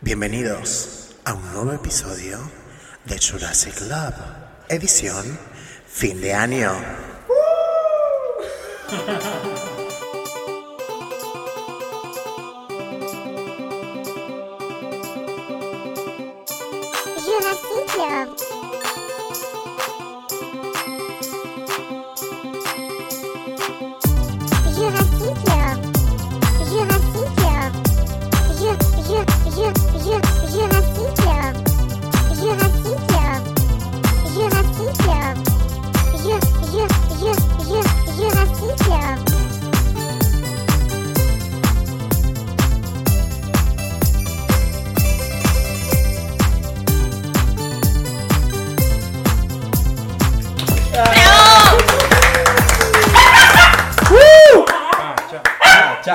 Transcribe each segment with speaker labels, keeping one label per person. Speaker 1: Bienvenidos a un nuevo episodio de Jurassic Club, edición fin de año.
Speaker 2: Jurassic Club. Jurassic Club. Jurassic Club. Ju- ju- ju- ju- Jurassic Club. Jurassic Club. Jurassic Club. Ju- ju- ju- ju- Jurassic Club.
Speaker 3: Cha,
Speaker 1: Un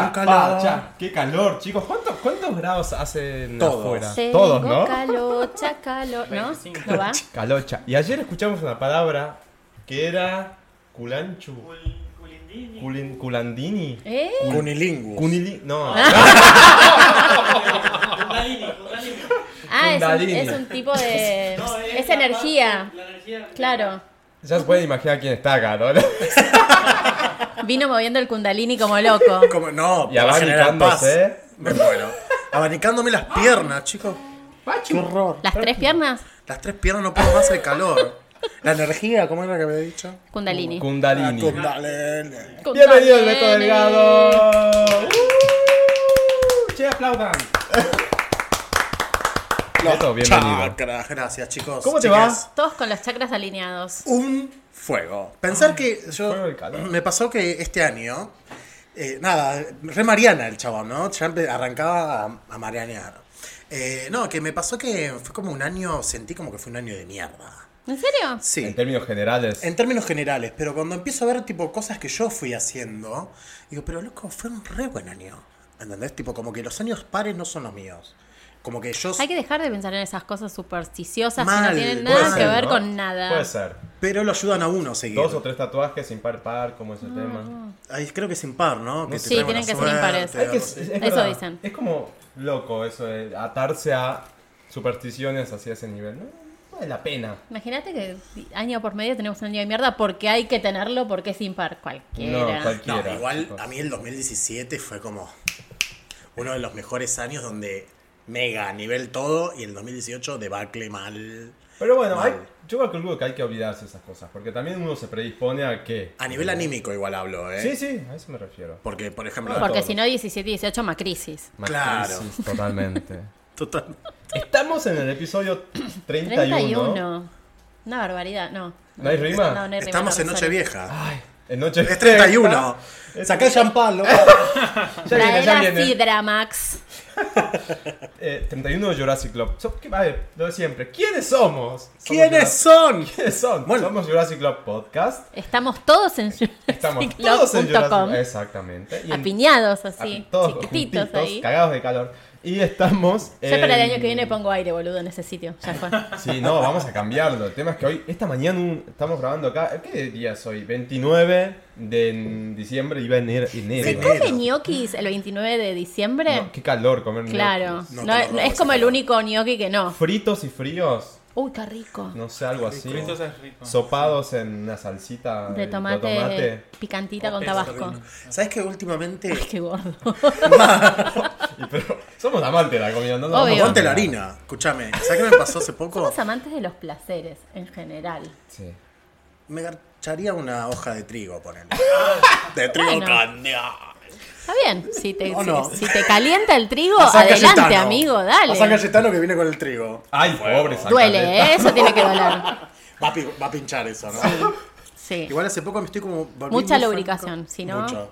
Speaker 1: calor.
Speaker 3: pa, cha. Qué calor, chicos. ¿Cuántos, cuántos grados hacen
Speaker 1: Todos.
Speaker 3: afuera?
Speaker 4: Tengo
Speaker 3: Todos, ¿no?
Speaker 4: Calocha, calo, ¿no? ¿No va?
Speaker 3: Calocha. Y ayer escuchamos una palabra que era culanchu. Culin- culandini.
Speaker 4: ¿Eh?
Speaker 1: Unilingus.
Speaker 3: Cunili. No.
Speaker 4: Ah, es un,
Speaker 3: Kundalini.
Speaker 4: es un tipo de...
Speaker 5: No,
Speaker 4: es
Speaker 5: la
Speaker 4: energía,
Speaker 5: parte- la energía.
Speaker 4: claro.
Speaker 3: Ya se pueden imaginar quién está acá, ¿no?
Speaker 4: Vino moviendo el kundalini como loco.
Speaker 1: Como- no,
Speaker 3: Y
Speaker 1: para generar paz.
Speaker 3: abanicándose. ¿eh?
Speaker 1: Me muero. Abanicándome las piernas, chicos. Qué horror.
Speaker 4: ¿Las tres piernas?
Speaker 1: Las tres piernas no puedo más el calor. La energía, ¿cómo era que había dicho?
Speaker 4: Kundalini.
Speaker 3: Kundalini.
Speaker 1: La Kundalini.
Speaker 3: Bienvenido al Beto
Speaker 4: Kundalini. eh.
Speaker 3: Delgado. Uh, che, aplaudan. Beto,
Speaker 1: Los
Speaker 3: bienvenido.
Speaker 1: chakras. Gracias, chicos.
Speaker 3: ¿Cómo te
Speaker 1: chicas.
Speaker 3: va?
Speaker 4: Todos con los chakras alineados.
Speaker 1: un fuego. Pensar que yo
Speaker 3: Ah, fuego del calor.
Speaker 1: me pasó que este año, eh, nada, re Mariana el chabón, ¿no? Ya empe- arrancaba a, a marianear. Eh, no, que me pasó que fue como un año, sentí como que fue un año de mierda.
Speaker 4: ¿En serio?
Speaker 1: Sí.
Speaker 3: En términos generales.
Speaker 1: En términos generales, pero cuando empiezo a ver tipo cosas que yo fui haciendo, digo, pero loco, fue un re buen año. ¿Entendés? Tipo, como que los años pares no son los míos. Como que yo...
Speaker 4: Hay que dejar de pensar en esas cosas supersticiosas que
Speaker 1: Mal,
Speaker 4: no tienen
Speaker 1: puede
Speaker 4: nada
Speaker 1: ser,
Speaker 4: que ver
Speaker 3: ¿no?
Speaker 4: con nada.
Speaker 3: Puede ser.
Speaker 1: Pero lo ayudan a uno a seguir.
Speaker 3: Dos o tres tatuajes sin par par, como
Speaker 4: Ah.
Speaker 3: es el tema.
Speaker 1: Ay, creo que es impar, ¿no? Que
Speaker 4: Sí,
Speaker 1: te trae
Speaker 4: tienen
Speaker 1: buena
Speaker 4: que ser impares.
Speaker 1: suerte,
Speaker 4: Hay
Speaker 1: algo así.
Speaker 4: Eso verdad. dicen.
Speaker 3: Es como loco eso de atarse a supersticiones así a ese nivel. No, no vale la pena.
Speaker 4: Imagínate que año por medio tenemos un año de mierda porque hay que tenerlo porque es impar cualquiera.
Speaker 3: No,
Speaker 1: No,
Speaker 3: cualquiera.
Speaker 1: igual
Speaker 3: chicos.
Speaker 1: a mí el 2017 fue como uno de los mejores años donde mega nivel todo y el 2018 debacle mal.
Speaker 3: Pero bueno, hay-
Speaker 1: Mal.
Speaker 3: yo calculo que hay que olvidarse esas cosas, porque también uno se predispone a que...
Speaker 1: A nivel anímico igual hablo, ¿eh?
Speaker 3: Sí, sí, a eso me refiero.
Speaker 1: Porque, por ejemplo,
Speaker 3: Ah,
Speaker 4: Porque
Speaker 3: todos.
Speaker 4: si no, 17 y 18 más crisis.
Speaker 3: Más
Speaker 1: Claro.
Speaker 3: crisis, totalmente.
Speaker 1: total-
Speaker 3: Estamos en el episodio 31.
Speaker 4: 31. Una barbaridad, no.
Speaker 3: ¿No hay rima?
Speaker 4: No, no hay rima,
Speaker 1: estamos
Speaker 4: no,
Speaker 1: en Noche
Speaker 4: sorry.
Speaker 1: Vieja.
Speaker 3: Ay, en noche
Speaker 1: Es 31. Sacá el champán, loco.
Speaker 3: Ya viene, ya
Speaker 4: Traer a
Speaker 3: viene.
Speaker 4: Sidra, Max.
Speaker 3: Eh, 31 de Jurassic Club. So- ¿qué- a ver, lo de siempre. ¿Quiénes somos? Somos
Speaker 1: ¿Quiénes son?
Speaker 3: Jurassic- ¿Quiénes son?
Speaker 1: Bueno.
Speaker 3: Somos Jurassic Club Podcast.
Speaker 4: Estamos todos en
Speaker 3: Estamos todos en
Speaker 4: JurassicClub.com.
Speaker 3: Jurassic Exactamente. Y en-
Speaker 4: Apiñados así,
Speaker 3: a- todos
Speaker 4: chiquititos
Speaker 3: juntitos,
Speaker 4: ahí.
Speaker 3: cagados de calor. Y estamos.
Speaker 4: Yo para el
Speaker 3: en-
Speaker 4: año que viene pongo aire, boludo, en ese sitio. Ya fue.
Speaker 3: Sí, no, vamos a cambiarlo. El tema es que hoy, esta mañana, un- estamos grabando acá. ¿Qué día es hoy? 29 de en diciembre iba a enero.
Speaker 1: Sí,
Speaker 3: enero.
Speaker 1: claro.
Speaker 4: ¿Come ñoquis el 29 de diciembre?
Speaker 3: No, qué calor comer
Speaker 4: claro.
Speaker 3: ñoquis.
Speaker 1: No,
Speaker 4: No,
Speaker 1: te lo robo,
Speaker 4: es como
Speaker 1: ese
Speaker 4: el
Speaker 1: calor.
Speaker 4: único ñoqui que no.
Speaker 3: Fritos y fríos.
Speaker 4: Uy, qué rico.
Speaker 3: No sé, algo así.
Speaker 5: Esto es rico.
Speaker 3: Sopados en una salsita
Speaker 4: De tomate, picantita con tabasco.
Speaker 1: ¿Sabes que últimamente
Speaker 4: Ay, qué gordo.
Speaker 3: Y pero somos amantes de la comida, no nos
Speaker 4: Obvio.
Speaker 3: vamos a
Speaker 1: Ponte la
Speaker 3: negar.
Speaker 1: harina, escúchame. ¿Sabes qué me pasó hace poco?
Speaker 4: Somos amantes de los placeres en general.
Speaker 3: Sí.
Speaker 1: Me garcharía una hoja de trigo, ponele. De trigo
Speaker 4: Bueno.
Speaker 1: candeal.
Speaker 4: Está bien. Si te,
Speaker 1: No,
Speaker 4: si-
Speaker 1: no.
Speaker 4: si te calienta el trigo,
Speaker 1: Pasá
Speaker 4: adelante,
Speaker 1: Cayetano.
Speaker 4: amigo,
Speaker 1: Pasá
Speaker 4: dale.
Speaker 1: Cayetano que viene con el trigo.
Speaker 3: Ay, pobre Santa
Speaker 4: Duele,
Speaker 3: Rita.
Speaker 4: ¿eh? eso tiene que doler.
Speaker 1: Va a, pi- va a pinchar eso, ¿no?
Speaker 4: Sí.
Speaker 1: Igual hace poco me estoy como... volví
Speaker 4: Mucha
Speaker 1: muy
Speaker 4: lubricación,
Speaker 1: franco.
Speaker 4: si no- Ah.
Speaker 1: Mucho.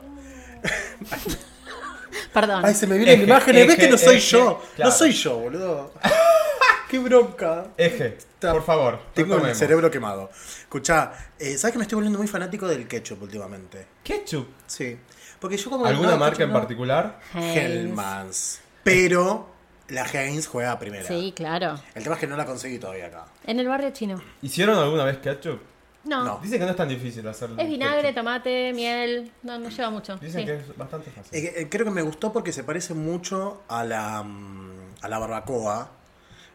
Speaker 4: Perdón.
Speaker 1: Ay, se me vienen
Speaker 3: Eje,
Speaker 1: imágenes. ¿Ves
Speaker 3: eje,
Speaker 1: que no soy
Speaker 3: eje,
Speaker 1: yo?
Speaker 3: claro.
Speaker 1: No soy yo, boludo. Qué bronca.
Speaker 3: Eje, por favor.
Speaker 1: Tengo el
Speaker 3: retomemos.
Speaker 1: cerebro quemado. Escuchá, eh, ¿sabes que me estoy volviendo muy fanático del ketchup últimamente?
Speaker 3: ¿Ketchup?
Speaker 1: Sí. Porque yo como...
Speaker 3: ¿Alguna
Speaker 1: no,
Speaker 3: marca en
Speaker 1: ketchup no.
Speaker 3: particular?
Speaker 4: Hayes.
Speaker 1: Hellmann's. Pero la Heinz juega a primera.
Speaker 4: Sí, claro.
Speaker 1: El tema es que no la conseguí todavía acá.
Speaker 4: En el barrio chino.
Speaker 3: ¿Hicieron alguna vez ketchup?
Speaker 4: No.
Speaker 1: No.
Speaker 3: Dicen que no es tan difícil hacerlo.
Speaker 4: Es vinagre, tomate, miel. No, no lleva mucho.
Speaker 3: Dicen
Speaker 4: sí.
Speaker 3: que es bastante fácil.
Speaker 1: Eh, eh, creo que me gustó porque se parece mucho a la mm, a la barbacoa.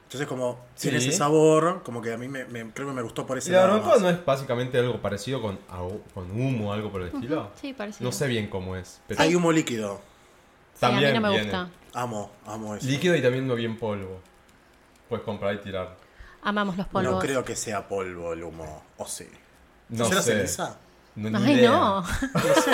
Speaker 1: Entonces, como tiene
Speaker 3: Sí.
Speaker 1: ese sabor, como que a mí me, me- creo que me gustó por
Speaker 3: ¿Y
Speaker 1: ese
Speaker 3: la
Speaker 1: lado.
Speaker 3: barbacoa
Speaker 1: más.
Speaker 3: no es básicamente algo parecido con, ahu- con humo o algo por el estilo?
Speaker 4: sí, parecido.
Speaker 3: No sé bien cómo es, pero
Speaker 1: Hay humo líquido.
Speaker 4: Sí,
Speaker 3: también
Speaker 4: a mí no me
Speaker 3: viene
Speaker 4: gusta.
Speaker 1: Amo, amo eso.
Speaker 3: líquido y también no bien polvo. Puedes comprar y tirar.
Speaker 4: Amamos los polvos.
Speaker 1: No creo que sea polvo el humo, o sí.
Speaker 3: No
Speaker 1: ¿Será
Speaker 3: sé.
Speaker 1: ceniza?
Speaker 3: No, ni
Speaker 4: Ay,
Speaker 3: idea.
Speaker 4: no.
Speaker 1: No sé.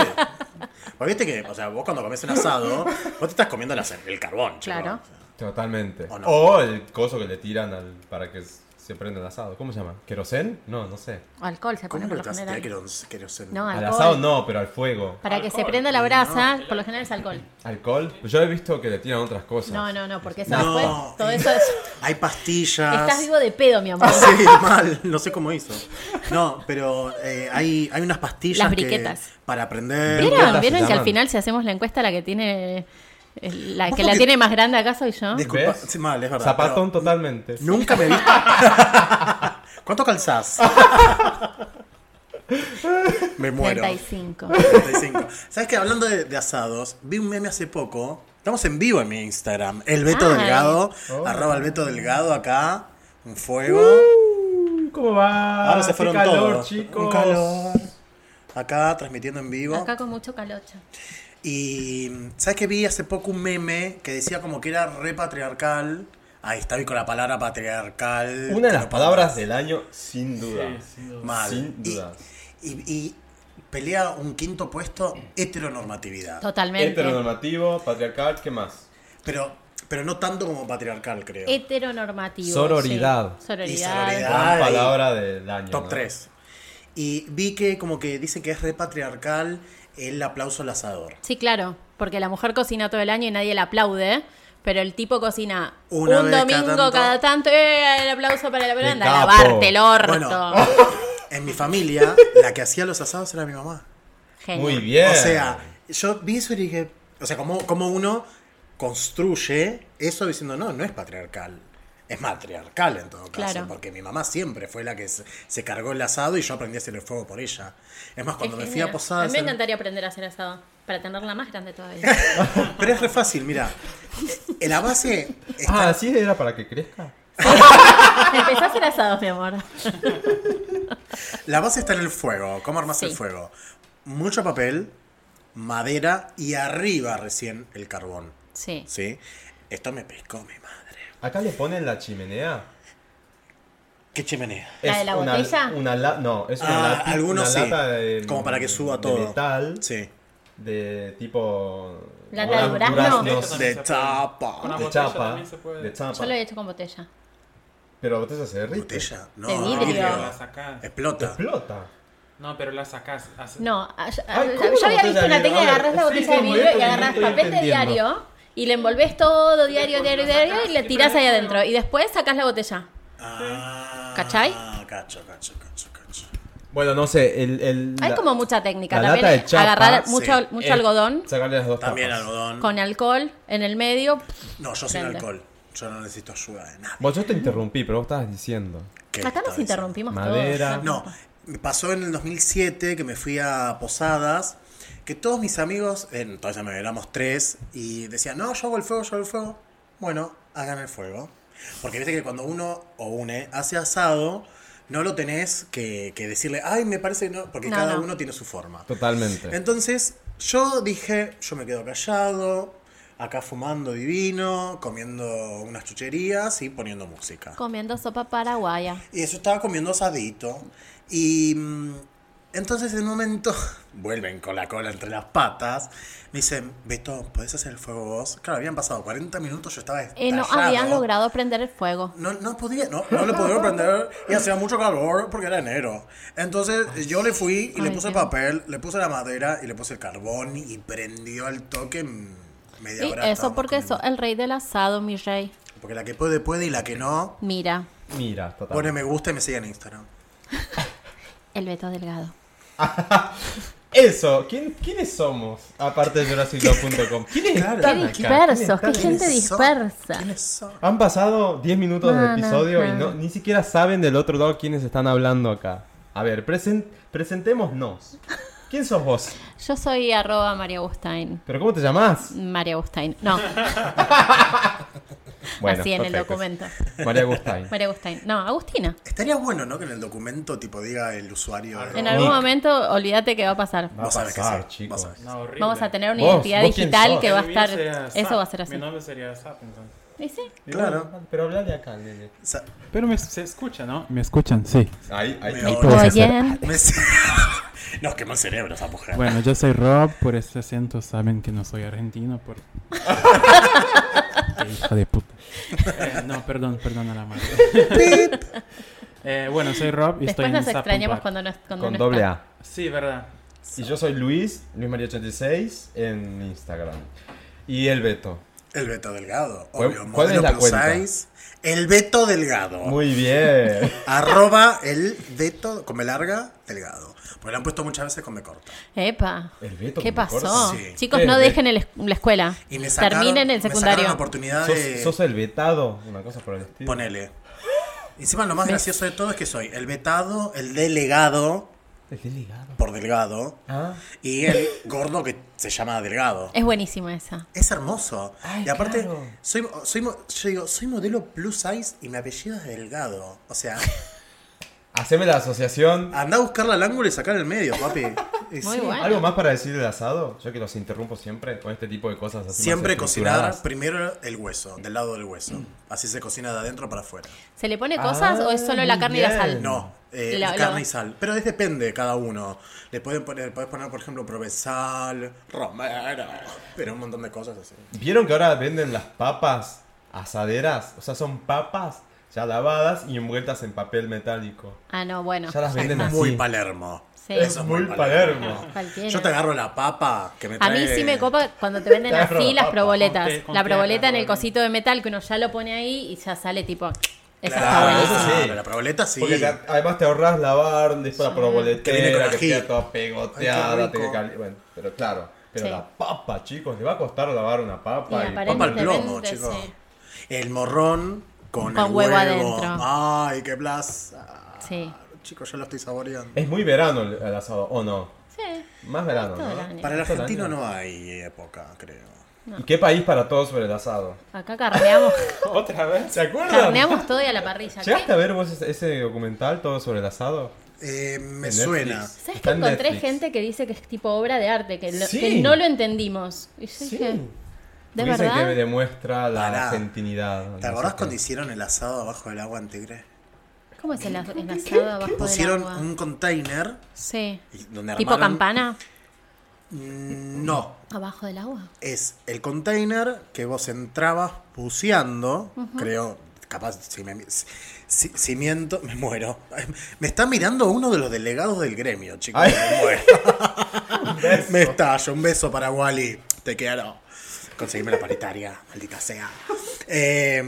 Speaker 1: Porque viste que, o sea, vos cuando comés un asado, vos te estás comiendo la ce- el carbón, chico.
Speaker 4: Claro.
Speaker 3: Totalmente.
Speaker 1: O
Speaker 3: O,
Speaker 1: no.
Speaker 3: el coso que le tiran al, para que s- se prenda el asado. ¿Cómo se llama? ¿Querosén? No, no sé.
Speaker 4: Alcohol se pone
Speaker 1: ¿Cómo que
Speaker 4: por lo
Speaker 1: te vas a
Speaker 4: general. No,
Speaker 1: No,
Speaker 3: Al
Speaker 4: Alcohol.
Speaker 3: asado no, pero al fuego.
Speaker 4: Para que se prenda la brasa, por lo general es alcohol.
Speaker 3: ¿Alcohol? pues Yo he visto que le tiran otras cosas.
Speaker 4: No, no, no, porque eso
Speaker 1: No.
Speaker 4: después, todo eso es...
Speaker 1: Hay pastillas.
Speaker 4: Estás vivo de pedo, mi amor.
Speaker 1: Sí, mal, no sé cómo hizo. No, pero eh, hay, hay unas pastillas
Speaker 4: Las
Speaker 1: que-
Speaker 4: briquetas.
Speaker 1: para aprender.
Speaker 4: ¿Vieron?
Speaker 3: Briquetas
Speaker 4: ¿Vieron
Speaker 3: se
Speaker 4: que al
Speaker 3: llaman.
Speaker 4: final si hacemos la encuesta la que tiene... el- La
Speaker 1: ¿Vos
Speaker 4: que la
Speaker 1: porque-
Speaker 4: tiene más grande acá soy yo.
Speaker 1: Disculpa,
Speaker 3: ¿Ves?
Speaker 1: sí, mal, es verdad.
Speaker 3: Zapatón
Speaker 1: pero
Speaker 3: totalmente.
Speaker 1: Nunca me viste. ¿Cuánto calzás? Me muero.
Speaker 4: 35.
Speaker 1: 35. ¿Sabes qué? Hablando de, de asados, vi un meme hace poco. Estamos en vivo en mi Instagram. El Beto
Speaker 4: Ay.
Speaker 1: Delgado.
Speaker 3: Oh.
Speaker 1: Arroba el Beto Delgado acá. Un fuego.
Speaker 3: Uh, ¿Cómo va?
Speaker 1: Ahora se fueron
Speaker 3: Qué calor,
Speaker 1: todos.
Speaker 3: chicos.
Speaker 1: Un calor. Acá transmitiendo en vivo.
Speaker 4: Acá con mucho calocho.
Speaker 1: Y sabes que vi hace poco un meme que decía como que era repatriarcal. Ahí está, vi con la palabra patriarcal.
Speaker 3: Una
Speaker 1: Que
Speaker 3: de las
Speaker 1: no
Speaker 3: palabras
Speaker 1: puedo
Speaker 3: del año, sin duda.
Speaker 1: Mal.
Speaker 3: Sin
Speaker 1: Y-
Speaker 3: dudas.
Speaker 1: Y, y pelea un quinto puesto heteronormatividad.
Speaker 4: Totalmente.
Speaker 3: Heteronormativo, patriarcal, ¿qué más?
Speaker 1: Pero, pero no tanto como patriarcal, creo.
Speaker 4: Eh, Heteronormativo.
Speaker 3: Sororidad.
Speaker 4: sí. Sororidad.
Speaker 1: Y sororidad.
Speaker 3: Gran
Speaker 1: Ay.
Speaker 3: palabra del año.
Speaker 1: Top
Speaker 3: ¿no?
Speaker 1: 3. Y vi que como que dice que es repatriarcal el aplauso al asador.
Speaker 4: Sí, claro, porque la mujer cocina todo el año y nadie la aplaude, pero el tipo cocina
Speaker 1: Una
Speaker 4: un
Speaker 1: vez cada
Speaker 4: domingo cada
Speaker 1: tanto.
Speaker 4: tanto, ¡eh! el aplauso para la veranda,
Speaker 3: capo.
Speaker 4: lavarte el orto.
Speaker 1: Bueno. En mi familia, la que hacía los asados era mi mamá.
Speaker 4: Genio.
Speaker 3: Muy bien. Ah,
Speaker 1: O sea, yo vi eso y dije, o sea, como, como uno construye eso diciendo, no, no es patriarcal. Es matriarcal en todo caso,
Speaker 4: Claro.
Speaker 1: porque mi mamá siempre fue la que se, se cargó el asado y yo aprendí a hacer el fuego por ella. Es más, cuando
Speaker 4: Es
Speaker 1: me fui
Speaker 4: genial.
Speaker 1: a Posadas...
Speaker 4: A mí me
Speaker 1: era-
Speaker 4: encantaría aprender a hacer asado, para tenerla más grande todavía.
Speaker 1: Pero es re fácil, mira. Eh, La base está
Speaker 3: Ah, ¿sí era para que crezca?
Speaker 4: Empezá a hacer asado, mi amor.
Speaker 1: La base está en el fuego. ¿Cómo armas
Speaker 4: Sí.
Speaker 1: el fuego? Mucho papel, madera y arriba recién el carbón.
Speaker 4: Sí.
Speaker 1: ¿Sí? Esto me pescó mi madre.
Speaker 3: Acá le ponen la chimenea.
Speaker 1: ¿Qué chimenea?
Speaker 4: ¿La de la
Speaker 3: una,
Speaker 4: botella?
Speaker 3: Una la- no, es una,
Speaker 1: Ah,
Speaker 3: lata-
Speaker 1: algunos
Speaker 3: una
Speaker 1: sí.
Speaker 3: lata de-
Speaker 1: Como para que suba
Speaker 3: de
Speaker 1: todo.
Speaker 3: metal,
Speaker 1: Sí.
Speaker 3: de tipo...
Speaker 4: ¿Lata de
Speaker 3: duraz-
Speaker 4: durazno?
Speaker 3: duraznos,
Speaker 1: De
Speaker 5: se puede. Con
Speaker 1: tapa.
Speaker 5: una-
Speaker 3: de
Speaker 5: botella
Speaker 3: chapa,
Speaker 5: también se puede.
Speaker 3: de
Speaker 4: Yo
Speaker 3: chapa.
Speaker 4: lo he hecho con botella.
Speaker 3: Pero botella se derrite.
Speaker 1: ¿Botella? No,
Speaker 4: De
Speaker 1: vidrio.
Speaker 4: vidrio.
Speaker 5: La sacás.
Speaker 1: Explota.
Speaker 3: Explota.
Speaker 5: No, pero la sacás. hace-
Speaker 4: No, a- yo
Speaker 3: Ay, ¿cómo
Speaker 4: yo
Speaker 3: la
Speaker 4: había
Speaker 3: botella
Speaker 4: visto
Speaker 3: de
Speaker 4: una
Speaker 3: vidrio?
Speaker 4: técnica de agarrás la
Speaker 3: Sí,
Speaker 4: botella de
Speaker 3: como
Speaker 4: vidrio
Speaker 3: esto
Speaker 4: y
Speaker 3: yo
Speaker 4: agarrás
Speaker 3: estoy
Speaker 4: papel de
Speaker 3: entendiendo.
Speaker 4: diario y le envolvés todo
Speaker 5: después la
Speaker 4: diario, diario, diario
Speaker 5: sacás
Speaker 4: y le
Speaker 5: y
Speaker 4: tirás
Speaker 5: después
Speaker 4: ahí
Speaker 5: la-
Speaker 4: adentro. Y después sacás la botella.
Speaker 1: Ah,
Speaker 4: ¿Cachai?
Speaker 1: Cacho, cacho, cacho, cacho.
Speaker 3: Bueno, no sé, el... el
Speaker 4: Hay
Speaker 3: la-
Speaker 4: como mucha técnica.
Speaker 3: la
Speaker 4: También
Speaker 3: lata de chapa,
Speaker 4: agarrar
Speaker 1: sí.
Speaker 4: mucho, mucho
Speaker 3: eh,
Speaker 4: algodón
Speaker 3: Sacarle las dos
Speaker 1: También
Speaker 3: tapas.
Speaker 1: algodón.
Speaker 4: con alcohol en el medio.
Speaker 1: No, yo sin
Speaker 4: Prende.
Speaker 1: alcohol. Yo no necesito ayuda de nada.
Speaker 3: Vos, yo te interrumpí, pero vos estabas diciendo.
Speaker 1: ¿Qué
Speaker 4: Acá nos
Speaker 1: estaba diciendo?
Speaker 4: interrumpimos
Speaker 3: Madera.
Speaker 4: todos.
Speaker 1: No, me pasó en el 2007 que me fui a Posadas, que todos mis amigos, eh, entonces me éramos tres, y decían, no, yo hago el fuego, yo hago el fuego. Bueno, hagan el fuego. Porque viste que cuando uno o une hace asado, no lo tenés que, que decirle, ay, me parece que no, porque
Speaker 4: No,
Speaker 1: cada
Speaker 4: no.
Speaker 1: uno tiene su forma.
Speaker 3: Totalmente.
Speaker 1: Entonces yo dije, yo me quedo callado, acá fumando divino, comiendo unas chucherías y poniendo música.
Speaker 4: Comiendo sopa paraguaya.
Speaker 1: Y eso estaba comiendo asadito. Y mm, entonces en un momento vuelven con la cola entre las patas. Me dicen, Beto, ¿podés hacer el fuego vos? Claro, habían pasado 40 minutos, yo estaba
Speaker 4: Eh, no
Speaker 1: estallado.
Speaker 4: habían logrado prender el fuego.
Speaker 1: No, no podía, no, no lo podía prender y hacía mucho calor porque era enero. Entonces yo le fui y le
Speaker 4: Ay,
Speaker 1: puse el
Speaker 4: Dios.
Speaker 1: papel, le puse la madera y le puse el carbón y prendió al toque en media
Speaker 4: Y
Speaker 1: hora.
Speaker 4: eso
Speaker 1: estábamos
Speaker 4: porque
Speaker 1: comiendo.
Speaker 4: eso, eh. el rey del asado, mi rey.
Speaker 1: Porque la que puede, puede y la que no,
Speaker 4: Mira,
Speaker 3: Mira, total.
Speaker 1: pone me gusta y me sigue en Instagram.
Speaker 4: el Beto Delgado.
Speaker 3: Eso, ¿quién, ¿quiénes somos? Aparte de JurassicLove.com. ¿Quiénes
Speaker 1: Claro.
Speaker 3: están
Speaker 1: Qué
Speaker 3: acá? ¿Quiénes
Speaker 4: Dispersos,
Speaker 3: están
Speaker 4: qué
Speaker 3: acá?
Speaker 4: gente
Speaker 1: ¿Quiénes son?
Speaker 4: dispersa.
Speaker 1: ¿Quiénes son?
Speaker 3: Han pasado 10 minutos
Speaker 4: No,
Speaker 3: del
Speaker 4: no,
Speaker 3: episodio y
Speaker 4: no.
Speaker 3: no, ni siquiera saben del otro lado quiénes están hablando acá. A ver, presen- presentémonos. ¿Quién sos vos?
Speaker 4: Yo soy arroba María Agustain.
Speaker 3: ¿Pero cómo te llamás?
Speaker 4: María Agustain. No,
Speaker 3: Bueno,
Speaker 4: así en el
Speaker 3: perfecto.
Speaker 4: documento.
Speaker 3: María Gustain.
Speaker 4: María Agustín. No, Agustina.
Speaker 1: Estaría bueno, ¿no? Que en el documento tipo diga el usuario.
Speaker 5: En
Speaker 4: En
Speaker 1: ¿no?
Speaker 4: algún
Speaker 3: Nick.
Speaker 4: momento, olvídate que va a pasar.
Speaker 3: Va a
Speaker 1: Vos sabés que
Speaker 3: pasar,
Speaker 1: sí, vos
Speaker 3: chicos.
Speaker 1: sabés.
Speaker 5: No, horrible.
Speaker 4: Vamos a tener una
Speaker 3: Vos,
Speaker 4: identidad
Speaker 3: vos quién
Speaker 4: digital
Speaker 3: sos.
Speaker 4: que va a
Speaker 5: Mi
Speaker 4: estar.
Speaker 5: nombre sería
Speaker 4: Eso
Speaker 5: Zap.
Speaker 4: va a ser así.
Speaker 5: Mi nombre sería Zap, entonces.
Speaker 4: Y sí.
Speaker 1: Claro.
Speaker 3: Pero hablale acá, nene.
Speaker 1: Sa-
Speaker 5: Pero me, se escucha, ¿no? Me escuchan, sí.
Speaker 3: Ahí, ahí.
Speaker 1: Me
Speaker 3: ahí.
Speaker 1: Puedes
Speaker 4: Oyen.
Speaker 1: Me- Nos quemó el cerebro esa mujer.
Speaker 5: Bueno, yo soy Rob, por este acento saben que no soy argentino, por... Qué hijo de puta. Eh, no, perdón, perdón a la madre. Eh, bueno, soy Rob y estoy
Speaker 4: Después
Speaker 5: en
Speaker 4: nos
Speaker 5: Zap
Speaker 4: extrañamos
Speaker 5: Compact.
Speaker 4: cuando no, cuando
Speaker 3: Con
Speaker 4: no
Speaker 3: doble
Speaker 4: está.
Speaker 3: A.
Speaker 5: Sí, verdad.
Speaker 3: Y yo soy Luis, Luis María 86 en Instagram. Y el Beto.
Speaker 1: El Beto Delgado.
Speaker 3: ¿Cuál-
Speaker 1: Obvio,
Speaker 3: cuál es
Speaker 1: modelo
Speaker 3: la
Speaker 1: plus
Speaker 3: cuenta?
Speaker 1: size. El Beto Delgado.
Speaker 3: Muy bien.
Speaker 1: Arroba el Beto, come larga, delgado. Porque lo han puesto muchas veces come corta.
Speaker 4: Epa.
Speaker 3: El Beto
Speaker 4: ¿Qué
Speaker 3: me corta.
Speaker 4: pasó?
Speaker 1: Sí.
Speaker 4: Chicos,
Speaker 3: Eh,
Speaker 4: no
Speaker 3: me-
Speaker 4: dejen el es- la escuela.
Speaker 1: Y me sacaron,
Speaker 4: Terminen el
Speaker 1: me sacaron la
Speaker 4: secundario.
Speaker 1: oportunidad de
Speaker 3: ¿Sos, sos el vetado, una cosa por el estilo.
Speaker 1: ponele. Encima lo más gracioso de todo es que soy el vetado, el delegado
Speaker 3: Es ligado.
Speaker 1: por delgado
Speaker 3: Ah,
Speaker 1: y el gordo que se llama delgado.
Speaker 4: Es buenísima esa.
Speaker 1: Es hermoso.
Speaker 3: Ay,
Speaker 1: y aparte,
Speaker 3: claro.
Speaker 1: soy, soy, mo- yo digo, soy modelo plus size y mi apellido es delgado. O sea,
Speaker 3: haceme la asociación.
Speaker 1: anda a buscarla al ángulo y sacar el medio, papi. Y
Speaker 4: Muy
Speaker 1: sí.
Speaker 4: bueno.
Speaker 3: ¿Algo más para decir del asado? Yo que los interrumpo siempre con este tipo de cosas así.
Speaker 1: Siempre
Speaker 3: más
Speaker 1: cocinar
Speaker 3: estructuradas.
Speaker 1: primero el hueso, del lado del hueso. Así se cocina de adentro para afuera.
Speaker 4: ¿Se le pone cosas
Speaker 3: Ah,
Speaker 4: o es solo la
Speaker 3: muy
Speaker 4: carne y la
Speaker 3: bien.
Speaker 4: sal?
Speaker 1: No, eh,
Speaker 4: La-
Speaker 1: carne
Speaker 4: la-
Speaker 1: y sal. Pero es depende de cada uno. Le pueden poner, podés poner, por ejemplo, provenzal, romero, pero un montón de cosas así.
Speaker 3: ¿Vieron que ahora venden las papas asaderas? O sea, son papas ya lavadas y envueltas en papel metálico.
Speaker 4: Ah, no, bueno.
Speaker 3: Ya las venden
Speaker 4: está.
Speaker 3: así.
Speaker 1: Muy Palermo.
Speaker 4: Sí.
Speaker 3: Es muy Palermo.
Speaker 4: Cualquiera.
Speaker 1: Yo te agarro la papa que me
Speaker 4: A
Speaker 1: trae...
Speaker 4: mí sí me copa cuando te venden
Speaker 3: Claro,
Speaker 4: así las
Speaker 3: papa,
Speaker 4: proboletas.
Speaker 5: con te- con
Speaker 4: la
Speaker 5: tierra,
Speaker 4: proboleta en el
Speaker 5: bueno.
Speaker 4: cosito de metal que uno ya lo pone ahí y ya sale tipo. Eso está
Speaker 1: Claro,
Speaker 4: buenísimo.
Speaker 3: buenísimo.
Speaker 1: la proboleta sí.
Speaker 3: Porque te- además te ahorras lavar, después la
Speaker 1: Que viene con
Speaker 3: proboletera, que
Speaker 1: ají.
Speaker 3: queda toda
Speaker 1: Ay,
Speaker 3: pegoteada,
Speaker 1: qué rico.
Speaker 3: te cali- Bueno, pero claro. Pero
Speaker 4: Sí.
Speaker 3: la papa, chicos, le va a costar lavar una papa.
Speaker 4: Y
Speaker 3: y-
Speaker 4: aparece-
Speaker 1: Papa al plomo,
Speaker 4: Aparentemente,
Speaker 1: chicos.
Speaker 4: sí.
Speaker 1: El morrón con,
Speaker 4: Con
Speaker 1: el
Speaker 4: huevo
Speaker 1: huevo.
Speaker 4: adentro.
Speaker 1: Ay, qué plaza.
Speaker 4: Sí.
Speaker 1: Chicos, yo lo estoy saboreando.
Speaker 3: Es muy verano el, el asado, ¿o no?
Speaker 4: Sí.
Speaker 3: Más verano,
Speaker 4: Todo el
Speaker 3: ¿no?
Speaker 4: año.
Speaker 1: Para el
Speaker 3: Todo el
Speaker 1: argentino
Speaker 3: año.
Speaker 1: no hay época, creo.
Speaker 3: ¿Y qué país para todos sobre el asado?
Speaker 4: Acá carneamos,
Speaker 5: ¿Otra vez?
Speaker 3: ¿Se acuerdan?
Speaker 4: carneamos todo y a la parrilla. ¿Qué?
Speaker 3: ¿Llegaste a ver vos ese, ese documental, todo sobre el asado?
Speaker 1: Eh, me
Speaker 3: En
Speaker 1: suena.
Speaker 3: Netflix.
Speaker 4: ¿Sabes que
Speaker 3: Está en
Speaker 4: encontré
Speaker 3: Netflix.
Speaker 4: gente que dice que es tipo obra de arte, que, lo-
Speaker 3: Sí.
Speaker 4: que no lo entendimos? Y yo
Speaker 3: Sí.
Speaker 4: dije, ¿de
Speaker 3: Dicen
Speaker 4: verdad?
Speaker 3: que demuestra la
Speaker 1: Pará.
Speaker 3: argentinidad.
Speaker 1: ¿Te acordás cuando
Speaker 3: dice?
Speaker 1: hicieron el asado abajo del agua en Tigre?
Speaker 4: ¿Cómo es el, as- el asado abajo del
Speaker 1: Pusieron
Speaker 4: agua?
Speaker 1: un container
Speaker 4: Sí.
Speaker 1: y- donde
Speaker 4: ¿Tipo
Speaker 1: armaron-
Speaker 4: campana?
Speaker 1: Mm, No,
Speaker 4: ¿Abajo del agua?
Speaker 1: es el container que vos entrabas buceando, creo, capaz, si me, si, si miento, me muero. Me está mirando uno de los delegados del gremio, chicos.
Speaker 3: Ay.
Speaker 1: Me muero. me estallo, un beso para Wally, te quiero. Conseguime la paritaria, maldita sea. Eh,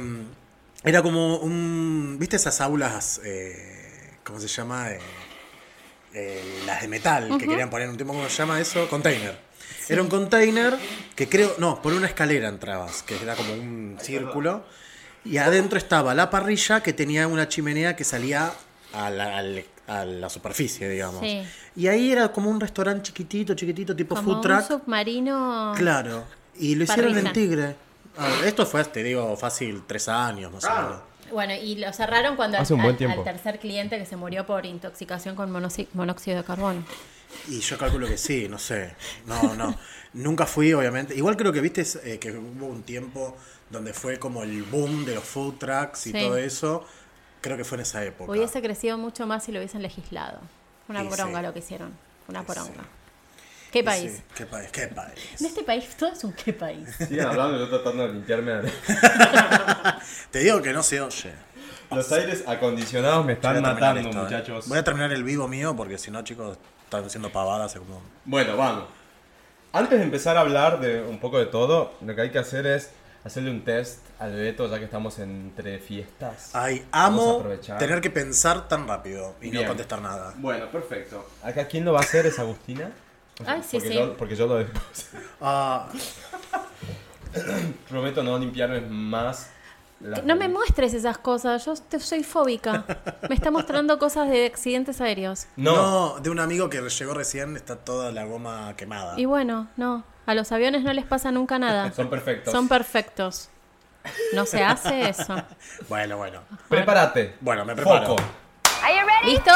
Speaker 1: era como un... ¿Viste esas aulas, eh, cómo se llama? Eh, eh, las de metal, que querían poner un tiempo, ¿cómo se llama eso? Container. Era un container que creo, no, por una escalera entrabas, que era como un círculo, y adentro estaba la parrilla que tenía una chimenea que salía a la, al- a la superficie, digamos.
Speaker 4: Sí.
Speaker 1: Y ahí era como un restaurante chiquitito, chiquitito, tipo
Speaker 4: Como
Speaker 1: food
Speaker 4: un
Speaker 1: truck.
Speaker 4: submarino...
Speaker 1: Claro, y lo hicieron
Speaker 4: Parrilla.
Speaker 1: en Tigre. Ah, esto fue, te digo, fácil, tres años más o menos.
Speaker 4: Bueno, y lo cerraron cuando al,
Speaker 3: Hace un buen
Speaker 4: al-
Speaker 3: tiempo.
Speaker 4: al tercer cliente que se murió por intoxicación con monoxi- monóxido de carbono.
Speaker 1: Y yo calculo que sí, no sé. No, no. Nunca fui, obviamente. Igual creo que viste eh, que hubo un tiempo donde fue como el boom de los food trucks y
Speaker 4: Sí.
Speaker 1: todo eso. Creo que fue en esa época.
Speaker 4: Hubiese crecido mucho más si lo hubiesen legislado. Una
Speaker 1: Y
Speaker 4: poronga
Speaker 1: sí.
Speaker 4: lo que hicieron. Una
Speaker 1: Y
Speaker 4: poronga.
Speaker 1: sí.
Speaker 4: ¿Qué
Speaker 1: Sí,
Speaker 4: país?
Speaker 1: ¿Qué país? ¿Qué país?
Speaker 4: En este país todo es un qué país.
Speaker 3: Siguen hablando, yo tratando de limpiarme.
Speaker 1: Te digo que no se oye.
Speaker 3: Los aires acondicionados
Speaker 1: Voy
Speaker 3: me están
Speaker 1: a terminar
Speaker 3: matando,
Speaker 1: esto, ¿eh?
Speaker 3: muchachos.
Speaker 1: Voy a terminar el vivo mío porque si no, chicos, están haciendo pavadas. Como...
Speaker 3: Bueno, vamos. Antes de empezar a hablar de un poco de todo, lo que hay que hacer es hacerle un test al Beto, ya que estamos entre fiestas.
Speaker 1: Ay,
Speaker 3: Vamos a
Speaker 1: amo
Speaker 3: aprovechar.
Speaker 1: tener que pensar tan rápido y
Speaker 3: Bien.
Speaker 1: no contestar nada.
Speaker 3: Bueno, perfecto. Acá quien lo va a hacer es Agustina.
Speaker 4: Ay, sí,
Speaker 3: porque
Speaker 4: sí.
Speaker 3: Yo, porque yo lo
Speaker 1: Ah,
Speaker 3: prometo no limpiarme más. la-
Speaker 4: No me muestres esas cosas, yo te- soy fóbica. Me está mostrando cosas de accidentes aéreos.
Speaker 3: No.
Speaker 1: no. de un amigo que llegó recién está toda la goma quemada.
Speaker 4: Y bueno, no, a los aviones no les pasa nunca nada.
Speaker 3: Son perfectos.
Speaker 4: Son perfectos. No se hace eso.
Speaker 1: Bueno, bueno.
Speaker 3: Prepárate.
Speaker 1: Bueno, me preparo.
Speaker 3: Foco.
Speaker 4: ¿Listos?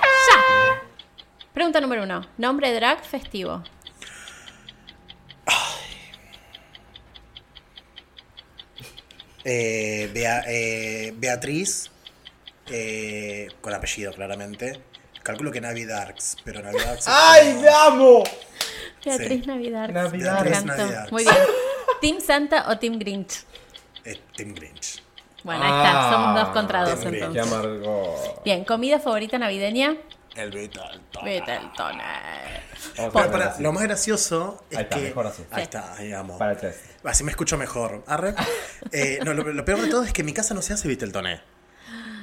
Speaker 1: Ah.
Speaker 4: ¡Ya! Pregunta número uno. Nombre drag festivo.
Speaker 1: Eh, Bea- eh, Beatriz, eh, con apellido claramente. Calculo que Navi Darks, pero Navi Darks. es
Speaker 3: ¡Ay,
Speaker 1: como-
Speaker 3: te amo!
Speaker 4: Beatriz Navidad.
Speaker 3: Navidad.
Speaker 4: Me
Speaker 1: Beatriz
Speaker 4: encantó.
Speaker 1: Navidad.
Speaker 4: Muy bien. ¿Team Santa o Team Grinch?
Speaker 1: eh, Tim Grinch.
Speaker 4: Bueno, ahí está.
Speaker 3: Ah,
Speaker 4: Somos dos contra dos
Speaker 1: Team Grinch.
Speaker 3: Qué
Speaker 4: entonces.
Speaker 3: amargo.
Speaker 4: Bien, comida favorita navideña.
Speaker 1: El Beatle.
Speaker 4: Beteltoner.
Speaker 3: Vamos a
Speaker 1: Pero
Speaker 3: hacer
Speaker 1: pará,
Speaker 3: así.
Speaker 1: lo más gracioso es
Speaker 3: Ahí está,
Speaker 1: que.
Speaker 3: mejor así.
Speaker 1: Ahí está, ahí amo.
Speaker 3: Para el test.
Speaker 1: Así me escucho mejor. Arre. Eh, no, lo, lo peor de todo es que en mi casa no se hace Viteltoné.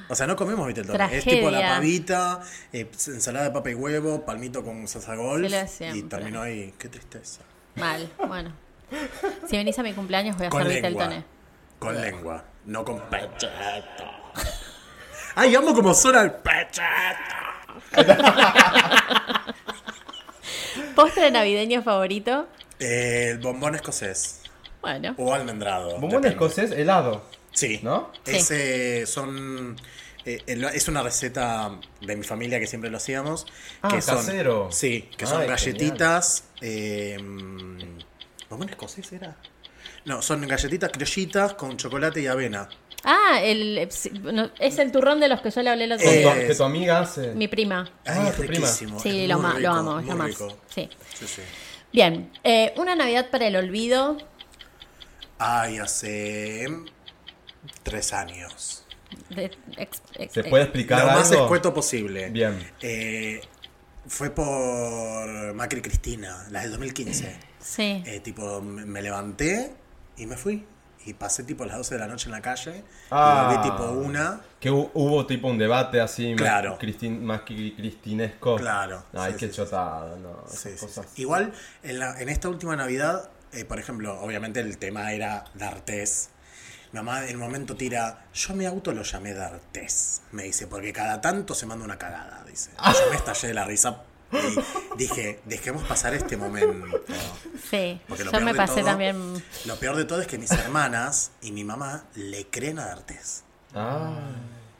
Speaker 1: O sea, no comemos Viteltoné. Es tipo la
Speaker 4: Tragedia.
Speaker 1: pavita, eh, ensalada de papa y huevo, palmito con salsa golf.
Speaker 4: Se lo hacían,
Speaker 1: Y
Speaker 4: pero-
Speaker 1: terminó ahí. Qué tristeza.
Speaker 4: Mal, bueno. Si venís a mi cumpleaños voy a
Speaker 1: Con
Speaker 4: hacer
Speaker 1: lengua.
Speaker 4: Beteltoner.
Speaker 1: Con lengua. No con pecheto. Ay, amo como suena el pecheto.
Speaker 4: Postre navideño favorito.
Speaker 1: Eh, el bombón escocés.
Speaker 4: Bueno.
Speaker 1: O almendrado.
Speaker 3: Bombón
Speaker 1: depende.
Speaker 3: escocés helado.
Speaker 1: Sí.
Speaker 3: ¿No?
Speaker 4: Sí.
Speaker 1: Es, eh, son, eh, el- es una receta de mi familia que siempre lo hacíamos.
Speaker 3: Ah,
Speaker 1: que son,
Speaker 3: casero. Ah,
Speaker 1: Sí, que son
Speaker 3: Ay,
Speaker 1: galletitas. Eh, ¿Bombón escocés era? No, son galletitas criollitas con chocolate y avena.
Speaker 4: Ah, el, no, es el turrón de los que yo le hablé el otro
Speaker 3: Que tu-
Speaker 4: día.
Speaker 1: Eh,
Speaker 3: que tu amiga hace.
Speaker 4: Mi prima.
Speaker 1: Ay,
Speaker 3: Ah,
Speaker 1: es
Speaker 3: tu prima.
Speaker 1: riquísimo.
Speaker 4: Sí,
Speaker 1: es
Speaker 4: lo,
Speaker 1: muy
Speaker 4: ama- lo
Speaker 1: rico,
Speaker 4: amo,
Speaker 1: muy
Speaker 4: lo más.
Speaker 1: rico.
Speaker 4: Sí.
Speaker 1: Sí, sí.
Speaker 4: Bien. eh, una Navidad para el olvido.
Speaker 1: Ay, hace tres años.
Speaker 4: De- ex- ex-
Speaker 3: ¿Se puede
Speaker 4: eh,
Speaker 3: explicar
Speaker 1: lo
Speaker 3: algo?
Speaker 1: más escueto posible.
Speaker 3: Bien.
Speaker 1: Eh, fue por Macri Cristina, las del 2015.
Speaker 4: Sí.
Speaker 1: Eh, tipo, me me levanté y me fui. Y pasé tipo las 12 de la noche en la calle.
Speaker 3: Ah.
Speaker 1: Y volví tipo una.
Speaker 3: Que hu- hubo tipo un debate así más
Speaker 1: Claro.
Speaker 3: cristin- más que cristinesco.
Speaker 1: Claro,
Speaker 3: Ay,
Speaker 1: sí,
Speaker 3: qué
Speaker 1: sí, sí,
Speaker 3: chotada, no. esas
Speaker 1: Sí, sí,
Speaker 3: cosas.
Speaker 1: sí. Igual, en, la- en esta última Navidad, eh, por ejemplo, obviamente el tema era D'Artés. Mi mamá en el momento tira, yo mi auto lo llamé D'Artés, me dice, porque cada tanto se manda una cagada, dice. Yo me estallé de la risa y dije, dejemos pasar este momento.
Speaker 4: Sí.
Speaker 1: Porque lo
Speaker 4: Yo
Speaker 1: peor
Speaker 4: me
Speaker 1: de
Speaker 4: pasé
Speaker 1: todo-
Speaker 4: también.
Speaker 1: Lo peor de todo es que mis hermanas y mi mamá le creen a D'Artés.
Speaker 3: Ah,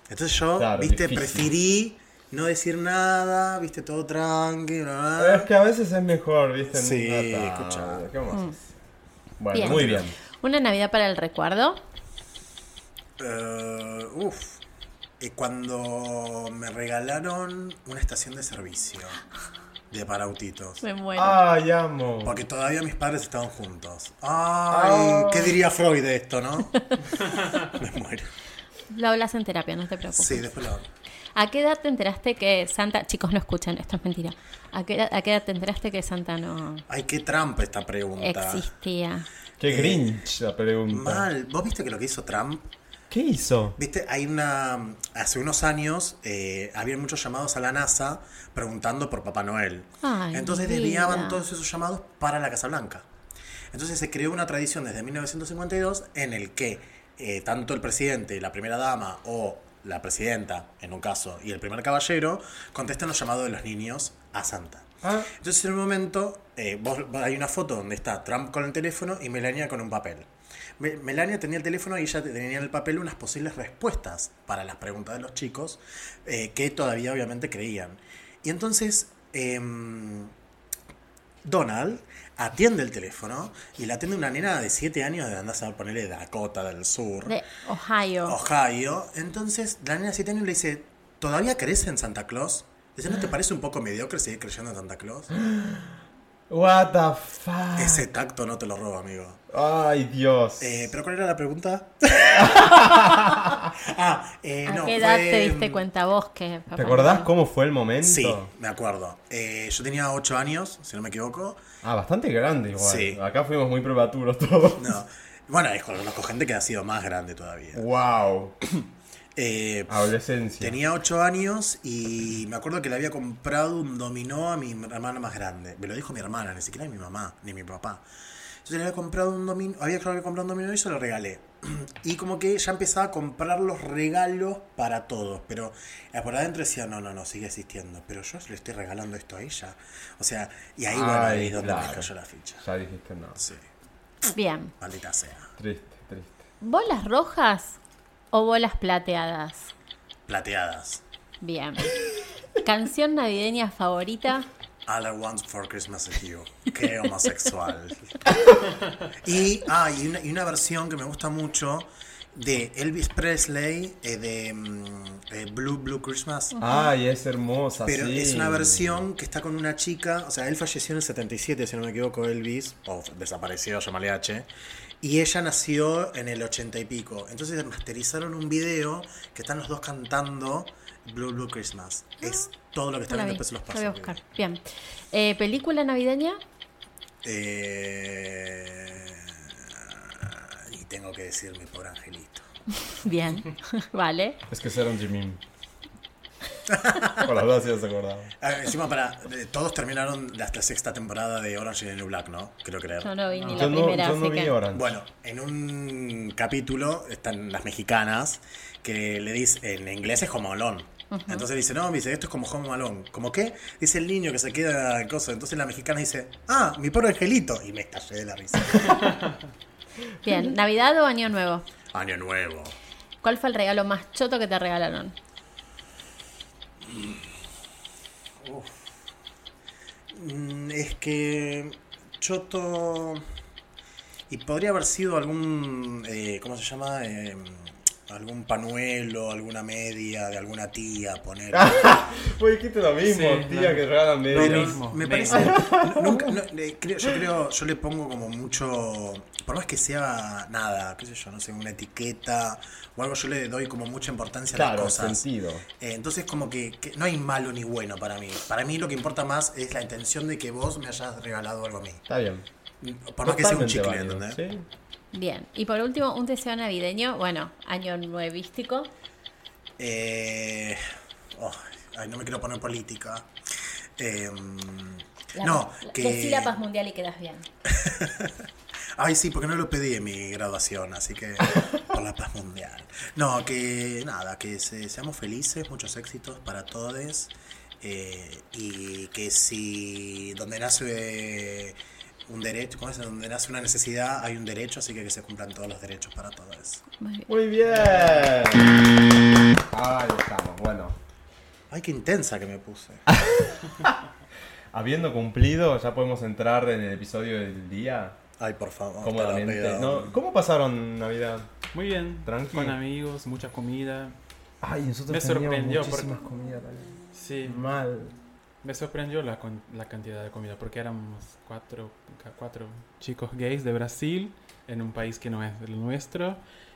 Speaker 1: Entonces yo,
Speaker 3: Claro,
Speaker 1: viste,
Speaker 3: difícil.
Speaker 1: preferí no decir nada, viste, todo tranqui, bla, bla, bla.
Speaker 3: es que a veces es mejor, ¿viste?
Speaker 1: Sí,
Speaker 3: Ah,
Speaker 1: escucha.
Speaker 3: ¿qué vamos a hacer? Bueno,
Speaker 4: Mm. Bien.
Speaker 3: muy bien.
Speaker 4: Una Navidad para el recuerdo.
Speaker 1: Eh, uf. Eh, cuando me regalaron una estación de servicio de para autitos.
Speaker 4: Me muero.
Speaker 1: Ah.
Speaker 3: Ay, amo.
Speaker 1: Porque todavía mis padres estaban juntos. Ay, ¿qué diría Freud de esto, no? me muero.
Speaker 4: Lo hablas en terapia, no te preocupes.
Speaker 1: Sí, después lo
Speaker 4: ¿A qué edad te enteraste que Santa... Chicos, no escuchan, esto es mentira. ¿A qué edad, a qué edad te enteraste que Santa no
Speaker 1: Ay, qué trampa esta pregunta.
Speaker 4: existía?
Speaker 3: Qué
Speaker 1: Eh,
Speaker 3: grinch la pregunta.
Speaker 1: Mal. ¿Vos viste que lo que hizo Trump?
Speaker 3: ¿Qué hizo?
Speaker 1: Viste, hay una. Hace unos años eh, habían muchos llamados a la NASA preguntando por Papá Noel.
Speaker 4: Ay,
Speaker 1: Entonces
Speaker 4: mi
Speaker 1: desviaban
Speaker 4: vida.
Speaker 1: todos esos llamados para la Casa Blanca. Entonces se creó una tradición desde 1952 en el que eh, tanto el presidente, la primera dama o la presidenta, en un caso, y el primer caballero contestan los llamados de los niños a Santa.
Speaker 3: Ah,
Speaker 1: Entonces en un momento, eh, vos- vos- hay una foto donde está Trump con el teléfono y Melania con un papel. Me- Melania tenía el teléfono y ella te- tenía en el papel unas posibles respuestas para las preguntas de los chicos eh, que todavía obviamente creían. Y entonces em, Donald atiende el teléfono y la atiende una nena de 7 años de andar a ponerle Dakota del Sur.
Speaker 4: De Ohio.
Speaker 1: Oh, Ohio. Entonces la nena de siete años le dice, ¿todavía crees en Santa Claus? Dice, ¿no te parece un poco mediocre seguir creyendo en Santa Claus?
Speaker 3: what the fuck.
Speaker 1: Ese
Speaker 4: Ah.
Speaker 1: tacto no te lo robo, amigo.
Speaker 3: Ay, Dios.
Speaker 1: Eh, ¿Pero cuál era la pregunta? ah, eh,
Speaker 4: ¿A
Speaker 1: no.
Speaker 4: qué edad
Speaker 1: fue,
Speaker 4: te diste
Speaker 1: mm,
Speaker 4: cuenta vos que... papá
Speaker 3: ¿Te acordás
Speaker 4: no-
Speaker 3: cómo fue el momento?
Speaker 1: Sí, me acuerdo. Eh, yo tenía 8 años, si no me equivoco.
Speaker 3: Ah, bastante grande igual.
Speaker 1: Sí.
Speaker 3: Acá fuimos muy prematuros todos.
Speaker 1: No. Bueno, es- conozco gente que ha sido más grande todavía.
Speaker 3: Wow.
Speaker 1: Eh,
Speaker 3: Adolescencia.
Speaker 1: Tenía 8 años y me acuerdo que le había comprado un dominó a mi hermana más grande. Me lo dijo mi hermana, ni siquiera mi mamá, ni mi papá. Entonces le había comprado un dominó, había que comprar un dominó y se lo regalé. Y como que ya empezaba a comprar los regalos para todos, pero eh, por adentro decía, no, no, no, sigue existiendo. Pero yo le estoy regalando esto a ella. O sea, y ahí bueno,
Speaker 3: Ay,
Speaker 1: ahí es donde me
Speaker 3: claro.
Speaker 1: cayó la ficha.
Speaker 3: Ya dijiste no.
Speaker 1: Sí,
Speaker 4: Bien.
Speaker 1: maldita sea.
Speaker 3: Triste, triste.
Speaker 4: ¿Bolas rojas o bolas plateadas?
Speaker 1: Plateadas.
Speaker 4: Bien. ¿Canción navideña favorita?
Speaker 1: All I want for Christmas is you. Qué homosexual. y, ah, y, una, y una versión que me gusta mucho de Elvis Presley eh, de mm, eh, Blue Blue Christmas.
Speaker 4: Ah,
Speaker 3: Ay, es hermosa,
Speaker 1: Pero
Speaker 3: sí.
Speaker 1: es una versión que está con una chica, o sea, él falleció en el 77, si no me equivoco, Elvis, o f- desapareció, llamale H, y ella nació en el 80 y pico. Entonces masterizaron un video que están los dos cantando Blue Blue Christmas. Es todo lo que está
Speaker 4: Ah, La
Speaker 1: viendo,
Speaker 4: vi,
Speaker 1: después se los
Speaker 4: la
Speaker 1: paso.
Speaker 4: voy a buscar. Bien. Eh, ¿Película navideña?
Speaker 1: Eh, y tengo que decir mi pobre angelito.
Speaker 4: Bien. vale.
Speaker 3: Es que ese era un Jimmy. Por las dos ya se acordaba.
Speaker 1: A ver, encima para eh, todos terminaron hasta la sexta temporada de Orange is the New Black, ¿no? Creo creer.
Speaker 4: Yo no vi ni
Speaker 3: Yo
Speaker 4: la
Speaker 3: no,
Speaker 4: primera,
Speaker 3: yo no
Speaker 4: así
Speaker 3: vi
Speaker 4: que...
Speaker 3: Orange.
Speaker 1: Bueno, en un capítulo están las mexicanas que le dicen, en inglés es como Malone. Entonces dice, no, me dice, esto es como Home Malone. ¿Cómo qué? Dice el niño que se queda en cosa. Entonces la mexicana dice, ah, mi pobre angelito. Y me estallé de la risa.
Speaker 4: Bien. ¿Navidad o Año Nuevo?
Speaker 1: Año nuevo.
Speaker 4: ¿Cuál fue el regalo más choto que te regalaron?
Speaker 1: Mm, Es que Choto... Y podría haber sido algún... eh, ¿Cómo se llama? Eh, algún panuelo, alguna media de alguna tía, poner...
Speaker 3: Vos dijiste lo mismo,
Speaker 5: Sí,
Speaker 3: tía,
Speaker 5: claro.
Speaker 3: que regalan medias.
Speaker 5: Ah, Lo mismo.
Speaker 1: Me
Speaker 5: Media.
Speaker 1: parece... nunca- no, eh, creo- yo creo, yo le pongo como mucho... Por más que sea nada, qué sé yo, no sé, una etiqueta o algo, yo le doy como mucha importancia a las
Speaker 3: Claro,
Speaker 1: cosas.
Speaker 3: sentido.
Speaker 1: Eh, Entonces como que, que no hay malo ni bueno para mí. Para mí lo que importa más es la intención de que vos me hayas regalado algo a mí.
Speaker 3: Está bien.
Speaker 1: Por más que sea un
Speaker 3: Totalmente
Speaker 1: chicle,
Speaker 3: válido,
Speaker 1: ¿entendés?
Speaker 3: ¿sí?
Speaker 4: Bien. Y por último, un deseo navideño. Bueno, año nuevístico.
Speaker 1: Eh, oh, ay, no me quiero poner política. Eh,
Speaker 4: La-
Speaker 1: no,
Speaker 4: la- Decí
Speaker 1: que...
Speaker 4: la paz mundial y quedas bien.
Speaker 1: Ay, sí, porque no lo pedí en mi graduación, así que por la paz mundial. No, que nada, que se- seamos felices, muchos éxitos para todos. eh, y que si donde nace un derecho, ¿cómo es? Donde nace una necesidad hay un derecho, así que que se cumplan todos los derechos para todos.
Speaker 4: Muy bien.
Speaker 3: Muy bien. Ahí estamos. Bueno,
Speaker 1: Ay, qué intensa que me puse.
Speaker 3: habiendo cumplido, ya podemos entrar en el episodio del día.
Speaker 1: Ay, por favor.
Speaker 3: Cómodamente.
Speaker 1: pero-
Speaker 3: ¿no? ¿Cómo pasaron Navidad?
Speaker 5: Muy bien.
Speaker 3: Tranqui.
Speaker 5: Con amigos, mucha comida.
Speaker 3: Ay, nosotros
Speaker 5: Me
Speaker 3: teníamos
Speaker 5: sorprendió
Speaker 3: muchísimas
Speaker 5: porque-
Speaker 3: comidas también.
Speaker 5: Sí.
Speaker 3: Mal.
Speaker 5: Me sorprendió la, con- la cantidad de comida porque éramos cuatro, ca- cuatro chicos gays de Brasil en un país que no es el nuestro.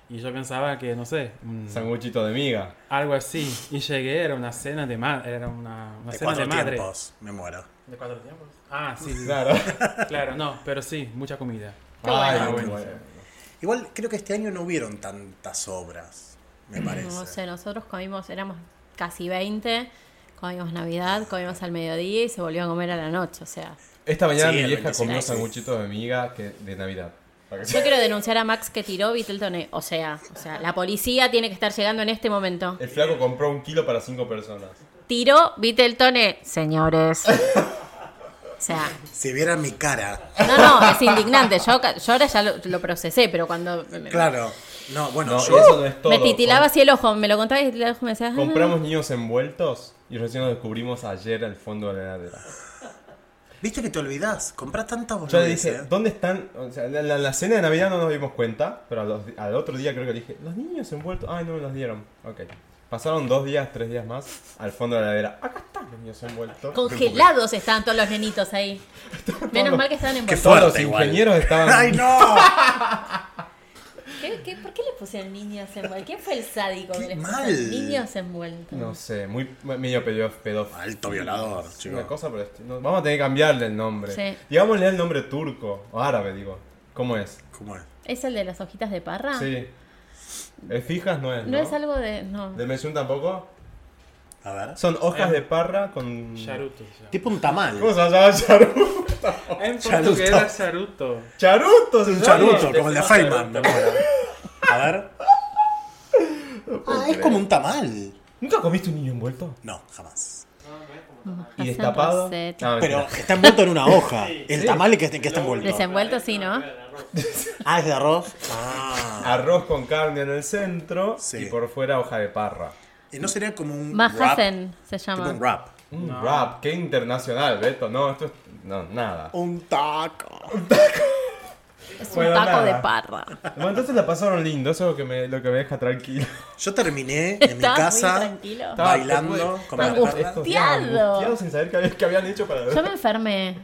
Speaker 5: Y yo pensaba que, no sé,
Speaker 1: Mm.
Speaker 5: un-
Speaker 3: Sanguchito de miga.
Speaker 5: algo así. Y llegué, era una cena de madre. Era una, una
Speaker 1: De
Speaker 5: cena
Speaker 1: cuatro
Speaker 5: de madre.
Speaker 1: tiempos, me muero.
Speaker 5: ¿De cuatro tiempos? Ah, sí, sí,
Speaker 3: Claro.
Speaker 5: claro, no, pero sí, mucha comida.
Speaker 3: Ay,
Speaker 5: bueno.
Speaker 3: bueno.
Speaker 1: Igual creo que este año no hubieron tantas obras, me parece.
Speaker 4: No sé, nosotros comimos, éramos casi 20, comimos Navidad, comimos al mediodía y se volvió a comer a la noche, o sea.
Speaker 3: Esta mañana
Speaker 1: Sí,
Speaker 3: mi
Speaker 1: el
Speaker 3: vieja
Speaker 1: 25.
Speaker 3: comió sanguchito de miga que de Navidad. Para que-
Speaker 4: Yo quiero denunciar a Max que tiró Beetleton, o sea, o sea, la policía tiene que estar llegando en este momento.
Speaker 3: El flaco compró un kilo para cinco personas.
Speaker 4: Tiró Beetleton, señores. O sea,
Speaker 1: Si vieran mi cara.
Speaker 4: no, no, es indignante. Yo, ca- yo ahora ya lo, lo procesé, pero cuando me,
Speaker 1: Claro. No, bueno,
Speaker 3: No,
Speaker 1: yo-
Speaker 3: eso no es todo.
Speaker 4: me titilaba
Speaker 3: Com-
Speaker 4: así el ojo, me lo contaba y el ojo me decía. "Ah".
Speaker 3: Compramos niños envueltos y recién lo descubrimos ayer al fondo de la heladera.
Speaker 1: Viste que te olvidás, comprás tantas
Speaker 3: Yo le
Speaker 1: boludeces.
Speaker 3: dije, ¿dónde están? O sea, la, la- la cena de Navidad no nos dimos cuenta, pero a los- al otro día creo que le dije, los niños envueltos, ay, no me los dieron. Ok. Pasaron dos días, tres días más, al fondo de la heladera. Acá están los niños envueltos.
Speaker 4: "Ah, Congelados estaban todos los nenitos ahí. Menos mal que estaban en
Speaker 1: Qué
Speaker 3: Todos los
Speaker 1: Fuerte igual.
Speaker 3: ingenieros estaban...
Speaker 1: ¡Ay, no!
Speaker 4: ¿Qué, qué, por qué le pusieron niños envueltos? ¿Quién fue el sádico
Speaker 1: Qué
Speaker 4: que le
Speaker 1: mal.
Speaker 4: pusieron niños envueltos?
Speaker 3: No sé, muy medio pedo- pedófilo.
Speaker 1: Alto violador,
Speaker 3: Una
Speaker 1: chico.
Speaker 3: cosa por el esti- no, vamos a tener que cambiarle el nombre.
Speaker 4: Sí.
Speaker 3: Digámosle el nombre turco o árabe, digo. ¿Cómo es?
Speaker 1: ¿Cómo es?
Speaker 4: ¿Es el de las hojitas de parra?
Speaker 3: Sí. ¿Es fijas? No es.
Speaker 4: Ah. No, es algo de. No.
Speaker 3: ¿Del Mesiún tampoco?
Speaker 1: A ver.
Speaker 3: Son hojas
Speaker 5: Eh.
Speaker 3: de parra con.
Speaker 1: Mm.
Speaker 5: Charuto. se llama.
Speaker 1: Tipo un tamal.
Speaker 3: ¿Cómo se llama charuto?
Speaker 5: En
Speaker 1: Oh, Charuto.
Speaker 5: portugués era charuto.
Speaker 3: ¡Charuto! se
Speaker 1: Un
Speaker 3: llama!
Speaker 1: charuto, como el de Feynman. me muero. A ver. Ah, es como un tamal.
Speaker 3: ¿Nunca comiste un niño envuelto?
Speaker 1: No, jamás.
Speaker 3: ¿Y
Speaker 4: Hacen
Speaker 3: destapado?
Speaker 4: rosette.
Speaker 3: Ah, mentira.
Speaker 1: Pero está envuelto en una hoja. El
Speaker 3: Sí.
Speaker 1: tamal que, que está envuelto.
Speaker 4: Desenvuelto, sí, ¿no?
Speaker 1: Ah, es de arroz. Ah.
Speaker 3: arroz con carne en el centro
Speaker 1: Sí.
Speaker 3: y por fuera hoja de parra.
Speaker 1: Y no sería como un rap.
Speaker 4: Mahasen se
Speaker 1: Tipo un
Speaker 4: llama.
Speaker 1: rap.
Speaker 3: Un
Speaker 5: No.
Speaker 3: rap, qué internacional, Beto. No, esto es. No, nada.
Speaker 1: Un taco.
Speaker 4: Es un
Speaker 3: Bueno,
Speaker 4: taco
Speaker 3: nada.
Speaker 4: de parra.
Speaker 3: Bueno, entonces la pasaron lindo, eso es lo que me, lo que me deja tranquilo.
Speaker 1: Yo terminé en mi
Speaker 4: Estabas muy
Speaker 1: casa
Speaker 4: tranquilo.
Speaker 1: bailando con la
Speaker 4: Estaba-
Speaker 1: perra.
Speaker 3: Estos días
Speaker 4: Angustiado.
Speaker 3: angustiados sin saber qué, había- qué habían hecho para.
Speaker 4: Yo me enfermé.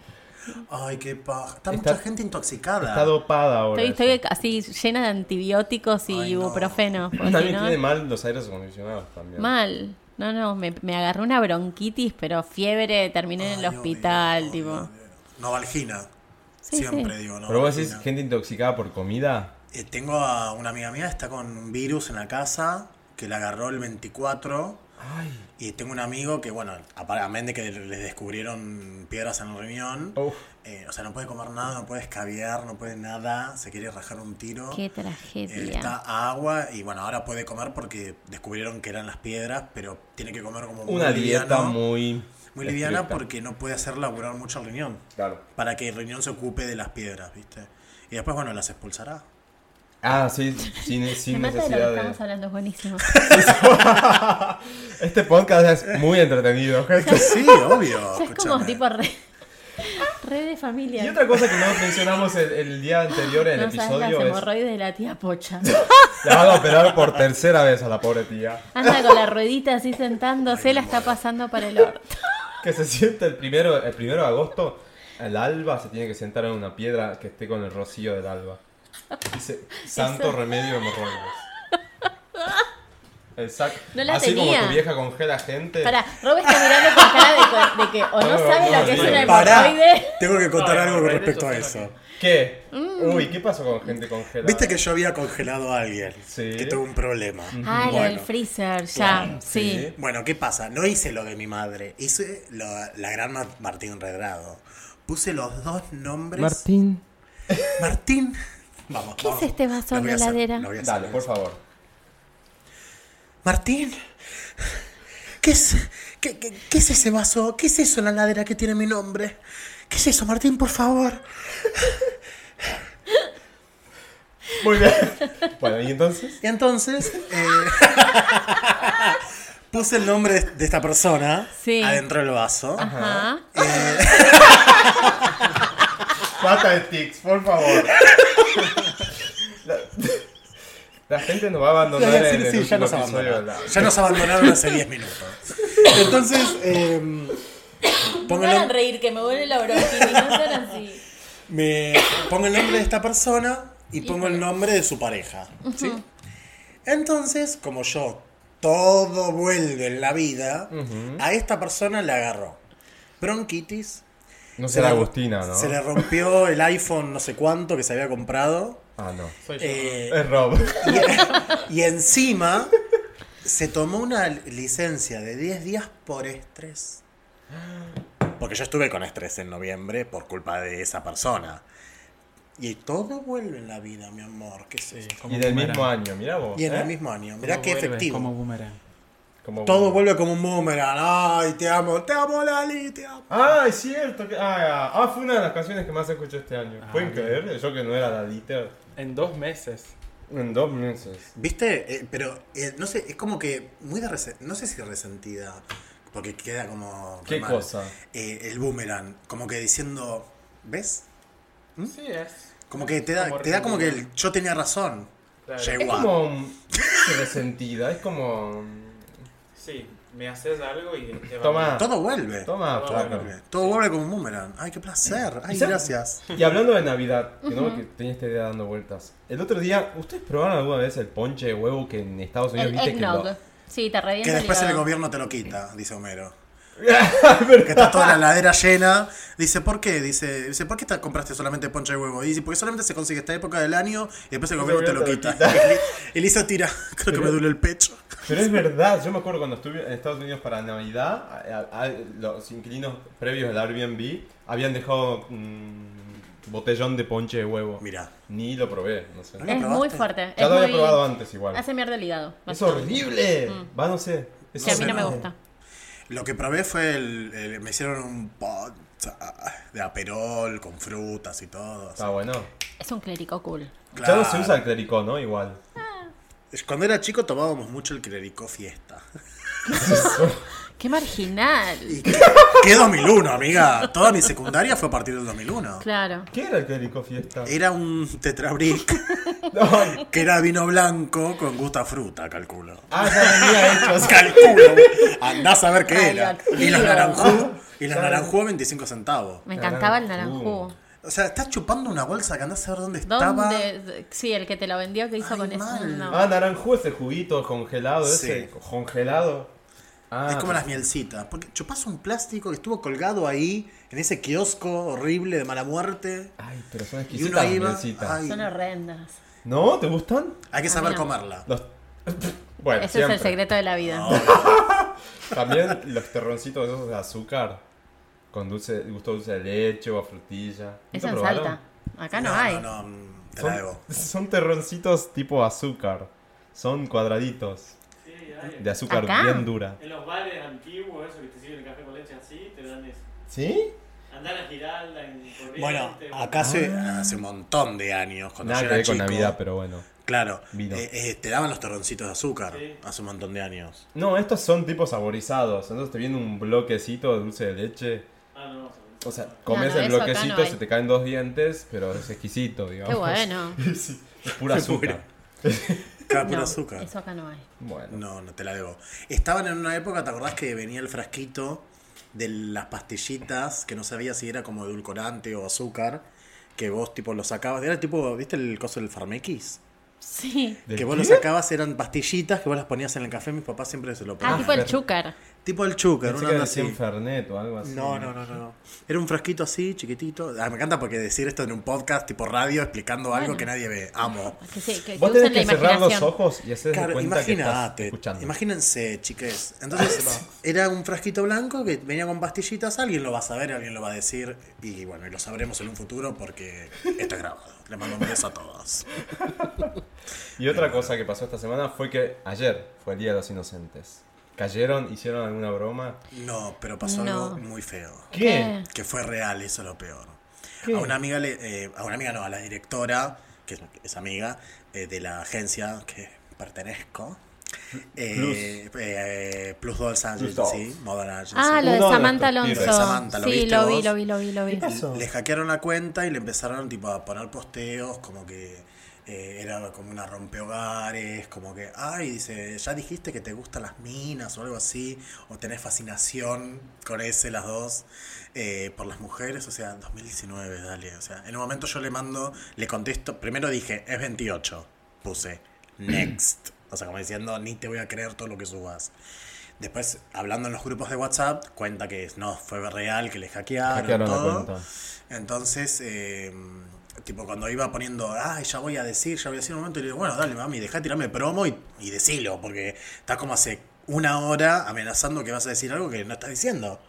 Speaker 1: Ay, qué paja. Está,
Speaker 3: Está-
Speaker 1: mucha gente intoxicada.
Speaker 3: Está dopada ahora.
Speaker 4: Estoy, estoy así llena de antibióticos y
Speaker 1: Ay, no.
Speaker 4: ibuprofeno. porque si
Speaker 3: También
Speaker 4: no-
Speaker 3: tiene mal los aires acondicionados también.
Speaker 4: Mal. No, no, me, me agarró una bronquitis, pero fiebre, terminé
Speaker 1: Ay,
Speaker 4: en el
Speaker 1: obvio,
Speaker 4: hospital,
Speaker 1: obvio,
Speaker 4: tipo.
Speaker 1: obvio. Novalgina.
Speaker 4: Sí,
Speaker 1: Siempre
Speaker 4: sí.
Speaker 1: digo, no.
Speaker 3: Pero vos decís gente intoxicada por comida.
Speaker 1: Eh, tengo a una amiga mía, está con un virus en la casa, que la agarró el 24.
Speaker 3: Ay.
Speaker 1: Y tengo un amigo que, bueno, aparentemente que les descubrieron piedras en el riñón.
Speaker 3: Uf.
Speaker 1: Eh, o sea, no puede comer nada, no puede escabiar, no puede nada. Se quiere rajar un tiro.
Speaker 4: Qué
Speaker 1: Eh,
Speaker 4: tragedia.
Speaker 1: Está a agua y bueno, ahora puede comer porque descubrieron que eran las piedras, pero tiene que comer como
Speaker 3: Una
Speaker 1: muy
Speaker 3: dieta
Speaker 1: liviano,
Speaker 3: muy.
Speaker 1: muy liviana
Speaker 3: estricta.
Speaker 1: porque no puede hacer laburar mucho el riñón,
Speaker 3: Claro.
Speaker 1: para que el riñón se ocupe de las piedras, ¿viste? Y después, bueno, las expulsará.
Speaker 3: Ah, sí, sin, sin
Speaker 4: Me mata de lo que
Speaker 3: necesidad
Speaker 4: estamos
Speaker 3: de.
Speaker 4: hablando, es buenísimo.
Speaker 3: Este podcast es muy entretenido, gente.
Speaker 1: Sí, obvio.
Speaker 4: O sea, es como
Speaker 1: escúchame.
Speaker 4: tipo re, re de familia.
Speaker 3: Y otra cosa que no mencionamos el, el día anterior en el
Speaker 4: no sabes las
Speaker 3: episodio es.
Speaker 4: hemorroides de la tía Pocha.
Speaker 3: La van a operar por tercera vez a la pobre tía.
Speaker 4: Anda con la ruedita así sentándose, la está pasando para el orto.
Speaker 3: Que se sienta el primero, el primero de agosto, al alba se tiene que sentar en una piedra que esté con el rocío del alba. Dice, santo remedio de hemorroides. Exacto.
Speaker 4: No la
Speaker 3: Así como
Speaker 4: tenía.
Speaker 3: tu vieja congela gente.
Speaker 4: Pará, Rob está mirando con cara de, co- de que o no
Speaker 3: No,
Speaker 4: sabe
Speaker 3: no,
Speaker 4: lo que es
Speaker 3: no,
Speaker 4: una
Speaker 3: no.
Speaker 1: Pará,
Speaker 4: hemorroide.
Speaker 1: tengo que contar
Speaker 5: No,
Speaker 1: algo con
Speaker 5: hemorroides,
Speaker 1: respecto a
Speaker 5: yo sé
Speaker 1: eso.
Speaker 5: lo
Speaker 3: ¿Qué?
Speaker 4: Mm.
Speaker 3: Uy, ¿qué pasó con gente congelada?
Speaker 1: Viste que yo había congelado a alguien
Speaker 3: Sí.
Speaker 1: que tuvo un problema.
Speaker 4: Ah, lo del
Speaker 1: bueno,
Speaker 4: freezer, ya, sí.
Speaker 3: sí.
Speaker 1: Bueno, ¿qué pasa? No hice lo de mi madre, hice lo- la gran Ma- Martín Redrado. Puse los dos nombres.
Speaker 5: Martín.
Speaker 1: Martín. Vamos,
Speaker 4: ¿Qué es
Speaker 1: vamos.
Speaker 4: este vaso
Speaker 1: Lo voy
Speaker 4: en
Speaker 1: a
Speaker 4: la
Speaker 1: hacer,
Speaker 4: heladera?
Speaker 1: lo voy a hacer.
Speaker 3: Dale, por favor.
Speaker 1: Martín. ¿Qué es, qué, qué- qué es ese vaso? ¿Qué es eso en la heladera que tiene mi nombre? ¿Qué es eso, Martín, por favor?
Speaker 3: Muy bien. Bueno, y entonces.
Speaker 1: Y entonces eh, puse el nombre de esta persona
Speaker 4: Sí.
Speaker 1: adentro del vaso.
Speaker 4: Ajá.
Speaker 3: Basta de tics, por favor. La, la gente nos va a
Speaker 1: Lo
Speaker 3: abandonar
Speaker 1: voy a
Speaker 3: en
Speaker 1: decir,
Speaker 3: el
Speaker 1: sí, ya
Speaker 3: último
Speaker 1: nos
Speaker 3: episodio.
Speaker 1: abandonaron.
Speaker 3: la-
Speaker 1: Ya nos abandonaron hace 10 minutos. Entonces, eh, pongo,
Speaker 4: Me
Speaker 1: el
Speaker 4: van a
Speaker 1: nom-
Speaker 4: reír, que me vuelve la bronquitis, no sean así.
Speaker 1: me- pongo el nombre de esta persona y pongo el nombre de su pareja. ¿sí? Entonces, como yo todo vuelve en la vida, a esta persona le agarró bronquitis.
Speaker 3: No
Speaker 1: se
Speaker 3: será
Speaker 1: le-
Speaker 3: Agustina, ¿no?
Speaker 1: Se le rompió el iPhone no sé cuánto que se había comprado.
Speaker 3: Ah, no.
Speaker 5: Soy yo.
Speaker 1: eh,
Speaker 3: Es Rob.
Speaker 1: Y encima se tomó una licencia de 10 días por estrés. Porque yo estuve con estrés en noviembre por culpa de esa persona. Y todo vuelve en la vida, mi amor. ¿Qué es
Speaker 5: Sí,
Speaker 1: esto?
Speaker 5: como
Speaker 3: Y del
Speaker 5: boomerang.
Speaker 3: mismo año, mirá vos.
Speaker 1: Y en
Speaker 3: ¿eh?
Speaker 1: el mismo año. Mirá
Speaker 5: Todo
Speaker 1: qué
Speaker 5: vuelve
Speaker 1: efectivo.
Speaker 5: Como boomerang.
Speaker 3: Como
Speaker 1: Todo
Speaker 3: uno.
Speaker 1: vuelve como un boomerang. Ay, te amo, te amo, Lali, te amo.
Speaker 3: Ah, es cierto. que- ah, ah, fue una de las canciones que más escuché este año.
Speaker 5: Ah,
Speaker 3: ¿Pueden
Speaker 5: bien.
Speaker 3: creer? Yo que no era la liter.
Speaker 5: En dos meses.
Speaker 3: En dos meses.
Speaker 1: ¿Viste? Eh, pero, eh, no sé, es como que muy de rese- No sé si resentida. Porque queda como. re
Speaker 3: ¿Qué
Speaker 1: mal.
Speaker 3: cosa?
Speaker 1: Eh, el boomerang. Como que diciendo. ¿Ves?
Speaker 5: Sí, es.
Speaker 1: ¿Mm? Como que te da como, te da como que el, yo tenía razón.
Speaker 5: Claro.
Speaker 1: Llegó
Speaker 3: Es
Speaker 1: a-
Speaker 3: como. no sé, resentida, es como. mm,
Speaker 5: Sí, me haces algo y te va-
Speaker 3: Toma.
Speaker 1: Todo vuelve.
Speaker 3: Toma, flaco.
Speaker 1: Todo vuelve como un boomerang. Ay, qué placer. Ay,
Speaker 3: ¿Sabes?
Speaker 1: gracias.
Speaker 3: Y hablando de Navidad, que no que tenía esta idea dando vueltas. El otro día, ¿ustedes probaron alguna vez el ponche de huevo que en Estados Unidos
Speaker 4: El
Speaker 3: viste que lo-
Speaker 4: eggnog. Sí, te revienta
Speaker 1: Que después
Speaker 4: el
Speaker 1: el
Speaker 4: hígado.
Speaker 1: gobierno te lo quita, dice Homero. Que está toda la heladera llena. Dice, ¿por qué? Dice, dice ¿por qué te compraste solamente ponche de huevo? Y dice, porque solamente se consigue esta época del año y después el gobierno te lo quita. Y Elisa tira, creo que me duele el pecho.
Speaker 3: Pero es verdad, yo me acuerdo cuando estuve en Estados Unidos para Navidad, a- a- a- los inquilinos previos del Airbnb habían dejado mm, botellón de ponche de huevo.
Speaker 1: Mira.
Speaker 3: Ni lo probé, no sé.
Speaker 1: ¿No
Speaker 4: Es muy
Speaker 1: probaste?
Speaker 4: fuerte.
Speaker 3: Ya
Speaker 4: es
Speaker 3: lo había
Speaker 4: muy-
Speaker 3: probado antes igual.
Speaker 4: Hace mierda el hígado.
Speaker 3: Es
Speaker 4: básicamente.
Speaker 3: horrible. Va, no sé. Es
Speaker 4: Que a mí no me
Speaker 3: horrible.
Speaker 4: gusta.
Speaker 1: Lo que probé fue el, el- me hicieron un pot de aperol con frutas y todo. así.
Speaker 3: Está Ah, bueno.
Speaker 4: Es un clérico cool.
Speaker 3: Ya no se
Speaker 1: Claro.
Speaker 3: usa el clericó, ¿no? Igual.
Speaker 1: Cuando era chico tomábamos mucho el clericó fiesta.
Speaker 4: Qué marginal.
Speaker 1: ¿Y qué, qué 2001, amiga? Toda mi secundaria fue a partir del 2001.
Speaker 4: Claro.
Speaker 3: ¿Qué era el clericó fiesta?
Speaker 1: Era un tetrabric
Speaker 3: No.
Speaker 1: que era vino blanco con gusto a fruta, calculo.
Speaker 3: Ah, ya venía hecho.
Speaker 1: Calculo. Andás a ver qué era. Y los
Speaker 4: Radioactivo.
Speaker 1: naranjó, y los naranjó a 25 centavos.
Speaker 4: Me encantaba el
Speaker 3: Naranjú.
Speaker 4: naranjú.
Speaker 1: O sea, estás chupando una bolsa que andás a ver dónde estaba.
Speaker 4: ¿Dónde? Sí, el que te lo vendió, que hizo
Speaker 1: Ay,
Speaker 4: con eso?
Speaker 1: mal.
Speaker 4: No.
Speaker 3: Ah, naranjú ese juguito congelado, ese.
Speaker 1: Sí.
Speaker 3: Congelado. Ah,
Speaker 1: Es como las mielcitas. Porque chupás un plástico que estuvo colgado ahí, en ese kiosco horrible de mala muerte.
Speaker 3: Ay, pero
Speaker 1: Y uno
Speaker 3: son exquisitas las
Speaker 1: ahí va.
Speaker 3: mielcitas.
Speaker 1: ay,
Speaker 4: Son horrendas.
Speaker 3: ¿No? ¿Te gustan?
Speaker 1: hay que
Speaker 4: A
Speaker 1: saber
Speaker 4: mí no.
Speaker 1: comerla.
Speaker 3: Los... Bueno,
Speaker 4: Ese
Speaker 3: siempre.
Speaker 4: es el secreto de la vida.
Speaker 3: También los terroncitos esos de azúcar. Con dulce, gusto a dulce de leche o a frutilla. ¿Nunca
Speaker 4: Eso en
Speaker 3: probaron?
Speaker 4: Salta. Acá Ah, no, hay.
Speaker 1: No, no, te la debo.
Speaker 3: Son, son terroncitos tipo azúcar. Son cuadraditos. De azúcar
Speaker 4: ¿Acá?
Speaker 3: bien dura.
Speaker 6: En los bares antiguos, eso que te sirven el café con leche así, te dan eso.
Speaker 3: ¿Sí?
Speaker 6: Andar a Giralda en ah, corriente.
Speaker 1: Bueno, acá hace, Ah, hace un montón de años, cuando
Speaker 3: Nada
Speaker 1: yo
Speaker 3: que
Speaker 1: era
Speaker 3: ver con
Speaker 1: chico,
Speaker 3: Navidad, pero bueno.
Speaker 1: Claro,
Speaker 3: Vino.
Speaker 1: eh, eh, te daban los torroncitos de azúcar
Speaker 6: Sí.
Speaker 1: hace un montón de años.
Speaker 3: No, estos son tipo saborizados. Entonces te viene un bloquecito de dulce de leche.
Speaker 6: Ah, no, no.
Speaker 3: O sea, comes
Speaker 4: no,
Speaker 3: el
Speaker 4: eso acá
Speaker 3: bloquecito,
Speaker 4: no hay.
Speaker 3: se te caen dos dientes, pero es exquisito, digamos.
Speaker 4: Qué bueno.
Speaker 3: Sí, es pura azúcar.
Speaker 1: Cada puro
Speaker 4: No,
Speaker 1: azúcar.
Speaker 4: Eso acá no hay.
Speaker 3: Bueno.
Speaker 1: No, no te la debo. Estaban en una época, ¿te acordás que venía el frasquito de las pastillitas que no sabía si era como edulcorante o azúcar? Que vos tipo lo sacabas, era tipo, ¿viste el coso del Farmekis?
Speaker 4: Sí.
Speaker 3: ¿Del
Speaker 1: Que vos
Speaker 3: qué?
Speaker 1: lo sacabas, eran pastillitas que vos las ponías en el café, mis papás siempre se lo
Speaker 4: Ah,
Speaker 1: ponían.
Speaker 4: tipo el
Speaker 3: pero-
Speaker 4: chúcar.
Speaker 1: Tipo el chúcar,
Speaker 3: Pensé
Speaker 1: una
Speaker 3: que
Speaker 1: onda
Speaker 3: decía
Speaker 1: así.
Speaker 3: un Fernet o algo así.
Speaker 1: No, no, no, no, no. Era un frasquito así, chiquitito. Ah, me encanta porque decir esto en un podcast tipo radio explicando algo
Speaker 4: Bueno.
Speaker 1: que nadie ve. Amo.
Speaker 4: Que, sí, que,
Speaker 3: Vos
Speaker 4: que
Speaker 3: tenés
Speaker 4: usan la
Speaker 3: que cerrar los
Speaker 4: imaginación.
Speaker 3: ojos y hacer de
Speaker 1: Claro,
Speaker 3: cuenta que estás
Speaker 1: imagínate.
Speaker 3: escuchando.
Speaker 1: Imagínense, chiques. Entonces, era un frasquito blanco que venía con pastillitas. Alguien lo va a saber, alguien lo va a decir. Y bueno, y lo sabremos en un futuro porque esto es grabado. Le mando un beso a todos.
Speaker 3: Y otra cosa que pasó esta semana fue que ayer fue el Día de los Inocentes. ¿Cayeron? ¿Hicieron alguna broma?
Speaker 1: No, pero pasó
Speaker 4: No.
Speaker 1: algo muy feo.
Speaker 4: ¿Qué?
Speaker 1: Que fue real, eso es lo peor. A una amiga, le- eh, a una amiga no, a la directora, que es, es amiga eh, de la agencia que pertenezco. eh, eh, Plus Dolls Agency,
Speaker 3: Plus
Speaker 1: sí, Modern Agency.
Speaker 4: Ah, lo de
Speaker 3: Uno de
Speaker 4: Samantha
Speaker 3: los
Speaker 4: Alonso.
Speaker 3: pibes.
Speaker 1: Samantha, ¿lo
Speaker 4: sí,
Speaker 1: viste
Speaker 4: lo
Speaker 1: vos?
Speaker 4: vi, lo vi, lo vi, lo vi.
Speaker 3: pasó?
Speaker 1: Le hackearon la cuenta y le empezaron tipo a poner posteos como que eh, era como una rompehogares, como que, ay, dice, ya dijiste que te gustan las minas o algo así, o tenés fascinación con ese, las dos, eh, por las mujeres, o sea, 2019, dale, o sea, en un momento yo le mando, le contesto, primero dije, es 28, puse, next, o sea, como diciendo, ni te voy a creer todo lo que subas. Después, hablando en los grupos de WhatsApp, cuenta que no, fue real, que le hackearon,
Speaker 3: Hackearon la
Speaker 1: todo.
Speaker 3: cuenta.
Speaker 1: Entonces, eh, tipo, cuando iba poniendo, ay, ya voy a decir, ya voy a decir un momento, y le digo, bueno, dale, mami, dejá de tirarme promo y, y decilo, porque estás como hace una hora amenazando que vas a decir algo que no estás diciendo.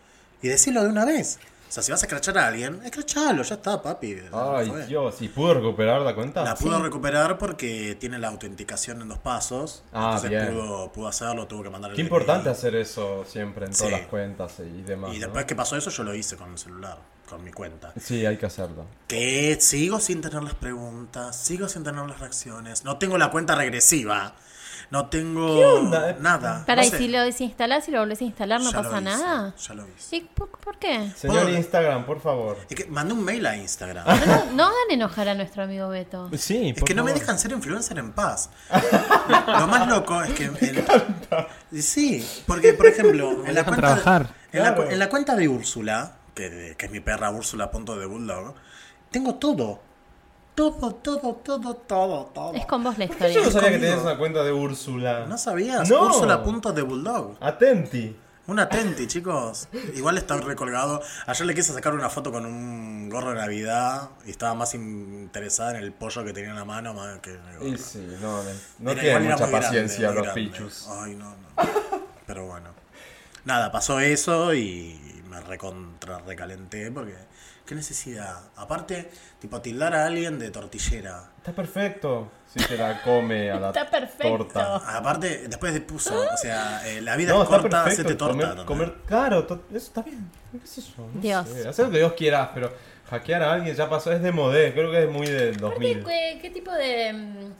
Speaker 1: Y decilo de una vez. O sea, si vas a escrachar a alguien, escrachalo, ya está, papi.
Speaker 3: Ay,
Speaker 1: Fue.
Speaker 3: Dios. ¿Y pudo recuperar la cuenta?
Speaker 1: La pudo recuperar porque tiene la autenticación en dos pasos.
Speaker 3: Ah,
Speaker 1: entonces
Speaker 3: bien.
Speaker 1: pudo, pudo hacerlo, tuvo que mandar el
Speaker 3: Qué
Speaker 1: DNI.
Speaker 3: importante hacer eso siempre en todas
Speaker 1: Sí.
Speaker 3: las cuentas y demás.
Speaker 1: Y
Speaker 3: ¿no?
Speaker 1: después que pasó eso, yo lo hice con el celular, con mi cuenta.
Speaker 3: Sí, hay que hacerlo.
Speaker 1: Que sigo sin tener las preguntas, sigo sin tener las reacciones, no tengo la cuenta regresiva, no tengo
Speaker 3: onda?
Speaker 1: nada.
Speaker 4: Para,
Speaker 1: no
Speaker 4: y
Speaker 1: sé.
Speaker 4: si lo desinstalás y lo volvés a instalar, no
Speaker 1: Ya lo
Speaker 4: pasa
Speaker 1: hice,
Speaker 4: nada.
Speaker 1: Ya lo hice.
Speaker 4: ¿Y por, por qué?
Speaker 3: Señor
Speaker 1: Bueno.
Speaker 3: Instagram, por favor.
Speaker 1: Es que mandé un mail a Instagram.
Speaker 4: No, no, no hagan enojar a nuestro amigo Beto.
Speaker 3: Sí,
Speaker 1: Es que no me dejan ser influencer en paz. Lo más loco es que. en- Sí, porque, por ejemplo, en la,
Speaker 5: dejan
Speaker 1: cuenta,
Speaker 5: trabajar.
Speaker 1: en, la, cu-
Speaker 3: Claro.
Speaker 1: en la cuenta de Úrsula, que, que es mi perra Úrsula, punto de Bulldog, tengo todo. Todo, todo, todo, todo, todo.
Speaker 4: Es con vos la
Speaker 3: Yo no
Speaker 4: historia.
Speaker 3: sabía que
Speaker 1: conmigo.
Speaker 3: tenías una cuenta de Úrsula.
Speaker 1: ¿No sabías?
Speaker 3: No.
Speaker 1: Úrsula, punto de Bulldog.
Speaker 3: Atenti.
Speaker 1: Un atenti, chicos. Igual está recolgado. Ayer le quise sacar una foto con un gorro de Navidad y estaba más interesada en el pollo que tenía en la mano más que en el gorro.
Speaker 3: Y sí, no, no
Speaker 1: Era- igual
Speaker 3: tienen
Speaker 1: era
Speaker 3: mucha
Speaker 1: muy grande, Oh.
Speaker 3: paciencia
Speaker 1: muy
Speaker 3: los
Speaker 1: grande.
Speaker 3: pichus.
Speaker 1: Ay, no, no. Pero bueno. Nada, pasó eso y me recontra recalenté porque qué necesidad. Aparte, tipo tildar a alguien de tortillera.
Speaker 3: Está perfecto si se la come a la
Speaker 4: Está perfecto.
Speaker 3: torta.
Speaker 1: Aparte, después de puso, o sea, eh, la vida
Speaker 3: No,
Speaker 1: es
Speaker 3: está
Speaker 1: corta,
Speaker 3: perfecto.
Speaker 1: hacete torta.
Speaker 3: comer,
Speaker 1: también.
Speaker 3: comer caro, to- eso está bien. ¿Qué sé yo? No
Speaker 4: Dios.
Speaker 3: sé, Hacé lo que Dios quieras, pero hackear a alguien ya pasó. Es de modé, creo que es muy del
Speaker 4: Aparte,
Speaker 3: 2000.
Speaker 4: ¿qué, qué tipo de. mm,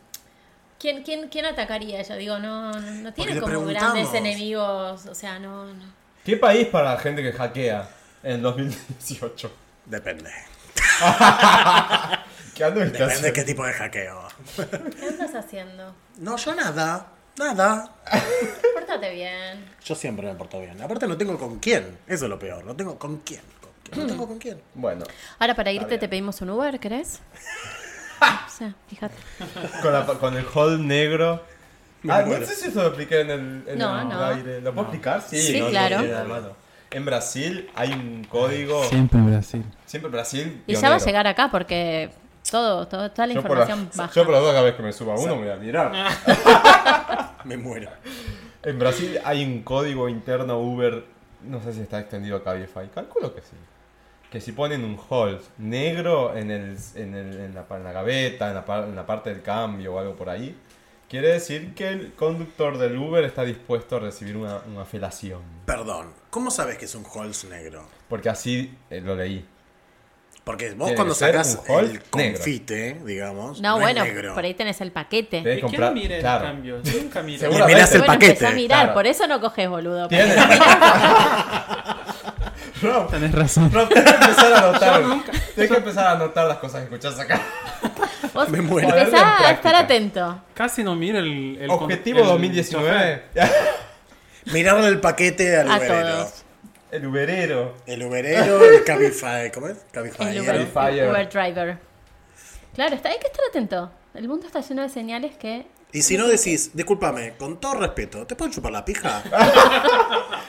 Speaker 4: ¿Quién, quién, quién atacaría ella? Digo, no, no, no tiene
Speaker 1: le
Speaker 4: como
Speaker 1: preguntamos.
Speaker 4: grandes enemigos. O sea, no. no.
Speaker 3: ¿Qué país para la gente que hackea en el 2018?
Speaker 1: Depende.
Speaker 3: ¿Qué ando
Speaker 1: Depende de qué tipo de hackeo.
Speaker 4: ¿Qué andas haciendo?
Speaker 1: No, yo nada. Nada.
Speaker 4: Pórtate bien.
Speaker 1: Yo siempre me porto bien. Aparte no tengo con quién. Eso es lo peor. No tengo con quién. con quién. No tengo con quién.
Speaker 3: Bueno,
Speaker 4: Ahora para irte
Speaker 3: bien.
Speaker 4: te pedimos un Uber, ¿crees? o sea, fíjate.
Speaker 3: con, la- con el hall negro.
Speaker 1: Me
Speaker 3: Ah, no
Speaker 1: muero.
Speaker 3: sé si eso lo expliqué en el, en
Speaker 4: No,
Speaker 3: el
Speaker 4: no.
Speaker 3: aire. ¿Lo puedo
Speaker 5: No.
Speaker 3: explicar? Sí,
Speaker 4: Sí,
Speaker 3: no, no
Speaker 4: claro.
Speaker 3: tiene nada de malo. En Brasil hay un código.
Speaker 5: Siempre en Brasil.
Speaker 3: Siempre Brasil.
Speaker 4: Y ya va a
Speaker 3: pionero.
Speaker 4: llegar acá porque todo, todo toda la
Speaker 3: Yo por,
Speaker 4: información
Speaker 3: la,
Speaker 4: baja.
Speaker 3: yo por las dos cada vez que me suba uno me voy a mirar.
Speaker 1: Ah, Me muero.
Speaker 3: En Brasil hay un código interno Uber, no sé si está extendido a Cabify, calculo que sí. Que si ponen un hold negro en, el, en, el- en la, en la gaveta, en la, par- en la parte del cambio o algo por ahí, quiere decir que el conductor del Uber está dispuesto a recibir una, una felación.
Speaker 1: Perdón. ¿Cómo sabes que es un Halls negro?
Speaker 3: Porque así eh, lo leí.
Speaker 1: Porque vos
Speaker 3: Tiene que
Speaker 1: cuando
Speaker 3: ser
Speaker 1: sacás
Speaker 3: un Halls
Speaker 1: el
Speaker 3: negro.
Speaker 1: confite, digamos,
Speaker 4: No, bueno,
Speaker 1: es negro.
Speaker 4: por ahí tenés el paquete.
Speaker 3: Tenés
Speaker 5: ¿Y
Speaker 3: que
Speaker 5: quién
Speaker 3: comprar.
Speaker 5: mira el
Speaker 3: claro.
Speaker 5: cambio? Yo nunca
Speaker 1: Le
Speaker 5: miro.
Speaker 3: Seguramente.
Speaker 1: mirás el
Speaker 4: bueno, empezá a
Speaker 1: paquete.
Speaker 4: mirar,
Speaker 3: claro.
Speaker 4: por eso no coges, boludo.
Speaker 3: Tiene- Rob,
Speaker 5: Tenés razón.
Speaker 3: Rob, tenés que empezar a anotar. Tenés que empezar a anotar las cosas que escuchás acá.
Speaker 4: Vos
Speaker 1: Me muero.
Speaker 3: Ponerlo en
Speaker 4: empezá a
Speaker 3: práctica.
Speaker 4: estar atento.
Speaker 5: Casi no miro el. el
Speaker 3: Objetivo
Speaker 5: el
Speaker 3: 2019.
Speaker 1: Mirarle el paquete al
Speaker 4: A
Speaker 1: uberero.
Speaker 4: todos.
Speaker 3: El Uberero.
Speaker 1: El uberero, el Cabify. ¿Cómo es? Cabify.
Speaker 4: El
Speaker 1: ¿eh?
Speaker 4: Uber,
Speaker 3: Fire.
Speaker 4: Uber driver. Claro, está, hay que estar atento. El mundo está lleno de señales que...
Speaker 1: Y si no decís, discúlpame, con todo respeto, ¿te pueden chupar la pija?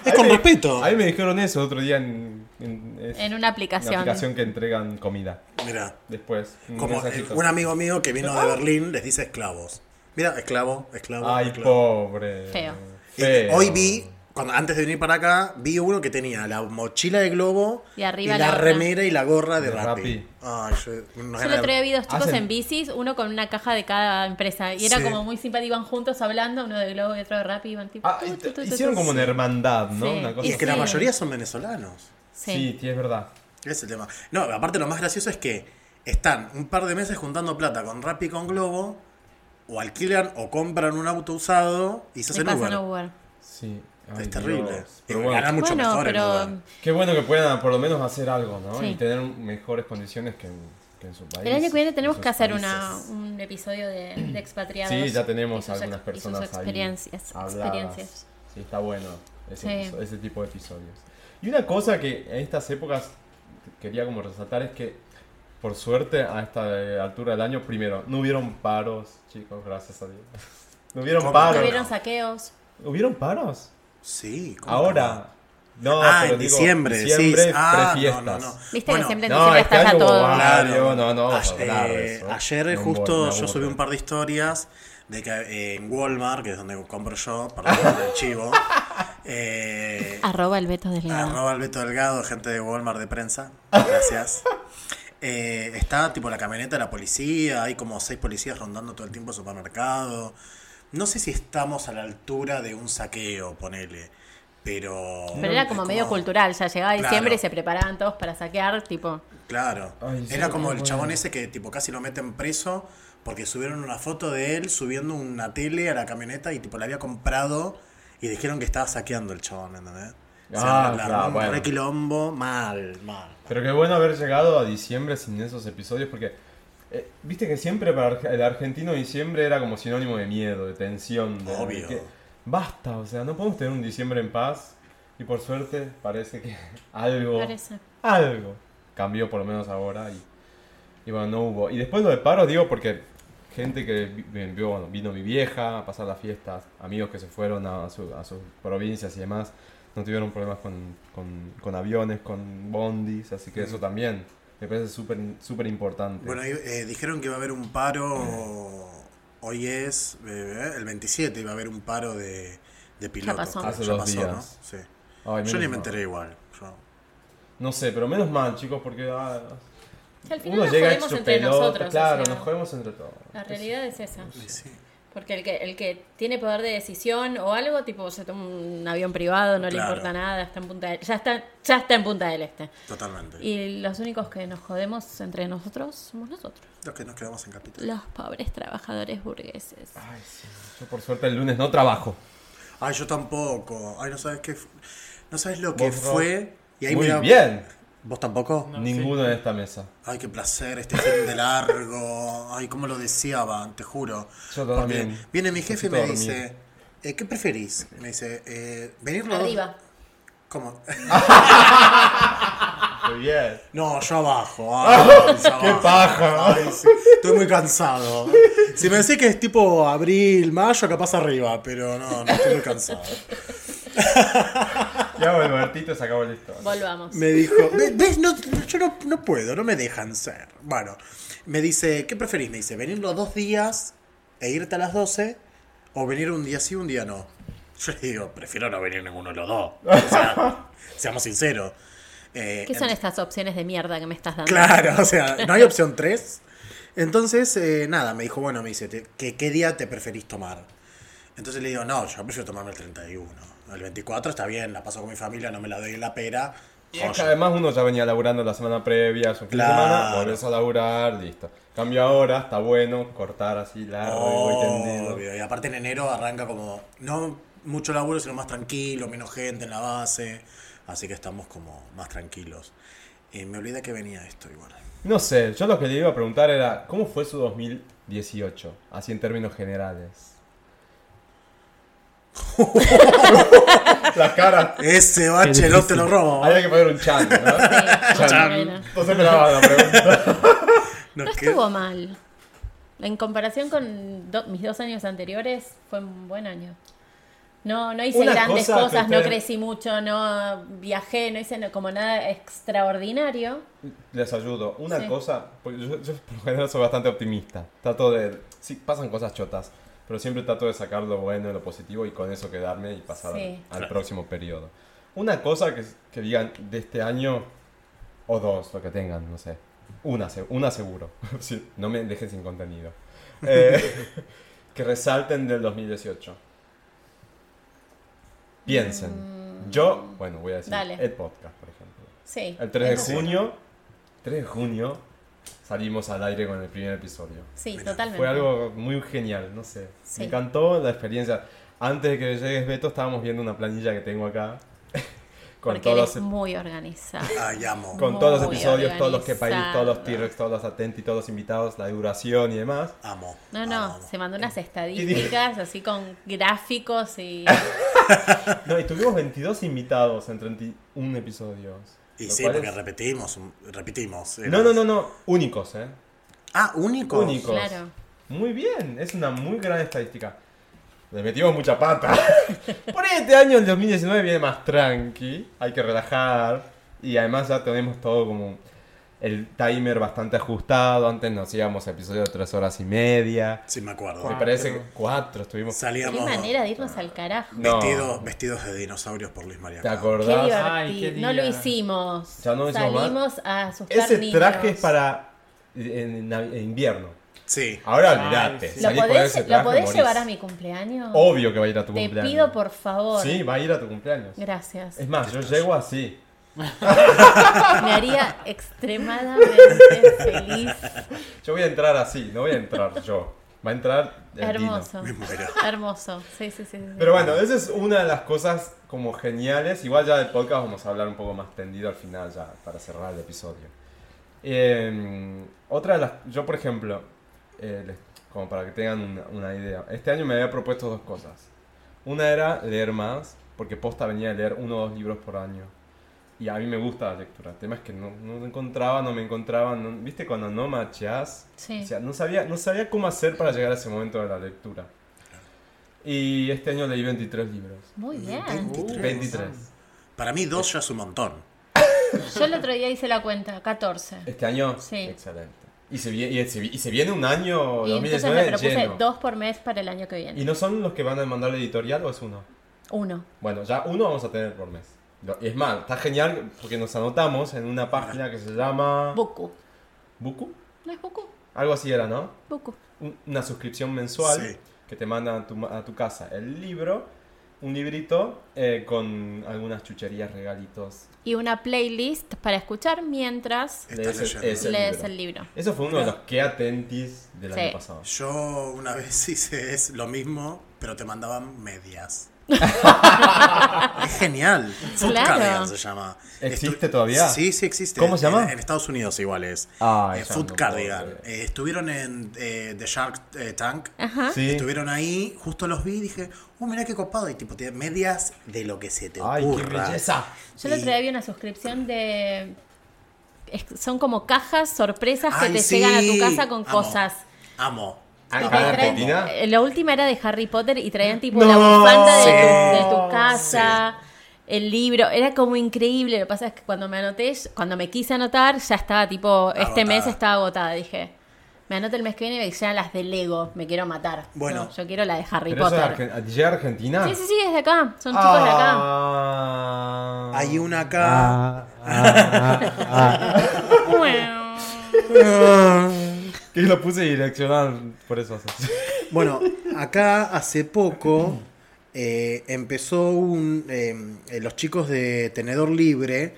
Speaker 1: es con respeto.
Speaker 3: A mí me dijeron eso otro día en, en, es
Speaker 4: En una aplicación.
Speaker 3: una aplicación que entregan comida.
Speaker 1: Mira,
Speaker 3: Después. un
Speaker 1: como eh,
Speaker 3: mensajito. Ah.
Speaker 1: un amigo mío que vino de Berlín les dice esclavos. Mira, esclavo, esclavo.
Speaker 3: Ay,
Speaker 1: esclavo.
Speaker 3: pobre.
Speaker 4: Feo.
Speaker 1: Y
Speaker 3: Feo.
Speaker 1: Hoy vi, cuando, antes de venir para acá, vi uno que tenía la mochila de globo
Speaker 4: Y arriba
Speaker 1: la
Speaker 4: la gorra.
Speaker 1: remera y la gorra de,
Speaker 3: De
Speaker 1: Rappi.
Speaker 3: Rappi.
Speaker 1: Ay, yo, unos
Speaker 4: Yo
Speaker 1: ganas
Speaker 4: lo
Speaker 1: de-
Speaker 4: traía vi dos chicos
Speaker 3: Hacen-
Speaker 4: en bicis, uno con una caja de cada empresa. Y era
Speaker 1: Sí.
Speaker 4: como muy simpático, iban juntos hablando, uno de Globo y otro de Rappi, iban tipo...
Speaker 3: Ah,
Speaker 4: tu,
Speaker 3: y
Speaker 4: tu, tu,
Speaker 3: te-
Speaker 4: tu,
Speaker 3: hicieron
Speaker 4: tu.
Speaker 3: como una hermandad, ¿no?
Speaker 4: Sí.
Speaker 3: Una cosa
Speaker 1: Y es que la
Speaker 4: Sí.
Speaker 3: así.
Speaker 1: mayoría son venezolanos.
Speaker 4: Sí.
Speaker 3: Sí, sí, es verdad.
Speaker 1: Es el tema. No, aparte lo más gracioso es que están un par de meses juntando plata con Rappi y con Globo, o alquilan o compran un auto usado y se
Speaker 4: Le
Speaker 1: hacen
Speaker 4: pasan
Speaker 1: Uber.
Speaker 4: a Uber.
Speaker 3: Sí. Ay,
Speaker 1: Es
Speaker 3: Dios.
Speaker 1: terrible.
Speaker 3: Pero
Speaker 1: Y
Speaker 3: bueno,
Speaker 1: ganan mucho
Speaker 4: bueno,
Speaker 1: mejor en
Speaker 4: pero
Speaker 1: Uber.
Speaker 3: Qué bueno que puedan por lo menos hacer algo, ¿no?
Speaker 4: Sí.
Speaker 3: Y tener mejores condiciones que en, que en su país.
Speaker 4: el año que viene tenemos
Speaker 3: en sus
Speaker 4: que hacer
Speaker 3: países.
Speaker 4: una, un episodio de, de expatriados.
Speaker 3: Sí, ya
Speaker 4: y
Speaker 3: tenemos
Speaker 4: sus ex-
Speaker 3: algunas personas
Speaker 4: y sus
Speaker 3: ahí.
Speaker 4: experiencias.
Speaker 3: habladas.
Speaker 4: experiencias.
Speaker 3: Sí, está bueno ese,
Speaker 4: Sí.
Speaker 3: episo- ese tipo de episodios. Y una cosa que en estas épocas quería como resaltar es que, por suerte, a esta eh, altura del año, primero, no hubieron paros, chicos, gracias a Dios. No hubieron
Speaker 1: ¿Cómo?
Speaker 3: paros.
Speaker 1: Claro.
Speaker 4: Tuvieron saqueos.
Speaker 3: ¿Hubieron paros?
Speaker 1: Sí. ¿cómo
Speaker 3: Ahora. No,
Speaker 1: Ah,
Speaker 3: pero
Speaker 1: en
Speaker 3: digo,
Speaker 1: diciembre,
Speaker 3: diciembre
Speaker 1: decís. Ah,
Speaker 3: prefiestas.
Speaker 1: no, no, no.
Speaker 4: Viste
Speaker 1: Bueno,
Speaker 4: que siempre en
Speaker 3: no, este
Speaker 4: diciembre
Speaker 3: es que
Speaker 4: estás a
Speaker 3: algo
Speaker 4: todo.
Speaker 3: va-
Speaker 1: Claro.
Speaker 3: Dios, no, no vamos a
Speaker 1: Ay-
Speaker 3: hablar de
Speaker 1: eh,
Speaker 3: eso.
Speaker 1: Ayer eh,
Speaker 3: Me
Speaker 1: justo
Speaker 3: aburro, me
Speaker 1: yo subí
Speaker 3: aburro.
Speaker 1: un par de historias de que eh, en Walmart, que es donde compro yo, perdón, el chivo, eh,
Speaker 4: Arroba el Beto Delgado.
Speaker 1: Arroba Alberto Delgado, gente de Walmart de prensa. Gracias. Eh, está tipo la camioneta de la policía, hay como seis policías rondando todo el tiempo el supermercado. No sé si estamos a la altura de un saqueo, ponele. Pero.
Speaker 4: Pero era como
Speaker 1: es
Speaker 4: medio cultural, ya llegaba diciembre
Speaker 1: Claro.
Speaker 4: y se preparaban todos para saquear, tipo,
Speaker 1: Claro.
Speaker 3: Ay, sí,
Speaker 1: era como el
Speaker 3: bueno.
Speaker 1: chabón ese que tipo casi lo meten preso porque subieron una foto de él subiendo una tele a la camioneta y tipo la había comprado y dijeron que estaba saqueando el chabón, ¿entendés? O sea,
Speaker 3: Ah,
Speaker 1: la-
Speaker 3: claro,
Speaker 1: un
Speaker 3: bueno.
Speaker 1: requilombo, mal, mal.
Speaker 3: Pero qué bueno haber llegado a diciembre sin esos episodios porque eh, viste que siempre para Arge- el argentino diciembre era como sinónimo de miedo, de tensión, de
Speaker 1: Obvio.
Speaker 3: de que basta, o sea, no podemos tener un diciembre en paz y por suerte parece que algo
Speaker 4: parece.
Speaker 3: algo cambió por lo menos ahora y, y bueno, no hubo. Y después lo de paros digo porque gente que vi- vi- vio, bueno, vino mi vieja a pasar las fiestas, amigos que se fueron a, su- a sus provincias y demás, no tuvieron problemas con, con- con aviones, con bondis, así que eso también me parece súper súper importante.
Speaker 1: Mm. Bueno, ahí, eh, dijeron que iba a haber un paro, hoy eh, es, eh, el 27, iba a haber un paro de, de pilotos.
Speaker 4: pasó.
Speaker 1: creo,
Speaker 3: Hace
Speaker 1: ya
Speaker 3: dos
Speaker 1: pasó,
Speaker 3: días.
Speaker 1: ¿no? Sí.
Speaker 3: Ay, menos
Speaker 1: Yo ni me
Speaker 3: mal.
Speaker 1: enteré igual. Yo-
Speaker 3: No sé, pero menos mal, chicos, porque ah,
Speaker 4: Que al final
Speaker 3: uno
Speaker 4: nos
Speaker 3: llega
Speaker 4: jodemos
Speaker 3: hecho
Speaker 4: entre
Speaker 3: pelota.
Speaker 4: nosotros. o
Speaker 3: claro,
Speaker 4: sea,
Speaker 3: nos jodemos entre todos.
Speaker 4: la realidad es esa.
Speaker 1: y Pues sí.
Speaker 4: Porque el que, el que tiene poder de decisión o algo, tipo, se toma un avión privado, no
Speaker 1: Claro.
Speaker 4: le importa nada, está en Punta del, ya, está, ya está en Punta del Este.
Speaker 1: Totalmente.
Speaker 4: Y los únicos que nos jodemos entre nosotros somos nosotros.
Speaker 1: Los que nos quedamos en capital.
Speaker 4: Los pobres trabajadores burgueses.
Speaker 3: Ay, sí. Yo por suerte el lunes no trabajo.
Speaker 1: Ay, Ah, yo tampoco. Ay, no sabes qué. fu- No sabes lo que
Speaker 3: Vos, Rob.
Speaker 1: fue. Y ahí
Speaker 3: Muy
Speaker 1: mira-
Speaker 3: bien.
Speaker 1: ¿Vos tampoco?
Speaker 5: No,
Speaker 3: Ninguno en esta mesa.
Speaker 1: Ay, qué placer este fin de largo. Ay, cómo lo deseaba, te juro.
Speaker 3: Yo
Speaker 1: Porque
Speaker 3: también.
Speaker 1: viene mi jefe y
Speaker 3: Necesito
Speaker 1: me
Speaker 3: dormir.
Speaker 1: dice, eh, ¿qué preferís? Me dice, eh, venir los dos-
Speaker 4: Arriba.
Speaker 1: ¿Cómo?
Speaker 3: Muy bien.
Speaker 1: No, yo abajo. ay, yo
Speaker 3: ¡Qué
Speaker 1: abajo.
Speaker 3: paja!
Speaker 1: Ay, sí, Estoy muy cansado. Si me decís que es tipo abril, mayo, capaz arriba, pero no, no estoy muy cansado.
Speaker 3: Ya hago el Bertito y se acabó la historia.
Speaker 4: Volvamos.
Speaker 1: Me dijo, "Ve- ¿ves? No, yo no, no puedo, no me dejan ser. Bueno, me dice, ¿qué preferís? Me dice, venir los dos días e irte a las 12 o venir un día sí, un día no. Yo le digo, prefiero no venir ninguno de los dos. O sea, seamos sinceros. Eh,
Speaker 4: ¿Qué son estas opciones de mierda que me estás dando?
Speaker 1: Claro, o sea, no hay opción 3. Entonces, eh, nada, me dijo, bueno, me dice, te- ¿qué, ¿qué día te preferís tomar? Entonces le digo, no, yo prefiero tomarme el 31. El 24 está bien, la paso con mi familia, no me la doy en la pera.
Speaker 3: Y es que
Speaker 1: Joya.
Speaker 3: además uno ya venía laburando la semana previa, su fin de
Speaker 1: Claro.
Speaker 3: semana, volvés a laburar, listo. Cambio ahora, está bueno, cortar así
Speaker 1: Ah,
Speaker 3: largo y voy tendido.
Speaker 1: Obvio, Y aparte en enero arranca como, no mucho laburo, sino más tranquilo, menos gente en la base. Así que estamos como más tranquilos. Y me olvidé que venía esto igual.
Speaker 3: No sé, yo lo que le iba a preguntar era, ¿cómo fue su 2018? Así en términos generales. Las caras.
Speaker 1: Ese bache
Speaker 5: difícil.
Speaker 1: no te lo robo.
Speaker 3: Había que poner un chan, ¿no?
Speaker 4: Sí, más o menos.
Speaker 3: No se esperaba la pregunta.
Speaker 1: Nos
Speaker 4: No
Speaker 1: qued-
Speaker 4: estuvo mal. En comparación con do- mis dos años anteriores, fue un buen año. No, no hice
Speaker 3: Una
Speaker 4: grandes
Speaker 3: cosa que
Speaker 4: cosas, no
Speaker 3: ustedes-
Speaker 4: crecí mucho, no viajé, no hice no- como nada extraordinario.
Speaker 3: Les ayudo. Una
Speaker 4: Sí.
Speaker 3: cosa, porque yo, yo por lo general soy bastante optimista. Trato de. Sí, pasan cosas chotas, pero siempre trato de sacar lo bueno, lo positivo y con eso quedarme y pasar al-
Speaker 4: Sí.
Speaker 3: al, próximo periodo. Una cosa que, que digan de este año o dos, lo que tengan, no sé. Una, se- una seguro. Sí, no me dejen sin contenido. Eh, que resalten del 2018. Piensen. Yo, bueno, voy a decir
Speaker 4: Mm. Dale.
Speaker 3: el podcast, por ejemplo.
Speaker 4: Sí.
Speaker 3: El 3 de
Speaker 4: eso sí.
Speaker 3: junio, 3 de junio, salimos al aire con el primer episodio.
Speaker 4: Sí,
Speaker 1: Mira,
Speaker 4: totalmente.
Speaker 3: Fue algo muy genial, no sé.
Speaker 4: Sí.
Speaker 3: Me encantó la experiencia. Antes de que llegues, Beto, estábamos viendo una planilla que tengo acá. con
Speaker 4: porque él
Speaker 3: todos
Speaker 4: es
Speaker 3: los, e-,
Speaker 4: muy organizado.
Speaker 1: Ay, amo.
Speaker 3: con todos los
Speaker 4: muy
Speaker 3: episodios, todos los que país,
Speaker 4: organizado.
Speaker 3: todos los T-Rex, todos los atentos y todos los invitados, la duración y demás.
Speaker 1: Amo.
Speaker 4: No,
Speaker 1: amo,
Speaker 4: no,
Speaker 1: amo.
Speaker 4: se mandó unas
Speaker 3: Ah, dije-
Speaker 4: estadísticas así con gráficos y...
Speaker 3: No, y tuvimos 22 invitados en 31 episodios.
Speaker 1: Y
Speaker 3: Lo
Speaker 1: sí,
Speaker 3: cual
Speaker 1: porque
Speaker 3: es-
Speaker 1: repetimos, repetimos. eh,
Speaker 3: No, no, no, no, únicos, ¿eh?
Speaker 1: Ah, único.
Speaker 3: Único. Chicos.
Speaker 4: Claro.
Speaker 3: Muy bien, es una muy gran estadística. Le metimos mucha pata. Por ahí este año, el 2019, viene más tranqui. Hay que relajar. Y además ya tenemos todo como el timer bastante ajustado. Antes nos íbamos a episodios de tres horas y media.
Speaker 1: Sí, me acuerdo.
Speaker 3: Me parece que cuatro estuvimos.
Speaker 4: Qué
Speaker 1: Salíamos
Speaker 4: manera de irnos al carajo.
Speaker 3: No.
Speaker 1: vestidos, vestidos de dinosaurios por Luis María.
Speaker 3: ¿Te
Speaker 1: Cabo.
Speaker 4: Qué
Speaker 3: acordás?
Speaker 5: divertido. Ay,
Speaker 4: divertido.
Speaker 5: qué
Speaker 4: no lo
Speaker 5: día.
Speaker 4: hicimos.
Speaker 3: Ya no hicimos más.
Speaker 4: Salimos a asustar
Speaker 3: Ese
Speaker 4: niños.
Speaker 3: traje es para en- en- en invierno.
Speaker 1: Sí.
Speaker 3: Ahora
Speaker 5: Ay,
Speaker 3: olvidate.
Speaker 5: sí.
Speaker 4: ¿Lo
Speaker 3: salís con
Speaker 4: podés,
Speaker 3: ese
Speaker 4: lo
Speaker 3: traje,
Speaker 4: podés
Speaker 3: morís.
Speaker 4: llevar a mi cumpleaños?
Speaker 3: Obvio que va a ir a tu
Speaker 4: Te
Speaker 3: cumpleaños.
Speaker 4: pido por favor.
Speaker 3: Sí, va a ir a tu cumpleaños.
Speaker 4: Gracias.
Speaker 3: Es más, yo llego así.
Speaker 4: Me haría extremadamente feliz.
Speaker 3: Yo voy a entrar así, no voy a entrar yo. Va a entrar el Dino.
Speaker 4: Hermoso.
Speaker 1: Me muero.
Speaker 4: Hermoso. Sí, sí, sí. sí.
Speaker 3: Pero bueno, esa es una de las cosas como geniales. Igual ya del podcast vamos a hablar un poco más tendido al final ya para cerrar el episodio. Eh, otra de las... Yo, por ejemplo, eh, les- como para que tengan una, una idea. Este año me había propuesto dos cosas. Una era leer más, porque posta venía a leer uno o dos libros por año. Y a mí me gusta la lectura. El tema es que no, no encontraba, no me encontraba. no- ¿Viste cuando no macheás?
Speaker 4: Sí.
Speaker 3: O sea, no sabía, no sabía cómo hacer para llegar a ese momento de la lectura. Y este año leí 23 libros.
Speaker 4: Muy bien.
Speaker 1: 23.
Speaker 3: 23.
Speaker 1: Para mí, dos ya es un montón.
Speaker 4: Yo el otro día hice la cuenta, 14.
Speaker 3: Este año,
Speaker 4: Sí.
Speaker 3: excelente. Y se, vie- y, se, vi- y se viene un año
Speaker 4: Y entonces
Speaker 3: 2019
Speaker 4: me propuse
Speaker 3: lleno.
Speaker 4: dos por mes para el año que viene.
Speaker 3: ¿Y no son los que van a mandar la editorial o es uno?
Speaker 4: Uno.
Speaker 3: Bueno, ya uno vamos a tener por mes. Lo- y es más, está genial porque nos anotamos en una página que se llama...
Speaker 4: Buku.
Speaker 3: Buku.
Speaker 4: ¿No es Buku?
Speaker 3: Algo así era, ¿no?
Speaker 4: Buku.
Speaker 3: un- una suscripción mensual
Speaker 1: Sí.
Speaker 3: que te mandan a tu, ma- a tu casa el libro, un librito eh, con algunas chucherías, regalitos.
Speaker 4: Y una playlist para escuchar mientras
Speaker 1: Estás
Speaker 3: Lees el-
Speaker 1: leyendo.
Speaker 3: es el
Speaker 4: lees
Speaker 3: libro.
Speaker 4: el libro.
Speaker 3: Eso fue uno de los que atentis del
Speaker 4: Sí.
Speaker 3: año pasado.
Speaker 1: Yo una vez hice es lo mismo, pero te mandaban medias. es genial. Food
Speaker 4: Claro.
Speaker 1: Cardigan se llama.
Speaker 3: ¿Existe
Speaker 1: Estu-
Speaker 3: todavía?
Speaker 1: Sí, sí existe.
Speaker 3: ¿Cómo se llama?
Speaker 1: En, en Estados Unidos igual es.
Speaker 3: Ah,
Speaker 1: Eh,
Speaker 3: ya,
Speaker 1: Food
Speaker 3: no puedo
Speaker 1: Cardigan.
Speaker 3: creer.
Speaker 1: Eh, estuvieron en eh, The Shark eh, Tank.
Speaker 4: Ajá.
Speaker 3: Sí.
Speaker 1: Estuvieron ahí, justo los vi y dije, uh, mirá qué copado. Y tipo, tiene medias de lo que se te
Speaker 3: ¡Ay, qué
Speaker 1: ocurra.
Speaker 3: belleza!
Speaker 4: Yo le
Speaker 1: Y-
Speaker 4: traía una suscripción de. es- Son como cajas sorpresas
Speaker 1: Ay,
Speaker 4: que te
Speaker 1: sí.
Speaker 4: llegan a tu casa con
Speaker 1: Amo.
Speaker 4: cosas.
Speaker 1: Amo.
Speaker 3: Ah,
Speaker 1: Amo.
Speaker 3: cada
Speaker 4: Te traen-
Speaker 3: cortina.
Speaker 4: eh, la última era de Harry Potter y traían tipo
Speaker 3: No.
Speaker 4: la bufanda de,
Speaker 1: Sí.
Speaker 4: tu, de tu casa, el libro. Era como increíble. Lo que pasa es que cuando me anoté, cuando me quise anotar, ya estaba tipo. Este
Speaker 1: Agotada.
Speaker 4: mes estaba agotada. Dije, me anoto el mes que viene y ya las de Lego. Me quiero matar.
Speaker 1: Bueno.
Speaker 4: No, yo quiero la de Harry
Speaker 3: Pero eso es
Speaker 4: Potter.
Speaker 3: Argen- ¿Llega a Argentina?
Speaker 4: Sí, sí, sí, es de acá. Son chicos de acá.
Speaker 3: Ah.
Speaker 1: Hay una acá.
Speaker 4: Bueno.
Speaker 3: Que lo puse direccional, por eso.
Speaker 1: Bueno, acá hace poco eh, empezó un. eh, eh, los chicos de Tenedor Libre.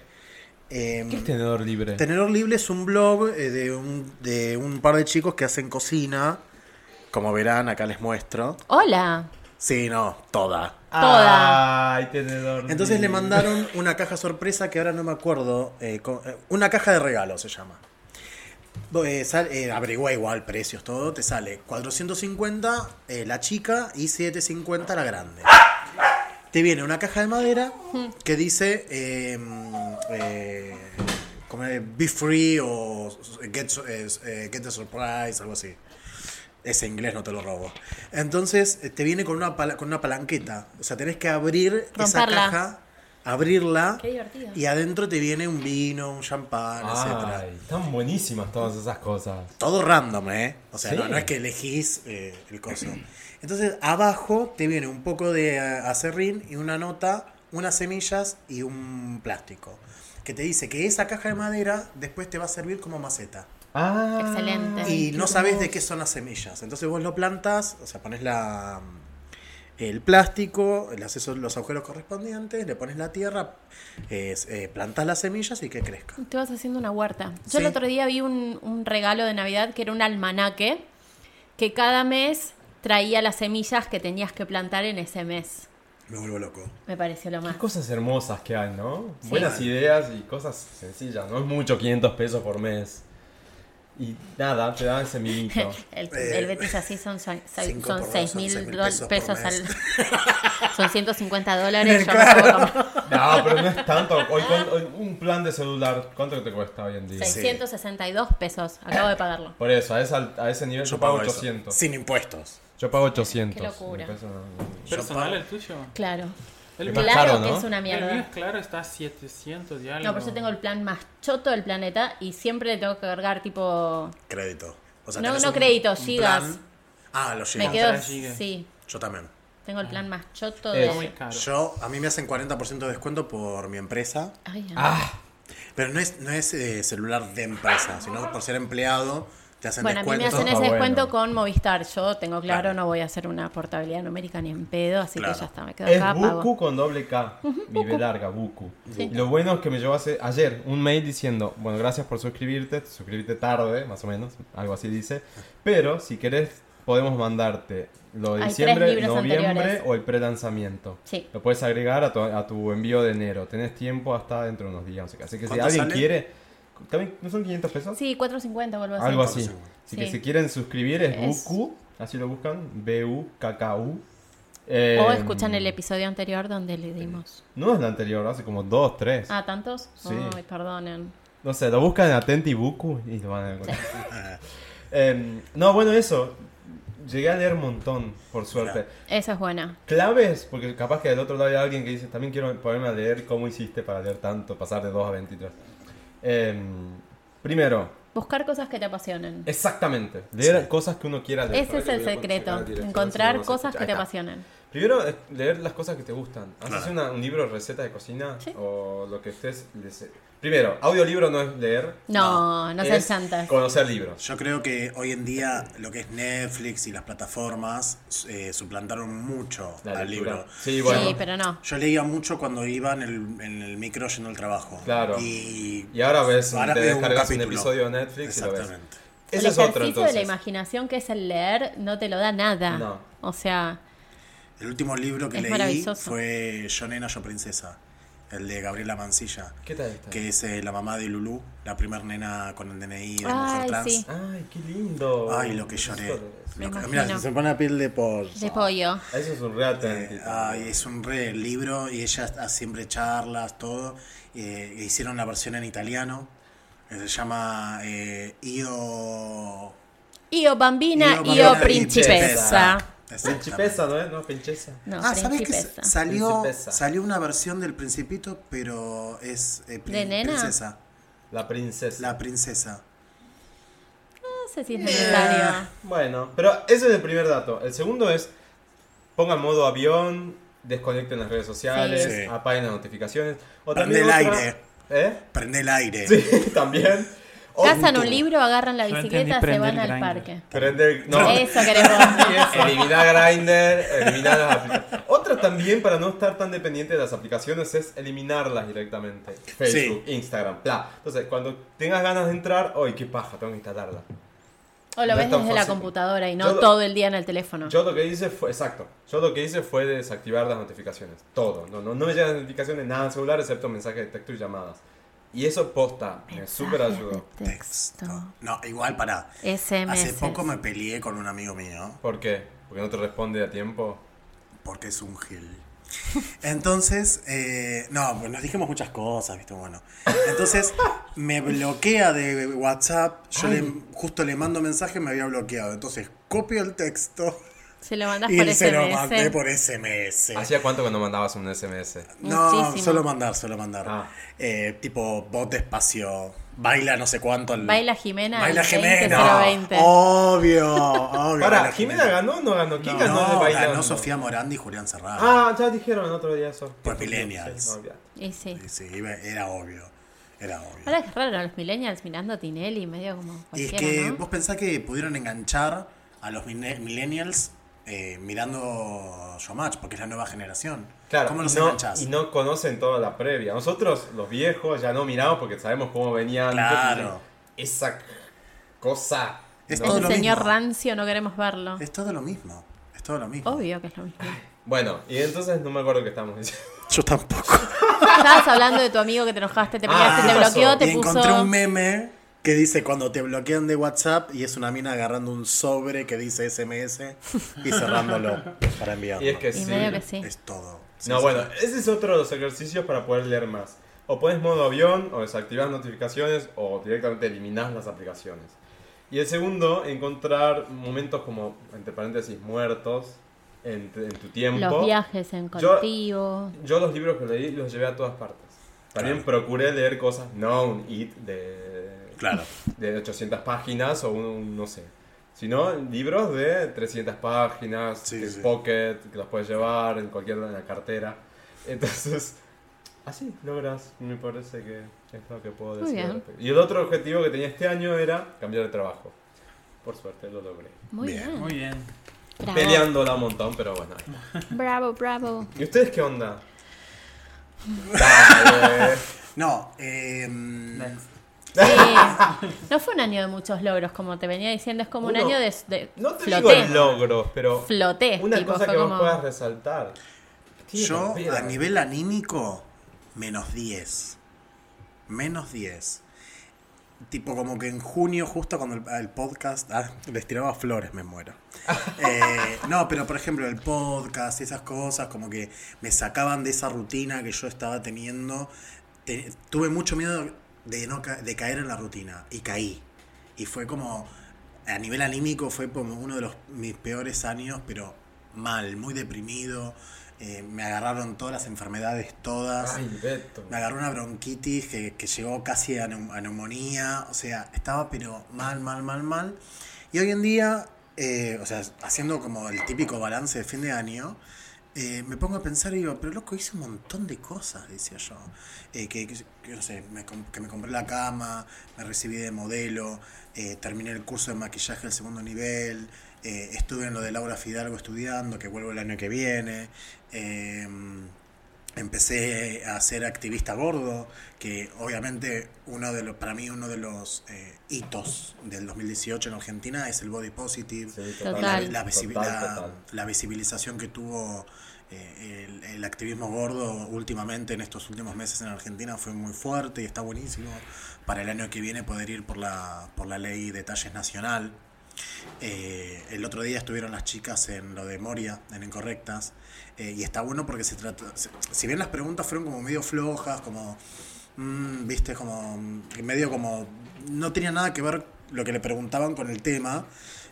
Speaker 1: eh,
Speaker 3: ¿Qué es tenedor libre?
Speaker 1: Tenedor Libre es un blog eh, de, un, de un par de chicos que hacen cocina. Como verán, acá les muestro.
Speaker 4: Hola.
Speaker 1: Sí, no, toda.
Speaker 4: Toda.
Speaker 3: Ay, tenedor
Speaker 1: Entonces le
Speaker 3: libre.
Speaker 1: mandaron una caja sorpresa que ahora no me acuerdo. eh, co- eh, una caja de regalo se llama. Bo- eh, sal- eh, averigua igual precios, todo. Te sale 450 eh, la chica y 750 la grande. Te viene una caja de madera que dice. eh, eh, como, eh, Be free o get, su- eh, eh, get a surprise, algo así. Ese inglés no te lo robo. Entonces eh, te viene con una, pala- con una palanqueta. O sea, tenés que abrir esa
Speaker 4: Romperla.
Speaker 1: caja, abrirla.
Speaker 4: Qué divertido.
Speaker 1: Y adentro te viene un vino, un champán,
Speaker 3: Ay,
Speaker 1: etc.
Speaker 3: están buenísimas todas esas cosas.
Speaker 1: Todo random, ¿eh? O sea,
Speaker 3: Sí.
Speaker 1: no, no es que elegís eh, el coso. Entonces, abajo te viene un poco de eh, acerrín y una nota, unas semillas y un plástico. Que te dice que esa caja de madera después te va a servir como maceta.
Speaker 3: Ah,
Speaker 4: Excelente.
Speaker 1: Y no sabes de qué son las semillas. Entonces vos lo plantas, o sea, pones la, el plástico, le haces los agujeros correspondientes, le pones la tierra, es, eh, plantas las semillas y que crezca.
Speaker 4: Te vas haciendo una huerta. Yo
Speaker 1: Sí.
Speaker 4: el otro día vi un, un regalo de Navidad que era un almanaque que cada mes traía las semillas que tenías que plantar en ese mes.
Speaker 1: Me vuelvo loco.
Speaker 4: Me pareció lo más.
Speaker 3: Qué cosas hermosas que hay, ¿no?
Speaker 4: Sí.
Speaker 3: Buenas ideas y cosas sencillas. No es mucho 500 pesos por mes. Y nada, te dan ese minito.
Speaker 4: El,
Speaker 1: Eh,
Speaker 4: el Betis así son, son,
Speaker 1: cinco
Speaker 4: son
Speaker 1: por dos,
Speaker 4: 6
Speaker 1: son
Speaker 4: mil
Speaker 1: 6.000
Speaker 4: pesos,
Speaker 1: pesos por Eh,
Speaker 4: al. son 150 dólares. Yo
Speaker 1: Claro.
Speaker 4: me puedo comprar
Speaker 3: No, pero no es tanto. Hoy, con- hoy un plan de celular, ¿cuánto te cuesta hoy en día?
Speaker 4: 662 pesos. Acabo de pagarlo.
Speaker 3: Por eso, a, esa- a ese nivel yo, pago
Speaker 1: eso.
Speaker 3: 800.
Speaker 1: Sin impuestos.
Speaker 3: Yo pago 800.
Speaker 4: Qué
Speaker 3: Me
Speaker 4: locura.
Speaker 3: parece una-
Speaker 5: ¿Personal el tuyo?
Speaker 4: Claro.
Speaker 5: El,
Speaker 3: Es
Speaker 5: mío-
Speaker 3: más
Speaker 4: Claro
Speaker 3: caro,
Speaker 4: que
Speaker 3: ¿no?
Speaker 4: es una
Speaker 5: el mío,
Speaker 4: mierda.
Speaker 5: claro, está a 700 y algo.
Speaker 4: No, por eso tengo el plan más choto del planeta y siempre le tengo que cargar tipo
Speaker 1: Crédito. O sea,
Speaker 4: No,
Speaker 1: tenés
Speaker 4: no
Speaker 1: un-
Speaker 4: crédito,
Speaker 1: un
Speaker 4: gigas.
Speaker 1: plan- Ah, los
Speaker 4: Me
Speaker 1: gigas.
Speaker 4: quedo.
Speaker 5: Tres gigas.
Speaker 4: Sí,
Speaker 1: Yo también.
Speaker 4: tengo el plan más choto
Speaker 3: Ah. Es.
Speaker 5: Muy
Speaker 4: de.
Speaker 5: caro.
Speaker 1: Yo, a mí me hacen 40% de descuento por mi empresa.
Speaker 4: Ay,
Speaker 3: Ah,
Speaker 1: Pero no es, no es eh, celular de empresa, sino por ser empleado te hacen
Speaker 4: bueno, a mí me
Speaker 1: descuento.
Speaker 4: hacen
Speaker 3: Está
Speaker 4: ese descuento
Speaker 3: bueno.
Speaker 4: con Movistar. Yo tengo claro,
Speaker 1: Claro.
Speaker 4: no voy a hacer una portabilidad numérica ni en pedo, así
Speaker 1: Claro.
Speaker 4: que ya está, me quedo
Speaker 3: es
Speaker 4: acá,
Speaker 3: Buku
Speaker 4: pago.
Speaker 3: con doble K. Vive larga, Buku.
Speaker 4: Sí.
Speaker 3: Y lo bueno es que me llegó hace, ayer un mail diciendo, bueno, gracias por suscribirte, suscribirte tarde, más o menos, algo así dice, pero si querés podemos mandarte lo de
Speaker 4: Hay tres
Speaker 3: diciembre,
Speaker 4: libros
Speaker 3: noviembre
Speaker 4: anteriores.
Speaker 3: o el prelanzamiento.
Speaker 4: Sí.
Speaker 3: Lo puedes agregar a tu, a tu envío de enero. Tenés tiempo hasta dentro de unos días. no sé qué. Así que si
Speaker 1: ¿Cuánto
Speaker 3: alguien
Speaker 1: sale?
Speaker 3: quiere... ¿también- ¿No son 500 pesos?
Speaker 4: Sí, 4.50 o algo así.
Speaker 3: Algo así. Así
Speaker 4: Sí.
Speaker 3: que si quieren suscribir
Speaker 4: Es-
Speaker 3: es Buku, así lo buscan, B-U-K-K-U.
Speaker 4: O
Speaker 3: Eh,
Speaker 4: escuchan el episodio anterior donde le dimos.
Speaker 3: No es la anterior, hace como dos, tres.
Speaker 4: Ah, ¿tantos?
Speaker 3: Sí.
Speaker 4: Ay, perdonen.
Speaker 3: No sé, lo buscan en Atenti Buku y lo van a encontrar.
Speaker 4: Sí.
Speaker 3: Em, no, bueno, eso. Llegué a leer un montón, por suerte.
Speaker 4: Esa es buena.
Speaker 3: Claves, porque capaz que del otro lado hay alguien que dice, también quiero ponerme a leer cómo hiciste para leer tanto, pasar de 2 a 23. Em, primero,
Speaker 4: Buscar cosas que te apasionen.
Speaker 3: exactamente, leer cosas que uno quiera leer.
Speaker 4: Ese es el secreto. Encontrar cosas que te apasionen.
Speaker 3: Primero es leer las cosas que te gustan. Haces
Speaker 1: Claro.
Speaker 3: una- un libro, receta de cocina
Speaker 4: Sí.
Speaker 3: o lo que estés. les- Primero, audiolibro no es leer.
Speaker 4: No, no, seas
Speaker 3: es
Speaker 4: santa.
Speaker 3: Conocer libros.
Speaker 1: Yo creo que hoy en día lo que es Netflix y las plataformas eh, suplantaron mucho
Speaker 3: La
Speaker 1: al
Speaker 3: lectura.
Speaker 1: libro.
Speaker 3: Sí, bueno.
Speaker 4: Sí, pero no.
Speaker 1: Yo leía mucho cuando iba en el, en el micro yendo al trabajo.
Speaker 3: Claro.
Speaker 1: Y,
Speaker 3: Y ahora ves,
Speaker 1: Ahora
Speaker 3: te
Speaker 1: veo un
Speaker 3: descargas un,
Speaker 1: capítulo.
Speaker 3: episodio de Netflix y lo ves.
Speaker 1: exactamente.
Speaker 3: Ese
Speaker 4: el
Speaker 3: es otro
Speaker 4: ejercicio de la
Speaker 3: entonces.
Speaker 4: imaginación que es el leer no te lo da nada.
Speaker 3: No.
Speaker 4: O sea,
Speaker 1: El último libro que
Speaker 4: Es
Speaker 1: leí
Speaker 4: maravilloso.
Speaker 1: fue Yo Nena, Yo Princesa, el de Gabriela Mancilla,
Speaker 3: ¿Qué tal está?
Speaker 1: que es eh, la mamá de Lulú, la primer nena con el DNI de mujer
Speaker 4: Ay,
Speaker 1: trans.
Speaker 4: sí.
Speaker 3: Ay, qué lindo.
Speaker 1: Ay, lo que lloré.
Speaker 3: Eso
Speaker 4: Me
Speaker 1: Lo que-
Speaker 4: imagino.
Speaker 1: mira, se pone la piel de por.
Speaker 4: de pollo.
Speaker 3: Eso es un real
Speaker 1: Eh, ay, es un re libro y ella ha- siempre charlas, todo. Eh, hicieron la versión en italiano. eh, Se llama eh, Io.
Speaker 4: Io bambina, io
Speaker 1: Bambina
Speaker 4: principessa.
Speaker 1: Exactamente.
Speaker 3: Pinchipesa, ¿no es? No, pinchesa.
Speaker 4: No,
Speaker 1: Ah, ¿sabes que
Speaker 4: principessa.
Speaker 1: salió,
Speaker 3: Principesa.
Speaker 1: salió una versión del Principito, pero es eh,
Speaker 4: ¿De nena?
Speaker 1: princesa?
Speaker 3: La princesa.
Speaker 1: La princesa.
Speaker 4: No sé si
Speaker 1: Eh,
Speaker 4: es necesario.
Speaker 3: Bueno, pero ese es el primer dato. El segundo es pongan modo avión, desconecten las redes sociales,
Speaker 1: Sí. Sí.
Speaker 3: apaguen las notificaciones. O
Speaker 1: Prende
Speaker 3: también
Speaker 1: el
Speaker 3: otra-
Speaker 1: aire.
Speaker 3: ¿Eh?
Speaker 1: Prende el aire.
Speaker 3: Sí, también. Oh, O
Speaker 4: Cazan un libro, agarran la
Speaker 5: Yo entendí
Speaker 4: bicicleta, se
Speaker 5: prender
Speaker 4: van al
Speaker 5: Grindr.
Speaker 4: parque.
Speaker 3: prender- no.
Speaker 4: Eso queremos.
Speaker 3: Elimina Grindr, eliminar las aplicaciones. Otra también para no estar tan dependiente de las aplicaciones es eliminarlas directamente. Facebook, Instagram, bla. Entonces, cuando tengas ganas de entrar, hoy qué paja, tengo que instalarla.
Speaker 4: O lo
Speaker 3: No
Speaker 4: ves
Speaker 3: es tan
Speaker 4: desde la
Speaker 3: fácil.
Speaker 4: computadora y
Speaker 3: Yo
Speaker 4: no
Speaker 3: lo-
Speaker 4: todo el día en el teléfono.
Speaker 3: Yo lo que hice fue, exacto, yo lo que hice fue desactivar las notificaciones, todo, no, no, no me llegan notificaciones, nada en celular, excepto mensajes de texto y llamadas. Y eso posta, me súper ayudó.
Speaker 4: Mensajes de Texto.
Speaker 1: Texto. No, igual para.
Speaker 4: SMS.
Speaker 1: Hace poco me peleé con un amigo mío
Speaker 3: ¿Por qué? Porque no te responde a tiempo.
Speaker 1: porque es un gil. Entonces, eh, no, pues nos dijimos muchas cosas, ¿viste? Bueno. Entonces, me bloquea de WhatsApp. Yo le, justo le mando mensaje, me había bloqueado. Entonces, copio el texto
Speaker 4: Se lo mandas
Speaker 1: y
Speaker 4: por
Speaker 1: se lo mandé
Speaker 4: SMS.
Speaker 1: por SMS.
Speaker 3: ¿Hacía cuánto que no mandabas un SMS?
Speaker 1: No,
Speaker 4: Muchísimo.
Speaker 1: solo mandar, solo mandar.
Speaker 3: Ah.
Speaker 1: Eh, tipo, bot despacio, baila no sé cuánto. al-
Speaker 4: Baila Jimena.
Speaker 1: Baila
Speaker 4: al
Speaker 1: Jimena.
Speaker 4: 20.
Speaker 1: Obvio, obvio.
Speaker 3: Para,
Speaker 1: baila
Speaker 3: ¿Jimena ganó o no ganó? ¿Quién ganó de
Speaker 1: No,
Speaker 3: bailando?
Speaker 1: ganó Sofía Morandi y Julián Serrano.
Speaker 3: Ah, ya dijeron el otro día eso.
Speaker 1: Por millennials.
Speaker 3: Sí, no, olvidate.
Speaker 4: Y sí.
Speaker 1: Sí, sí, iba- era obvio. Era obvio.
Speaker 4: Ahora es raro, los millennials mirando a Tinelli, medio como
Speaker 1: y es
Speaker 4: cualquiera,
Speaker 1: que
Speaker 4: ¿no?
Speaker 1: vos pensás que pudieron enganchar a los mine- millennials eh, mirando Showmatch, porque es la nueva generación.
Speaker 3: Claro,
Speaker 1: ¿Cómo
Speaker 3: y
Speaker 1: los
Speaker 3: no-
Speaker 1: enganchás?
Speaker 3: y no conocen toda la previa. Nosotros, los viejos, ya no miramos porque sabemos cómo venía antes.
Speaker 1: Claro.
Speaker 3: Y Esa cosa.
Speaker 1: Es
Speaker 3: ¿no?
Speaker 1: todo
Speaker 4: Un
Speaker 1: lo
Speaker 4: señor
Speaker 1: mismo.
Speaker 4: rancio, no queremos verlo.
Speaker 1: Es todo lo mismo. Es todo lo mismo.
Speaker 4: Obvio que es lo mismo.
Speaker 3: Bueno, y entonces no me acuerdo qué estamos diciendo.
Speaker 1: Yo tampoco.
Speaker 4: Estabas hablando de tu amigo que te enojaste, te peleaste,
Speaker 3: Ah, ¿qué
Speaker 4: Este te
Speaker 3: pasó?
Speaker 4: bloqueó,
Speaker 1: Ah, y
Speaker 4: te
Speaker 1: encontré
Speaker 4: puso.
Speaker 1: un meme que dice cuando te bloquean de WhatsApp y es una mina agarrando un sobre que dice SMS y cerrándolo para enviarlo.
Speaker 3: Y es que
Speaker 4: Y
Speaker 3: sí.
Speaker 4: medio que sí.
Speaker 1: Es todo. Sí,
Speaker 3: No,
Speaker 1: sí.
Speaker 3: bueno, ese es otro de los ejercicios para poder leer más. O pones modo avión, o desactivas notificaciones, o directamente eliminás las aplicaciones. Y el segundo, encontrar momentos como, entre paréntesis, muertos en, en tu tiempo.
Speaker 4: Los viajes en colectivo.
Speaker 3: Yo los libros que leí los llevé a todas partes. También procuré leer cosas, no un IT de,
Speaker 1: Claro.
Speaker 3: de 800 páginas o un, un no sé, sino libros de 300 páginas,
Speaker 1: Sí,
Speaker 3: que
Speaker 1: sí.
Speaker 3: pocket, que los puedes llevar en cualquier en la cartera. Entonces, así logras, me parece que es lo que puedo
Speaker 4: Muy
Speaker 3: decir.
Speaker 4: bien.
Speaker 3: al respecto. Y el otro objetivo que tenía este año era cambiar de trabajo. Por suerte lo logré.
Speaker 4: Muy
Speaker 1: Bien.
Speaker 4: bien.
Speaker 5: Muy bien.
Speaker 4: Bravo.
Speaker 3: Peleándola un montón, pero bueno. ahí.
Speaker 4: Bravo, bravo.
Speaker 3: ¿Y ustedes qué onda? Dale.
Speaker 1: No, em,
Speaker 4: Sí. No fue un año de muchos logros, como te venía diciendo, es como un
Speaker 3: Uno-
Speaker 4: año de, de
Speaker 3: No te
Speaker 4: floté.
Speaker 3: digo logros, pero
Speaker 4: Floté,
Speaker 3: una
Speaker 4: tipo,
Speaker 3: cosa
Speaker 4: fue
Speaker 3: que
Speaker 4: como-
Speaker 3: vos puedas resaltar.
Speaker 1: yo
Speaker 3: Tío,
Speaker 1: a
Speaker 3: mira.
Speaker 1: nivel anímico, menos 10. Menos 10. Tipo como que en junio, justo cuando el, el podcast... Ah, les tiraba flores, me muero. Eh, no, pero por ejemplo el podcast, esas cosas, como que me sacaban de esa rutina que yo estaba teniendo. Te- tuve mucho miedo de, no ca- de caer en la rutina y caí. Y fue como, a nivel anímico fue como uno de los, mis peores años, pero mal, muy deprimido. Eh, me agarraron todas las enfermedades, todas.
Speaker 3: Ay, Beto.
Speaker 1: Me agarró una bronquitis que, que llegó casi a, neum- a neumonía. O sea, estaba pero mal, mal, mal, mal. Y hoy en día, eh, o sea, haciendo como el típico balance de fin de año, eh, me pongo a pensar y digo, pero loco, hice un montón de cosas, decía yo. Eh, que, que- que no sé, me, com- que me compré la cama, me recibí de modelo, eh, terminé el curso de maquillaje del segundo nivel, eh, estuve en lo de Laura Fidalgo estudiando, que vuelvo el año que viene. eh, empecé a ser activista gordo, que obviamente uno de los, para mí uno de los eh, hitos del 2018 en Argentina es el body positive,
Speaker 3: Sí,
Speaker 1: la,
Speaker 4: Total.
Speaker 1: la visi-
Speaker 3: Total,
Speaker 1: la-
Speaker 3: total.
Speaker 1: la visibilización que tuvo eh, el, el activismo gordo últimamente en estos últimos meses en Argentina fue muy fuerte y está buenísimo para el año que viene poder ir por la, por la ley de talles nacional. Eh, el otro día estuvieron las chicas en lo de Moria, en Incorrectas, eh, y está bueno porque se trata, se- si bien las preguntas fueron como medio flojas, como, mm, viste, como, mm, medio como, no tenía nada que ver lo que le preguntaban con el tema,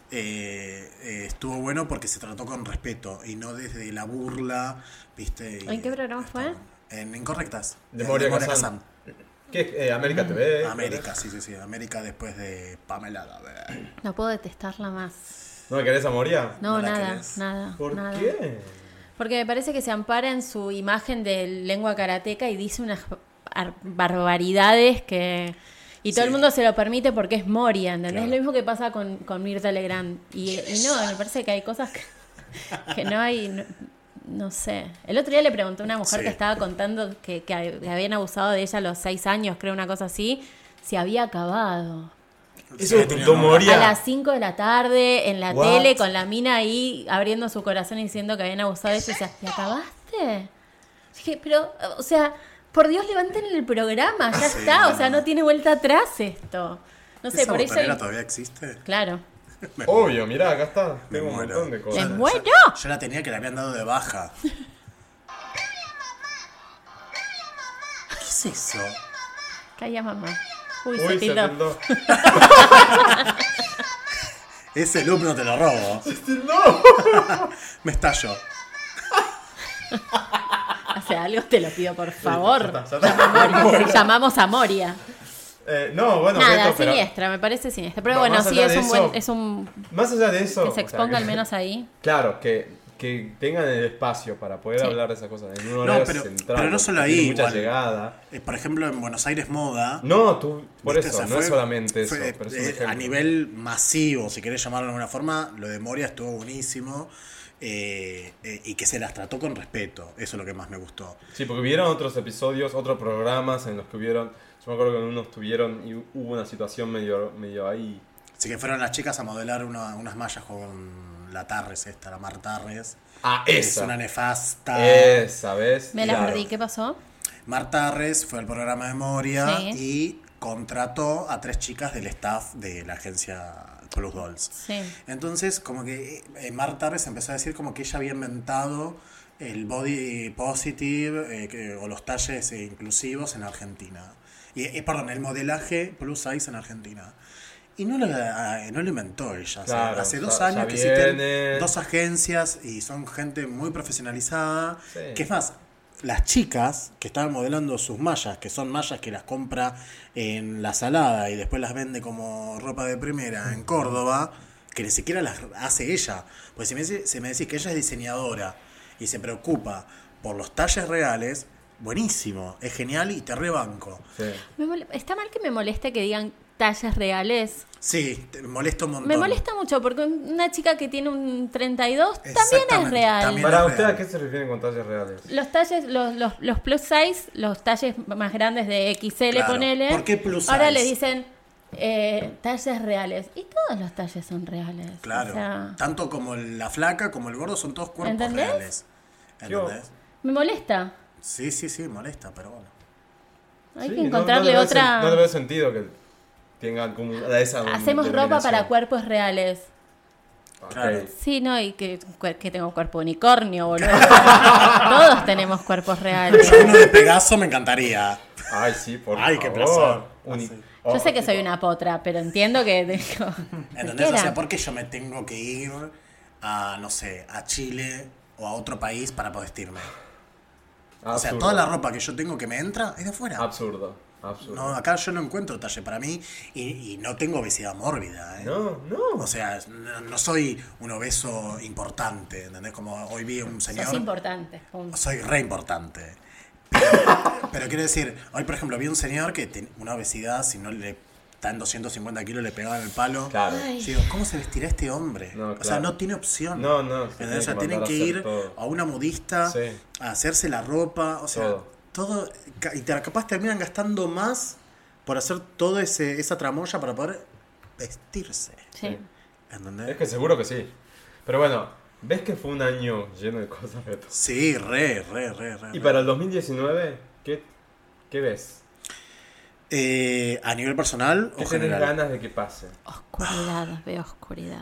Speaker 1: eh, eh, estuvo bueno porque se trató con respeto y no desde la burla, viste. y-
Speaker 4: ¿En qué programa
Speaker 1: está
Speaker 4: fue?
Speaker 1: bueno. En Incorrectas.
Speaker 3: De Moria Kazan. ¿Qué es? Eh, América TV.
Speaker 1: Mm, América, sí, sí, sí. América después de Pamela. la verdad.
Speaker 4: No puedo detestarla más.
Speaker 3: ¿No me querés a Moria?
Speaker 4: No,
Speaker 1: No la
Speaker 4: nada,
Speaker 1: querés.
Speaker 4: nada.
Speaker 3: ¿Por
Speaker 4: nada.
Speaker 3: qué?
Speaker 4: Porque me parece que se ampara en su imagen de lengua karateca y dice unas ar- barbaridades que... Y todo
Speaker 1: Sí.
Speaker 4: el mundo se lo permite porque es Moria, ¿entendés?
Speaker 1: Claro.
Speaker 4: Lo mismo que pasa con, con Mirta Legrand. Y, y no, me parece que hay cosas que, que no hay... No, no sé. El otro día le pregunté a una mujer
Speaker 1: Sí.
Speaker 4: que estaba contando que, que habían abusado de ella a los seis años, creo, una cosa así, se había acabado.
Speaker 3: Eso lo contó
Speaker 1: tenía una-
Speaker 3: Moria.
Speaker 4: A las 5 de la tarde, en la
Speaker 3: What?
Speaker 4: tele, con la mina ahí abriendo su corazón y diciendo que habían abusado de eso. O sea, ¿te acabaste? Dije, pero, o sea, por Dios, levanten el programa, ya
Speaker 1: Sí,
Speaker 4: está. O
Speaker 1: no,
Speaker 4: sea,
Speaker 1: no.
Speaker 4: no tiene vuelta atrás esto. No sé,
Speaker 1: ¿Esa
Speaker 4: por eso.
Speaker 1: botonera todavía existe?
Speaker 4: Claro.
Speaker 1: Me-
Speaker 3: Obvio, mirá, acá está.
Speaker 1: me
Speaker 3: Tengo un
Speaker 1: muero.
Speaker 3: montón de
Speaker 1: Yo-
Speaker 4: Les
Speaker 3: cosas.
Speaker 1: yo-
Speaker 4: muero.
Speaker 1: Yo la tenía que la habían dado de baja. ¿Qué es eso?
Speaker 4: Calla, mamá. Uy, se
Speaker 3: Uy, se
Speaker 4: tildó.
Speaker 3: tildó.
Speaker 1: Ese loop no te lo robo.
Speaker 3: ¡No!
Speaker 1: Me estallo.
Speaker 4: O sea, algo te lo pido, por favor.
Speaker 3: Ya está, ya está.
Speaker 4: Llamamos a Moria.
Speaker 3: Eh, no, bueno,
Speaker 4: Nada,
Speaker 3: Beto, pero
Speaker 4: siniestra, me parece siniestra. Pero
Speaker 3: Va-
Speaker 4: bueno,
Speaker 3: más
Speaker 4: sí,
Speaker 3: allá
Speaker 4: es
Speaker 3: de
Speaker 4: un,
Speaker 3: eso,
Speaker 4: buen, es un...
Speaker 3: Más allá de eso.
Speaker 4: Que se
Speaker 3: o sea,
Speaker 4: exponga al menos ahí.
Speaker 3: Claro, que, que tengan el espacio para poder
Speaker 4: Sí.
Speaker 3: hablar de esas cosas en un horario
Speaker 1: pero-
Speaker 3: central.
Speaker 1: pero no solo
Speaker 3: porque tiene
Speaker 1: ahí,
Speaker 3: Mucha
Speaker 1: igual.
Speaker 3: llegada.
Speaker 1: Eh, por ejemplo, en Buenos Aires Moda.
Speaker 3: No, tú, por
Speaker 1: ¿viste?
Speaker 3: eso,
Speaker 1: O sea,
Speaker 3: no
Speaker 1: fue-
Speaker 3: es solamente eso.
Speaker 1: fue,
Speaker 3: pero es un
Speaker 1: eh, a
Speaker 3: ejemplo.
Speaker 1: nivel masivo, si querés llamarlo de alguna forma, lo de Moria estuvo buenísimo. eh, eh, y que se las trató con respeto. Eso es lo que más me gustó.
Speaker 3: Sí, porque hubieron otros episodios, otros programas en los que hubieron. Yo me acuerdo que en unos tuvieron y hubo una situación medio, medio ahí.
Speaker 1: Así que fueron las chicas a modelar una- unas mallas con la Tarres esta, la Mar Tarres.
Speaker 3: Ah,
Speaker 1: que Es una
Speaker 3: esa.
Speaker 1: nefasta.
Speaker 3: Esa, ¿ves?
Speaker 4: Me la
Speaker 3: Claro.
Speaker 4: perdí, ¿qué pasó?
Speaker 1: Mar Tarres fue al programa de Moria y contrató a tres chicas del staff de la agencia Plus Dolls.
Speaker 4: Sí.
Speaker 1: Entonces, como que eh, Mar Tarres empezó a decir como que ella había inventado el body positive eh, que- o los talles eh, inclusivos en Argentina. Y, eh, perdón, el modelaje plus size en Argentina. Y no lo, eh, no lo inventó ella. O sea,
Speaker 3: Claro,
Speaker 1: hace
Speaker 3: ya-
Speaker 1: dos
Speaker 3: ya
Speaker 1: años que existen
Speaker 3: viene.
Speaker 1: dos agencias y son gente muy profesionalizada.
Speaker 3: Sí.
Speaker 1: Que es más, las chicas que estaban modelando sus mallas, que son mallas que las compra en la salada y después las vende como ropa de primera en Córdoba, que ni siquiera las hace ella. Pues si me, dice- si me decís que ella es diseñadora y se preocupa por los talles reales, buenísimo, es genial y te rebanco.
Speaker 3: Sí.
Speaker 4: Me mole- Está mal que me moleste que digan tallas reales.
Speaker 1: Sí, te molesta un montón.
Speaker 4: Me molesta mucho porque un- una chica que tiene un 32 también es
Speaker 1: Exactamente,
Speaker 4: real.
Speaker 1: también.
Speaker 3: Para
Speaker 1: real.
Speaker 3: usted, ¿a qué se refieren con talles reales?
Speaker 4: Los talles, los, los, los plus size, los talles más grandes de XL,
Speaker 1: Claro.
Speaker 4: ponele.
Speaker 1: ¿Por qué plus
Speaker 4: Ahora
Speaker 1: size?
Speaker 4: le dicen eh, talles reales. Y todos los talles son reales. o
Speaker 1: Claro,
Speaker 4: sea,
Speaker 1: tanto como la flaca como el gordo son todos cuerpos
Speaker 4: ¿Entendés?
Speaker 1: reales.
Speaker 3: Yo-
Speaker 1: ¿Entendés?
Speaker 4: me molesta.
Speaker 1: Sí, sí, sí, molesta, pero bueno.
Speaker 4: Hay
Speaker 3: Sí,
Speaker 4: que
Speaker 3: no-
Speaker 4: encontrarle
Speaker 3: no le veo sen-
Speaker 4: otra.
Speaker 3: No le veo sentido que tengan como a esa
Speaker 4: Hacemos ropa para cuerpos reales.
Speaker 3: Ok.
Speaker 1: Claro.
Speaker 4: Sí, no, y que, que tengo cuerpo unicornio, boludo. Todos tenemos cuerpos reales.
Speaker 1: Yo uno de Pegaso me encantaría.
Speaker 3: Ay, sí, por
Speaker 1: Ay,
Speaker 3: favor.
Speaker 1: qué placer. Ah,
Speaker 3: Uni- Oh,
Speaker 4: Yo sé que soy una potra, pero entiendo que digo,
Speaker 1: ¿Entendés? O
Speaker 4: cualquiera.
Speaker 1: sea, ¿por qué yo me tengo que ir a, no sé, a Chile o a otro país para poder vestirme? O sea,
Speaker 3: Absurdo.
Speaker 1: toda la ropa que yo tengo que me entra es de afuera.
Speaker 3: Absurdo. Absurdo.
Speaker 1: No, acá yo no encuentro talle para mí y, y no tengo obesidad mórbida. ¿eh?
Speaker 3: No, no.
Speaker 1: O sea, no, no soy un obeso importante, ¿entendés? Como hoy vi un
Speaker 4: Sos
Speaker 1: señor.
Speaker 4: importante. punto.
Speaker 1: Soy re importante. Pero, pero quiero decir, hoy por ejemplo vi un señor que tenía una obesidad, si no le está en 250 kilos, le pegaban el palo.
Speaker 3: Claro.
Speaker 4: Ay.
Speaker 1: Yo digo, ¿cómo se vestirá este hombre?
Speaker 3: No,
Speaker 1: O sea,
Speaker 3: claro.
Speaker 1: no tiene opción.
Speaker 3: No, no, se
Speaker 1: ¿Entendés?
Speaker 3: tiene
Speaker 1: o sea,
Speaker 3: que
Speaker 1: tienen
Speaker 3: mandar
Speaker 1: que
Speaker 3: a hacer
Speaker 1: ir
Speaker 3: todo.
Speaker 1: a una modista,
Speaker 3: Sí.
Speaker 1: a hacerse la ropa, o sea,
Speaker 3: Todo.
Speaker 1: todo. ca- y te, capaz terminan gastando más por hacer toda esa tramoya para poder vestirse.
Speaker 4: Sí.
Speaker 1: ¿Entendés?
Speaker 3: Es que seguro que sí. Pero bueno, ves que fue un año lleno de cosas reto.
Speaker 1: Sí, re, re, re, re.
Speaker 3: Y
Speaker 1: re.
Speaker 3: para el 2019, ¿qué, qué ves?
Speaker 1: Eh, a nivel personal
Speaker 3: ¿Qué
Speaker 1: o
Speaker 3: tenés
Speaker 1: general.
Speaker 3: ganas de que pase?
Speaker 4: Oscuridad, veo oscuridad.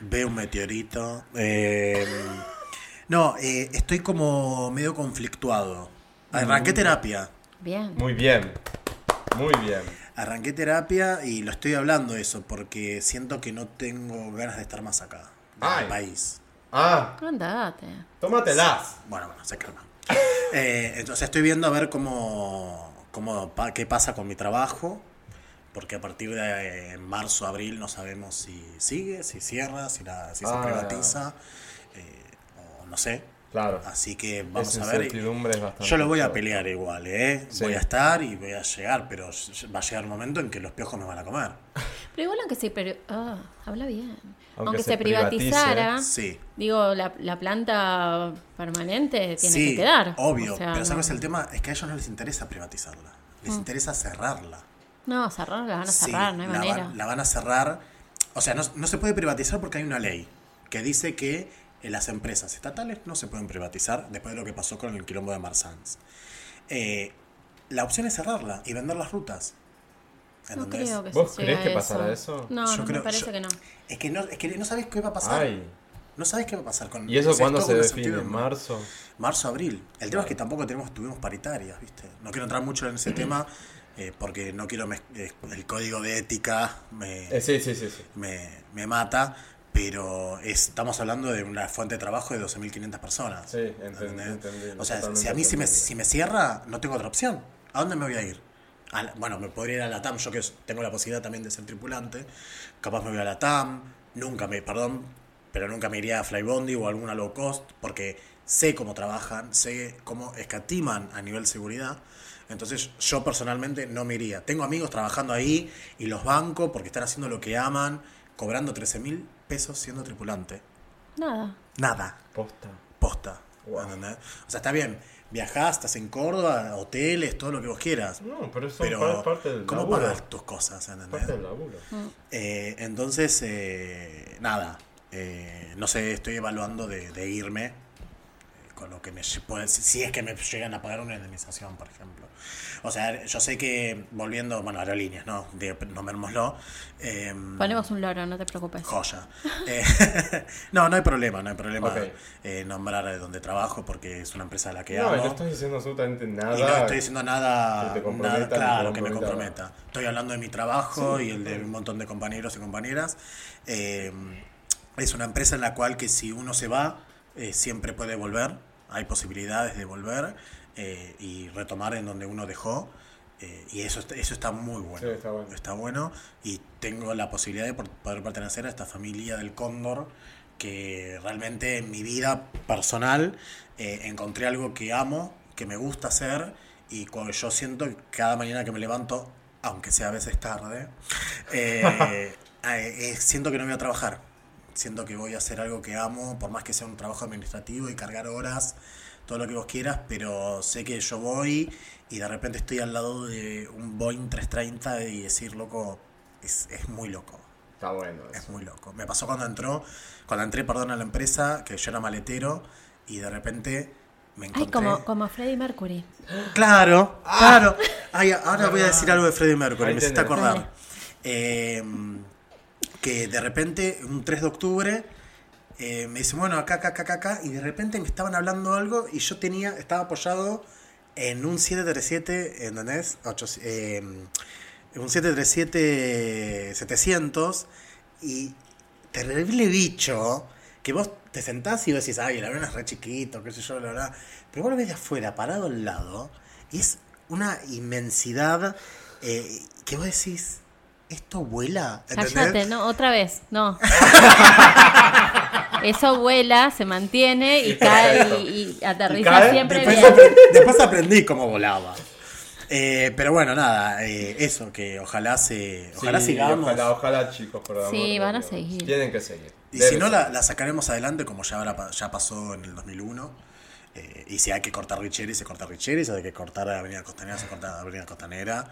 Speaker 1: Ve un meteorito. Eh, no, eh, estoy como medio conflictuado.
Speaker 3: Mm.
Speaker 1: Arranqué terapia.
Speaker 4: Bien.
Speaker 3: Muy bien. Muy bien.
Speaker 1: Arranqué terapia y lo estoy hablando eso porque siento que no tengo ganas de estar más acá.
Speaker 3: Ay.
Speaker 1: Del país.
Speaker 3: Ah,
Speaker 4: Andate.
Speaker 3: tómatelas.
Speaker 1: Bueno, bueno, se calma. Eh, entonces estoy viendo a ver cómo, cómo pa- qué pasa con mi trabajo. Porque a partir de eh, marzo, abril no sabemos si sigue, si cierra, si, la- si se
Speaker 3: Ah.
Speaker 1: privatiza. eh, o no sé.
Speaker 3: Claro.
Speaker 1: Así que vamos
Speaker 3: Esa
Speaker 1: a ver.
Speaker 3: incertidumbre es bastante
Speaker 1: Yo lo voy a
Speaker 3: fuerte.
Speaker 1: pelear igual, ¿eh?
Speaker 3: Sí.
Speaker 1: Voy a estar y voy a llegar, pero va a llegar un momento en que los piojos me van a comer.
Speaker 4: Pero igual aunque se... pri- ah, habla bien.
Speaker 3: Aunque
Speaker 4: Aunque,
Speaker 3: se
Speaker 4: se, privatizara,
Speaker 1: Sí.
Speaker 4: digo, la, la planta permanente tiene
Speaker 1: sí,
Speaker 4: que quedar.
Speaker 1: Obvio,
Speaker 4: O sea,
Speaker 1: pero
Speaker 4: no-
Speaker 1: ¿sabes el tema? Es que a ellos no les interesa privatizarla. Les interesa cerrarla.
Speaker 4: No, cerrar, la van a
Speaker 1: Sí,
Speaker 4: cerrar, no hay
Speaker 1: la van-
Speaker 4: manera.
Speaker 1: la van a cerrar. O sea, no, no se puede privatizar porque hay una ley que dice que eh, las empresas estatales no se pueden privatizar después de lo que pasó con el quilombo de Marsans. Eh, la opción es cerrarla y vender las rutas.
Speaker 4: No
Speaker 1: ¿Entendés?
Speaker 4: creo que
Speaker 3: ¿Vos
Speaker 4: se
Speaker 3: creés
Speaker 4: llegue
Speaker 3: que
Speaker 4: a
Speaker 3: pasará eso?
Speaker 4: No,
Speaker 1: Yo
Speaker 4: no me
Speaker 1: creo-
Speaker 4: parece
Speaker 1: yo-
Speaker 4: que no.
Speaker 1: Es que no, es que no sabes qué va a pasar.
Speaker 3: Ay.
Speaker 1: No sabes qué va a pasar con
Speaker 3: ¿Y eso
Speaker 1: o sea,
Speaker 3: cuándo
Speaker 1: todo
Speaker 3: se
Speaker 1: una
Speaker 3: define? ¿En
Speaker 1: incertidumbre.
Speaker 3: marzo?
Speaker 1: Marzo, abril. El tema es que tampoco tenemos, tuvimos paritarias, ¿viste? No quiero entrar mucho en ese tema eh, porque no quiero mez- eh, el código de ética me,
Speaker 3: Eh, sí, sí, sí, sí.
Speaker 1: me, me mata, pero es- estamos hablando de una fuente de trabajo de 12.500 personas.
Speaker 3: Sí, entendí,
Speaker 1: ¿entendés?
Speaker 3: entendí,
Speaker 1: O sea, si a
Speaker 3: totalmente
Speaker 1: mí si me,
Speaker 3: entendible.
Speaker 1: si me cierra, no tengo otra opción. ¿A dónde me voy a ir? A la- bueno, me podría ir a la TAM, yo que tengo la posibilidad también de ser tripulante. Capaz me voy a la TAM, nunca me, perdón, pero nunca me iría a Flybondi o a alguna low cost porque sé cómo trabajan, sé cómo escatiman a nivel seguridad. Entonces yo personalmente no me iría. Tengo amigos trabajando ahí y los banco porque están haciendo lo que aman, cobrando 13 mil pesos siendo tripulante.
Speaker 4: Nada.
Speaker 1: Nada
Speaker 3: Posta.
Speaker 1: posta.
Speaker 3: Wow.
Speaker 1: ¿entendés? O sea, está bien, viajás, estás en Córdoba, hoteles, todo lo que vos quieras.
Speaker 3: No, pero eso
Speaker 1: Pero,
Speaker 3: es parte del
Speaker 1: ¿cómo
Speaker 3: laburo.
Speaker 1: pagar tus cosas? ¿entendés?
Speaker 3: Parte del laburo.
Speaker 1: Eh, entonces, eh, nada, eh, no sé, estoy evaluando de, de irme eh, con lo que me lle- puede- si- si es que me llegan a pagar una indemnización, por ejemplo. O sea, yo sé que volviendo, bueno, aerolíneas, no, de, nombrémoslo. eh,
Speaker 4: Ponemos un loro, no te preocupes.
Speaker 1: Joya. Eh, no, no hay problema, no hay problema
Speaker 3: Ok.
Speaker 1: eh, nombrar eh, donde trabajo porque es una empresa a la que
Speaker 3: No,
Speaker 1: amo.
Speaker 3: y no estás diciendo absolutamente nada.
Speaker 1: y no estoy diciendo nada,
Speaker 3: que te comprometa,
Speaker 1: nada
Speaker 3: ni te
Speaker 1: claro que me
Speaker 3: comprometa.
Speaker 1: comprometa. Estoy hablando de mi trabajo y el de un montón de compañeros y compañeras. Eh, es una empresa en la cual que si uno se va, eh, siempre puede volver. Hay posibilidades de volver eh, y retomar en donde uno dejó. Eh, y eso, está- eso está muy bueno.
Speaker 3: Sí, está bueno.
Speaker 1: Está bueno. Y tengo la posibilidad de por- poder pertenecer a esta familia del cóndor que realmente en mi vida personal eh, encontré algo que amo, que me gusta hacer y cuando yo siento que cada mañana que me levanto, aunque sea a veces tarde, eh, eh, eh, siento que no voy a trabajar. Siento que voy a hacer algo que amo, por más que sea un trabajo administrativo y cargar horas, todo lo que vos quieras, pero sé que yo voy y de repente estoy al lado de un Boeing 330 y decir, loco, es, es muy loco.
Speaker 3: Está bueno
Speaker 1: Es
Speaker 3: eso.
Speaker 1: muy loco. Me pasó cuando entró, cuando entré, perdón, a la empresa, que yo era maletero y de repente me encontré.
Speaker 4: Ay, como, como Freddie Mercury.
Speaker 1: Claro, claro. Ay, ahora voy a decir algo de Freddie Mercury,
Speaker 3: Ah. Ahí
Speaker 1: me hiciste
Speaker 3: tenés.
Speaker 4: Dale.
Speaker 1: acordar. Eh, que de repente, un 3 de octubre, eh, me dice, bueno, acá, acá, acá, acá, acá, y de repente me estaban hablando algo y yo tenía, estaba apoyado en un 737, ¿entendés? Ocho- eh, un 737-700 y terrible bicho que vos te sentás y vos decís, ay, el avión es re chiquito, qué sé yo, la verdad. Pero vos lo ves de afuera, parado al lado, y es una inmensidad eh, que vos decís, esto vuela. ¿entendés?
Speaker 4: Cállate, no, otra vez, no. Eso vuela, se mantiene y cae y, y aterriza
Speaker 3: cae,
Speaker 4: siempre
Speaker 1: Después,
Speaker 4: bien.
Speaker 1: apre- después aprendí cómo volaba. Eh, pero bueno, nada, eh, eso, que ojalá se. Ojalá
Speaker 3: Sí,
Speaker 1: sigamos.
Speaker 3: Ojalá, ojalá, chicos, por el amor
Speaker 4: Sí,
Speaker 3: de
Speaker 4: van a
Speaker 3: Dios.
Speaker 4: seguir.
Speaker 3: Tienen que seguir.
Speaker 1: Y
Speaker 3: Deben
Speaker 1: si no, la,
Speaker 3: seguir.
Speaker 1: la sacaremos adelante como ya, habrá pa- ya pasó en el 2001. Eh, y si hay que cortar Richeri, se corta Richeri. Si hay que cortar Avenida Costanera, se corta Avenida Costanera.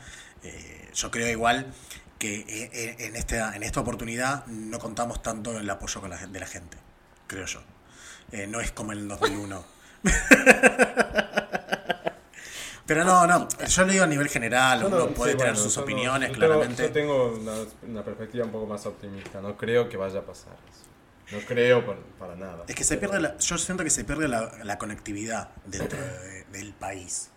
Speaker 1: Eh, yo creo igual que eh, eh, en esta, en esta oportunidad no contamos tanto el apoyo con la, gen- de la gente, creo yo. Eh, no es como en el 2001. Pero no, no, yo lo digo a nivel general,
Speaker 3: Yo no-
Speaker 1: uno
Speaker 3: sí,
Speaker 1: puede tener
Speaker 3: bueno,
Speaker 1: sus
Speaker 3: yo no-
Speaker 1: opiniones,
Speaker 3: yo tengo-
Speaker 1: claramente.
Speaker 3: Yo tengo una, una perspectiva un poco más optimista. No creo que vaya a pasar eso. No creo por- para nada.
Speaker 1: Es que se pierde la, yo siento que se pierde la, la conectividad dentro de- del país.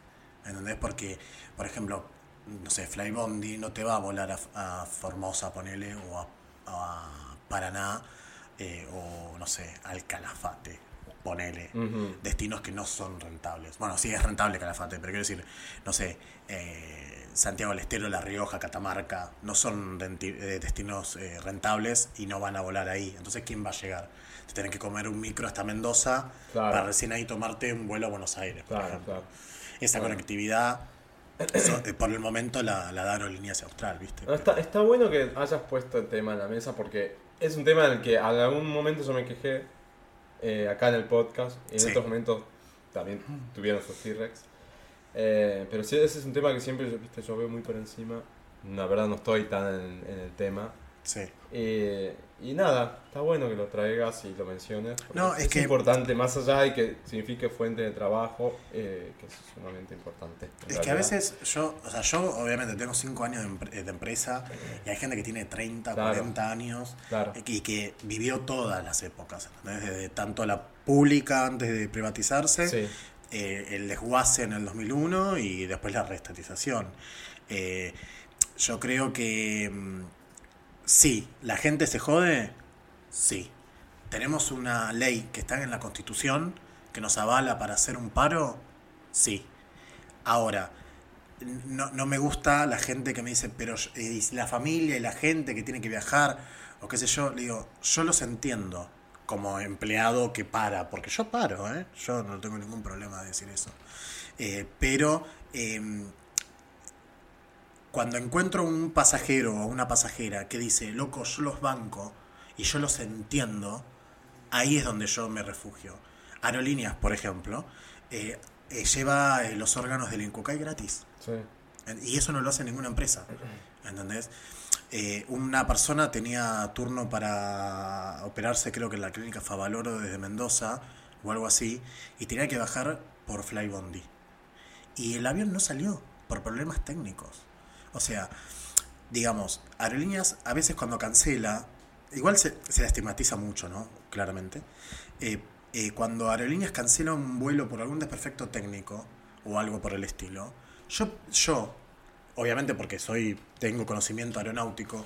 Speaker 1: ¿Entendés? Porque, por ejemplo, no sé, Flybondi no te va a volar a, a Formosa, ponele, o a, a Paraná, eh, o no sé, al Calafate, ponele.
Speaker 3: Ujú.
Speaker 1: Destinos que no son rentables. Bueno, sí es rentable Calafate, pero quiero decir, no sé, eh, Santiago del Estero, La Rioja, Catamarca, no son renti- eh, destinos eh, rentables y no van a volar ahí. Entonces, ¿quién va a llegar? Te tienen que comer un micro hasta Mendoza
Speaker 3: Claro.
Speaker 1: para recién ahí tomarte un vuelo a Buenos Aires. por
Speaker 3: Claro,
Speaker 1: ejemplo.
Speaker 3: claro.
Speaker 1: Esa
Speaker 3: Bueno.
Speaker 1: conectividad, eso, eh, por el momento, la, la da Aerolíneas Austral, ¿viste?
Speaker 3: No, Ah, está, está bueno que hayas puesto el tema en la mesa porque es un tema en el que en algún momento yo me quejé eh, acá en el podcast y en
Speaker 1: Sí.
Speaker 3: otros momentos también tuvieron sus T-Rex. Eh, pero sí, ese es un tema que siempre yo, viste, yo veo muy por encima. La verdad no estoy tan en, en el tema.
Speaker 1: Sí.
Speaker 3: Eh, y nada, está bueno que lo traigas y lo menciones. porque
Speaker 1: No, es que-
Speaker 3: importante, más allá de que signifique fuente de trabajo, eh, que es sumamente importante. en
Speaker 1: Es que a
Speaker 3: realidad.
Speaker 1: veces yo, o sea, yo obviamente tengo 5 años de, empre- de empresa y hay gente que tiene 30,
Speaker 3: Claro.
Speaker 1: 40 años
Speaker 3: Claro.
Speaker 1: eh, y que vivió todas las épocas, ¿entendés? desde tanto la pública antes de privatizarse,
Speaker 3: Sí.
Speaker 1: eh, el desguace en el 2001 y después la reestatización. Eh, yo creo que mm, sí, la gente se jode, sí. Tenemos una ley que está en la Constitución que nos avala para hacer un paro, sí. Ahora, no, no me gusta la gente que me dice, pero eh, y la familia y la gente que tiene que viajar, o qué sé yo, le digo, yo los entiendo como empleado que para, porque yo paro, ¿eh? yo no tengo ningún problema de decir eso. Eh, pero em, cuando encuentro un pasajero o una pasajera que dice, loco, yo los banco y yo los entiendo, ahí es donde yo me refugio. Aerolíneas, por ejemplo, eh, eh, lleva eh, los órganos del Incucay gratis.
Speaker 3: sí.
Speaker 1: Y eso no lo hace ninguna empresa. ¿Entendés? Eh, una persona tenía turno para operarse, creo que en la clínica Favaloro desde Mendoza o algo así, y tenía que bajar por Flybondi. Y el avión no salió por problemas técnicos. O sea, digamos, aerolíneas a veces cuando cancela, igual se, se la estigmatiza mucho, ¿no? Claramente. Eh, eh, cuando aerolíneas cancela un vuelo por algún desperfecto técnico o algo por el estilo, yo, yo obviamente porque soy tengo conocimiento aeronáutico,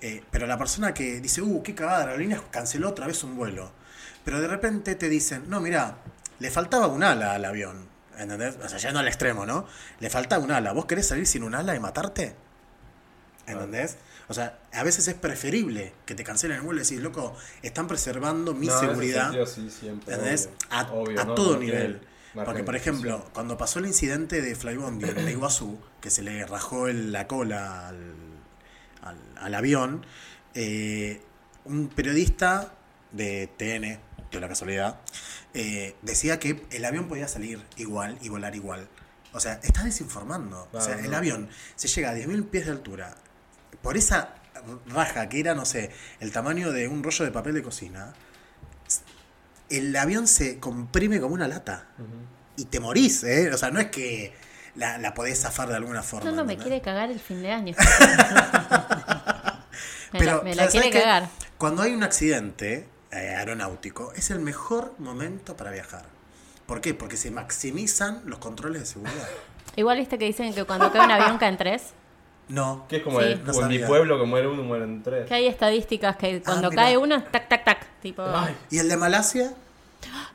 Speaker 1: eh, pero la persona que dice, uh, qué cagada, aerolíneas canceló otra vez un vuelo. Pero de repente te dicen, no, mira, le faltaba un ala al avión. ¿Entendés? O sea, yendo al extremo, ¿no? Le faltaba un ala. ¿Vos querés salir sin un ala y matarte? ¿Entendés? O sea, a veces es preferible que te cancelen el vuelo y decís, loco, están preservando mi
Speaker 3: No, en ese
Speaker 1: seguridad.
Speaker 3: sentido sí, siempre,
Speaker 1: ¿Entendés?
Speaker 3: obvio.
Speaker 1: A,
Speaker 3: Obvio,
Speaker 1: a
Speaker 3: no,
Speaker 1: todo
Speaker 3: no tiene
Speaker 1: nivel.
Speaker 3: margen
Speaker 1: Porque, por
Speaker 3: de discusión.
Speaker 1: ejemplo, cuando pasó el incidente de Flybondi en Iguazú, que se le rajó el- la cola al, al- al avión, eh, un periodista de TN, de la casualidad, eh, decía que el avión podía salir igual y volar igual. O sea, está desinformando. o sea,
Speaker 3: Claro,
Speaker 1: el
Speaker 3: no.
Speaker 1: avión se llega a 10.000 pies de altura. Por esa raja que era, no sé, el tamaño de un rollo de papel de cocina, el avión se comprime como una lata. Y te morís, ¿eh? O sea, no es que la, la podés zafar de alguna forma.
Speaker 4: No, no, me
Speaker 1: ¿entendés?
Speaker 4: quiere cagar el fin de año. me
Speaker 1: Pero,
Speaker 4: la, me la
Speaker 1: ¿sabes
Speaker 4: quiere
Speaker 1: qué?
Speaker 4: cagar.
Speaker 1: Cuando hay un accidente eh, aeronáutico, es el mejor momento para viajar. ¿Por qué? Porque se maximizan los controles de seguridad.
Speaker 4: Igual viste que dicen que cuando cae un avión caen tres.
Speaker 1: No.
Speaker 3: Que es como
Speaker 4: Sí.
Speaker 3: el-
Speaker 1: No
Speaker 3: o en mi
Speaker 1: sabía.
Speaker 3: pueblo que muere uno, mueren tres.
Speaker 4: Que hay estadísticas que cuando
Speaker 1: mirá.
Speaker 4: cae uno, tac, tac, tac. Tipo,
Speaker 3: Ah, Ay,
Speaker 1: ¿Y el de Malasia?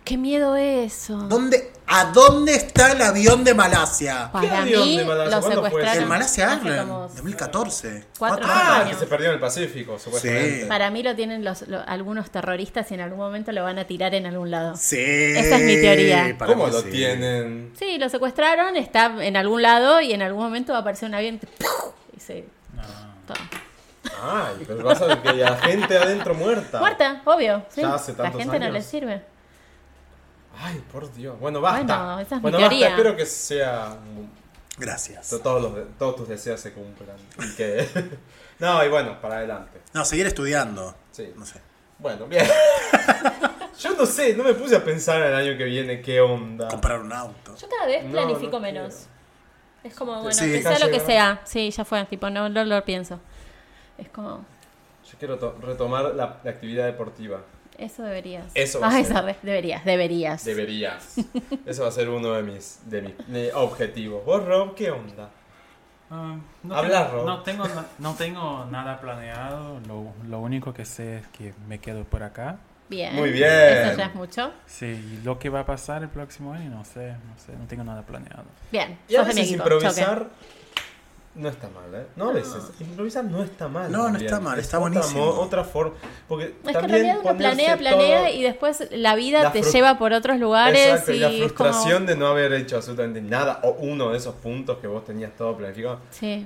Speaker 4: qué miedo eso.
Speaker 1: ¿Dónde, ¿A dónde está el avión de Malasia?
Speaker 4: Para
Speaker 3: avión
Speaker 4: mí,
Speaker 3: de Malasia?
Speaker 4: lo
Speaker 3: ¿Cuándo fue
Speaker 4: secuestraron.
Speaker 3: eso?
Speaker 1: El Malasia
Speaker 4: hace
Speaker 1: Airlines,
Speaker 4: como-
Speaker 1: 2014.
Speaker 4: Cuatro
Speaker 3: Ah,
Speaker 4: años.
Speaker 3: que se perdió en el Pacífico, supuestamente.
Speaker 4: Para mí lo tienen los, lo- algunos terroristas y en algún momento lo van a tirar en algún lado.
Speaker 1: Sí.
Speaker 4: Ah. Esa es mi teoría.
Speaker 1: para
Speaker 3: ¿Cómo
Speaker 1: mí
Speaker 3: lo
Speaker 1: sí.
Speaker 3: tienen?
Speaker 4: Sí, lo secuestraron, está en algún lado y en algún momento va a aparecer un avión que- y se... toma.
Speaker 3: Ay, pero pasa que hay a gente adentro muerta.
Speaker 4: Muerta, obvio. sí.
Speaker 3: Ya hace
Speaker 4: La
Speaker 3: tantos
Speaker 4: gente no
Speaker 3: años.
Speaker 4: le sirve.
Speaker 3: Ay, por Dios. Bueno, basta.
Speaker 4: Bueno, esa es mi
Speaker 3: Bueno, basta.
Speaker 4: teoría.
Speaker 3: Espero que sea
Speaker 1: Gracias.
Speaker 3: to- todos los de- todos tus deseos se cumplan y que No, y bueno, para adelante.
Speaker 1: No, seguir estudiando.
Speaker 3: Sí.
Speaker 1: No sé.
Speaker 3: Bueno, bien. Yo no sé, no me puse a pensar el año que viene qué onda.
Speaker 1: Comprar un auto.
Speaker 4: Yo cada vez
Speaker 3: No,
Speaker 4: planifico
Speaker 3: no
Speaker 4: menos. Es como, bueno,
Speaker 1: Sí.
Speaker 4: que sea lo que
Speaker 3: Casi, ¿no?
Speaker 4: sea. Sí, ya fue, tipo, no, no lo pienso. Es como,
Speaker 3: Yo quiero to- retomar la, la actividad deportiva.
Speaker 4: eso deberías.
Speaker 3: Eso va a
Speaker 4: Ay,
Speaker 3: ser.
Speaker 4: sabes, deberías, deberías.
Speaker 3: Deberías. Eso va a ser uno de mis, de mis de objetivos. ¿Vos, Rob, qué onda?
Speaker 5: Ah, no
Speaker 3: Habla,
Speaker 5: tengo,
Speaker 3: Rob.
Speaker 5: no, tengo, na- no tengo nada planeado. Lo, lo único que sé es que me quedo por acá.
Speaker 4: bien.
Speaker 3: Muy bien.
Speaker 4: Eh, Eso ya es mucho.
Speaker 5: Sí, y lo que va a pasar el próximo año, no sé, no sé, no tengo nada planeado.
Speaker 4: Bien.
Speaker 3: Y a
Speaker 4: sos de mi
Speaker 3: veces
Speaker 4: equipo,
Speaker 3: improvisar no está mal, ¿eh? No a veces. Improvisar no está mal.
Speaker 1: No, no
Speaker 3: también.
Speaker 1: está mal,
Speaker 3: Es
Speaker 1: está
Speaker 3: otra
Speaker 1: buenísimo.
Speaker 3: mo- Otra forma. Porque
Speaker 4: choque. Es que en
Speaker 3: también
Speaker 4: realidad uno planea,
Speaker 3: ponerse todo-
Speaker 4: planea y después la vida
Speaker 3: La
Speaker 4: te
Speaker 3: fru-
Speaker 4: lleva por otros lugares
Speaker 3: Exacto,
Speaker 4: y
Speaker 3: la
Speaker 4: es
Speaker 3: frustración de no haber hecho absolutamente nada o uno de esos puntos que vos tenías todo planificado,
Speaker 4: como... Sí.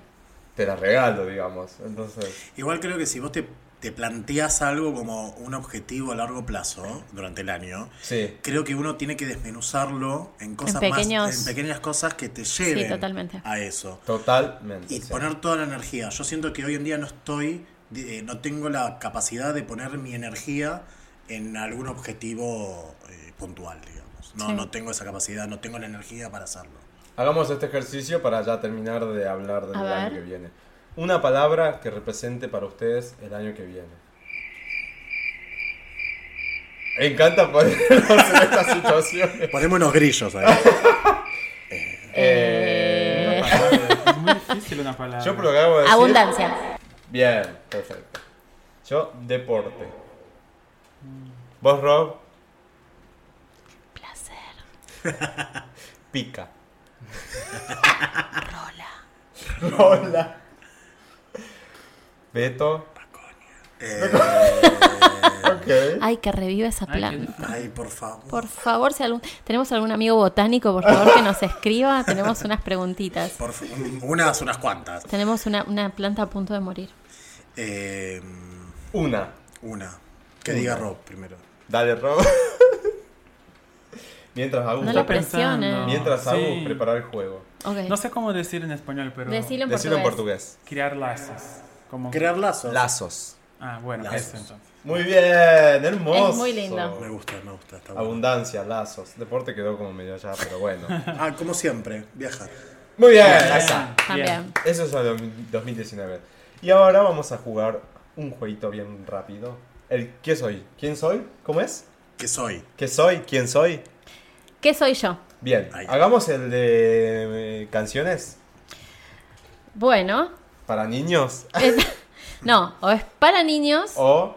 Speaker 3: te la regalo, digamos. Entonces,
Speaker 1: Igual creo que si vos te, te planteas algo como un objetivo a largo plazo durante el año,
Speaker 3: sí.
Speaker 1: creo que uno tiene que desmenuzarlo en cosas
Speaker 4: pequeños-
Speaker 1: más, en pequeñas cosas que te lleven
Speaker 4: totalmente.
Speaker 1: a eso.
Speaker 3: Totalmente.
Speaker 1: Y
Speaker 3: sí.
Speaker 1: poner toda la energía. Yo siento que hoy en día no estoy, de- no tengo la capacidad de poner mi energía en algún objetivo eh, puntual, digamos. No,
Speaker 4: Sí.
Speaker 1: no tengo esa capacidad, no tengo la energía para hacerlo.
Speaker 3: Hagamos este ejercicio para ya terminar de hablar del
Speaker 4: A
Speaker 3: año
Speaker 4: ver.
Speaker 3: que viene. Una palabra que represente para ustedes el año que viene. Me encanta ponernos en estas situaciones.
Speaker 1: Ponemos unos grillos ahí.
Speaker 4: Eh,
Speaker 5: Es muy difícil una palabra.
Speaker 3: Yo programo decir...
Speaker 4: Abundancia.
Speaker 3: Bien, perfecto. Yo, deporte. Vos, Rob,
Speaker 4: Placer.
Speaker 3: pica.
Speaker 4: Rola.
Speaker 3: Hola. Beto.
Speaker 1: Eh,
Speaker 3: Ok.
Speaker 4: Ay, que reviva esa
Speaker 5: Ay, qué
Speaker 4: planta.
Speaker 1: ay, por favor.
Speaker 4: Por favor, si algún, tenemos algún amigo botánico, por favor que nos escriba. Tenemos unas preguntitas.
Speaker 1: Por fa- un- unas, unas cuantas.
Speaker 4: Tenemos una, una planta a punto de morir.
Speaker 1: Eh,
Speaker 3: Una.
Speaker 1: una. Que diga Rob primero.
Speaker 3: Dale, Rob. Mientras hago un
Speaker 4: No
Speaker 5: Estoy
Speaker 4: lo presiones.
Speaker 5: pensando.
Speaker 3: Mientras hago
Speaker 5: Sí.
Speaker 3: preparar el juego.
Speaker 4: Ok.
Speaker 5: No sé cómo decir en español, pero.
Speaker 4: Decilo en
Speaker 3: Decirlo en
Speaker 4: portugués.
Speaker 3: portugués.
Speaker 5: Criar lazos. Como...
Speaker 1: Crear lazos.
Speaker 3: Lazos.
Speaker 5: Ah, bueno,
Speaker 1: Lazos.
Speaker 5: eso entonces.
Speaker 3: Muy bien, hermoso.
Speaker 4: Es muy lindo.
Speaker 1: Me gusta, me gusta. Está bueno.
Speaker 3: Abundancia, lazos. Deporte quedó como medio allá, pero bueno.
Speaker 1: Ah, como siempre, viajar.
Speaker 3: Muy bien, ahí está.
Speaker 4: También.
Speaker 3: Eso es el 2019. Y ahora vamos a jugar un jueguito bien rápido. El ¿Qué soy? ¿Quién soy? ¿Cómo es?
Speaker 1: ¿Qué soy?
Speaker 3: ¿Qué soy? ¿Quién soy?
Speaker 4: ¿Qué soy yo?
Speaker 3: Bien,
Speaker 1: Ahí.
Speaker 3: hagamos el de eh, canciones
Speaker 4: Bueno.
Speaker 3: para niños
Speaker 4: es- no, o es para niños.
Speaker 3: o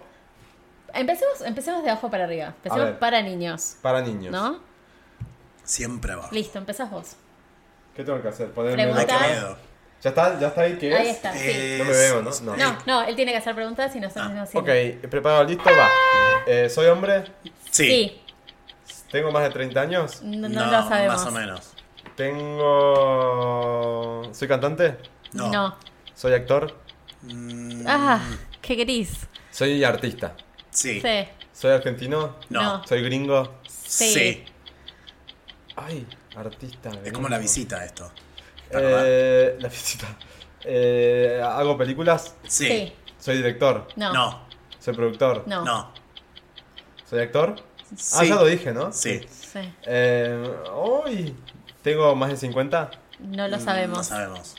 Speaker 4: Empecemos, empecemos de abajo para arriba.
Speaker 3: A
Speaker 4: Empecemos
Speaker 3: ver.
Speaker 4: para niños.
Speaker 3: para niños.
Speaker 4: ¿No?
Speaker 1: Siempre abajo.
Speaker 4: Listo, empezás vos.
Speaker 3: ¿Qué tengo que hacer? Ponerme
Speaker 4: Pregunta.
Speaker 1: Ay,
Speaker 3: la
Speaker 1: qué
Speaker 4: Preguntar.
Speaker 3: cámara.
Speaker 1: miedo.
Speaker 3: ¿Ya está? ¿Ya está ahí? ¿Qué
Speaker 4: Ahí
Speaker 3: es?
Speaker 4: está. sí.
Speaker 1: Eh,
Speaker 3: No me veo, ¿no? No.
Speaker 4: No, no, él tiene que hacer preguntas y nosotros no
Speaker 3: Ah, Ok,
Speaker 4: hacemos.
Speaker 3: preparado, listo, va. Eh, ¿Soy hombre?
Speaker 1: Sí.
Speaker 4: Sí,
Speaker 3: ¿Tengo más de 30 años?
Speaker 4: no, no lo sabemos.
Speaker 1: Más o menos.
Speaker 3: ¿Tengo... ¿Soy cantante?
Speaker 1: No.
Speaker 4: No.
Speaker 3: ¿Soy actor?
Speaker 1: Mm,
Speaker 4: Ah, qué gris.
Speaker 3: ¿Soy artista?
Speaker 1: sí.
Speaker 4: Sí.
Speaker 3: ¿Soy argentino?
Speaker 1: No.
Speaker 3: ¿Soy gringo?
Speaker 1: Sí.
Speaker 4: Sí.
Speaker 3: Ay, artista.
Speaker 1: Es como la visita esto. ¿Te acordás?
Speaker 3: Eh, la visita. Eh, ¿Hago películas?
Speaker 1: sí.
Speaker 4: Sí.
Speaker 3: ¿Soy director?
Speaker 4: No. No.
Speaker 1: No.
Speaker 3: ¿Soy productor?
Speaker 1: No.
Speaker 3: ¿Soy actor? Ah,
Speaker 1: Sí.
Speaker 3: ya lo dije, ¿no?
Speaker 1: Sí.
Speaker 4: Sí.
Speaker 3: Eh, uy, ¿Tengo más de 50?
Speaker 4: No lo
Speaker 1: Mm, No
Speaker 4: sabemos.
Speaker 1: sabemos.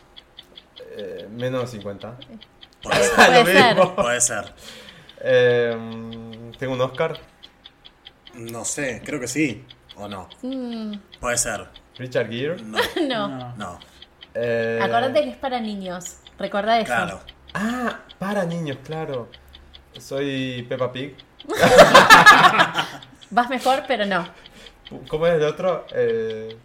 Speaker 3: Eh, menos de 50.
Speaker 1: Puede ser.
Speaker 4: Puede ser.
Speaker 1: Puede ser.
Speaker 3: Eh, ¿Tengo un Oscar?
Speaker 1: No sé, creo que sí. ¿O no?
Speaker 4: Mm,
Speaker 1: Puede ser.
Speaker 3: ¿Richard Gere?
Speaker 1: No.
Speaker 4: no.
Speaker 1: No.
Speaker 3: Eh,
Speaker 4: Acordate que es para niños. Recuerda eso.
Speaker 1: Claro.
Speaker 3: Ah, para niños, claro. Soy Peppa Pig.
Speaker 4: Vas mejor, pero no.
Speaker 3: ¿Cómo es el otro? El...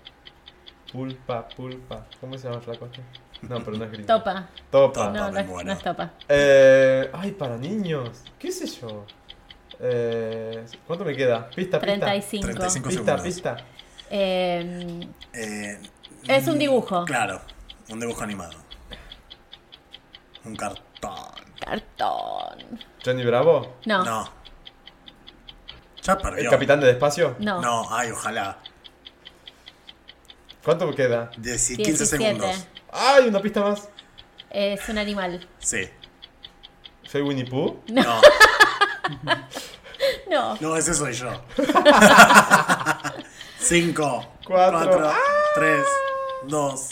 Speaker 3: Pulpa, pulpa. ¿Cómo se llama el flaco este? No, pero no es gringo.
Speaker 4: Topa.
Speaker 3: Topa.
Speaker 1: Topa.
Speaker 4: No, no
Speaker 1: me
Speaker 4: es,
Speaker 1: muero.
Speaker 4: no es topa.
Speaker 3: Eh, ay, para niños. ¿Qué sé yo? Eh, ¿Cuánto me queda? Pista, pista.
Speaker 4: 35.
Speaker 1: 35.
Speaker 3: Pista,
Speaker 1: segundos.
Speaker 3: pista.
Speaker 4: Eh,
Speaker 1: Eh,
Speaker 4: Es un
Speaker 1: mm,
Speaker 4: dibujo.
Speaker 1: Claro, un dibujo animado. Un cartón.
Speaker 4: cartón.
Speaker 3: Johnny Bravo.
Speaker 4: No. No.
Speaker 1: No. Ya
Speaker 3: El
Speaker 1: perdió.
Speaker 3: capitán del espacio.
Speaker 1: No, ay, ojalá.
Speaker 3: ¿Cuánto me queda?
Speaker 1: Dieci- 15
Speaker 4: 17.
Speaker 1: segundos.
Speaker 3: ¡Ay, una pista más!
Speaker 4: Es un animal.
Speaker 1: Sí.
Speaker 3: Soy Winnie Pooh.
Speaker 1: No,
Speaker 4: No.
Speaker 1: no, ese soy yo. 5,
Speaker 3: Cuatro.
Speaker 1: 4, 3, 2,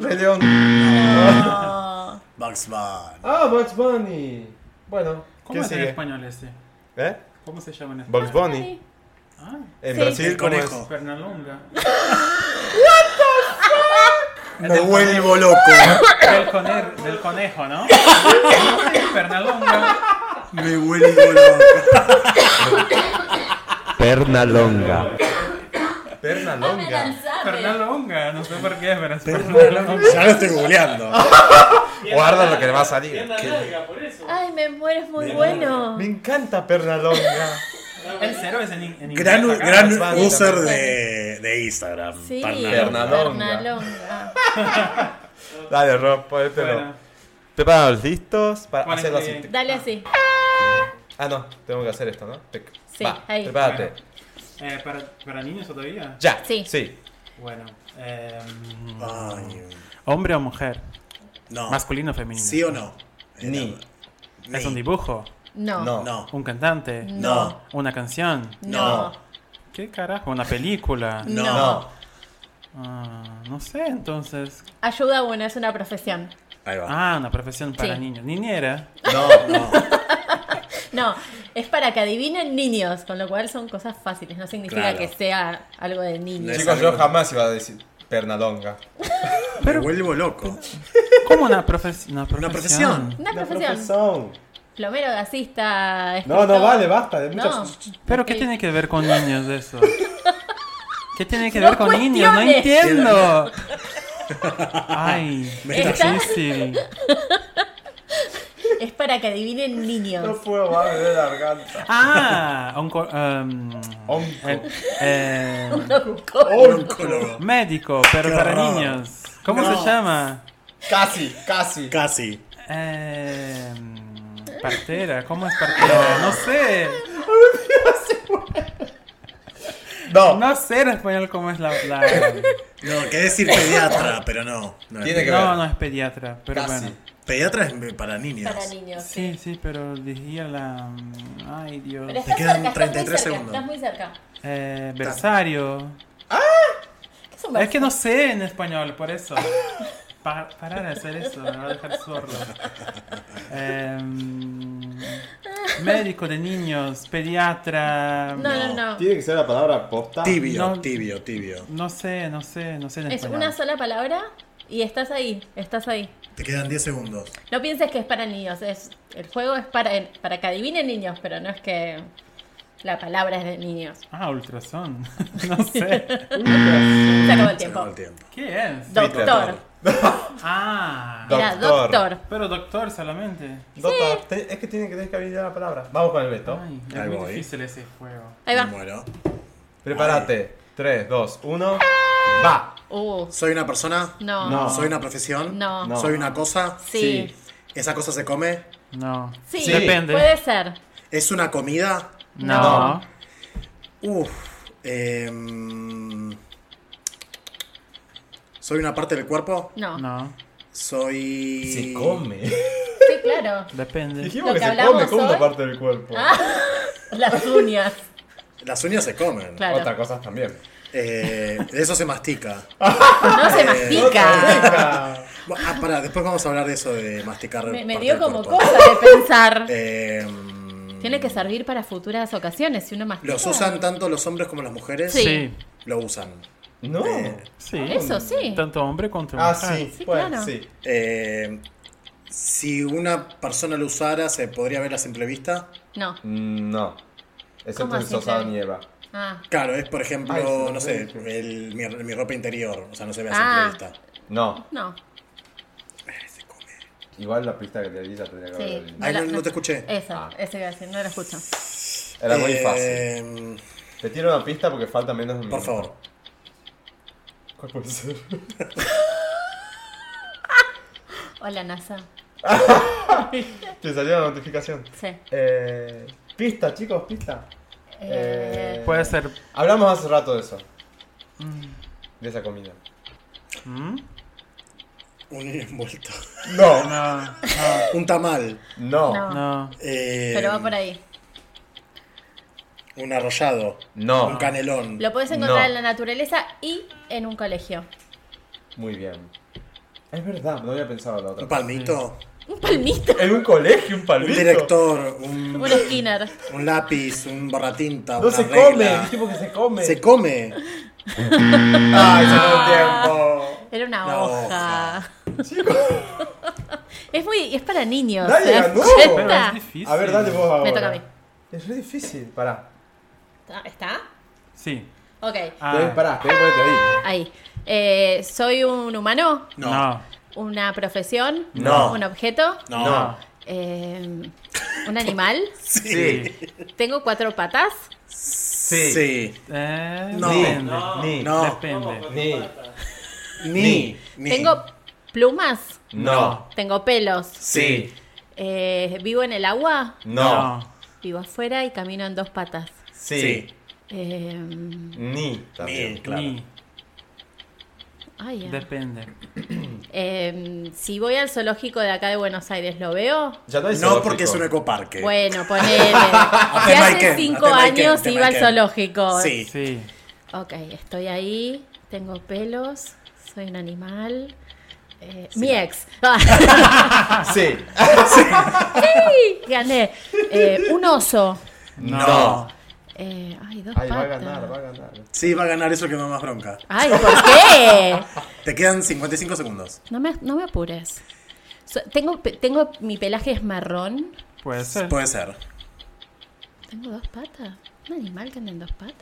Speaker 3: Rey León.
Speaker 4: No.
Speaker 1: Bugs Bunny.
Speaker 3: ¡Ah, Bugs Bunny! Bueno,
Speaker 5: ¿Cómo
Speaker 3: ¿qué
Speaker 5: es en
Speaker 3: sigue?
Speaker 5: español ese?
Speaker 3: ¿Eh?
Speaker 5: ¿Cómo se llama en español?
Speaker 3: Bugs Bunny.
Speaker 5: Ah,
Speaker 3: En
Speaker 4: Sí.
Speaker 3: Brasil,
Speaker 1: El
Speaker 3: ¿cómo
Speaker 1: conejo.
Speaker 3: es?
Speaker 5: Pernalonga.
Speaker 1: Me vuelvo loco.
Speaker 5: Del, coner- del conejo, ¿no? Pernalonga.
Speaker 1: Me vuelvo loco.
Speaker 7: Pernalonga.
Speaker 3: Pernalonga.
Speaker 5: Pernalonga, no sé por qué, pero es
Speaker 1: Ya lo estoy googleando.
Speaker 3: Guarda lo que le va a salir.
Speaker 6: Pierna larga, por eso.
Speaker 4: Ay, me muero, es muy bueno.
Speaker 3: Me encanta Pernalonga.
Speaker 5: El cero es en, in- en inglés.
Speaker 1: Gran,
Speaker 5: acá.
Speaker 1: gran
Speaker 3: Bugs Bunny
Speaker 1: user
Speaker 3: también.
Speaker 1: de, de Instagram.
Speaker 4: Sí. Ah.
Speaker 1: Pernalonga.
Speaker 3: Pernalonga.
Speaker 4: Pernalonga.
Speaker 3: Dale, Rob, podés, pero.
Speaker 5: Bueno,
Speaker 3: ¿Te paran listos para
Speaker 5: Bueno,
Speaker 3: hacerlo
Speaker 5: sí.
Speaker 3: así?
Speaker 4: Dale así.
Speaker 3: Ah, no, tengo que hacer esto, ¿no? Tic.
Speaker 4: Sí,
Speaker 3: Va,
Speaker 4: ahí.
Speaker 3: Prepárate.
Speaker 5: eh, para, para niños todavía.
Speaker 3: Ya.
Speaker 4: Sí.
Speaker 3: Sí.
Speaker 5: Bueno. eh,
Speaker 1: Ay,
Speaker 5: hombre o mujer.
Speaker 1: no.
Speaker 5: Masculino o femenino.
Speaker 1: ¿Sí o no?
Speaker 3: Ni.
Speaker 1: Ni.
Speaker 5: Es un dibujo.
Speaker 4: No.
Speaker 3: No.
Speaker 1: No.
Speaker 5: Un cantante.
Speaker 1: No.
Speaker 5: Una canción.
Speaker 4: No.
Speaker 5: ¿Qué carajo? Una película.
Speaker 1: No.
Speaker 3: No.
Speaker 5: Ah, no sé, entonces.
Speaker 4: Ayuda, bueno, es una profesión.
Speaker 1: Ahí va.
Speaker 5: Ah, una profesión para
Speaker 4: Sí.
Speaker 5: niños. Niñera.
Speaker 3: No.
Speaker 1: No.
Speaker 4: No, es para que adivinen niños, con lo cual son cosas fáciles. No significa
Speaker 1: Claro.
Speaker 4: que sea algo de niños.
Speaker 3: Chicos, yo jamás iba a decir Pernalonga.
Speaker 1: Me vuelvo loco.
Speaker 5: ¿Cómo una, profe- una profesión?
Speaker 1: Una profesión.
Speaker 4: Una
Speaker 3: La
Speaker 4: profesión.
Speaker 3: profesión.
Speaker 4: Plomero, gasista.
Speaker 3: No, no
Speaker 4: escritor.
Speaker 3: vale, basta. De
Speaker 4: No.
Speaker 3: muchas...
Speaker 5: ¿Pero qué
Speaker 4: Ok.
Speaker 5: tiene que ver con niños eso? ¿Qué tiene que
Speaker 4: No
Speaker 5: ver con niños? No
Speaker 4: cuestiones.
Speaker 5: entiendo. Ay,
Speaker 1: Me
Speaker 5: qué
Speaker 4: estás-
Speaker 5: difícil.
Speaker 4: Es para que adivinen niños.
Speaker 3: No puedo, va a la garganta.
Speaker 5: Ah, onco, em,
Speaker 1: Oh.
Speaker 3: Onco.
Speaker 5: eh, em,
Speaker 1: Un oncólogo.
Speaker 5: médico, pero
Speaker 1: Qué
Speaker 5: para
Speaker 1: horror.
Speaker 5: niños. ¿Cómo
Speaker 1: No.
Speaker 5: se llama?
Speaker 3: Casi, casi.
Speaker 1: Casi.
Speaker 5: Em, partera, ¿cómo es partera? No sé.
Speaker 3: No.
Speaker 5: No sé en español cómo es la... la-
Speaker 1: No, qué decir pediatra, pero no. no es
Speaker 3: Tiene que
Speaker 5: No,
Speaker 3: ver.
Speaker 5: no es pediatra, pero
Speaker 3: Casi.
Speaker 5: bueno.
Speaker 1: Pediatra es para niños.
Speaker 4: Para niños.
Speaker 5: Sí, sí, pero dijía la... Ay, Dios.
Speaker 4: Pero estás
Speaker 1: quedan
Speaker 4: cerca, estás
Speaker 1: 33
Speaker 4: muy cerca,
Speaker 1: segundos.
Speaker 4: Estás muy cerca.
Speaker 5: Eh, versario.
Speaker 4: ¿Qué es un
Speaker 5: Es que no sé en español, por eso. Pa- parar de hacer eso, me va a dejar sordo. Em, médico de niños, pediatra.
Speaker 4: No, no, no.
Speaker 3: Tiene que ser la palabra posta.
Speaker 1: Tibio,
Speaker 5: No.
Speaker 1: tibio, tibio.
Speaker 5: No sé, no sé, no sé en
Speaker 4: Es
Speaker 5: español.
Speaker 4: una sola palabra y estás ahí, estás ahí.
Speaker 1: Te quedan 10 segundos.
Speaker 4: No pienses que es para niños, es el juego es para, para que adivinen niños, pero no es que la palabra es de niños.
Speaker 5: Ah, ultrason. No sé.
Speaker 4: Se acabó el
Speaker 1: Se acabó
Speaker 4: tiempo.
Speaker 1: el tiempo.
Speaker 5: ¿Qué es?
Speaker 4: Doctor.
Speaker 5: Ah.
Speaker 4: Era
Speaker 3: Doctor.
Speaker 4: doctor.
Speaker 5: Pero doctor solamente.
Speaker 3: Doctor, te- es que tiene que, tenés que habilitar la palabra. Vamos con el Beto.
Speaker 5: Ay, es
Speaker 1: Ahí
Speaker 5: muy
Speaker 1: voy.
Speaker 5: difícil ese juego.
Speaker 4: Ahí va.
Speaker 1: Bueno.
Speaker 3: Prepárate. 3, 2, 1. Va.
Speaker 4: Uh,
Speaker 1: ¿Soy una persona?
Speaker 4: no.
Speaker 3: No.
Speaker 1: ¿Soy una profesión?
Speaker 4: No.
Speaker 3: No.
Speaker 1: ¿Soy una cosa?
Speaker 4: Sí.
Speaker 1: ¿Esa cosa se come?
Speaker 5: No.
Speaker 4: Sí.
Speaker 3: Sí.
Speaker 5: Depende.
Speaker 4: Puede ser.
Speaker 1: ¿Es una comida?
Speaker 5: No.
Speaker 1: Uf. em, ¿Soy una parte del cuerpo?
Speaker 4: No.
Speaker 5: No.
Speaker 1: Soy...
Speaker 3: Se come.
Speaker 4: Sí, claro.
Speaker 5: Depende.
Speaker 3: Dijimos
Speaker 4: Lo
Speaker 3: que,
Speaker 4: que
Speaker 3: se
Speaker 4: hablamos
Speaker 3: come como una
Speaker 4: hoy- Ah,
Speaker 3: parte del cuerpo.
Speaker 4: Las uñas.
Speaker 1: Las uñas se comen.
Speaker 4: Claro.
Speaker 3: Otras cosas también.
Speaker 1: Eh, de eso se mastica.
Speaker 4: No se mastica.
Speaker 1: Bu- Ah, pará, después vamos a hablar de eso de masticar.
Speaker 4: Me, me
Speaker 1: parte
Speaker 4: dio
Speaker 1: del
Speaker 4: como
Speaker 1: cuerpo.
Speaker 4: cosa de pensar.
Speaker 1: Eh,
Speaker 4: Tiene que servir para futuras ocasiones. Si uno mastica.
Speaker 1: ¿Los usan tanto los hombres como las mujeres?
Speaker 4: Sí.
Speaker 5: Sí.
Speaker 1: Lo usan.
Speaker 3: No.
Speaker 1: Eh,
Speaker 5: Sí.
Speaker 4: Eso sí.
Speaker 5: Tanto hombre contra
Speaker 3: Ah,
Speaker 5: mujer.
Speaker 3: sí.
Speaker 4: Sí,
Speaker 3: bueno,
Speaker 4: claro.
Speaker 3: sí.
Speaker 1: Eh, si una persona lo usara, ¿se podría ver a simple vista?
Speaker 4: No.
Speaker 3: Mm, No. Excepto
Speaker 4: ¿Cómo
Speaker 3: en
Speaker 4: así,
Speaker 3: Sosada
Speaker 4: Flavio?
Speaker 3: Nieva.
Speaker 4: Ah,
Speaker 1: Claro, es por ejemplo,
Speaker 3: Ah, eso,
Speaker 1: no sé,
Speaker 3: eso.
Speaker 1: el- mi, mi ropa interior. O sea, no se ve a
Speaker 4: Ah.
Speaker 1: simple vista.
Speaker 3: No,
Speaker 4: no.
Speaker 1: Ay, se come.
Speaker 3: igual la pista que te di la tendría que haber.
Speaker 4: Sí.
Speaker 1: Ay,
Speaker 4: la- Eh.
Speaker 1: no, no te escuché.
Speaker 4: Esa,
Speaker 3: Ah.
Speaker 4: esa iba a decir, no la escucho.
Speaker 3: Era muy
Speaker 1: Eh,
Speaker 3: fácil. Te tiro una pista porque falta menos de un
Speaker 1: Por
Speaker 3: minuto.
Speaker 1: favor.
Speaker 3: ¿Cuál puede ser?
Speaker 4: Hola, NASA.
Speaker 3: Te salió la notificación.
Speaker 4: Sí.
Speaker 3: Eh, pista, chicos, pista.
Speaker 4: Eh,
Speaker 3: Eh,
Speaker 5: Puede ser.
Speaker 3: Hablamos hace rato de eso,
Speaker 5: mm,
Speaker 3: de esa comida.
Speaker 5: mm,
Speaker 1: Un envuelto.
Speaker 3: No,
Speaker 5: No,
Speaker 1: Un tamal.
Speaker 3: no,
Speaker 4: No.
Speaker 5: no.
Speaker 1: eh,
Speaker 4: Pero va por ahí.
Speaker 1: Un arrollado. Un
Speaker 3: no.
Speaker 1: canelón.
Speaker 4: Lo podés encontrar
Speaker 3: No.
Speaker 4: en la naturaleza y en un colegio.
Speaker 3: Muy bien. Es verdad, no había pensado en la
Speaker 1: Un
Speaker 3: otra.
Speaker 1: palmito.
Speaker 4: Un palmito,
Speaker 3: En un colegio, un
Speaker 1: Un
Speaker 3: palito.
Speaker 1: director. Un,
Speaker 4: un skinner.
Speaker 1: un lápiz. Un borratinta.
Speaker 3: No
Speaker 1: una
Speaker 3: se
Speaker 1: regla.
Speaker 3: come, es tipo que se come.
Speaker 1: Se come.
Speaker 3: Ay, se acabó el tiempo.
Speaker 4: Era una
Speaker 1: Una
Speaker 4: hoja. es muy, es para niños.
Speaker 3: Nadie
Speaker 4: ¿te das
Speaker 3: ganó.
Speaker 4: cuenta?
Speaker 5: Pero es difícil.
Speaker 3: A ver, dale vos ahora.
Speaker 4: Ah. Me toca a mí.
Speaker 3: Es re difícil, pará.
Speaker 4: ¿Está- ¿Está?
Speaker 5: Sí.
Speaker 4: Ok,
Speaker 3: Tenés-
Speaker 5: Ah,
Speaker 3: Pará, tenés que ponerte ahí.
Speaker 4: ahí. Eh, ¿Soy un humano?
Speaker 1: No.
Speaker 5: no.
Speaker 4: ¿Una profesión?
Speaker 1: No.
Speaker 4: ¿Un objeto?
Speaker 1: No.
Speaker 3: No.
Speaker 4: Eh, ¿Un animal?
Speaker 1: Sí.
Speaker 4: ¿Tengo cuatro patas?
Speaker 1: Sí.
Speaker 5: Eh,
Speaker 1: No.
Speaker 5: depende.
Speaker 6: No.
Speaker 3: Ni.
Speaker 1: No.
Speaker 5: Depende.
Speaker 3: Ni.
Speaker 1: Ni. Ni.
Speaker 4: ¿Tengo plumas?
Speaker 3: No.
Speaker 4: ¿Tengo pelos?
Speaker 1: Sí.
Speaker 4: Eh, ¿Vivo en el agua?
Speaker 3: No.
Speaker 4: Vivo afuera y camino en dos patas.
Speaker 3: Sí.
Speaker 4: Eh,
Speaker 3: Ni.
Speaker 1: Ni.
Speaker 3: también.
Speaker 1: Claro.
Speaker 5: Ni.
Speaker 4: ay, ah.
Speaker 5: Depende.
Speaker 4: Eh, si voy al zoológico de acá de Buenos Aires, ¿lo veo?
Speaker 3: Ya no hay
Speaker 1: No porque es un
Speaker 3: zoológico.
Speaker 1: ecoparque.
Speaker 4: Bueno, ponele. Si
Speaker 1: Tema
Speaker 4: Eh. hace
Speaker 1: Iken,
Speaker 4: cinco
Speaker 1: tema Iken,
Speaker 4: años
Speaker 1: tema
Speaker 4: iba al
Speaker 1: Iken.
Speaker 4: zoológico.
Speaker 1: Sí.
Speaker 5: Sí.
Speaker 4: Ok, estoy ahí, tengo pelos, soy un animal. eh, Mi ex. Ah,
Speaker 3: Sí.
Speaker 4: sí, gané. Eh, un oso.
Speaker 3: No.
Speaker 4: Eh, ay, dos
Speaker 3: Ay, va a
Speaker 4: patas.
Speaker 3: ganar, va a ganar.
Speaker 1: Sí, va a ganar eso que me da más bronca.
Speaker 4: Ay, ¿por qué?
Speaker 1: Te quedan 55 segundos.
Speaker 4: No me, no me apures. So- tengo, pe- tengo, mi pelaje es marrón.
Speaker 5: Puede ser.
Speaker 1: Puede ser.
Speaker 4: Tengo dos patas. Un animal que anda en dos patas.